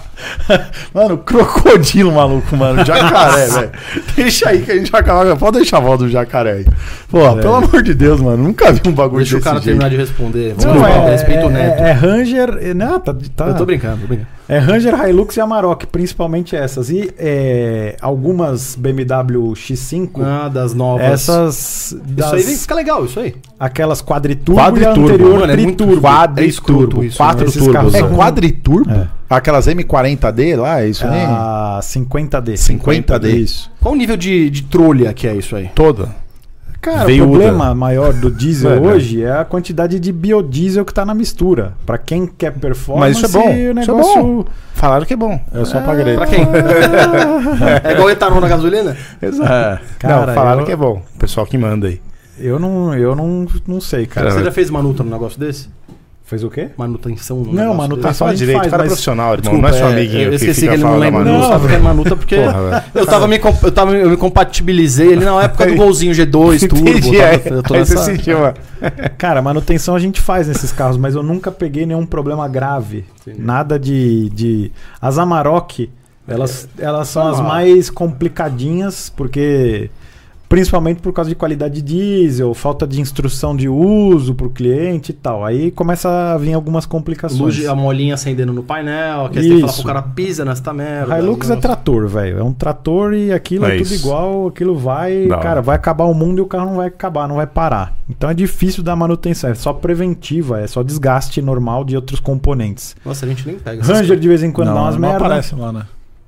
Speaker 7: Mano, crocodilo maluco, mano. Jacaré, velho. Deixa aí que a gente vai acabar. Pode deixar a volta do jacaré aí. Pô, pelo amor de Deus, mano. Nunca vi um bagulho
Speaker 5: Deixa o
Speaker 7: desse
Speaker 5: cara
Speaker 7: jeito.
Speaker 5: terminar de responder. Vamos
Speaker 3: Não,
Speaker 5: lá,
Speaker 3: é,
Speaker 5: respeita o Neto.
Speaker 3: é- é Ranger. é- Não, tá, tá-
Speaker 5: Eu tô brincando, tô brincando.
Speaker 3: É Ranger, Hilux e Amarok, principalmente essas. E é, algumas BMW X5.
Speaker 5: Ah, das novas.
Speaker 3: Essas. Das,
Speaker 5: Isso aí vem- fica legal, isso aí.
Speaker 3: Aquelas quadriturbo,
Speaker 7: Quadriturbo,
Speaker 3: e a anterior
Speaker 5: mano, é muito
Speaker 3: triturbo.
Speaker 5: quadriturbo, é escroto isso,
Speaker 7: Quatro
Speaker 3: né? Esses
Speaker 7: turbos.
Speaker 3: carros
Speaker 7: É
Speaker 1: um-
Speaker 3: são-
Speaker 7: quadriturbo?
Speaker 3: É.
Speaker 7: Aquelas M40D lá, é isso aí?
Speaker 3: A 50D.
Speaker 7: 50D.
Speaker 3: Isso.
Speaker 5: Qual o nível de, de trolha que é isso aí?
Speaker 6: toda.
Speaker 3: Cara,
Speaker 7: Veiuda.
Speaker 3: o problema maior do diesel
Speaker 6: Mano.
Speaker 3: hoje é a quantidade de biodiesel que tá na mistura. Pra quem quer
Speaker 6: Mas
Speaker 3: performance,
Speaker 6: isso é bom,
Speaker 3: o
Speaker 6: isso é
Speaker 3: negócio
Speaker 6: Falaram que é bom.
Speaker 7: É só pra grelha.
Speaker 5: Pra quem? é igual etanol na gasolina?
Speaker 3: Cara,
Speaker 6: não, falaram
Speaker 3: eu-
Speaker 6: que é bom. O pessoal que manda aí.
Speaker 3: eu não, eu não, não sei, cara.
Speaker 5: Você já fez manuta num negócio desse?
Speaker 3: Fez o quê?
Speaker 5: Manutenção no
Speaker 3: Não, tá
Speaker 5: negócio
Speaker 3: manutenção.
Speaker 6: Ah, fala
Speaker 5: dele.
Speaker 3: a gente
Speaker 6: direito,
Speaker 3: faz,
Speaker 6: cara
Speaker 3: mas-
Speaker 6: profissional, irmão.
Speaker 5: Desculpa,
Speaker 6: não é seu
Speaker 5: é,
Speaker 6: amiguinho.
Speaker 5: Eu
Speaker 6: que
Speaker 5: esqueci que,
Speaker 6: fica
Speaker 5: ele não
Speaker 6: falando da
Speaker 5: lembra. Não,
Speaker 6: Manu.
Speaker 5: eu tava querendo Manuta tá, porque
Speaker 6: Porra, velho.
Speaker 5: eu, tava me, comp- eu, tava, eu me compatibilizei ele na época do golzinho G2, turbo.
Speaker 6: Entendi,
Speaker 5: tava-
Speaker 6: é.
Speaker 7: tá?
Speaker 5: eu tô
Speaker 6: Aí
Speaker 5: nessa-
Speaker 6: você sentiu, mano.
Speaker 3: Cara, manutenção a gente faz nesses carros, mas eu nunca peguei nenhum problema grave. Nada de. de... As Amarok, elas, elas são as mais complicadinhas, porque. Principalmente por causa de qualidade de diesel, falta de instrução de uso para o cliente e tal. Aí começa a vir algumas complicações.
Speaker 5: Luz, a molinha acendendo no painel, que aí você tem que falar
Speaker 3: Isso.
Speaker 5: pro cara pisa nessa merda.
Speaker 3: Hilux é trator, velho. É um trator e aquilo é,
Speaker 6: É
Speaker 3: tudo
Speaker 6: isso.
Speaker 3: igual, aquilo vai,
Speaker 6: Da hora.
Speaker 3: cara, vai acabar o mundo e o carro não vai acabar, não vai parar. Então é difícil dar manutenção, é só preventiva, é só desgaste normal de outros componentes.
Speaker 5: Nossa, a gente nem pega. essas
Speaker 3: Ranger de vez em quando dá umas
Speaker 1: não
Speaker 3: merda.
Speaker 1: aparece lá, né?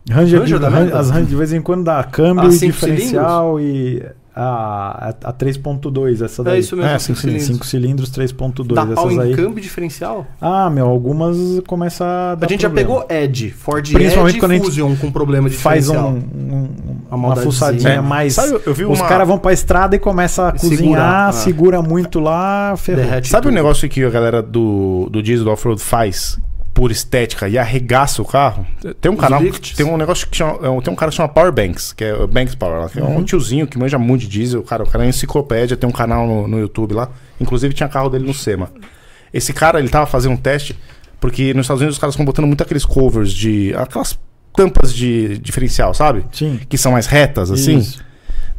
Speaker 3: Ranger, de,
Speaker 5: Ranger dá
Speaker 3: Ran-
Speaker 5: merda?
Speaker 3: as Ranger de vez em quando dá câmbio
Speaker 5: Ah,
Speaker 3: e
Speaker 5: cinco
Speaker 3: diferencial e a, a, a 3.2, essa
Speaker 5: coisas.
Speaker 3: daí.
Speaker 5: É isso mesmo.
Speaker 6: É,
Speaker 5: cinco
Speaker 6: cinco
Speaker 5: cilindros.
Speaker 3: 5 cilindros 3.2,
Speaker 5: Dá pau
Speaker 3: essas
Speaker 5: em
Speaker 3: aí.
Speaker 5: câmbio diferencial?
Speaker 3: Ah, meu, algumas começa a dar
Speaker 5: a gente
Speaker 3: problema.
Speaker 5: já pegou Edge, Ford
Speaker 3: Principalmente
Speaker 5: Edge
Speaker 3: quando a gente
Speaker 5: Fusion com problema de
Speaker 3: faz um,
Speaker 5: diferencial.
Speaker 3: um-
Speaker 5: A
Speaker 3: uma
Speaker 5: maldadezinha.
Speaker 3: fuçadinha
Speaker 5: É.
Speaker 3: mais.
Speaker 6: Sabe, eu- eu vi
Speaker 3: Os
Speaker 6: uma-
Speaker 3: caras vão pra estrada e começa a
Speaker 5: E
Speaker 3: cozinhar,
Speaker 5: segurar, ah.
Speaker 3: segura muito lá, ferrou.
Speaker 5: Derrete
Speaker 6: Sabe o
Speaker 5: tudo.
Speaker 6: negócio que a galera do, do diesel do off-road faz por estética e arregaça o carro? Tem um
Speaker 5: Os
Speaker 6: canal,
Speaker 5: lifts.
Speaker 6: tem um negócio que chama, é um- tem um cara que chama Power Banks, que é o Banks Power, lá, que é um tiozinho que manja muito de diesel, cara, o cara é enciclopédia, tem um canal no, no YouTube lá, inclusive tinha carro dele no SEMA. Esse cara, ele tava fazendo um teste, porque nos Estados Unidos os caras estão botando muito aqueles covers de, aquelas tampas de diferencial, sabe?
Speaker 3: Sim.
Speaker 6: Que são mais retas, assim.
Speaker 3: Isso.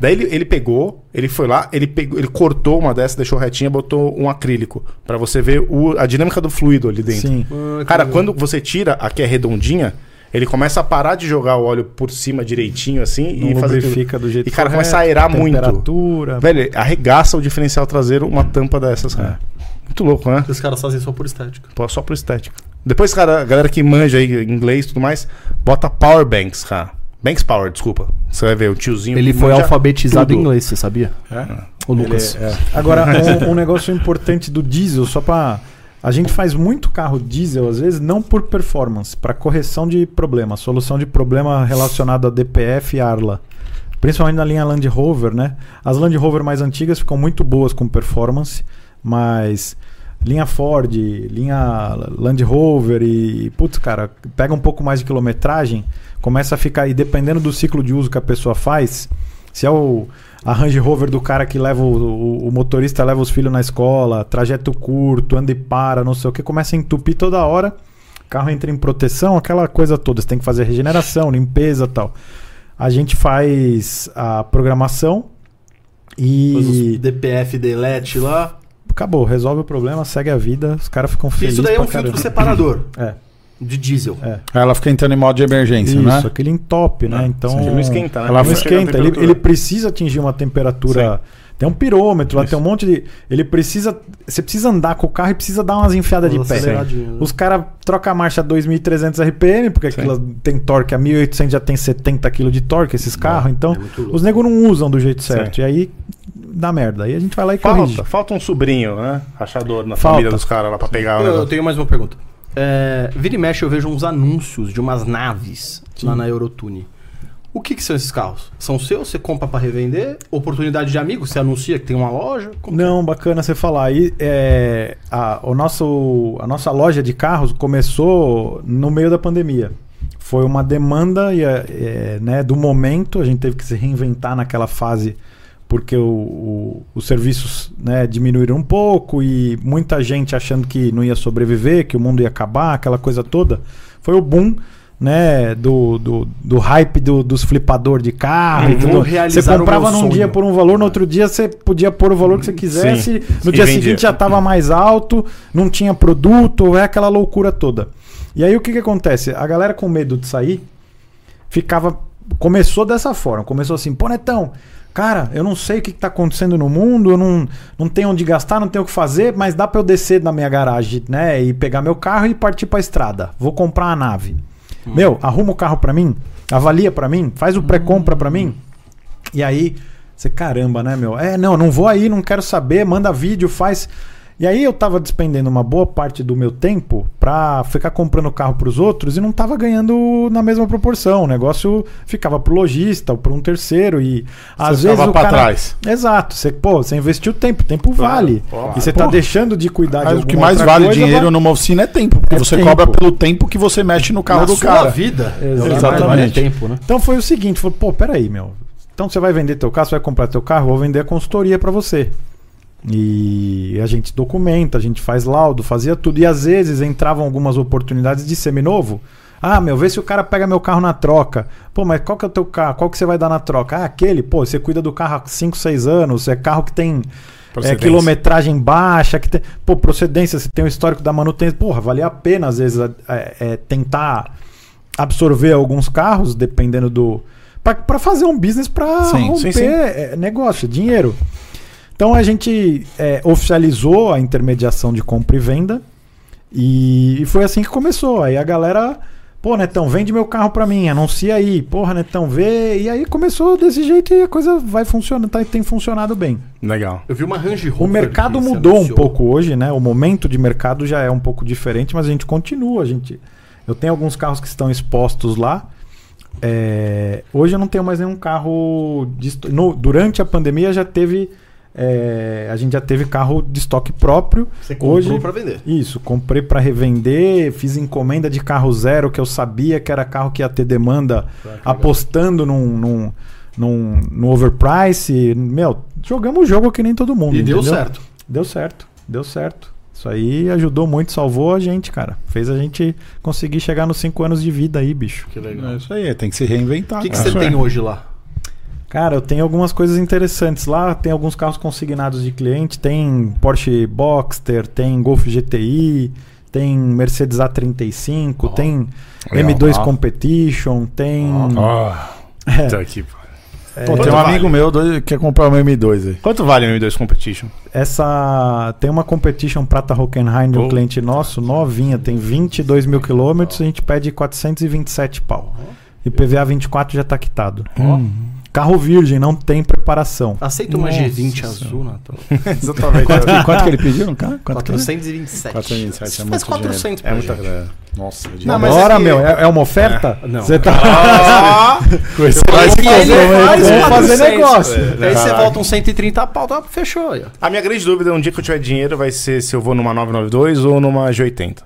Speaker 6: Daí ele, ele pegou, ele foi lá, ele, pegou, ele cortou uma dessa, deixou retinha, botou um acrílico. Pra você ver o- a dinâmica do fluido ali dentro.
Speaker 3: Sim.
Speaker 5: Ah, que
Speaker 6: Cara,
Speaker 5: legal.
Speaker 6: quando você tira a que é redondinha, ele começa a parar de jogar o óleo por cima direitinho assim
Speaker 3: Não
Speaker 6: e fazer. tudo.
Speaker 3: lubrifica do jeito
Speaker 6: E, cara, começa a aerar muito.
Speaker 3: Temperatura.
Speaker 6: Velho, arregaça o diferencial traseiro uma tampa dessas, cara. Muito louco, né?
Speaker 5: Os caras fazem só por estética.
Speaker 6: Pô, Só pro estético. Depois, cara, a galera que manja aí inglês e tudo mais, bota Power Banks, cara. Banks Power, desculpa. Você vai ver o tiozinho.
Speaker 5: Ele
Speaker 6: que
Speaker 5: foi
Speaker 6: manja
Speaker 5: alfabetizado
Speaker 6: um tudo.
Speaker 5: em inglês, você sabia?
Speaker 1: É?
Speaker 5: O Lucas.
Speaker 1: Ele- é.
Speaker 3: Agora, um, um negócio importante do diesel, só pra. A gente faz muito carro diesel, às vezes, não por performance, pra correção de problema, solução de problema relacionado a DPF e Arla. Principalmente na linha Land Rover, né? As Land Rover mais antigas ficam muito boas com performance, mas linha Ford, linha Land Rover e. Putz, cara, pega um pouco mais de quilometragem, começa a ficar. E dependendo do ciclo de uso que a pessoa faz, se é o, a Range Rover do cara que leva o, o- o motorista leva os filhos na escola, trajeto curto, anda e para, não sei o que, começa a entupir toda hora, o carro entra em proteção, aquela coisa toda. Você tem que fazer regeneração, limpeza e tal. A gente faz a programação
Speaker 5: Faz os
Speaker 3: e
Speaker 5: DPF delete lá.
Speaker 3: acabou, resolve o problema, segue a vida, os caras ficam felizes.
Speaker 5: Isso daí é um
Speaker 3: pra
Speaker 5: filtro
Speaker 3: caramba.
Speaker 5: separador
Speaker 3: É,
Speaker 5: de diesel.
Speaker 3: É.
Speaker 1: Ela fica entrando em modo de emergência,
Speaker 3: isso,
Speaker 1: né?
Speaker 3: aquele entope, né? Então.
Speaker 6: Ele não esquenta, né?
Speaker 3: Ela não
Speaker 6: Ele chega na
Speaker 3: esquenta, ele,
Speaker 6: temperatura.
Speaker 3: ele precisa atingir uma temperatura. Tem um pirômetro, lá tem um monte de. Ele precisa. Você precisa andar com o carro e precisa dar umas enfiadas de
Speaker 5: Umas
Speaker 3: pé.
Speaker 5: aceleradinhas, né?
Speaker 3: Os caras trocam a marcha a 2.300 RPM, porque aquilo tem torque a 1.800, já tem 70 kg de torque esses carros. Então, os negros não usam do jeito certo. E aí dá merda. Aí a gente vai lá e corrige.
Speaker 6: Falta, falta um sobrinho, né? Rachador na
Speaker 3: Falta.
Speaker 6: família dos caras lá pra pegar né? o
Speaker 5: Eu, eu
Speaker 6: negócio.
Speaker 5: tenho mais uma pergunta. É, vira e mexe, eu vejo uns anúncios de umas naves lá na Eurotune. O que, que são esses carros? São seus? Você compra pra revender? Oportunidade de amigo? Você anuncia que tem uma loja? Como que é?
Speaker 3: Não, bacana você falar. Aí, é, a, o nosso, a nossa loja de carros começou no meio da pandemia. Foi uma demanda e, é, é, né, do momento, a gente teve que se reinventar naquela fase porque o- o- os serviços né, diminuíram um pouco e muita gente achando que não ia sobreviver, que o mundo ia acabar, aquela coisa toda. Foi o boom né, do, do, do hype do- dos flipador de carro e
Speaker 5: Uhum.
Speaker 3: tudo. Você
Speaker 5: Realizaram o
Speaker 3: comprava
Speaker 5: meu
Speaker 3: num
Speaker 5: sonho.
Speaker 3: dia por um valor, no outro dia você podia pôr o valor que você quisesse, no
Speaker 6: E vendia.
Speaker 3: dia seguinte já estava mais alto, não tinha produto, é aquela loucura toda. E aí o que, que acontece? A galera com medo de sair ficava. Começou dessa forma. Começou assim, pô, Netão, cara, eu não sei o que, que tá acontecendo no mundo, eu não, não tenho onde gastar, não tenho o que fazer, mas dá pra eu descer na minha garagem, né? E pegar meu carro e partir pra estrada. Vou comprar a nave.
Speaker 5: Hum.
Speaker 3: Meu, arruma o carro pra mim, avalia pra mim, faz o pré-compra pra mim. E aí, você, caramba, né, meu? É, não, não vou aí, não quero saber, manda vídeo, faz. E aí eu tava despendendo uma boa parte do meu tempo pra ficar comprando carro pros outros e não tava ganhando na mesma proporção. O negócio ficava pro lojista ou pra um terceiro e às vezes
Speaker 6: ficava
Speaker 3: o
Speaker 6: pra
Speaker 3: cara...
Speaker 6: trás.
Speaker 3: Exato. Você, pô, você investiu tempo, tempo vale. E você tá
Speaker 1: Porra.
Speaker 3: deixando de cuidar de
Speaker 1: Mas o que
Speaker 3: alguma
Speaker 1: mais
Speaker 3: outra
Speaker 1: vale
Speaker 3: coisa,
Speaker 1: dinheiro numa oficina é tempo, porque
Speaker 3: É
Speaker 1: você
Speaker 3: tempo.
Speaker 1: cobra pelo tempo que você mexe no carro
Speaker 5: Na
Speaker 1: do
Speaker 5: sua
Speaker 1: cara.
Speaker 5: vida.
Speaker 3: É,
Speaker 5: é
Speaker 1: Exatamente.
Speaker 4: Vale tempo, né?
Speaker 3: Então foi o seguinte, falou, pô, peraí, meu. Então você vai vender teu carro, você vai comprar teu carro, vou vender a consultoria pra você. E a gente documenta, a gente faz laudo, fazia tudo. E às vezes entravam algumas oportunidades de seminovo. Ah, meu, vê se o cara pega meu carro na troca. Pô, mas qual que é o teu carro? Qual que você vai dar na troca? Ah, aquele, pô, você cuida do carro há 5, 6 anos, é carro que tem é,
Speaker 6: Procedência.
Speaker 3: quilometragem baixa, que tem. Pô, procedência, você tem o histórico da manutenção. Porra, valia a pena, às vezes, a- é- é tentar absorver alguns carros, dependendo do. pra- Pra fazer um business pra
Speaker 1: Sim, sim,
Speaker 3: romper
Speaker 1: sim.
Speaker 3: é, negócio, dinheiro. Então a gente é, oficializou a intermediação de compra e venda. E, e foi assim que começou. Aí a galera. Pô, Netão, vende meu carro pra mim, anuncia aí. Porra, Netão, vê. E aí começou desse jeito e a coisa vai funcionando, tá, tem funcionado bem.
Speaker 6: Legal.
Speaker 5: Eu vi uma Range Rover.
Speaker 3: O mercado
Speaker 5: que se
Speaker 3: mudou um
Speaker 5: anunciou.
Speaker 3: pouco hoje, né? O momento de mercado já é um pouco diferente, mas a gente continua. A gente... Eu tenho alguns carros que estão expostos lá. É, Hoje eu não tenho mais nenhum carro. De... esto- no- Durante a pandemia já teve. é, A gente já teve carro de estoque próprio.
Speaker 5: Você comprou
Speaker 3: Hoje-
Speaker 5: pra vender.
Speaker 3: Isso, comprei para revender, fiz encomenda de carro zero, que eu sabia que era carro que ia ter demanda, apostando num, num, num, num overprice. Meu, jogamos o jogo que nem todo mundo.
Speaker 5: E deu
Speaker 3: um entendeu?
Speaker 5: certo.
Speaker 3: Deu certo, deu certo. Isso aí ajudou muito, salvou a gente, cara. Fez a gente conseguir chegar nos 5 anos de vida aí, bicho.
Speaker 5: Que
Speaker 1: É isso aí, tem que se reinventar.
Speaker 5: O que, que
Speaker 1: cara.
Speaker 5: você
Speaker 1: Isso
Speaker 5: tem
Speaker 1: é.
Speaker 5: hoje lá?
Speaker 3: Cara, eu tenho algumas coisas interessantes lá. Tem alguns carros consignados de cliente. Tem Porsche Boxster, tem Golf GTI, tem Mercedes A35, tem
Speaker 6: Legal.
Speaker 3: M2
Speaker 6: Ó.
Speaker 3: Competition, tem...
Speaker 6: Ó,
Speaker 3: É,
Speaker 6: tá aqui.
Speaker 1: Pô,
Speaker 6: Quanto
Speaker 1: tem um
Speaker 6: vale?
Speaker 1: amigo meu doido, que quer comprar um M2 aí.
Speaker 6: Quanto vale o M2 Competition?
Speaker 3: essa... Tem uma Competition Prata Hockenheim de um
Speaker 6: Pô.
Speaker 3: cliente nosso, novinha. Tem 22 mil quilômetros. A gente pede 427 pau. E o PVA 24 já tá quitado. Carro virgem, não tem preparação.
Speaker 5: Aceita uma G20 azul na tua.
Speaker 6: Exatamente.
Speaker 1: Quanto, quanto que ele pediu no cara? Quanto que ele-
Speaker 5: 427.
Speaker 1: 427, é
Speaker 5: Faz
Speaker 1: muito
Speaker 5: 400
Speaker 6: É
Speaker 5: pra
Speaker 6: muita
Speaker 5: gente.
Speaker 6: grana.
Speaker 1: Nossa, eu
Speaker 6: Não, mas
Speaker 3: Agora,
Speaker 6: é que-
Speaker 3: meu, é, é uma oferta?
Speaker 5: não.
Speaker 3: Você tá...
Speaker 6: Mas que
Speaker 5: Ele
Speaker 6: eu vou-
Speaker 5: faz
Speaker 3: vamos fazer
Speaker 5: 400,
Speaker 3: né? negócio.
Speaker 5: velho. um Aí você volta uns 130 pau, tá, fechou aí. ó.
Speaker 6: A minha grande dúvida um dia que eu tiver dinheiro vai ser se eu vou numa 992 ou numa G80.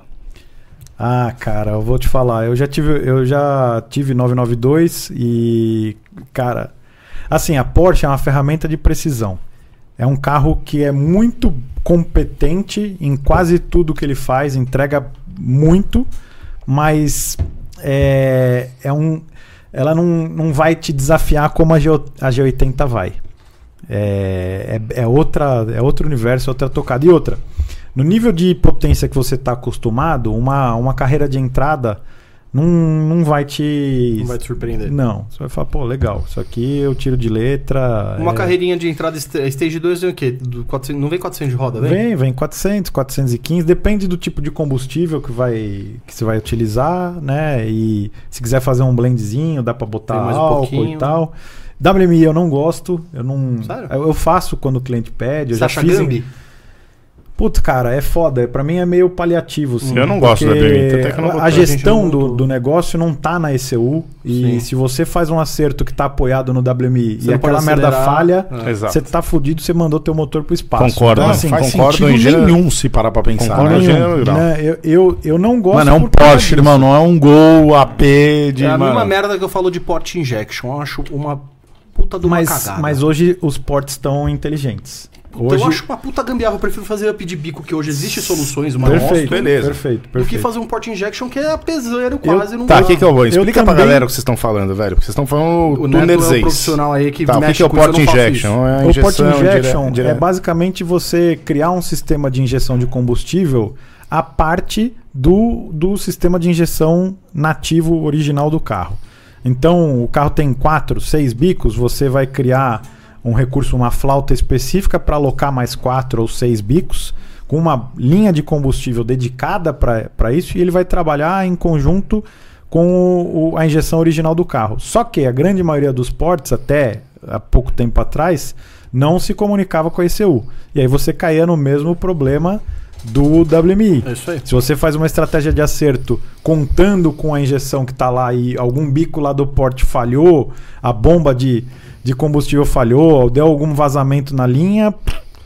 Speaker 3: Ah, cara, eu vou te falar. Eu já tive, eu já tive 992 e cara, assim, a Porsche é uma ferramenta de precisão. É um carro que é muito competente em quase tudo que ele faz, entrega muito, mas é, é um, ela não, não vai te desafiar como a, G, a G80 vai. É, é, é outra, é outro universo, outra tocada. E outra, no nível de potência que você está acostumado, uma, uma carreira de entrada não, não vai te.
Speaker 5: Não vai te surpreender.
Speaker 3: Não, você vai falar, pô, legal, isso aqui eu tiro de letra.
Speaker 5: Uma
Speaker 3: é-
Speaker 5: carreirinha de entrada est- Stage 2 vem o quê? Do 400 não vem 400 de roda, vem?
Speaker 3: Vem, vem 400, 415, depende do tipo de combustível que vai que você vai utilizar, né? E se quiser fazer um blendzinho, dá pra botar
Speaker 5: Tem mais um
Speaker 3: álcool
Speaker 5: pouquinho.
Speaker 3: e tal. WMI eu não gosto, eu não
Speaker 5: Sério?
Speaker 3: eu, eu faço quando o cliente pede, eu
Speaker 5: Você acha
Speaker 3: já fiz. em-
Speaker 5: Gambi?
Speaker 3: Putz, cara, é foda, é- pra mim é meio paliativo assim.
Speaker 6: Eu não gosto
Speaker 3: porque
Speaker 6: da WMI, tanto é que eu não
Speaker 3: a-
Speaker 6: vou
Speaker 3: A
Speaker 6: pra-
Speaker 3: gestão
Speaker 5: gente não
Speaker 3: do,
Speaker 5: botou.
Speaker 3: do negócio não tá na ECU e
Speaker 5: Sim.
Speaker 3: se você faz um acerto que tá apoiado no WMI
Speaker 5: Você
Speaker 3: e
Speaker 5: não pode
Speaker 3: aquela merda
Speaker 5: acelerar.
Speaker 3: falha,
Speaker 5: É.
Speaker 6: Exato.
Speaker 3: você tá fudido, você mandou teu motor pro espaço.
Speaker 6: Concordo,
Speaker 3: Então,
Speaker 6: né?
Speaker 3: assim,
Speaker 6: Faz
Speaker 1: Concordo
Speaker 6: sentido
Speaker 1: em
Speaker 6: nenhum,
Speaker 1: nenhum se parar pra pensar. né?
Speaker 6: Concordo em
Speaker 3: Nenhum,
Speaker 6: gênero, não.
Speaker 3: né? eu, eu, eu não gosto.
Speaker 1: Mano, é um
Speaker 3: por causa
Speaker 1: Porsche,
Speaker 3: disso.
Speaker 1: irmão, não é um Gol AP
Speaker 3: um
Speaker 1: de.
Speaker 5: É a mesma
Speaker 1: mano,
Speaker 5: merda que eu falo de port injection. Eu acho uma puta de uma
Speaker 3: Mas,
Speaker 5: cagada.
Speaker 3: mas hoje os portes estão inteligentes.
Speaker 5: Então
Speaker 3: Hoje,
Speaker 5: eu acho uma puta gambiarra. Eu prefiro fazer up de bico, que hoje existe soluções, uma
Speaker 3: perfeito,
Speaker 6: beleza.
Speaker 3: perfeito,
Speaker 5: do que
Speaker 3: perfeito.
Speaker 5: fazer um port injection que é peseiro quase. não
Speaker 6: Tá, o
Speaker 5: dá.
Speaker 6: que, que eu vou?
Speaker 3: Eu
Speaker 6: Explica pra
Speaker 3: também-
Speaker 6: galera o que vocês estão falando, velho. Porque vocês estão falando do
Speaker 5: O Neto é um
Speaker 6: Nerzeis.
Speaker 5: profissional aí que
Speaker 6: Tá, o que,
Speaker 5: mexe
Speaker 6: que é o
Speaker 5: com isso, eu
Speaker 6: port
Speaker 5: não faço
Speaker 6: injection? É
Speaker 3: O port
Speaker 6: injeção dire-
Speaker 3: injection
Speaker 6: dire-
Speaker 3: é basicamente você criar um sistema de injeção de combustível a parte do, do sistema de injeção nativo original do carro. Então, o carro tem quatro, seis bicos, você vai criar um recurso, uma flauta específica para alocar mais quatro ou seis bicos, com uma linha de combustível dedicada para isso, e ele vai trabalhar em conjunto com o- o- a injeção original do carro. Só que a grande maioria dos portes, até há pouco tempo atrás, não se comunicava com a ECU. E aí você caía no mesmo problema do WMI.
Speaker 5: É isso aí.
Speaker 3: Se você faz uma estratégia de acerto contando com a injeção que está lá e algum bico lá do porte falhou, a bomba de, de combustível falhou, deu algum vazamento na linha,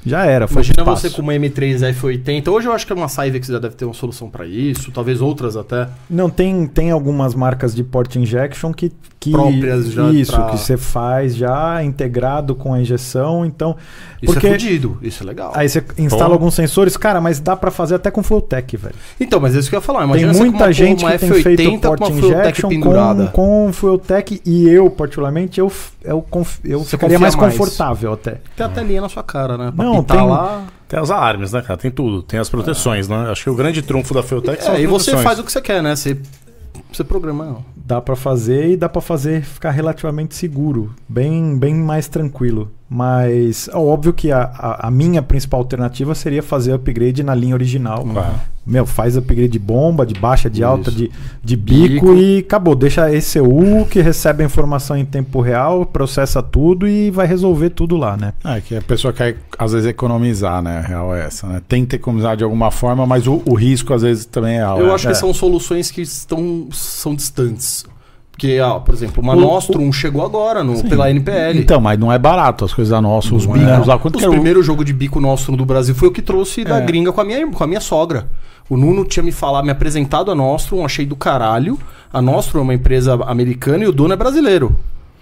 Speaker 3: já era. Foi
Speaker 5: Imagina
Speaker 3: pro
Speaker 5: você
Speaker 3: espaço.
Speaker 5: com uma M3 F80. Hoje eu acho que é uma Cyvex já deve ter uma solução pra isso, talvez outras até.
Speaker 3: Não, tem, tem algumas marcas de port injection que. que
Speaker 5: Próprias já
Speaker 3: Isso,
Speaker 5: pra-
Speaker 3: que você faz já integrado com a injeção. Então.
Speaker 5: Isso
Speaker 3: porque
Speaker 5: é fudido, isso é legal.
Speaker 3: aí você instala
Speaker 6: Bom.
Speaker 3: alguns sensores, cara, mas dá pra fazer até com Flowtech, velho.
Speaker 5: Então, mas é isso que eu ia falar.
Speaker 3: Tem
Speaker 5: Imagina você com
Speaker 3: muita
Speaker 5: uma-
Speaker 3: gente
Speaker 5: uma
Speaker 3: que tem feito
Speaker 5: F80 com
Speaker 3: port
Speaker 5: uma Fueltech
Speaker 3: injection com,
Speaker 5: pendurada.
Speaker 3: com Fueltech e eu, particularmente, eu, f- eu, conf- eu
Speaker 5: Você
Speaker 3: ficaria
Speaker 5: confia
Speaker 3: mais,
Speaker 5: mais.
Speaker 3: confortável até.
Speaker 5: Tem a telinha na sua cara, né?
Speaker 3: Não,
Speaker 5: pitar
Speaker 3: tem-
Speaker 5: lá.
Speaker 6: Tem os alarmes, né, cara? Tem tudo. Tem as proteções, né? Acho que o grande trunfo da Feutec são
Speaker 5: É,
Speaker 6: as
Speaker 5: e você
Speaker 6: proteções.
Speaker 5: faz o que você quer, né? Você, você programa, não.
Speaker 3: Dá pra fazer e dá pra fazer ficar relativamente seguro, bem, bem mais tranquilo. Mas ó, óbvio que a, a, a minha principal alternativa seria fazer upgrade na linha original.
Speaker 6: Claro.
Speaker 3: Meu, faz upgrade de bomba, de baixa, de alta,
Speaker 5: Isso.
Speaker 3: de, de bico, e acabou. Deixa a ECU que recebe a informação em tempo real, processa tudo e vai resolver tudo lá, né?
Speaker 7: É que a pessoa quer, às vezes, economizar, né? A real é essa, né? Tem que economizar de alguma forma, mas o, o risco, às vezes, também é alto.
Speaker 5: Eu acho
Speaker 7: É.
Speaker 5: que são soluções que estão são distantes. Porque, ó, por exemplo, uma
Speaker 7: O-
Speaker 5: Nostrum chegou agora no, pela NPL.
Speaker 7: Então, mas não é barato as coisas da nossa, os
Speaker 5: Não é?
Speaker 7: bicos lá. Quanto
Speaker 5: Os
Speaker 7: que é o-
Speaker 5: primeiros jogo de bico Nostrum do Brasil foi o que trouxe da
Speaker 7: É.
Speaker 5: gringa com a, minha, com a minha sogra. O Nuno tinha me falado, me apresentado a Nostrum, achei do caralho. A Nostrum é uma empresa americana e o dono é brasileiro.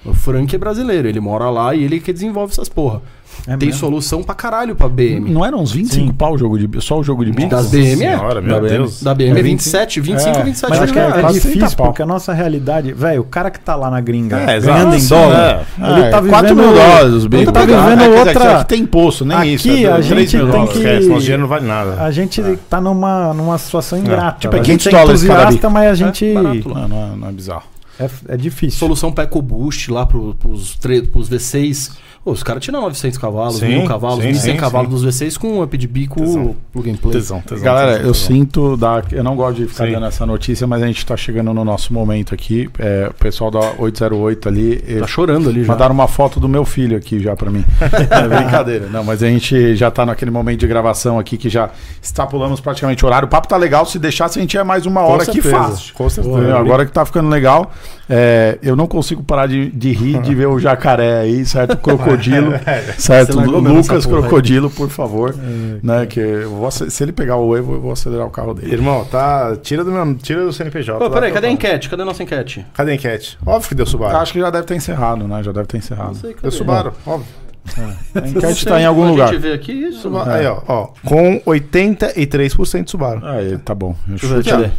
Speaker 5: O Frank é brasileiro, ele mora lá e ele que desenvolve essas porra.
Speaker 3: É
Speaker 5: Tem
Speaker 3: mesmo?
Speaker 5: solução pra caralho pra BM.
Speaker 7: Não eram uns 25 pau o jogo de bi- só o jogo de bico?
Speaker 5: Das BM é?
Speaker 6: Senhora, meu
Speaker 7: Da BM.
Speaker 6: Deus.
Speaker 5: Da BM é
Speaker 7: É
Speaker 5: 27, 25,
Speaker 7: É,
Speaker 5: 27
Speaker 3: Mas
Speaker 7: Acho
Speaker 3: é, que
Speaker 7: que
Speaker 3: é,
Speaker 7: é
Speaker 3: é
Speaker 7: quase 30
Speaker 3: difícil,
Speaker 7: pau.
Speaker 3: porque a nossa realidade, velho, o cara que tá lá na gringa
Speaker 6: É, exato.
Speaker 3: ganhando em
Speaker 6: Nossa,
Speaker 3: dólar,
Speaker 6: é.
Speaker 3: ele
Speaker 7: Ah,
Speaker 3: tá
Speaker 7: é
Speaker 3: vivendo.
Speaker 7: quatro mil dólares os
Speaker 3: ele
Speaker 7: bicos.
Speaker 3: tá
Speaker 7: Ah,
Speaker 3: vivendo
Speaker 7: quer dizer,
Speaker 3: outra.
Speaker 7: Aqui tem imposto, nem
Speaker 3: Aqui
Speaker 7: isso.
Speaker 3: a
Speaker 7: dois, três
Speaker 3: gente
Speaker 7: mil
Speaker 3: tem
Speaker 7: dólares. Ah.
Speaker 3: que-
Speaker 6: Esquece, nosso dinheiro não vale nada.
Speaker 3: A gente tá numa, numa situação ingrata. né?
Speaker 7: Tipo, é
Speaker 3: a
Speaker 7: 500
Speaker 3: gente
Speaker 7: dólares cada
Speaker 3: entusiasta,
Speaker 7: bico. É
Speaker 3: mas a gente.
Speaker 5: barato lá.
Speaker 7: Não, não é, não é bizarro.
Speaker 3: É, é difícil.
Speaker 5: Solução pra EcoBoost lá pro, pros, tre- pros V6. Pô, os caras tiram 900 cavalos,
Speaker 6: Sim,
Speaker 5: 1000 cavalos,
Speaker 6: sim,
Speaker 5: 1100
Speaker 6: sim,
Speaker 5: cavalos
Speaker 6: sim.
Speaker 5: dos V6 com um up de bico
Speaker 6: Tesão.
Speaker 5: plug and play.
Speaker 6: Tesão, tesão.
Speaker 7: Galera,
Speaker 6: tesão,
Speaker 7: eu
Speaker 6: tesão.
Speaker 7: sinto da. Eu não gosto de ficar
Speaker 6: Sim.
Speaker 7: dando essa notícia, mas a gente tá chegando no nosso momento aqui. É, o pessoal da 808 ali.
Speaker 5: Tá
Speaker 7: ele-
Speaker 5: chorando ali já.
Speaker 7: Mandaram uma foto do meu filho aqui já pra mim. É brincadeira. Não, mas a gente já tá naquele momento de gravação aqui que já extrapolamos praticamente o horário. O papo tá legal, se deixasse a gente ia mais uma
Speaker 6: Com
Speaker 7: hora aqui
Speaker 6: certeza,
Speaker 7: fácil.
Speaker 6: Com certeza.
Speaker 5: é
Speaker 7: Entendeu? Agora que tá ficando legal, é, eu não consigo parar de, de rir de ver o jacaré aí, certo? Crocodilo, certo?
Speaker 5: É, Você largou mesmo
Speaker 7: Lucas
Speaker 5: essa porra aí. É.
Speaker 7: Crocodilo, por favor. Né, que eu vou ac- se ele pegar o Evo, eu vou acelerar o carro dele.
Speaker 6: Irmão, tá. Tira do meu. Tira do CNPJ.
Speaker 5: Pô,
Speaker 6: lá,
Speaker 5: peraí,
Speaker 6: tá
Speaker 5: cadê a
Speaker 6: bom.
Speaker 5: enquete? Cadê a nossa enquete?
Speaker 6: Cadê a enquete? Óbvio que deu Subaru.
Speaker 7: Acho que já deve ter encerrado, né? Já deve ter encerrado.
Speaker 5: sei, cadê?
Speaker 6: Deu Subaru, óbvio.
Speaker 7: A enquete tá em algum
Speaker 5: A
Speaker 7: lugar.
Speaker 5: gente vê aqui isso.
Speaker 6: Subaru. Aí, ó, ó. Com 83% Subaru.
Speaker 7: Aí, tá bom. Eu
Speaker 5: Deixa eu ver, deixa eu ver.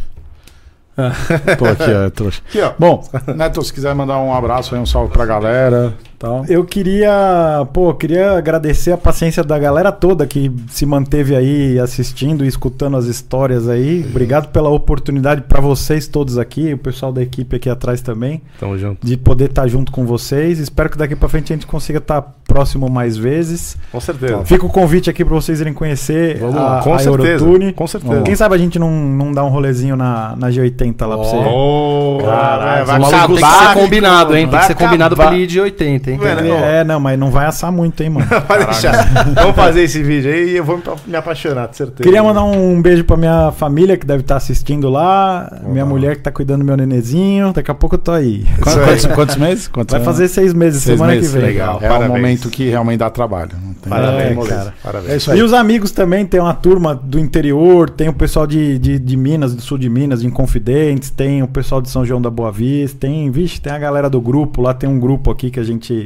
Speaker 7: Tô aqui, é, trouxa.
Speaker 6: Aqui, ó.
Speaker 7: Bom, Neto, se quiser mandar um abraço aí, um salve pra galera tal.
Speaker 3: Eu queria, pô, eu queria agradecer a paciência da galera toda que se manteve aí assistindo e escutando as histórias aí. Obrigado pela oportunidade pra vocês todos aqui, o pessoal da equipe aqui atrás também.
Speaker 6: Tamo junto.
Speaker 3: de poder estar junto com vocês. Espero que daqui pra frente a gente consiga estar próximo mais vezes.
Speaker 6: Com certeza.
Speaker 3: Fica o convite aqui pra vocês irem conhecer
Speaker 6: Vamos
Speaker 3: a,
Speaker 6: lá. Com
Speaker 3: a
Speaker 6: certeza,
Speaker 3: Eurotune.
Speaker 6: com certeza.
Speaker 3: Quem sabe a gente não, não dá um rolezinho na, na G80 lá pra você.
Speaker 6: Ô,
Speaker 7: Caralho,
Speaker 6: vai
Speaker 5: O maluco
Speaker 6: acabar.
Speaker 5: tem que ser combinado, hein? Tem que
Speaker 6: Vai
Speaker 5: ser combinado pra
Speaker 6: acabar.
Speaker 5: ele ir de 80, hein?
Speaker 6: Mano, ó,
Speaker 3: É, não, mas não vai assar muito, hein, mano.
Speaker 6: Vai deixar. Vamos fazer esse vídeo aí e eu vou me pa- me apaixonar, com certeza.
Speaker 3: Queria mandar um beijo pra minha família que deve estar assistindo lá, minha mulher que tá cuidando do meu nenezinho. Daqui a pouco eu tô aí.
Speaker 7: Quantos, quantos- quantos meses? Quantos
Speaker 3: Vai
Speaker 7: anos?
Speaker 3: fazer seis meses,
Speaker 7: Seis
Speaker 3: semana
Speaker 7: meses,
Speaker 3: que vem.
Speaker 6: legal.
Speaker 7: É o
Speaker 6: Parabéns.
Speaker 7: momento que realmente dá trabalho. Não tem
Speaker 3: É,
Speaker 6: Parabéns,
Speaker 3: cara.
Speaker 6: cara. Parabéns.
Speaker 7: É isso aí.
Speaker 3: E os amigos também, tem uma turma do interior, tem o pessoal de, de, de Minas, do sul de Minas, de Inconfidentes, tem o pessoal de São João da Boa Vista, tem, vixe, tem a galera do grupo, lá tem um grupo aqui que a gente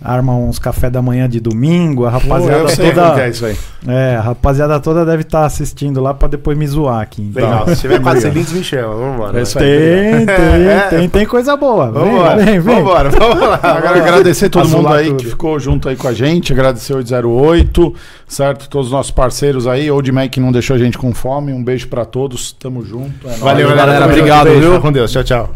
Speaker 3: arma uns café da manhã de domingo, a
Speaker 7: Pô,
Speaker 3: rapaziada
Speaker 7: eu sei como que é
Speaker 3: toda.
Speaker 7: isso aí.
Speaker 3: É, a rapaziada toda deve estar assistindo lá pra depois me zoar aqui. então.
Speaker 6: Legal. Se tiver 400, me chama. Vambora.
Speaker 7: É isso aí.
Speaker 3: Tem,
Speaker 6: É.
Speaker 3: tem, tem, tem coisa bowa.
Speaker 6: Vambora.
Speaker 3: Vem, vem, vem.
Speaker 6: Vambora. Vamos lá.
Speaker 7: Agora agradecer todo
Speaker 6: Azular
Speaker 7: mundo aí
Speaker 6: tudo.
Speaker 7: que ficou junto aí com a gente, agradecer o 808, certo? Todos os nossos parceiros aí, Old Mac que não deixou a gente com fome. Um beijo pra todos, tamo junto. é nóis.
Speaker 6: Valeu,
Speaker 5: Valeu,
Speaker 6: galera.
Speaker 5: galera. Obrigado,
Speaker 6: Beijo,
Speaker 5: viu?
Speaker 6: fica Com Deus. Tchau, tchau.